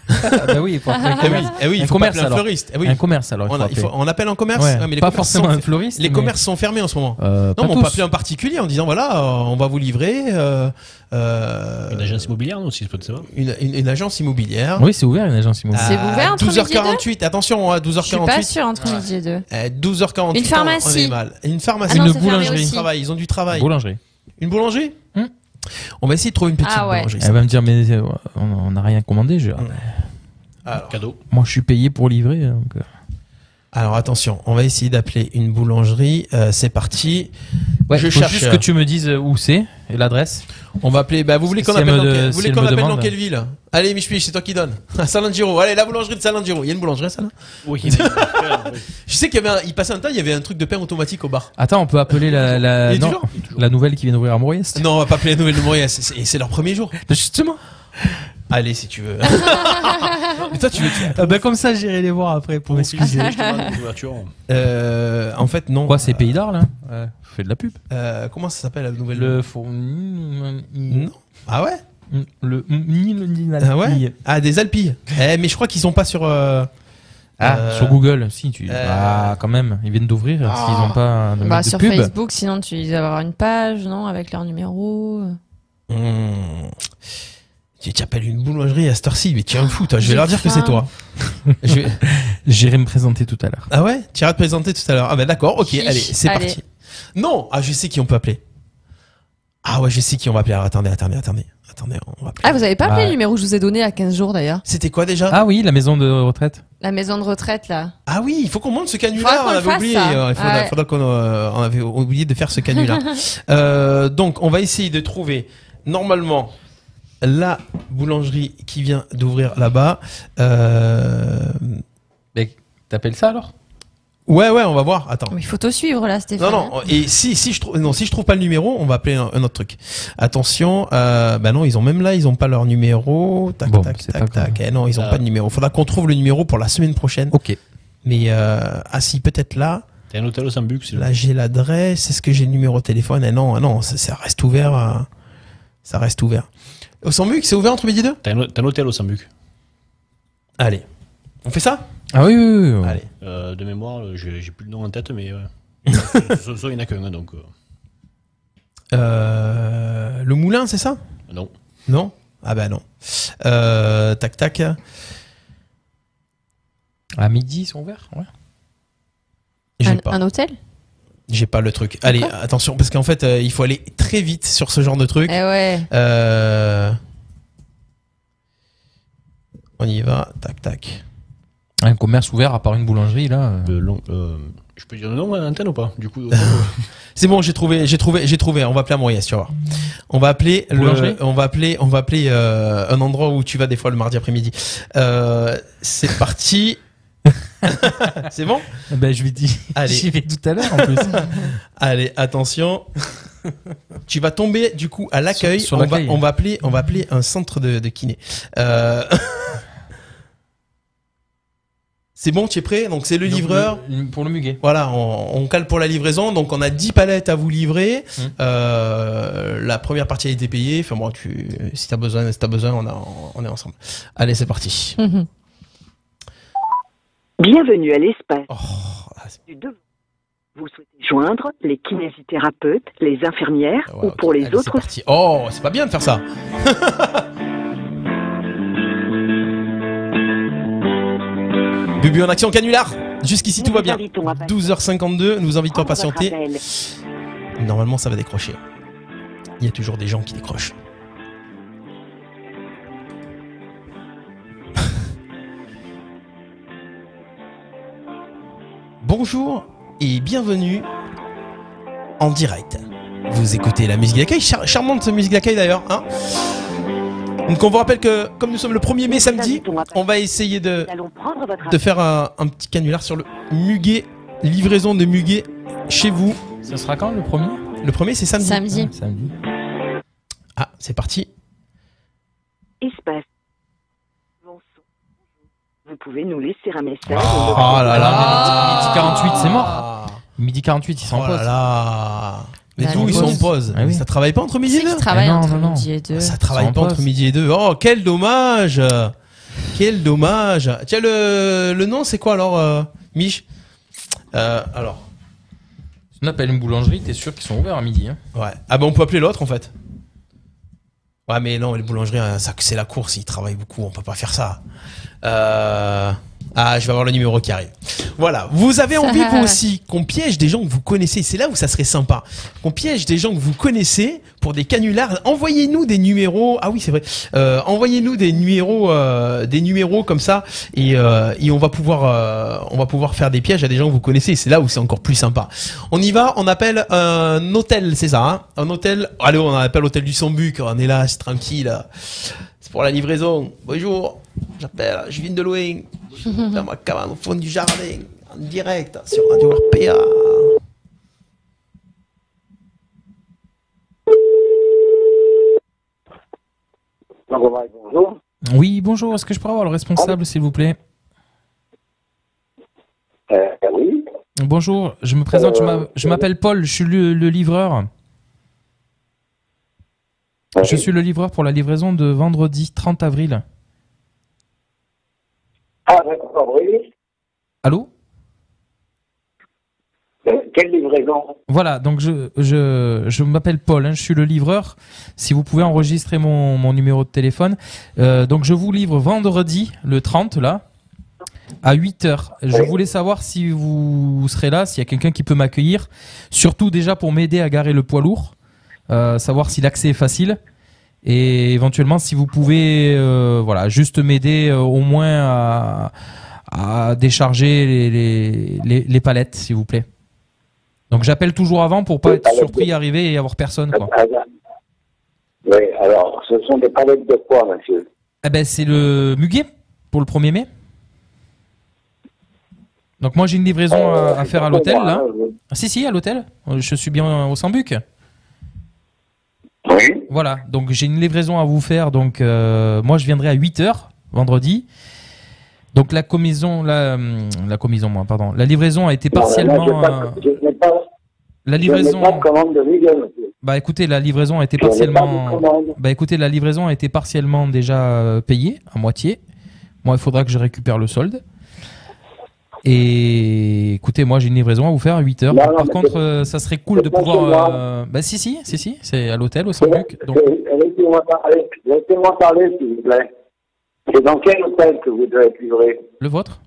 [SPEAKER 5] bah oui, il faut appeler un
[SPEAKER 3] Eh oui,
[SPEAKER 5] commerce.
[SPEAKER 3] eh oui, il
[SPEAKER 5] Un
[SPEAKER 3] faut
[SPEAKER 5] commerce,
[SPEAKER 3] appeler un
[SPEAKER 5] alors.
[SPEAKER 3] fleuriste. Eh oui.
[SPEAKER 5] Un commerce, alors, il
[SPEAKER 3] On,
[SPEAKER 5] faut
[SPEAKER 3] a- il
[SPEAKER 5] appeler.
[SPEAKER 3] faut- on appelle un commerce.
[SPEAKER 5] Ouais.
[SPEAKER 3] mais les
[SPEAKER 5] Pas
[SPEAKER 3] commerces
[SPEAKER 5] forcément
[SPEAKER 3] sont-
[SPEAKER 5] un fleuriste,
[SPEAKER 3] Les
[SPEAKER 5] mais-
[SPEAKER 3] commerces sont fermés en ce moment.
[SPEAKER 5] Euh, pas
[SPEAKER 3] non, mais on peut
[SPEAKER 5] tous.
[SPEAKER 3] appeler un particulier en disant voilà, euh, on va vous livrer. euh, euh,
[SPEAKER 6] Une agence immobilière, non, si je peux te savoir.
[SPEAKER 3] une, une- une agence immobilière.
[SPEAKER 5] Oui, c'est ouvert une agence immobilière.
[SPEAKER 3] À
[SPEAKER 4] C'est ouvert entre midi et
[SPEAKER 3] 12h48, attention, hein, 12h48.
[SPEAKER 4] Je suis pas sûr entre midi et deux.
[SPEAKER 3] Euh, 12h48.
[SPEAKER 4] Une pharmacie.
[SPEAKER 3] on est mal. Une pharmacie.
[SPEAKER 4] Ah non, Une c'est fermé boulangerie. aussi.
[SPEAKER 3] Ils, travaillent, ils ont du travail.
[SPEAKER 5] Boulangerie.
[SPEAKER 3] Une boulangerie On va essayer de trouver une petite
[SPEAKER 4] Ah ouais.
[SPEAKER 3] boulangerie. Mm.
[SPEAKER 5] Elle va me dire, mais euh, on- on n'a rien commandé. Je... vais dire, ah, ben,
[SPEAKER 3] Cadeau.
[SPEAKER 5] Moi, je suis payé pour livrer. donc, euh.
[SPEAKER 3] Alors attention, on va essayer d'appeler une boulangerie. Euh, c'est parti.
[SPEAKER 5] Ouais,
[SPEAKER 3] je
[SPEAKER 5] faut
[SPEAKER 3] cherche.
[SPEAKER 5] juste que tu me dises euh, où c'est et l'adresse. E
[SPEAKER 3] On va appeler. Bah, vous voulez qu'on appelle, dans, quel- vous voulez qu'on appelle dans quelle ville Allez, Michpi, c'est toi qui donne. Salangiro. Allez, la boulangerie de Salangiro. Il y a une boulangerie, ça là
[SPEAKER 6] Oui.
[SPEAKER 3] je sais qu'il y avait. Un, il passait un temps, il y avait un truc de pain automatique au bar.
[SPEAKER 5] Attends, on peut appeler la,
[SPEAKER 3] Il
[SPEAKER 5] la,
[SPEAKER 3] est
[SPEAKER 5] non,
[SPEAKER 3] toujours
[SPEAKER 5] la nouvelle qui vient d'ouvrir à Mouriest.
[SPEAKER 3] Non, on va pas appeler la nouvelle de Montréal. C'est, c'est- c'est leur premier jour. Justement. Allez, si tu veux. Et toi, tu veux.
[SPEAKER 5] ben comme ça, j'irai les voir après pour m'excuser.
[SPEAKER 3] Euh, en fait, non.
[SPEAKER 5] Quoi, c'est Pays d'Arles hein ouais. Fais de la pub.
[SPEAKER 3] Euh, comment ça s'appelle la nouvelle
[SPEAKER 5] Le fourni.
[SPEAKER 3] Non. Ah ouais
[SPEAKER 5] Le ni le ni la
[SPEAKER 3] Ah ouais Ah, des Alpilles. eh, mais je crois qu'ils sont pas sur. euh,
[SPEAKER 5] Ah,
[SPEAKER 3] euh,
[SPEAKER 5] sur Google, si tu.
[SPEAKER 3] euh,
[SPEAKER 5] Ah, quand même, ils viennent d'ouvrir. Est-ce qu'ils ont pas de,
[SPEAKER 4] Bah,
[SPEAKER 5] de
[SPEAKER 4] sur
[SPEAKER 5] pub
[SPEAKER 4] Facebook, sinon tu dois avoir une page, non, avec leur numéro.
[SPEAKER 3] Hmm. Tu tu appelles une boulangerie à cette heure-ci, mais tiens, fou, toi, je vais
[SPEAKER 5] J'ai
[SPEAKER 3] leur dire que
[SPEAKER 5] faim.
[SPEAKER 3] c'est toi.
[SPEAKER 5] J'irai me présenter tout à l'heure.
[SPEAKER 3] Ah ouais Tu iras te présenter tout à l'heure. Ah bah d'accord, ok,
[SPEAKER 5] Chiche.
[SPEAKER 3] allez, c'est
[SPEAKER 5] Allez.
[SPEAKER 3] parti. Non Ah, je sais qui on peut appeler. Ah ouais, je sais qui on va appeler. Alors, attendez, attendez, attendez. Attendez, on va appeler.
[SPEAKER 4] Ah, vous avez pas appelé
[SPEAKER 5] Ouais.
[SPEAKER 4] le numéro que je vous ai donné il y a 15 jours d'ailleurs
[SPEAKER 3] C'était quoi déjà
[SPEAKER 5] Ah oui, la maison de retraite.
[SPEAKER 4] La maison de retraite là.
[SPEAKER 3] Ah oui, il faut qu'on monte ce
[SPEAKER 4] Faudra
[SPEAKER 3] canular.
[SPEAKER 4] qu'on
[SPEAKER 3] On
[SPEAKER 4] le
[SPEAKER 3] avait
[SPEAKER 4] fasse,
[SPEAKER 3] oublié.
[SPEAKER 4] ça.
[SPEAKER 3] euh, Il faudra,
[SPEAKER 4] Ouais.
[SPEAKER 3] faudra qu'on euh, on avait oublié de faire ce canular. Euh, donc, on va essayer de trouver normalement la boulangerie qui vient d'ouvrir là-bas. Euh...
[SPEAKER 5] T'appelles ça alors
[SPEAKER 3] Ouais, ouais, on va voir. Attends.
[SPEAKER 4] Mais il faut te suivre là, Stéphane. hein.
[SPEAKER 3] Non, non. Et si, si je trouve, non, si je trouve pas le numéro, on va appeler un, un autre truc. Attention, euh, bah non, ils ont même là, ils ont pas leur numéro. Tac, tac, tac, tac. Eh non, ils ont
[SPEAKER 6] Euh.
[SPEAKER 3] pas de numéro. Faudra qu'on trouve le numéro pour la semaine prochaine.
[SPEAKER 5] Ok.
[SPEAKER 3] Mais euh, ah si, peut-être là.
[SPEAKER 6] T'as un hôtel au Sambuc, c'est
[SPEAKER 3] Là, j'ai l'adresse. Est-ce que j'ai le numéro de téléphone Eh non, ah non, ça, ça reste ouvert. euh, ça reste ouvert. Au Sambuc, c'est ouvert entre midi et deux
[SPEAKER 6] T'as un, t'as un hôtel au Sambuc
[SPEAKER 3] Allez. On fait ça
[SPEAKER 5] Ah oui, oui, oui.
[SPEAKER 3] Allez.
[SPEAKER 6] Euh, de mémoire, euh, j'ai j'ai plus le nom en tête, mais. Euh, ce soir, il n'y en a qu'un, hein, donc. euh,
[SPEAKER 3] Euh, le moulin, c'est ça
[SPEAKER 6] Non.
[SPEAKER 3] Non Ah bah non. Euh, tac, tac.
[SPEAKER 5] À midi, ils sont ouverts ouais.
[SPEAKER 3] J'ai
[SPEAKER 4] Un,
[SPEAKER 3] pas.
[SPEAKER 4] un hôtel
[SPEAKER 3] J'ai pas le truc. Allez, attention, parce qu'en fait, euh, il faut aller très vite sur ce genre de truc.
[SPEAKER 4] Eh ouais.
[SPEAKER 3] Euh, On y va, Ah, tac tac.
[SPEAKER 5] Un commerce ouvert à part une boulangerie là.
[SPEAKER 6] euh. Je peux dire le nom à l'antenne ou pas Du coup.
[SPEAKER 3] C'est bon, j'ai trouvé, j'ai trouvé, j'ai trouvé. On va appeler à Mouriès, tu vas voir. On va appeler
[SPEAKER 5] Boulangerie
[SPEAKER 3] le, on va appeler, on va appeler euh, un endroit où tu vas des fois le mardi après-midi. Euh, c'est parti. c'est bon
[SPEAKER 5] Ben je lui dis.
[SPEAKER 3] Allez.
[SPEAKER 5] J'y vais tout à l'heure en plus.
[SPEAKER 3] Allez, attention. tu vas tomber du coup à l'accueil.
[SPEAKER 5] Sur- sur
[SPEAKER 3] On va,
[SPEAKER 5] l'accueil.
[SPEAKER 3] on va appeler, on va appeler un centre de, de kiné. Euh, c'est bon, tu es prêt Donc c'est le
[SPEAKER 5] Donc,
[SPEAKER 3] livreur.
[SPEAKER 5] le- pour le muguet.
[SPEAKER 3] Voilà, on, on cale pour la livraison. Donc on a 10 palettes à vous livrer.
[SPEAKER 5] Mmh.
[SPEAKER 3] Euh, la première partie a été payée. Enfin bon, tu, si t'as besoin, si t'as besoin, on, a- on est ensemble. Allez, c'est parti.
[SPEAKER 5] Mmh.
[SPEAKER 11] Bienvenue à l'espace.
[SPEAKER 3] Du
[SPEAKER 11] devant. Vous souhaitez joindre les kinésithérapeutes, les
[SPEAKER 3] Ah,
[SPEAKER 11] infirmières ou pour les
[SPEAKER 3] Allez, c'est
[SPEAKER 11] autres
[SPEAKER 3] parti. Oh, c'est pas bien de faire ça. Bubu en action canular. Jusqu'ici tout va bien. 12h52, nous vous invitons à patienter. Normalement, ça va décrocher. Il y a toujours des gens qui décrochent. Bonjour et bienvenue en direct. Vous écoutez la musique d'accueil, char- charmante musique d'accueil d'ailleurs. Hein Donc on vous rappelle que comme nous sommes le 1er mai samedi, on va essayer de, de faire un, un petit canular sur le muguet, livraison de muguet chez vous.
[SPEAKER 5] Ce sera quand le premier
[SPEAKER 3] Le premier c'est samedi.
[SPEAKER 4] Samedi.
[SPEAKER 5] Samedi.
[SPEAKER 3] Ah, c'est parti.
[SPEAKER 11] espace. Vous pouvez nous laisser un message.
[SPEAKER 5] Oh là là, midi 48, c'est mort. Midi 48, ils sont en
[SPEAKER 3] Ah. Oh là
[SPEAKER 5] pause.
[SPEAKER 3] là. Mais
[SPEAKER 5] Bah,
[SPEAKER 3] d'où
[SPEAKER 5] les
[SPEAKER 3] ils sont en
[SPEAKER 5] pauses.
[SPEAKER 3] pause
[SPEAKER 5] Ah oui.
[SPEAKER 3] Ça travaille pas entre midi et
[SPEAKER 4] Qui
[SPEAKER 3] deux
[SPEAKER 4] travaille
[SPEAKER 5] Eh non,
[SPEAKER 4] entre
[SPEAKER 5] non, non.
[SPEAKER 4] midi et deux
[SPEAKER 3] Ça travaille
[SPEAKER 5] en
[SPEAKER 3] pas entre
[SPEAKER 5] pause.
[SPEAKER 3] midi et deux. Oh, quel dommage Quel dommage Tiens, le, le nom, c'est quoi alors, euh, Mich Euh, Alors.
[SPEAKER 5] Si on appelle une boulangerie, t'es sûr qu'ils sont ouverts à midi. Hein.
[SPEAKER 3] Ouais. Ah bah on peut appeler l'autre en fait. hein, Ouais mais non, les boulangeries, euh, ça c'est la course, ils travaillent beaucoup, on peut pas faire ça. Euh... Ah, je vais avoir le numéro qui arrive. Voilà. Vous avez envie, vous aussi, qu'on piège des gens que vous connaissez. C'est là où ça serait sympa. Qu'on piège des gens que vous connaissez pour des canulars. Envoyez-nous des numéros. Ah oui, c'est vrai. Euh, envoyez-nous des numéros, euh, des numéros comme ça, et, euh, et on va pouvoir, euh, on va pouvoir faire des pièges à des gens que vous connaissez. C'est là où c'est encore plus sympa. On y va. On appelle un hôtel, c'est ça. hein un hôtel. Allez, on appelle hôtel du Sambuc. On est là, c'est tranquille. C'est pour la livraison. Bonjour. J'appelle. Je viens de loin dans ma cabane au fond du jardin, en direct sur Radio RPA.
[SPEAKER 13] Bonjour.
[SPEAKER 5] Oui, bonjour. Est-ce que je pourrais avoir le responsable, s'il vous plaît
[SPEAKER 13] Euh, oui.
[SPEAKER 5] Bonjour, je me présente, je m'a- je m'appelle Paul, je suis le, le livreur. Je suis le livreur pour la livraison de vendredi 30 avril.
[SPEAKER 13] Ah, d'accord, oui.
[SPEAKER 5] Allô
[SPEAKER 13] Euh, quelle livraison
[SPEAKER 5] Voilà, donc je, je, je m'appelle Paul, hein, je suis le livreur. Si vous pouvez enregistrer mon, mon numéro de téléphone. Euh, donc je vous livre vendredi, le 30, là, à 8h. Je voulais savoir si vous serez là, s'il y a quelqu'un qui peut m'accueillir. Surtout déjà pour m'aider à garer le poids lourd, euh, savoir si l'accès est facile. Et éventuellement, si vous pouvez euh, voilà, juste m'aider euh, au moins à, à décharger les, les, les, les palettes, s'il vous plaît. Donc j'appelle toujours avant pour pas être surpris, arriver et avoir personne. Quoi.
[SPEAKER 13] Ah, là. Oui, alors, ce sont des palettes de quoi, monsieur
[SPEAKER 5] Eh ben c'est le muguet pour le 1er mai. Donc moi j'ai une livraison à, à faire euh, à l'hôtel là. Ah, si si à l'hôtel. Je suis bien au Sambuc. Voilà, donc j'ai une livraison à vous faire. Donc euh, moi je viendrai à 8h vendredi. Donc la commission, la, hum, la commission, moi, pardon. La livraison a été partiellement.
[SPEAKER 13] Non, là,
[SPEAKER 5] euh,
[SPEAKER 13] je n'ai pas,
[SPEAKER 5] la
[SPEAKER 13] je n'ai pas- je n'ai
[SPEAKER 5] livraison.
[SPEAKER 13] pas de commande de muguet, monsieur.
[SPEAKER 5] Bah écoutez, la livraison a été
[SPEAKER 13] Je n'ai pas de
[SPEAKER 5] partiellement.
[SPEAKER 13] commande.
[SPEAKER 5] Bah écoutez, la livraison a été partiellement déjà euh, payée à moitié. Moi, il faudra que je récupère le solde. Et écoutez, moi j'ai une livraison à vous faire à 8 heures.
[SPEAKER 13] Non,
[SPEAKER 5] Par
[SPEAKER 13] non, mais
[SPEAKER 5] contre,
[SPEAKER 13] c'est-
[SPEAKER 5] euh, ça serait cool
[SPEAKER 13] c'est
[SPEAKER 5] de
[SPEAKER 13] pas
[SPEAKER 5] pouvoir.
[SPEAKER 13] chez moi.
[SPEAKER 5] euh, bah si si si si, c'est à l'hôtel au Saint-Luc. Donc
[SPEAKER 13] Euh, Laissez-moi parler, laissez-moi parler, s'il vous plaît. C'est dans quel hôtel que vous devez être livré
[SPEAKER 5] le vôtre.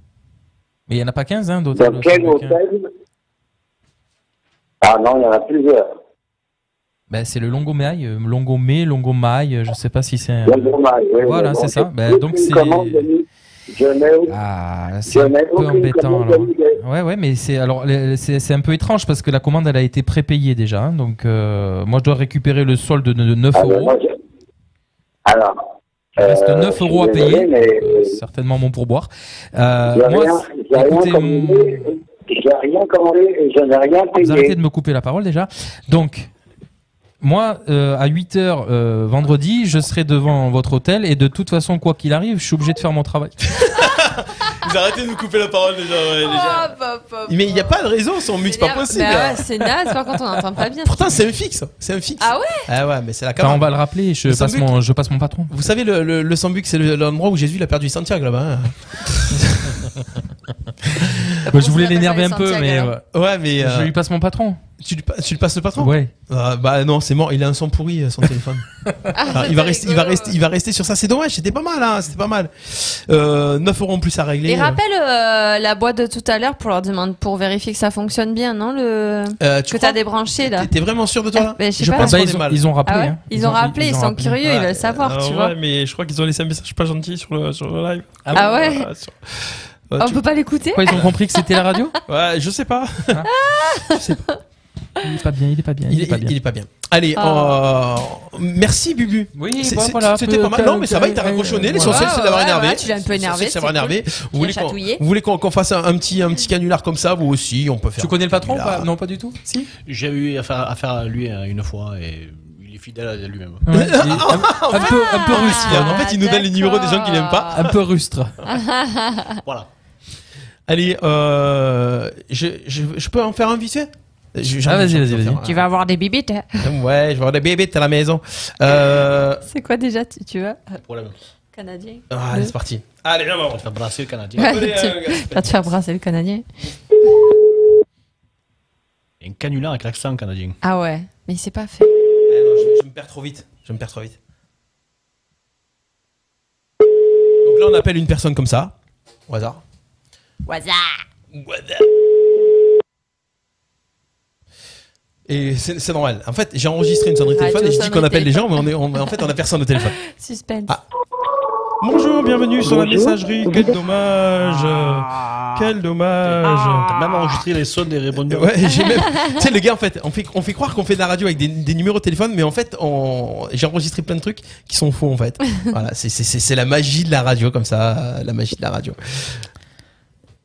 [SPEAKER 5] Mais il n'y en a pas 15 hein, d'hôtels.
[SPEAKER 13] Dans quel hôtel Ah non, il y en a plusieurs.
[SPEAKER 5] Bah, c'est le Longomaille, euh, Longomaille, Longomaille. euh, Je sais pas si c'est.
[SPEAKER 13] Longomaille, oui,
[SPEAKER 5] Voilà,
[SPEAKER 13] mais bon,
[SPEAKER 5] c'est ça.
[SPEAKER 13] j'ai-
[SPEAKER 5] Bah,
[SPEAKER 13] j'ai
[SPEAKER 5] donc
[SPEAKER 13] aucune
[SPEAKER 5] c'est.
[SPEAKER 13] commande de muguet. Je n'ai aucune-
[SPEAKER 5] Ah,
[SPEAKER 13] Je
[SPEAKER 5] c'est un
[SPEAKER 13] n'ai
[SPEAKER 5] peu
[SPEAKER 13] aucune
[SPEAKER 5] embêtant.
[SPEAKER 13] commande
[SPEAKER 5] Alors. hein.
[SPEAKER 13] validée.
[SPEAKER 5] Ouais, ouais, mais c'est alors les- c'est c'est un peu étrange parce que la commande elle a été prépayée déjà. hein. donc euh, moi je dois récupérer le solde de, de 9
[SPEAKER 13] Ah, ben,
[SPEAKER 5] euros.
[SPEAKER 13] moi, je- Alors.
[SPEAKER 5] Il reste
[SPEAKER 13] euh,
[SPEAKER 5] 9
[SPEAKER 13] je suis
[SPEAKER 5] euros à
[SPEAKER 13] désolé,
[SPEAKER 5] payer,
[SPEAKER 13] mais
[SPEAKER 5] euh, certainement mon pourboire. Euh,
[SPEAKER 13] j'ai
[SPEAKER 5] moi,
[SPEAKER 13] rien-
[SPEAKER 5] c'est-
[SPEAKER 13] j'ai rien
[SPEAKER 5] écoutez, hum.
[SPEAKER 13] commandé, j'ai rien commandé et je n'ai rien
[SPEAKER 5] vous arrêtez
[SPEAKER 13] payé.
[SPEAKER 5] de me couper la parole déjà. Donc, moi, euh, à 8h vendredi, je serai devant votre hôtel et de toute façon, quoi qu'il arrive, je suis obligé de faire mon travail.
[SPEAKER 3] Vous arrêtez de nous couper la parole déjà. ouais, déjà.
[SPEAKER 5] Oh,
[SPEAKER 4] Hop, hop,
[SPEAKER 13] Ah,
[SPEAKER 4] hop.
[SPEAKER 3] Mais il n'y a pas de réseau, sans mute, c'est pas possible.
[SPEAKER 13] euh,
[SPEAKER 4] Bah ouais, c'est naze, par contre, on n'entend pas bien.
[SPEAKER 3] Pourtant, c'est un fixe. C'est un fixe.
[SPEAKER 4] Ah ouais
[SPEAKER 3] Ah ouais, mais c'est la
[SPEAKER 5] Enfin,
[SPEAKER 3] cabane.
[SPEAKER 5] on va le rappeler, je
[SPEAKER 3] Le
[SPEAKER 5] passe,
[SPEAKER 3] Sambuc.
[SPEAKER 5] mon, je passe mon patron.
[SPEAKER 3] Vous savez, le, le, le Sambuc, c'est le- l'endroit où Jésus a perdu Santiago là-bas. hein.
[SPEAKER 5] Moi, je voulais l'énerver un peu,
[SPEAKER 3] Santiago,
[SPEAKER 5] mais.
[SPEAKER 3] alors
[SPEAKER 5] ouais.
[SPEAKER 3] Ouais, mais. euh,
[SPEAKER 5] Je lui passe mon patron.
[SPEAKER 3] Tu lui, pa- tu lui passes le patron
[SPEAKER 5] Ouais.
[SPEAKER 3] Ah, bah non, c'est mort, il a un son pourri euh, son téléphone. Ah, il, va rester, il, va rester, il va rester sur ça, c'est dommage, c'était pas mal, hein, c'était pas mal. Euh, 9 euros en plus à régler.
[SPEAKER 4] Et rappelle euh, la boîte de tout à l'heure pour leur demander pour vérifier que ça fonctionne bien, non le
[SPEAKER 3] Euh, tu
[SPEAKER 4] que
[SPEAKER 3] crois
[SPEAKER 4] t'as débranché là.
[SPEAKER 3] T'es vraiment sûr de toi là
[SPEAKER 4] ben, je sais pas.
[SPEAKER 5] Ah bah, ils, ont, ils ont rappelé.
[SPEAKER 4] Ah ouais
[SPEAKER 5] hein.
[SPEAKER 4] Ils ont rappelé, ils sont curieux, ils veulent savoir,
[SPEAKER 3] Ah
[SPEAKER 4] tu vois.
[SPEAKER 9] Ouais, mais je crois qu'ils ont laissé un message pas gentil sur le, sur le live.
[SPEAKER 4] Ah Ah ouais
[SPEAKER 3] Euh,
[SPEAKER 4] ouais
[SPEAKER 9] sur-
[SPEAKER 4] on peut pas l'écouter
[SPEAKER 5] Quoi, ils
[SPEAKER 3] Ah,
[SPEAKER 5] ont compris que c'était la radio
[SPEAKER 3] Ouais, je sais pas.
[SPEAKER 5] Il est pas bien, il est pas bien.
[SPEAKER 3] Il est- il est pas bien. Allez, euh, merci Bubu.
[SPEAKER 5] Oui,
[SPEAKER 3] C'est-
[SPEAKER 5] bah,
[SPEAKER 3] c'est-
[SPEAKER 5] voilà,
[SPEAKER 3] c'était
[SPEAKER 5] peu-
[SPEAKER 3] pas mal. Non, mais ça va, il t'a
[SPEAKER 5] euh,
[SPEAKER 3] raccrochonné.
[SPEAKER 5] euh,
[SPEAKER 3] L'essentiel,
[SPEAKER 5] voilà.
[SPEAKER 3] c'est d'avoir
[SPEAKER 5] Ouais,
[SPEAKER 3] énervé.
[SPEAKER 5] voilà, tu l'as un peu
[SPEAKER 4] énervé,
[SPEAKER 3] L'essentiel, c'est d'avoir
[SPEAKER 4] c'est cool.
[SPEAKER 3] énervé.
[SPEAKER 4] Tu
[SPEAKER 3] Vous voulez
[SPEAKER 4] l'as
[SPEAKER 3] qu'on-
[SPEAKER 4] chatouillé.
[SPEAKER 3] vous voulez qu'on qu'on fasse un, un petit, un petit canular comme ça, vous aussi, on peut faire.
[SPEAKER 5] Tu connais le patron ou
[SPEAKER 3] Canular.
[SPEAKER 5] pas Non, pas du tout. Si
[SPEAKER 6] J'ai eu affaire, affaire à lui
[SPEAKER 3] euh,
[SPEAKER 6] hein, une fois et il est fidèle à lui-même.
[SPEAKER 5] Ouais, il est un, un peu, un peu rustre.
[SPEAKER 3] Ah, en fait, il nous donne les numéros des gens qu'il aime pas.
[SPEAKER 5] Un peu rustre.
[SPEAKER 6] Voilà.
[SPEAKER 3] Allez, euh, je, je, je peux en faire un vite fait Je- j'en ai-
[SPEAKER 5] Ah, vas-y,
[SPEAKER 3] j'en ai
[SPEAKER 5] vas-y,
[SPEAKER 3] faire
[SPEAKER 5] vas-y.
[SPEAKER 3] un.
[SPEAKER 4] Tu vas avoir des bibites. hein.
[SPEAKER 3] Ouais, je vais avoir des bébés à la maison. Euh,
[SPEAKER 4] C'est quoi déjà tu, tu vois
[SPEAKER 6] Problème.
[SPEAKER 4] Canadien.
[SPEAKER 3] ah, allez, c'est parti.
[SPEAKER 6] Allez, viens, on va te faire brasser le Canadien.
[SPEAKER 4] Ouais, tu vas te faire brasser le Canadien.
[SPEAKER 6] Il y a Un canular avec l'accent canadien.
[SPEAKER 4] Ah ouais, mais il s'est pas fait.
[SPEAKER 3] Eh non, je, je me perds trop vite. Je me perds trop vite. Donc là, on appelle une personne comme ça, au hasard. Et c'est c'est normal. En fait, j'ai enregistré Bah, une sonnerie
[SPEAKER 4] Ah,
[SPEAKER 3] téléphone
[SPEAKER 4] tu
[SPEAKER 3] et je
[SPEAKER 4] vois,
[SPEAKER 3] dis qu'on
[SPEAKER 4] sonnerie
[SPEAKER 3] appelle les gens, mais on est, on- en fait, on a personne au téléphone.
[SPEAKER 4] Suspense.
[SPEAKER 3] Ah.
[SPEAKER 9] Bonjour, bienvenue sur la
[SPEAKER 4] Bonjour.
[SPEAKER 9] messagerie. Quel dommage. Quel dommage. Ah. T'as même enregistré les sons des répondeurs.
[SPEAKER 3] Ouais, j'ai même. tu sais, le gars, en fait, on fait, on fait croire qu'on fait de la radio avec des, des numéros de téléphone, mais en fait, on... j'ai enregistré plein de trucs qui sont faux, en fait. voilà, c'est- c'est c'est- c'est la magie de la radio, comme ça, euh, la magie de la radio.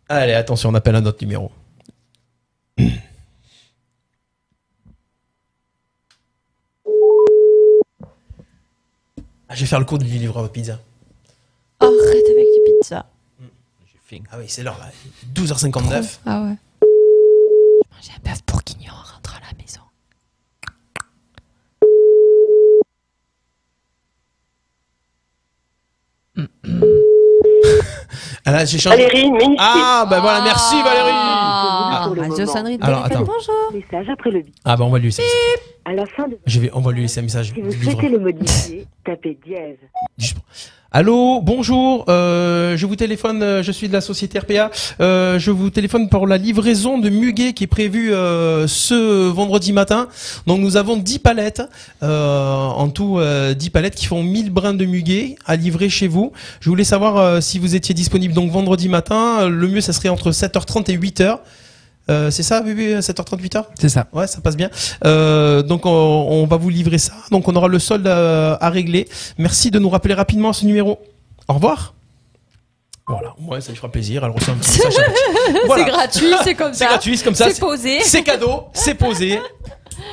[SPEAKER 3] Allez, attention, on appelle un autre numéro. Ah, Je vais faire le cours du livreur de pizza.
[SPEAKER 2] Oh, Arrête avec les pizzas.
[SPEAKER 4] Mm.
[SPEAKER 3] Ah oui, c'est l'heure là. 12h59.
[SPEAKER 4] Ah ouais.
[SPEAKER 2] J'ai un bœuf bourguignon à rentrer à la maison.
[SPEAKER 3] Ah là, j'ai changé.
[SPEAKER 11] Valérie, Minski.
[SPEAKER 3] Ah, bah voilà, merci Valérie.
[SPEAKER 4] Ah,
[SPEAKER 11] Pour le
[SPEAKER 4] radio
[SPEAKER 11] moment.
[SPEAKER 4] sonnerie de
[SPEAKER 3] Alors,
[SPEAKER 4] téléphone.
[SPEAKER 3] attends.
[SPEAKER 4] Bonjour.
[SPEAKER 11] Message après le bip.
[SPEAKER 3] Ah bah on va lui laisser. un message.
[SPEAKER 11] À la fin de...
[SPEAKER 3] Je vais, on va lui laisser un message.
[SPEAKER 11] Si vous
[SPEAKER 3] du livreur.
[SPEAKER 11] souhaitez le modifier, tapez dièse.
[SPEAKER 3] Allô, bonjour. euh, je vous téléphone. euh, Je suis de la société RPA. euh, je vous téléphone pour la livraison de muguet qui est prévue euh, ce vendredi matin. Donc nous avons 10 palettes euh, en tout, euh, 10 palettes qui font 1000 brins de muguet à livrer chez vous. Je voulais savoir euh, si vous étiez disponible donc vendredi matin. Euh, Le mieux, ça serait entre 7h30 et 8h. Euh, c'est ça, bébé, 7h30, 8h
[SPEAKER 5] C'est ça.
[SPEAKER 3] Ouais, ça passe bien. Euh, donc, on, on va vous livrer ça. Donc, on aura le solde euh, à régler. Merci de nous rappeler rapidement ce numéro. Au revoir. Voilà, ouais, ça lui fera plaisir. Elle reçoit un petit message. Voilà.
[SPEAKER 4] C'est gratuit, c'est comme ça.
[SPEAKER 3] C'est gratuit, c'est comme ça.
[SPEAKER 4] C'est posé.
[SPEAKER 3] C'est cadeau, c'est posé.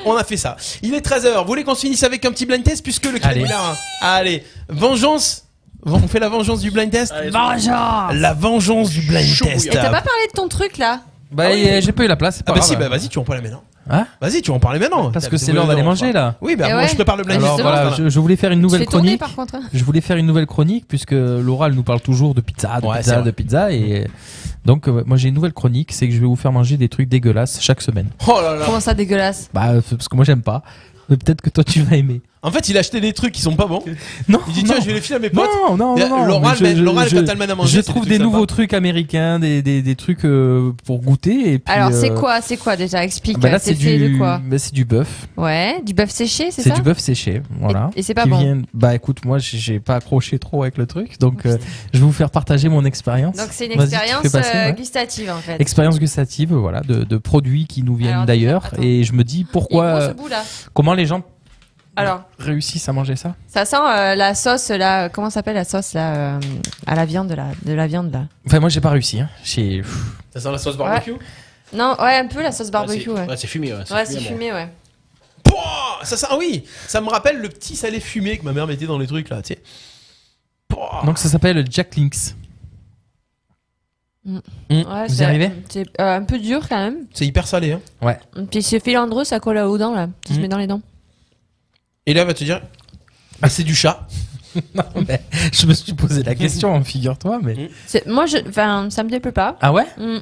[SPEAKER 3] On a fait ça. Il est 13h. Vous voulez qu'on se finisse avec un petit blind test puisque le créneau
[SPEAKER 5] Allez.
[SPEAKER 3] est là. hein. Allez, vengeance. On fait la vengeance du blind test
[SPEAKER 4] Vengeance.
[SPEAKER 3] La vengeance du blind test.
[SPEAKER 4] Et t'as pas parlé de ton truc là
[SPEAKER 5] Bah,
[SPEAKER 3] Ah oui.
[SPEAKER 5] euh, j'ai pas eu la place. c'est
[SPEAKER 3] Ah
[SPEAKER 5] pas
[SPEAKER 3] bah
[SPEAKER 5] grave.
[SPEAKER 3] si, bah vas-y, tu en parles maintenant.
[SPEAKER 5] Hein
[SPEAKER 3] Vas-y, tu en parles maintenant.
[SPEAKER 5] Parce
[SPEAKER 3] T'as-
[SPEAKER 5] que
[SPEAKER 3] t'as
[SPEAKER 5] c'est l'heure
[SPEAKER 3] voulu
[SPEAKER 5] d'aller
[SPEAKER 3] en parler.
[SPEAKER 5] manger, là.
[SPEAKER 3] Oui, bah
[SPEAKER 4] Eh
[SPEAKER 3] moi
[SPEAKER 4] ouais.
[SPEAKER 3] je prépare le blind
[SPEAKER 5] Alors
[SPEAKER 3] test.
[SPEAKER 5] voilà, je, je voulais faire une nouvelle
[SPEAKER 4] fais tourner,
[SPEAKER 5] chronique.
[SPEAKER 4] par contre, hein.
[SPEAKER 5] Je voulais faire une nouvelle chronique puisque Laura elle nous parle toujours de pizza, de
[SPEAKER 3] Ouais, c'est
[SPEAKER 5] pizza,
[SPEAKER 3] vrai.
[SPEAKER 5] de pizza et donc euh, moi j'ai une nouvelle chronique, c'est que je vais vous faire manger des trucs dégueulasses chaque semaine.
[SPEAKER 3] Oh là là.
[SPEAKER 4] Comment ça dégueulasse
[SPEAKER 5] Bah euh, parce que moi j'aime pas, mais peut-être que toi tu vas aimer.
[SPEAKER 3] En fait, il a acheté des trucs qui sont pas bons.
[SPEAKER 5] Non.
[SPEAKER 3] Il dit tiens, je vais les filer à mes potes.
[SPEAKER 5] Non,
[SPEAKER 4] Oh
[SPEAKER 5] non,
[SPEAKER 3] Et
[SPEAKER 5] non, non,
[SPEAKER 3] L'oral,
[SPEAKER 5] mais je-
[SPEAKER 3] ben, l'oral,
[SPEAKER 5] je-
[SPEAKER 3] quand elle mène à manger.
[SPEAKER 5] Je
[SPEAKER 3] c'est
[SPEAKER 5] trouve
[SPEAKER 3] trucs
[SPEAKER 5] des
[SPEAKER 3] sympas.
[SPEAKER 5] nouveaux trucs américains, des, des, des trucs euh, pour goûter. Et puis,
[SPEAKER 4] Alors, c'est
[SPEAKER 5] euh,
[SPEAKER 4] quoi C'est quoi déjà Explique.
[SPEAKER 5] bah là,
[SPEAKER 4] euh,
[SPEAKER 5] c'est
[SPEAKER 4] fait
[SPEAKER 5] du,
[SPEAKER 4] de quoi
[SPEAKER 5] bah, c'est du bœuf.
[SPEAKER 4] Ouais, du bœuf séché, c'est ça
[SPEAKER 5] C'est du bœuf séché, voilà.
[SPEAKER 4] Et- et c'est pas
[SPEAKER 5] Qui
[SPEAKER 4] bon.
[SPEAKER 5] vient- Bah écoute, moi j'ai- j'ai pas accroché trop avec le truc, donc euh, je vais vous faire partager mon expérience.
[SPEAKER 4] Donc, c'est une
[SPEAKER 5] Vas-y, tu
[SPEAKER 4] expérience
[SPEAKER 5] fais passer,
[SPEAKER 4] euh,
[SPEAKER 5] ouais.
[SPEAKER 4] gustative en fait.
[SPEAKER 5] Expérience gustative, voilà, de, de produits qui nous viennent
[SPEAKER 4] Alors,
[SPEAKER 5] d'ailleurs. Et je me dis pourquoi,
[SPEAKER 4] Il est gros, ce
[SPEAKER 5] euh,
[SPEAKER 4] bout-là.
[SPEAKER 5] comment les gens
[SPEAKER 4] Alors,
[SPEAKER 5] réussissent à manger ça
[SPEAKER 4] ça sent euh, la sauce là. Comment s'appelle la sauce là euh, À la viande là. De la viande là.
[SPEAKER 5] Enfin, moi j'ai pas réussi. Hein. J'ai- pff.
[SPEAKER 3] Ça sent la sauce barbecue.
[SPEAKER 4] Non, ouais, un peu la sauce barbecue.
[SPEAKER 6] Ouais,
[SPEAKER 4] Ouais,
[SPEAKER 6] c'est- ouais, c'est fumé, ouais, c'est
[SPEAKER 4] Ouais,
[SPEAKER 6] fumé,
[SPEAKER 4] c'est
[SPEAKER 6] bon.
[SPEAKER 4] fumé, ouais.
[SPEAKER 3] Pouah, ça sent. Ah oui, ça me rappelle le petit salé fumé que ma mère mettait dans les trucs là. Tu sais.
[SPEAKER 5] Donc ça s'appelle Jack Links.
[SPEAKER 4] Mm.
[SPEAKER 5] Mm.
[SPEAKER 4] Ouais,
[SPEAKER 5] Vous y
[SPEAKER 4] c'est-
[SPEAKER 5] arrivez
[SPEAKER 4] C'est euh, un peu dur quand même.
[SPEAKER 3] C'est hyper salé. Hein.
[SPEAKER 5] Ouais.
[SPEAKER 4] Puis c'est filandreux, ça colle aux dents là. Ça se
[SPEAKER 5] Hmm.
[SPEAKER 3] Mm.
[SPEAKER 4] met dans les dents.
[SPEAKER 3] Et là, elle va te dire, ah, c'est du chat.
[SPEAKER 5] non, mais je me suis posé la question, hein, figure-toi, mais.
[SPEAKER 3] Mm.
[SPEAKER 4] C'est- Moi, je, enfin, ça me déplaît pas.
[SPEAKER 5] Ah ouais
[SPEAKER 4] Mm.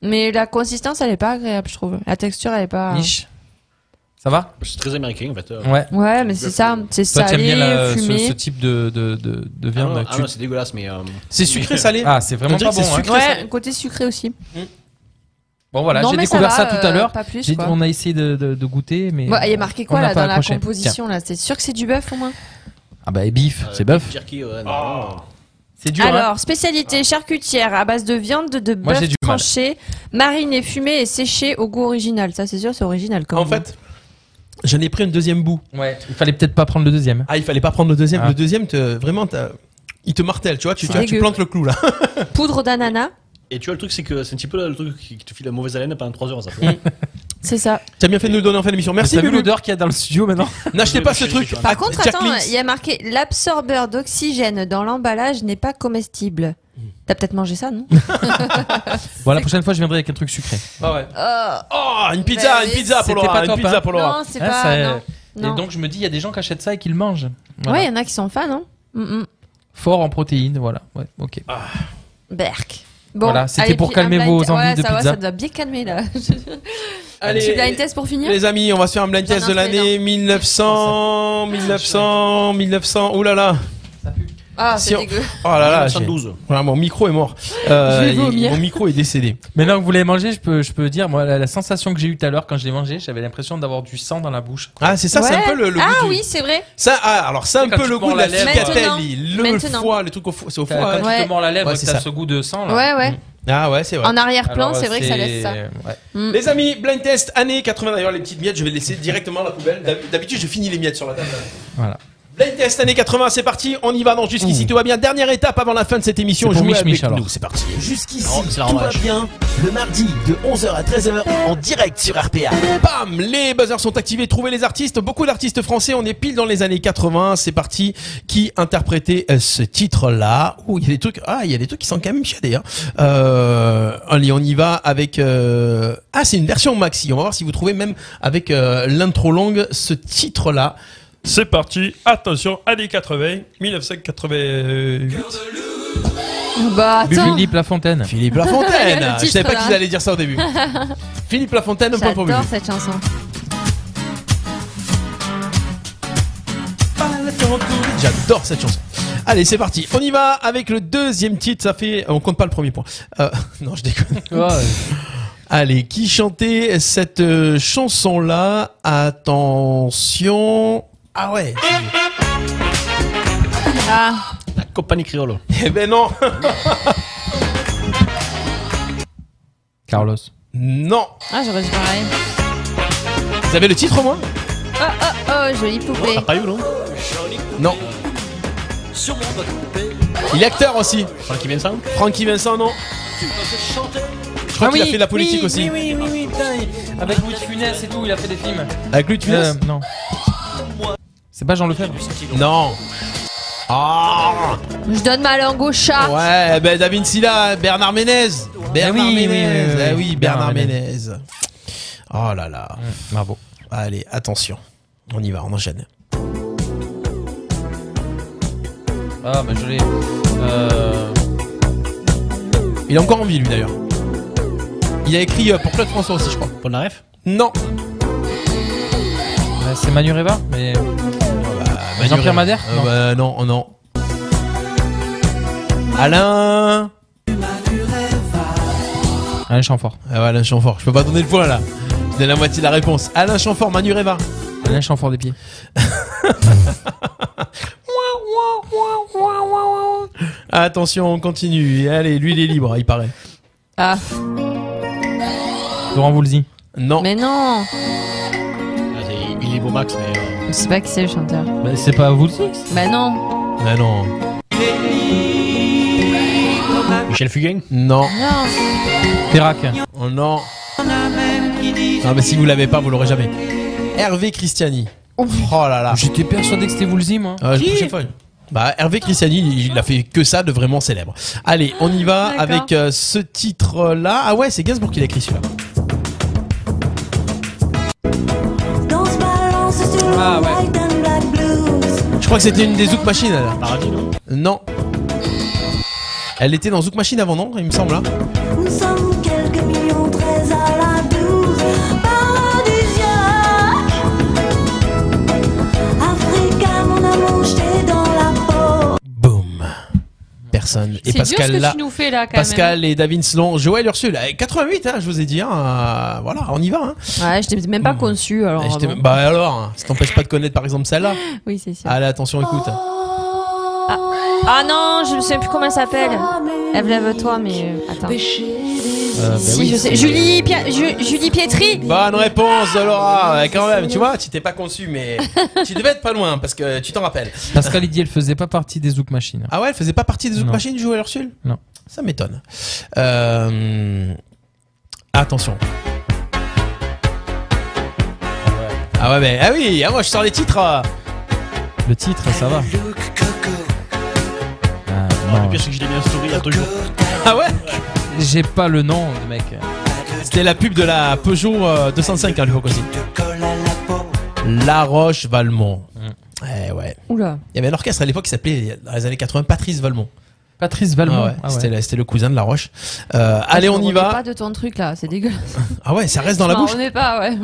[SPEAKER 4] Mais la consistance, elle est pas agréable, je trouve. La texture, elle est pas.
[SPEAKER 5] Niche. Ça va
[SPEAKER 6] C'est très américain en fait. euh.
[SPEAKER 5] Ouais.
[SPEAKER 4] Ouais, mais c'est ça, c'est
[SPEAKER 5] Toi, t'aimes
[SPEAKER 4] salé,
[SPEAKER 5] bien la- ce,
[SPEAKER 4] fumé.
[SPEAKER 5] ce type de, de, de, de
[SPEAKER 6] Ah non,
[SPEAKER 5] viande
[SPEAKER 6] ah
[SPEAKER 5] tu-
[SPEAKER 6] non, c'est dégueulasse, mais. euh,
[SPEAKER 3] C'est sucré-salé.
[SPEAKER 5] Ah, c'est vraiment
[SPEAKER 3] On dirait
[SPEAKER 5] pas
[SPEAKER 3] que c'est
[SPEAKER 5] bon. hein.
[SPEAKER 3] sucré.
[SPEAKER 4] Ouais, côté sucré aussi.
[SPEAKER 5] Mm. Bon voilà,
[SPEAKER 4] Non,
[SPEAKER 5] j'ai
[SPEAKER 4] mais ça
[SPEAKER 5] découvert
[SPEAKER 4] va,
[SPEAKER 5] ça, tout à
[SPEAKER 4] euh,
[SPEAKER 5] l'heure.
[SPEAKER 4] pas plus,
[SPEAKER 5] J'ai-
[SPEAKER 4] quoi.
[SPEAKER 5] On a essayé de, de- de goûter, mais.
[SPEAKER 4] Bon, Bah, il y a marqué quoi
[SPEAKER 5] on n'a
[SPEAKER 4] là
[SPEAKER 5] pas
[SPEAKER 4] dans la
[SPEAKER 5] accroché.
[SPEAKER 4] composition là C'est sûr que c'est du bœuf au moins
[SPEAKER 5] Tiens. Ah bah et bif,
[SPEAKER 3] Euh,
[SPEAKER 5] c'est bœuf.
[SPEAKER 6] Jerky, ouais, non.
[SPEAKER 5] C'est dur. hein.
[SPEAKER 4] Alors, spécialité charcutière à base de viande de
[SPEAKER 5] Moi,
[SPEAKER 4] bœuf
[SPEAKER 5] j'ai du mal.
[SPEAKER 4] tranché, mariné, fumé et séché au goût original. Ça, c'est sûr, c'est original quand
[SPEAKER 3] En
[SPEAKER 4] même.
[SPEAKER 3] fait, j'en ai pris un deuxième bout.
[SPEAKER 5] Ouais. Il fallait peut-être pas prendre le deuxième.
[SPEAKER 3] Ah, il fallait pas prendre le deuxième.
[SPEAKER 5] Ah.
[SPEAKER 3] Le deuxième, te- vraiment, t'as- il te martèle, tu vois. Tu,
[SPEAKER 4] C'est
[SPEAKER 3] tu- tu
[SPEAKER 4] dégueu.
[SPEAKER 3] plantes le clou là.
[SPEAKER 4] Poudre d'ananas,
[SPEAKER 6] Et tu vois, le truc, c'est que c'est un petit peu le truc qui qui te file la mauvaise haleine pendant 3 heures. Ça. fait.
[SPEAKER 4] c'est ça.
[SPEAKER 3] T'as bien fait de nous le donner en fin d'émission. Merci.
[SPEAKER 5] T'as vu
[SPEAKER 3] Lulu.
[SPEAKER 5] l'odeur qu'il y a dans le studio maintenant
[SPEAKER 3] N'achetez pas ce truc.
[SPEAKER 4] Par contre,
[SPEAKER 3] Jack
[SPEAKER 4] attends,
[SPEAKER 3] Links.
[SPEAKER 4] il y a marqué l'absorbeur d'oxygène dans l'emballage n'est pas comestible.
[SPEAKER 3] Mm.
[SPEAKER 4] T'as peut-être mangé ça, non
[SPEAKER 5] Bon, la prochaine fois, je viendrai avec un truc sucré.
[SPEAKER 3] Ah ouais.
[SPEAKER 4] Oh,
[SPEAKER 3] Oh, une pizza, une pizza pour
[SPEAKER 5] C'était
[SPEAKER 3] Laura,
[SPEAKER 5] pas
[SPEAKER 3] une
[SPEAKER 5] top,
[SPEAKER 3] pizza
[SPEAKER 5] hein.
[SPEAKER 3] pour Laura.
[SPEAKER 4] Non, c'est
[SPEAKER 5] Hein,
[SPEAKER 4] pas.
[SPEAKER 5] ça,
[SPEAKER 4] non.
[SPEAKER 5] Et
[SPEAKER 4] Non.
[SPEAKER 5] donc, je me dis, il y a des gens qui achètent ça et qui le mangent. Voilà.
[SPEAKER 4] Ouais, il y en a qui sont fans, hein Mm, mm.
[SPEAKER 5] Fort en protéines, voilà. Ouais, ok.
[SPEAKER 3] Ah.
[SPEAKER 4] Berk.
[SPEAKER 5] Voilà, c'était
[SPEAKER 4] allez,
[SPEAKER 5] pour
[SPEAKER 4] puis
[SPEAKER 5] calmer
[SPEAKER 4] un blind
[SPEAKER 5] vos
[SPEAKER 4] test.
[SPEAKER 5] envies
[SPEAKER 4] Ouais,
[SPEAKER 5] de
[SPEAKER 4] ça va,
[SPEAKER 5] pizza.
[SPEAKER 4] ça doit bien calmer là.
[SPEAKER 3] Allez.
[SPEAKER 4] Petit blind test pour finir
[SPEAKER 3] Les amis, on va se faire un blind
[SPEAKER 4] J'en
[SPEAKER 3] test de
[SPEAKER 4] lance les
[SPEAKER 3] l'année 1900, 1900, 1900. Ouh là là.
[SPEAKER 4] Ah, c'est
[SPEAKER 3] Si on-
[SPEAKER 4] dégueu.
[SPEAKER 3] Oh là là,
[SPEAKER 6] 1912.
[SPEAKER 3] j'ai- voilà, mon micro est mort. Euh,
[SPEAKER 5] Je vais
[SPEAKER 3] il-
[SPEAKER 5] vomir.
[SPEAKER 3] mon micro est décédé.
[SPEAKER 5] Maintenant que vous l'avez mangé, je peux, je peux dire, moi, la, la sensation que j'ai eue tout à l'heure quand je l'ai mangé, j'avais l'impression d'avoir du sang dans la bouche.
[SPEAKER 3] Ah, c'est ça, c'est un peu le, le
[SPEAKER 4] ah
[SPEAKER 3] goût du-
[SPEAKER 4] oui, c'est vrai.
[SPEAKER 3] Ça, ah, alors c'est un
[SPEAKER 5] Quand
[SPEAKER 3] peu
[SPEAKER 5] tu
[SPEAKER 3] le
[SPEAKER 5] te mords
[SPEAKER 3] goût de la
[SPEAKER 5] la lèvre.
[SPEAKER 3] fricatelle,
[SPEAKER 4] Maintenant.
[SPEAKER 3] il- le
[SPEAKER 4] Maintenant.
[SPEAKER 3] foie, le truc au foie, c'est au
[SPEAKER 5] Quand,
[SPEAKER 3] foie. hein.
[SPEAKER 5] quand
[SPEAKER 4] Ouais.
[SPEAKER 5] tu te mords la lèvre,
[SPEAKER 3] Ouais,
[SPEAKER 5] et que
[SPEAKER 3] c'est
[SPEAKER 5] t'as
[SPEAKER 3] ça.
[SPEAKER 5] ce goût de sang. Là.
[SPEAKER 4] Ouais, ouais.
[SPEAKER 3] Ah ouais, c'est vrai.
[SPEAKER 4] En arrière-plan, c'est vrai que ça laisse ça. Mm.
[SPEAKER 3] Les amis, blind test année 80. D'ailleurs, les petites miettes, je vais les laisser directement à la poubelle. D'hab- D'habitude, je finis les miettes sur la table.
[SPEAKER 5] Voilà.
[SPEAKER 3] Blind test année 80, c'est parti. On y va dans jusqu'ici. Tout va bien. Dernière étape avant la fin de cette émission.
[SPEAKER 5] C'est pour
[SPEAKER 3] Jouez
[SPEAKER 5] Mich
[SPEAKER 3] avec
[SPEAKER 5] Mich,
[SPEAKER 3] nous.
[SPEAKER 5] alors.
[SPEAKER 3] C'est parti.
[SPEAKER 1] Jusqu'ici,
[SPEAKER 3] Oh, c'est la
[SPEAKER 1] tout va
[SPEAKER 3] revanche.
[SPEAKER 1] bien. Le mardi de 11h à 13h en direct sur RPA.
[SPEAKER 3] Bam Les buzzers sont activés. Trouvez les artistes. Beaucoup d'artistes français. On est pile dans les années 80. C'est parti. Qui interprétait euh, ce titre-là Ouh, il y a des trucs. Ah, il y a des trucs qui sont quand même chiadés. Hein. Euh, allez, on y va avec. euh, Ah, c'est une version maxi. On va voir si vous trouvez même avec euh, l'intro longue ce titre-là.
[SPEAKER 9] C'est parti, attention, années 80, 1988.
[SPEAKER 4] Bah attends.
[SPEAKER 5] Philippe Lafontaine.
[SPEAKER 3] Philippe
[SPEAKER 4] Le
[SPEAKER 3] Lafontaine. Je
[SPEAKER 4] titre,
[SPEAKER 3] savais pas
[SPEAKER 4] là.
[SPEAKER 3] qu'ils allaient dire ça au début. Philippe Lafontaine, un point pour
[SPEAKER 4] J'adore
[SPEAKER 3] Bubu.
[SPEAKER 4] cette chanson.
[SPEAKER 3] J'adore cette chanson. Allez, c'est parti. On y va avec le deuxième titre. Ça fait, on compte pas le premier point. Euh, non, je déconne.
[SPEAKER 5] Ouais.
[SPEAKER 3] Allez, qui chantait cette euh, chanson-là Attention. Ah ouais.
[SPEAKER 4] Ah,
[SPEAKER 6] La compagnie créole.
[SPEAKER 3] Eh ben non.
[SPEAKER 5] Carlos.
[SPEAKER 3] non.
[SPEAKER 4] ah j'aurais dû pareil.
[SPEAKER 3] Vous avez le titre au moins
[SPEAKER 4] Oh oh oh, jolie poupée.
[SPEAKER 6] T'as pas eu, non
[SPEAKER 3] Non. Il est acteur aussi.
[SPEAKER 6] Francky Vincent
[SPEAKER 3] Francky Vincent, non. Je crois
[SPEAKER 5] Ah
[SPEAKER 3] qu'il
[SPEAKER 5] oui,
[SPEAKER 3] a fait de la politique
[SPEAKER 5] oui,
[SPEAKER 3] aussi.
[SPEAKER 5] Oui, oui, oui, oui, putain, il- Avec Louis de Funès et tout, il a fait des films.
[SPEAKER 3] Avec lui, tu
[SPEAKER 5] Euh, Non. C'est pas Jean Lefebvre
[SPEAKER 3] Non. Ah
[SPEAKER 4] Je donne ma langue au chat.
[SPEAKER 3] Ouais, ben David Silla, Bernard Ménez. Bernard
[SPEAKER 5] Eh oui, oui,
[SPEAKER 3] Ménez.
[SPEAKER 5] oui, oui,
[SPEAKER 3] ah
[SPEAKER 5] oui.
[SPEAKER 3] oui, Bernard,
[SPEAKER 5] Bernard
[SPEAKER 3] Ménez. Oh là là.
[SPEAKER 5] Bravo.
[SPEAKER 3] Allez, attention. On y va, on enchaîne.
[SPEAKER 5] Ah, bah je l'ai. Euh...
[SPEAKER 3] Ah, Il est encore en vie, lui d'ailleurs. Il a écrit euh, pour Claude François aussi, je crois.
[SPEAKER 6] Paul Naref
[SPEAKER 3] Non.
[SPEAKER 5] bah, c'est Manu Reva Mais. Jean-Pierre Madère
[SPEAKER 3] bah, Euh, bah, Non, oh, non. Alain.
[SPEAKER 5] Alain Chamfort.
[SPEAKER 3] Ah ouais, Alain Chamfort. Je peux pas donner le point là. Je donne la moitié de la réponse. Alain Chamfort, Manu Reva.
[SPEAKER 5] Alain Chamfort des pieds.
[SPEAKER 3] Attention, on continue. Allez, lui il est libre, il paraît.
[SPEAKER 4] Ah.
[SPEAKER 5] Laurent Voulzy.
[SPEAKER 3] Non.
[SPEAKER 4] Mais non.
[SPEAKER 6] Ah, Il est beau max, mais. euh,
[SPEAKER 4] Je sais pas qui c'est le chanteur.
[SPEAKER 5] Bah, c'est pas Voulzy
[SPEAKER 4] Bah non.
[SPEAKER 3] Ah non. Ah.
[SPEAKER 6] Michel Fugain
[SPEAKER 3] Non.
[SPEAKER 4] Non.
[SPEAKER 5] Perrac.
[SPEAKER 3] Oh non. Non, mais si vous l'avez pas, vous l'aurez jamais. Hervé Christiani. Oh là là.
[SPEAKER 5] J'étais persuadé que c'était Voulzy, moi.
[SPEAKER 3] Euh, prochaine fois. Bah, Hervé Christiani, il- il a fait que ça de vraiment célèbre. Allez, on y va
[SPEAKER 4] D'accord.
[SPEAKER 3] avec euh, ce titre-là. Ah ouais, c'est Gainsbourg qui l'a écrit celui-là.
[SPEAKER 5] Ah ouais.
[SPEAKER 3] Je crois que c'était une des Zouk Machine. elle.
[SPEAKER 6] Paradis, non
[SPEAKER 3] Non. Elle était dans Zouk Machine avant, non Il me semble. Hein
[SPEAKER 17] Nous sommes quelques millions, 13 à la 12, paradisia. Africa, mon amour, j'étais dans la peau.
[SPEAKER 3] Boum. Personne. Et
[SPEAKER 4] C'est dur ce
[SPEAKER 3] Pascal
[SPEAKER 4] que
[SPEAKER 3] là.
[SPEAKER 4] tu nous fais, là, quand même.
[SPEAKER 3] Pascal et David Slon, Joël Ursule. Eh, 88, hein, je vous ai dit. hein, euh, voilà, on y va. Hein.
[SPEAKER 4] Ouais, je t'ai même pas conçu alors.
[SPEAKER 3] Eh, je t'ai-
[SPEAKER 4] vraiment.
[SPEAKER 3] bah alors, hein, ça t'empêche pas de connaître par exemple celle-là.
[SPEAKER 4] Oui, c'est sûr.
[SPEAKER 3] Allez, attention, écoute.
[SPEAKER 4] Oh. Ah non, je me souviens plus comment elle s'appelle. Ève, lève-toi, mais euh, attends.
[SPEAKER 3] Euh, bah
[SPEAKER 4] si,
[SPEAKER 3] oui,
[SPEAKER 4] je sais.
[SPEAKER 3] c'est-
[SPEAKER 4] Julie, Pia- Ju- Julie Pietri.
[SPEAKER 3] Bonne réponse, Laura. Ouais, Quand même, tu vois, tu t'es pas conçu, mais tu devais être pas loin parce que tu t'en rappelles.
[SPEAKER 5] Pascal Idier, elle faisait pas partie des Zouk Machines.
[SPEAKER 3] Ah ouais, elle faisait pas partie des autres
[SPEAKER 5] Non.
[SPEAKER 3] machines, jouer à Ursule
[SPEAKER 5] Non.
[SPEAKER 3] Ça m'étonne. Euh, Attention. Ah ouais, mais ah oui, ah moi je sors les titres. euh.
[SPEAKER 5] Le titre, ça va. Ah,
[SPEAKER 6] Ah, Le
[SPEAKER 5] non.
[SPEAKER 6] pire, c'est que je l'ai mis en story il y a deux jours.
[SPEAKER 3] Ah ouais
[SPEAKER 5] J'ai pas le nom du mec.
[SPEAKER 3] C'était la pub de la Peugeot euh, 205 à l'époque aussi. La Roche Valmont.
[SPEAKER 5] Mm.
[SPEAKER 3] Eh ouais.
[SPEAKER 4] Oula.
[SPEAKER 3] Il y avait un orchestre à l'époque qui s'appelait dans les années 80 Patrice Valmont.
[SPEAKER 5] Patrice Valmont.
[SPEAKER 3] Ah ouais,
[SPEAKER 5] Ah ouais.
[SPEAKER 3] C'était, la- c'était le cousin de La Roche. Euh, allez,
[SPEAKER 4] Je
[SPEAKER 3] on
[SPEAKER 4] me
[SPEAKER 3] y
[SPEAKER 4] remets
[SPEAKER 3] va.
[SPEAKER 4] pas de ton truc là, c'est dégueulasse.
[SPEAKER 3] Ah ouais, ça reste dans
[SPEAKER 4] Je
[SPEAKER 3] la
[SPEAKER 4] m'en
[SPEAKER 3] bouche.
[SPEAKER 4] remets pas, ouais.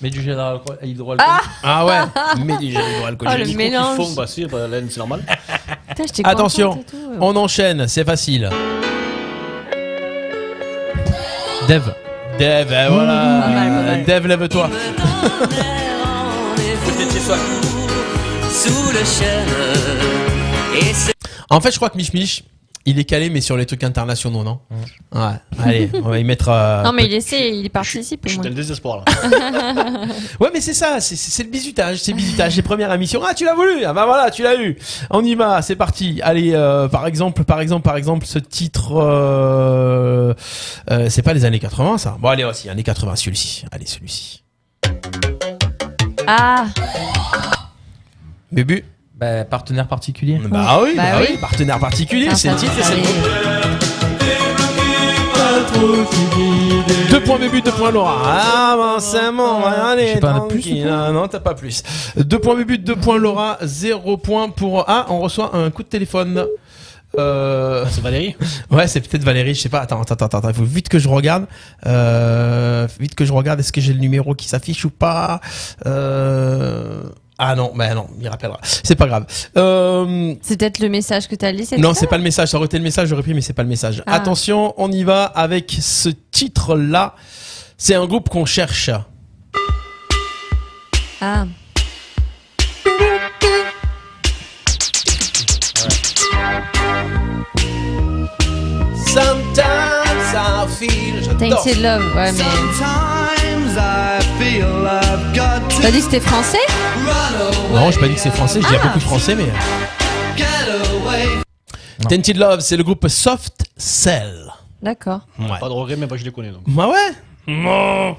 [SPEAKER 5] Mais du gel à l'hydroalcool.
[SPEAKER 4] Ah
[SPEAKER 3] Ah ouais. Mais déjà,
[SPEAKER 6] Alcool,
[SPEAKER 4] Ah,
[SPEAKER 6] j'ai
[SPEAKER 4] le
[SPEAKER 6] dit,
[SPEAKER 4] mélange.
[SPEAKER 6] Ils font, bah, si, bah, là, c'est normal.
[SPEAKER 4] Putain, j'étais contente
[SPEAKER 3] Attention,
[SPEAKER 4] et tout.
[SPEAKER 3] on enchaîne, c'est facile.
[SPEAKER 5] Dev.
[SPEAKER 3] Dev, eh,
[SPEAKER 4] Mmh.
[SPEAKER 3] voilà. Dev, lève-toi.
[SPEAKER 18] Sous le chêne. Et c'est.
[SPEAKER 3] En fait, je crois que Mich Mich, il est calé, mais sur les trucs internationaux, non Ouais, allez, on va y mettre. euh,
[SPEAKER 4] non, mais il essaie, il participe. au moins.
[SPEAKER 3] désespoir ouais, mais c'est ça, c'est- c'est c'est le bisutage, c'est le bisutage, les premières émissions. Ah, tu l'as voulu, ah bah voilà, tu l'as eu. On y va, c'est parti. Allez, euh, par exemple, par exemple, par exemple, ce titre, euh, euh, c'est pas les années 80 ça. Bon, allez, aussi, années 80, celui-ci. Allez, celui-ci.
[SPEAKER 4] Ah,
[SPEAKER 3] Bubu
[SPEAKER 5] Bah, partenaire particulier.
[SPEAKER 3] Bah oui, bah, oui. partenaire particulier, c'est le titre, et c'est le Deux points Bubu, deux points Laura. Ah, mince, bon, allez, tranquille. Ah, Non, t'as pas plus. Deux points Bubu, deux points Laura, zéro point pour... Ah, on reçoit un coup de téléphone. Euh... C'est Valérie Ouais, c'est peut-être Valérie, je sais pas. Attends, attends, attends, attends, il faut vite que je regarde. Euh... Vite que je regarde, est-ce que j'ai le numéro qui s'affiche ou pas euh... Ah non, bah non, il rappellera. C'est pas grave. Euh...
[SPEAKER 4] c'est peut-être le message que t'as lu.
[SPEAKER 3] Non, c'est pas le message. Ça aurait été le message, j'aurais pris, mais c'est pas le message.
[SPEAKER 4] Ah.
[SPEAKER 3] Attention, on y va avec ce titre-là. C'est un groupe qu'on cherche.
[SPEAKER 4] Ah.
[SPEAKER 3] Sometimes I feel.
[SPEAKER 4] T'as une love, ouais,
[SPEAKER 16] Sometimes I feel I've got
[SPEAKER 4] mais. T'as dit que c'était français
[SPEAKER 3] Non, j'ai pas dit que c'est français. Je dis il y a
[SPEAKER 4] Ah.
[SPEAKER 3] beaucoup de français, mais.
[SPEAKER 16] get away.
[SPEAKER 3] Tainted Love, c'est le groupe Soft Cell.
[SPEAKER 4] D'accord.
[SPEAKER 6] Pas de regret, mais pas je les connais. Donc.
[SPEAKER 3] Bah ouais. Bon.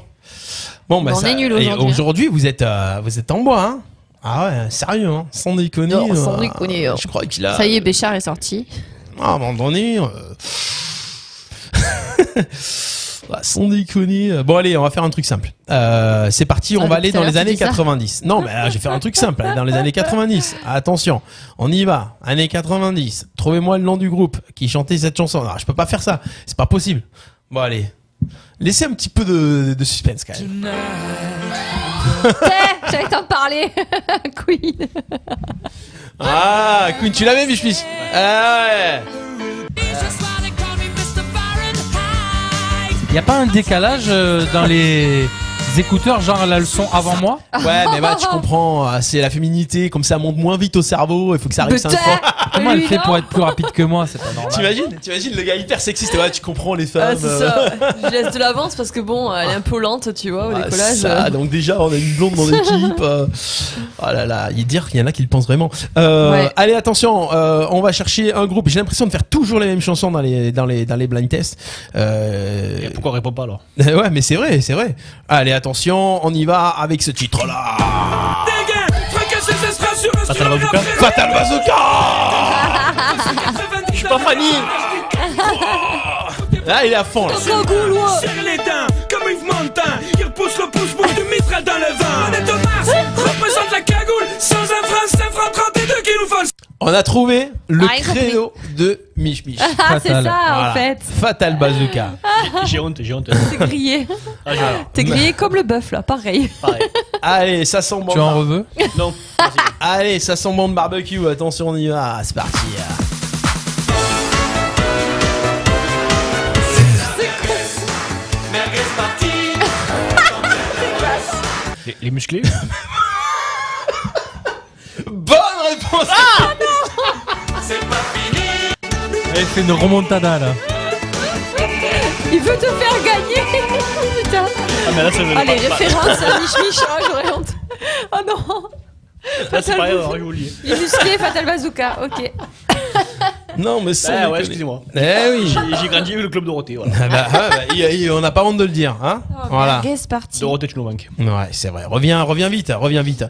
[SPEAKER 3] Bon, bah
[SPEAKER 4] On
[SPEAKER 3] ça-
[SPEAKER 4] est nuls
[SPEAKER 3] et
[SPEAKER 4] aujourd'hui, hein.
[SPEAKER 3] Aujourd'hui, vous êtes, euh, vous êtes en bois. Hein ah ouais, sérieux, hein, sans déconner.
[SPEAKER 4] Non, sans
[SPEAKER 3] euh,
[SPEAKER 4] déconner, euh.
[SPEAKER 3] Je crois qu'il a.
[SPEAKER 4] Ça y est, Béchard est sorti.
[SPEAKER 3] Ah, à un moment donné. euh, bah, sans déconner. euh, Bon, allez, on va faire un truc simple. Euh, c'est parti, on
[SPEAKER 5] Ah,
[SPEAKER 3] va
[SPEAKER 5] depuis
[SPEAKER 3] aller
[SPEAKER 5] tout à
[SPEAKER 3] dans
[SPEAKER 5] l'heure,
[SPEAKER 3] les
[SPEAKER 5] tu
[SPEAKER 3] années
[SPEAKER 5] dis ça.
[SPEAKER 3] 90. Non, mais euh, je vais faire un truc simple. aller Dans les années 90. Attention, on y va. Années 90. Trouvez-moi le nom du groupe qui chantait cette chanson. Non, je peux pas faire ça. C'est pas possible. Bon, allez. Laissez un petit peu de, de suspense quand même.
[SPEAKER 4] T'es, j'allais t'en parler. Queen.
[SPEAKER 3] Ah, Queen, tu l'avais, Mich Mich Ah ouais.
[SPEAKER 5] Y a pas un décalage euh, dans les écouteurs, genre elle a le son avant moi
[SPEAKER 3] Ouais, mais bah, tu comprends, euh, c'est la féminité, comme ça monte moins vite au cerveau, il faut que ça arrive
[SPEAKER 5] Peut-être.
[SPEAKER 3] cinq fois.
[SPEAKER 5] Comment elle fait pour être plus rapide que moi C'est pas normal.
[SPEAKER 3] T'imagines, t'imagines le gars hyper sexiste, ouais, tu comprends les femmes.
[SPEAKER 5] Ah, c'est
[SPEAKER 3] euh,
[SPEAKER 5] ça. Oh,
[SPEAKER 2] Je laisse de l'avance parce que bon, elle est un peu lente, tu vois, au
[SPEAKER 3] ah,
[SPEAKER 2] décollage.
[SPEAKER 5] euh.
[SPEAKER 3] ça, donc déjà on a une blonde dans l'équipe. euh, oh là là, il dire qu'il y en a qui le pensent vraiment. Euh,
[SPEAKER 5] Ouais.
[SPEAKER 3] Allez attention, euh, on va chercher un groupe. J'ai l'impression de faire toujours les mêmes chansons dans les dans les dans les blind tests. Euh... Et pourquoi on répond pas alors Ouais, mais c'est vrai, c'est vrai. Allez attention, on y va avec ce titre là. Fatal Bazooka. Fatal Bazooka. Je suis pas Fanny. Là, il est à fond. Là.
[SPEAKER 16] Serre les dents comme Yves Montand. Il repousse le pouce-bout du mitral dans le vent. Hein On est de Mars, représente la cagoule. Sans un franc, 5 francs 32 qui nous font
[SPEAKER 3] On a trouvé le
[SPEAKER 16] Ah, il a compris.
[SPEAKER 3] créneau de Mich Mich.
[SPEAKER 4] Ah, c'est ça, en fait.
[SPEAKER 3] Fatal Bazooka.
[SPEAKER 6] J'ai honte, j'ai honte. Ah,
[SPEAKER 4] T'es Ah. grillé. T'es grillé comme le bœuf, là, pareil.
[SPEAKER 3] Ah. Allez, ça sent bon.
[SPEAKER 5] Tu en
[SPEAKER 3] Bar-
[SPEAKER 5] reveux
[SPEAKER 3] Non. Allez, ça sent bon de barbecue. Attention, on y va. Ah, C'est parti.
[SPEAKER 6] Les, les musclés
[SPEAKER 3] Bonne réponse. Ah non. C'est pas fini.
[SPEAKER 5] Elle fait une remontada là.
[SPEAKER 4] Il veut te faire gagner. Putain.
[SPEAKER 5] Ah, mais là, ça veut
[SPEAKER 4] Ah, les
[SPEAKER 5] pas- pas-
[SPEAKER 4] références à Mich Mich, oh, j'aurais honte. Oh non.
[SPEAKER 6] Là, c'est
[SPEAKER 4] Fatal
[SPEAKER 6] pareil,
[SPEAKER 4] Bazooka.
[SPEAKER 6] j'ai oublié.
[SPEAKER 4] Il est musclé, Fatal Bazooka, ok.
[SPEAKER 3] Non, mais ça.
[SPEAKER 6] Ah ouais, excusez-moi.
[SPEAKER 3] Eh oui.
[SPEAKER 6] J'ai- J'ai grandi avec le club Dorothée. Voilà.
[SPEAKER 3] Ah bah, ah bah, il- il- on n'a pas honte de le dire, hein
[SPEAKER 4] Oh,
[SPEAKER 3] Voilà.
[SPEAKER 4] c'est parti.
[SPEAKER 6] Dorothée, tu nous manques.
[SPEAKER 3] Ouais, c'est vrai. Reviens, reviens vite, reviens vite.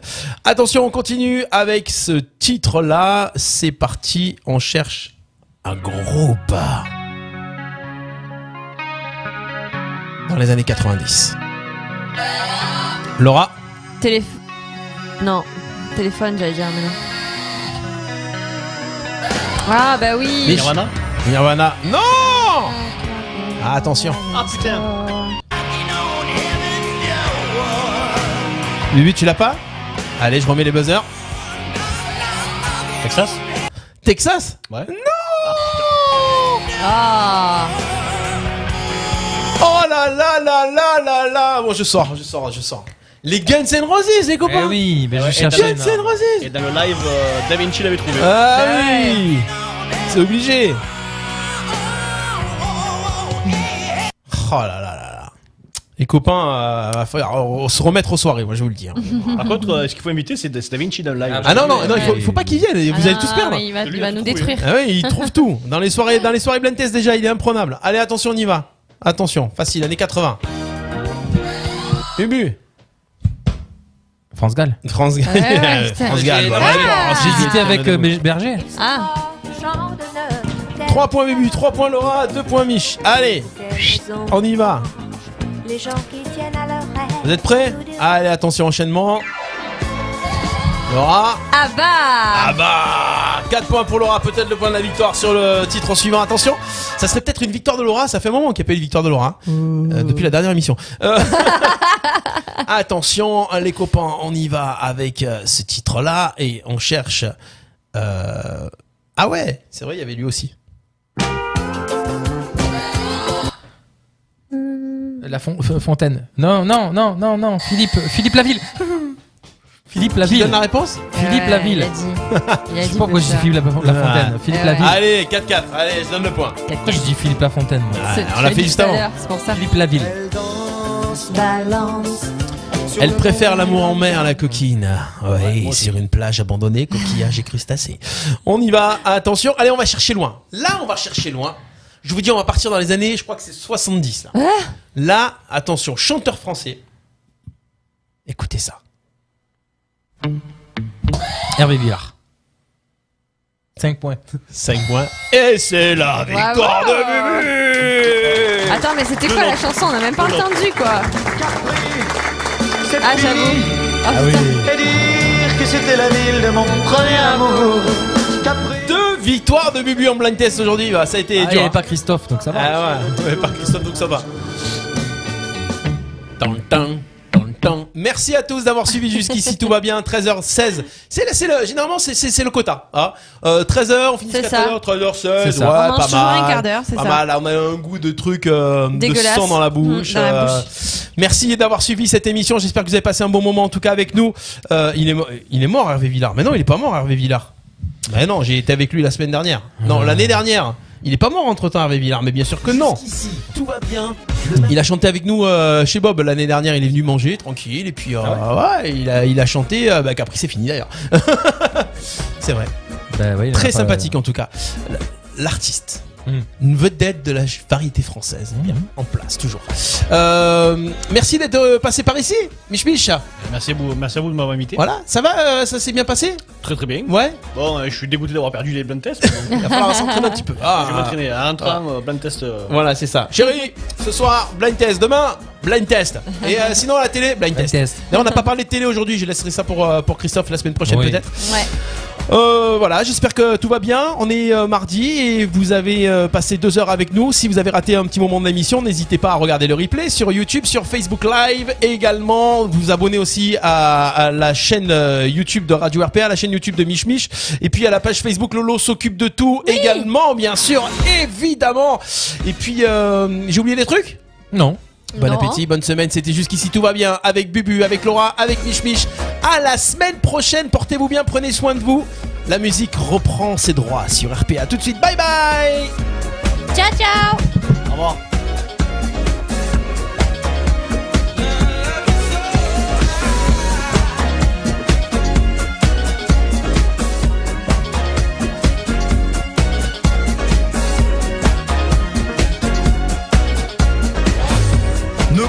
[SPEAKER 3] Attention, on continue avec ce titre-là. C'est parti. On cherche un groupe dans les années 90. Laura.
[SPEAKER 4] Téléphone. Non, téléphone, j'allais dire, mais non. Ah, bah oui.
[SPEAKER 3] Mich. Nirvana. Non. Ah, attention.
[SPEAKER 6] Ah putain
[SPEAKER 3] Lui, tu l'as pas Allez, je remets les buzzers. Texas Texas
[SPEAKER 6] Ouais.
[SPEAKER 4] Ah
[SPEAKER 3] Oh là là là là là là Bon, je sors, je sors, je sors. Les Guns N' Roses, les copains
[SPEAKER 5] Eh oui, mais je cherchais.
[SPEAKER 3] Guns N' Roses
[SPEAKER 6] Et dans le live, euh, Da Vinci l'avait trouvé.
[SPEAKER 3] hein. Ah oui C'est obligé Oh là là là là Les copains, euh, va falloir euh, se remettre aux soirées, moi je vous le dis. hein.
[SPEAKER 6] Par contre, euh, ce qu'il faut imiter, c'est Da c'est Da Vinci dans le live.
[SPEAKER 3] Ah non, non, non, il faut, faut pas qu'ils viennent, vous allez tous perdre.
[SPEAKER 4] Ah, mais Il va, il va nous détruire.
[SPEAKER 3] Ah oui, il trouve tout. Dans les soirées, dans les soirées blind test déjà, il est imprenable. Allez, attention, on y va. Attention, facile, années 80. Ubu.
[SPEAKER 5] France Gall.
[SPEAKER 3] France Gall.
[SPEAKER 5] Ouais, putain.
[SPEAKER 3] France Gall.
[SPEAKER 5] Ah.
[SPEAKER 3] voilà.
[SPEAKER 5] J'hésitais avec, euh, Bé- Berger.
[SPEAKER 4] Ah
[SPEAKER 3] 3 points Ubu, 3 points Laura, 2 points Mich. Allez, on y va.
[SPEAKER 17] Les gens qui tiennent à leur rêve.
[SPEAKER 3] Vous êtes prêts Allez, attention, enchaînement. Laura.
[SPEAKER 4] Ah bah
[SPEAKER 3] Ah bah 4 points pour Laura, peut-être le point de la victoire sur le titre en suivant. Attention, ça serait peut-être une victoire de Laura, ça fait un moment qu'il n'y a pas eu de victoire de Laura. Euh, depuis la dernière émission. Euh, Attention, les copains, on y va avec euh, ce titre-là et on cherche. euh, Ah ouais, c'est vrai, il y avait lui aussi.
[SPEAKER 5] Euh, La fon- f- fontaine. Non, non, non, non, non. Philippe, euh, Philippe Laville. Philippe Laville.
[SPEAKER 3] donne la réponse
[SPEAKER 5] Philippe
[SPEAKER 3] Ouais, il
[SPEAKER 5] Laville.
[SPEAKER 3] a
[SPEAKER 4] Je
[SPEAKER 5] sais pas pourquoi je dis Philippe Laf- Lafontaine.
[SPEAKER 3] Ouais.
[SPEAKER 5] Philippe Laville.
[SPEAKER 3] Ah. Allez, 4-4, allez, je donne le point.
[SPEAKER 5] Pourquoi je dis Philippe Lafontaine moi
[SPEAKER 3] Ah, on l'a fait juste avant.
[SPEAKER 4] C'est pour ça.
[SPEAKER 5] Philippe Laville.
[SPEAKER 17] Balance.
[SPEAKER 3] Elle préfère l'amour en mer à la coquine. Oui, sur une plage abandonnée, coquillages et crustacés. On y va, attention. Allez, on va chercher loin. Là, on va chercher loin. Je vous dis, on va partir dans les années, je crois que c'est 70. Là, là attention, chanteur français. Écoutez ça.
[SPEAKER 5] Hervé Villard. 5 points.
[SPEAKER 3] 5 points. Et c'est la victoire
[SPEAKER 4] Bravo.
[SPEAKER 3] de Bubu
[SPEAKER 4] Attends, mais c'était quoi la chanson On n'a même pas
[SPEAKER 3] Le nom.
[SPEAKER 4] entendu quoi Ah, j'avoue.
[SPEAKER 3] Et dire que c'était la ville de mon premier amour. Deux victoires de Bubu en blind test aujourd'hui. Bah, ça a été
[SPEAKER 5] Ah, il
[SPEAKER 3] dur.
[SPEAKER 5] y avait
[SPEAKER 3] hein.
[SPEAKER 5] pas Christophe, donc ça va.
[SPEAKER 3] Ah ouais, il y avait pas Christophe, donc ça va. Tan, tan, tan, tan. Merci à tous d'avoir suivi jusqu'ici, tout va bien, 13h16. C'est le- c'est le, généralement, c'est- c'est c'est le quota. hein. Euh, 13h, on finit
[SPEAKER 4] C'est
[SPEAKER 3] jusqu'à
[SPEAKER 4] ça.
[SPEAKER 3] 13h, 13h16.
[SPEAKER 5] C'est ça.
[SPEAKER 3] ouais,
[SPEAKER 5] On mange
[SPEAKER 3] pas
[SPEAKER 5] toujours
[SPEAKER 3] mal.
[SPEAKER 5] un quart d'heure, c'est
[SPEAKER 3] Pas
[SPEAKER 5] ça.
[SPEAKER 3] mal, on a un goût de truc euh, de
[SPEAKER 5] Dégueulasse.
[SPEAKER 3] sang dans la bouche.
[SPEAKER 5] Mm, dans la
[SPEAKER 3] euh,
[SPEAKER 5] bouche.
[SPEAKER 3] merci d'avoir suivi cette émission. J'espère que vous avez passé un bon moment, en tout cas avec nous. Euh, il, est, mo- il est mort, Hervé Villard. Mais non, il est pas mort, Hervé Villard. Mais non, j'ai été avec lui la semaine dernière. Non,
[SPEAKER 5] Ah.
[SPEAKER 3] l'année dernière. Il est pas mort entre temps, Hervé Villard, mais bien sûr que non.
[SPEAKER 1] Ici, tout va bien.
[SPEAKER 3] Il a chanté avec nous euh, chez Bob l'année dernière. Il est venu manger tranquille et puis euh,
[SPEAKER 5] Ah
[SPEAKER 3] ouais, il a il a chanté. euh, bah, qu'après c'est fini d'ailleurs. c'est vrai.
[SPEAKER 5] Bah il en
[SPEAKER 3] Très
[SPEAKER 5] a pas- euh. Hmm.
[SPEAKER 3] sympathique en tout cas. L'artiste. Une vedette de la variété française. Bien, en place, toujours. Euh, merci d'être euh, passé par ici, Mich Mich.
[SPEAKER 6] Merci à vous, merci à vous de m'avoir invité.
[SPEAKER 3] Voilà, ça va, euh, ça s'est bien passé
[SPEAKER 6] Très très bien.
[SPEAKER 3] Ouais.
[SPEAKER 6] Bon, euh, je suis dégoûté d'avoir perdu les blind tests. mais
[SPEAKER 3] Il
[SPEAKER 6] bon.
[SPEAKER 3] va falloir s'entraîner un petit peu.
[SPEAKER 6] Je vais m'entraîner à un train, euh, blind test. euh,
[SPEAKER 3] Ah. Voilà, c'est ça. Chérie, ce soir, blind test. Demain, blind test. Et euh, sinon, la télé, blind, test. D'ailleurs, on n'a pas parlé de télé aujourd'hui. Je laisserai ça pour, euh, pour Christophe la semaine prochaine,
[SPEAKER 5] Oui.
[SPEAKER 3] peut-être. Euh, voilà, j'espère que tout va bien. On est euh, mardi et vous avez euh, passé deux heures avec nous. Si vous avez raté un petit moment de l'émission, n'hésitez pas à regarder le replay sur YouTube, sur Facebook Live et également vous abonner aussi à, à la chaîne euh, YouTube de Radio RPA, à la chaîne YouTube de Mich Mich et puis à la page Facebook Lolo s'occupe de tout également, bien sûr, évidemment. Et puis euh, j'ai oublié des trucs
[SPEAKER 5] Non.
[SPEAKER 3] Bon
[SPEAKER 5] Non.
[SPEAKER 3] appétit, bonne semaine. C'était jusqu'ici tout va bien avec Bubu, avec Laura, avec Mich Mich. À la semaine prochaine. Portez-vous bien, prenez soin de vous. La musique reprend ses droits sur RPA. Tout de suite. Bye bye.
[SPEAKER 12] Ciao, ciao
[SPEAKER 6] Au revoir.
[SPEAKER 1] Nos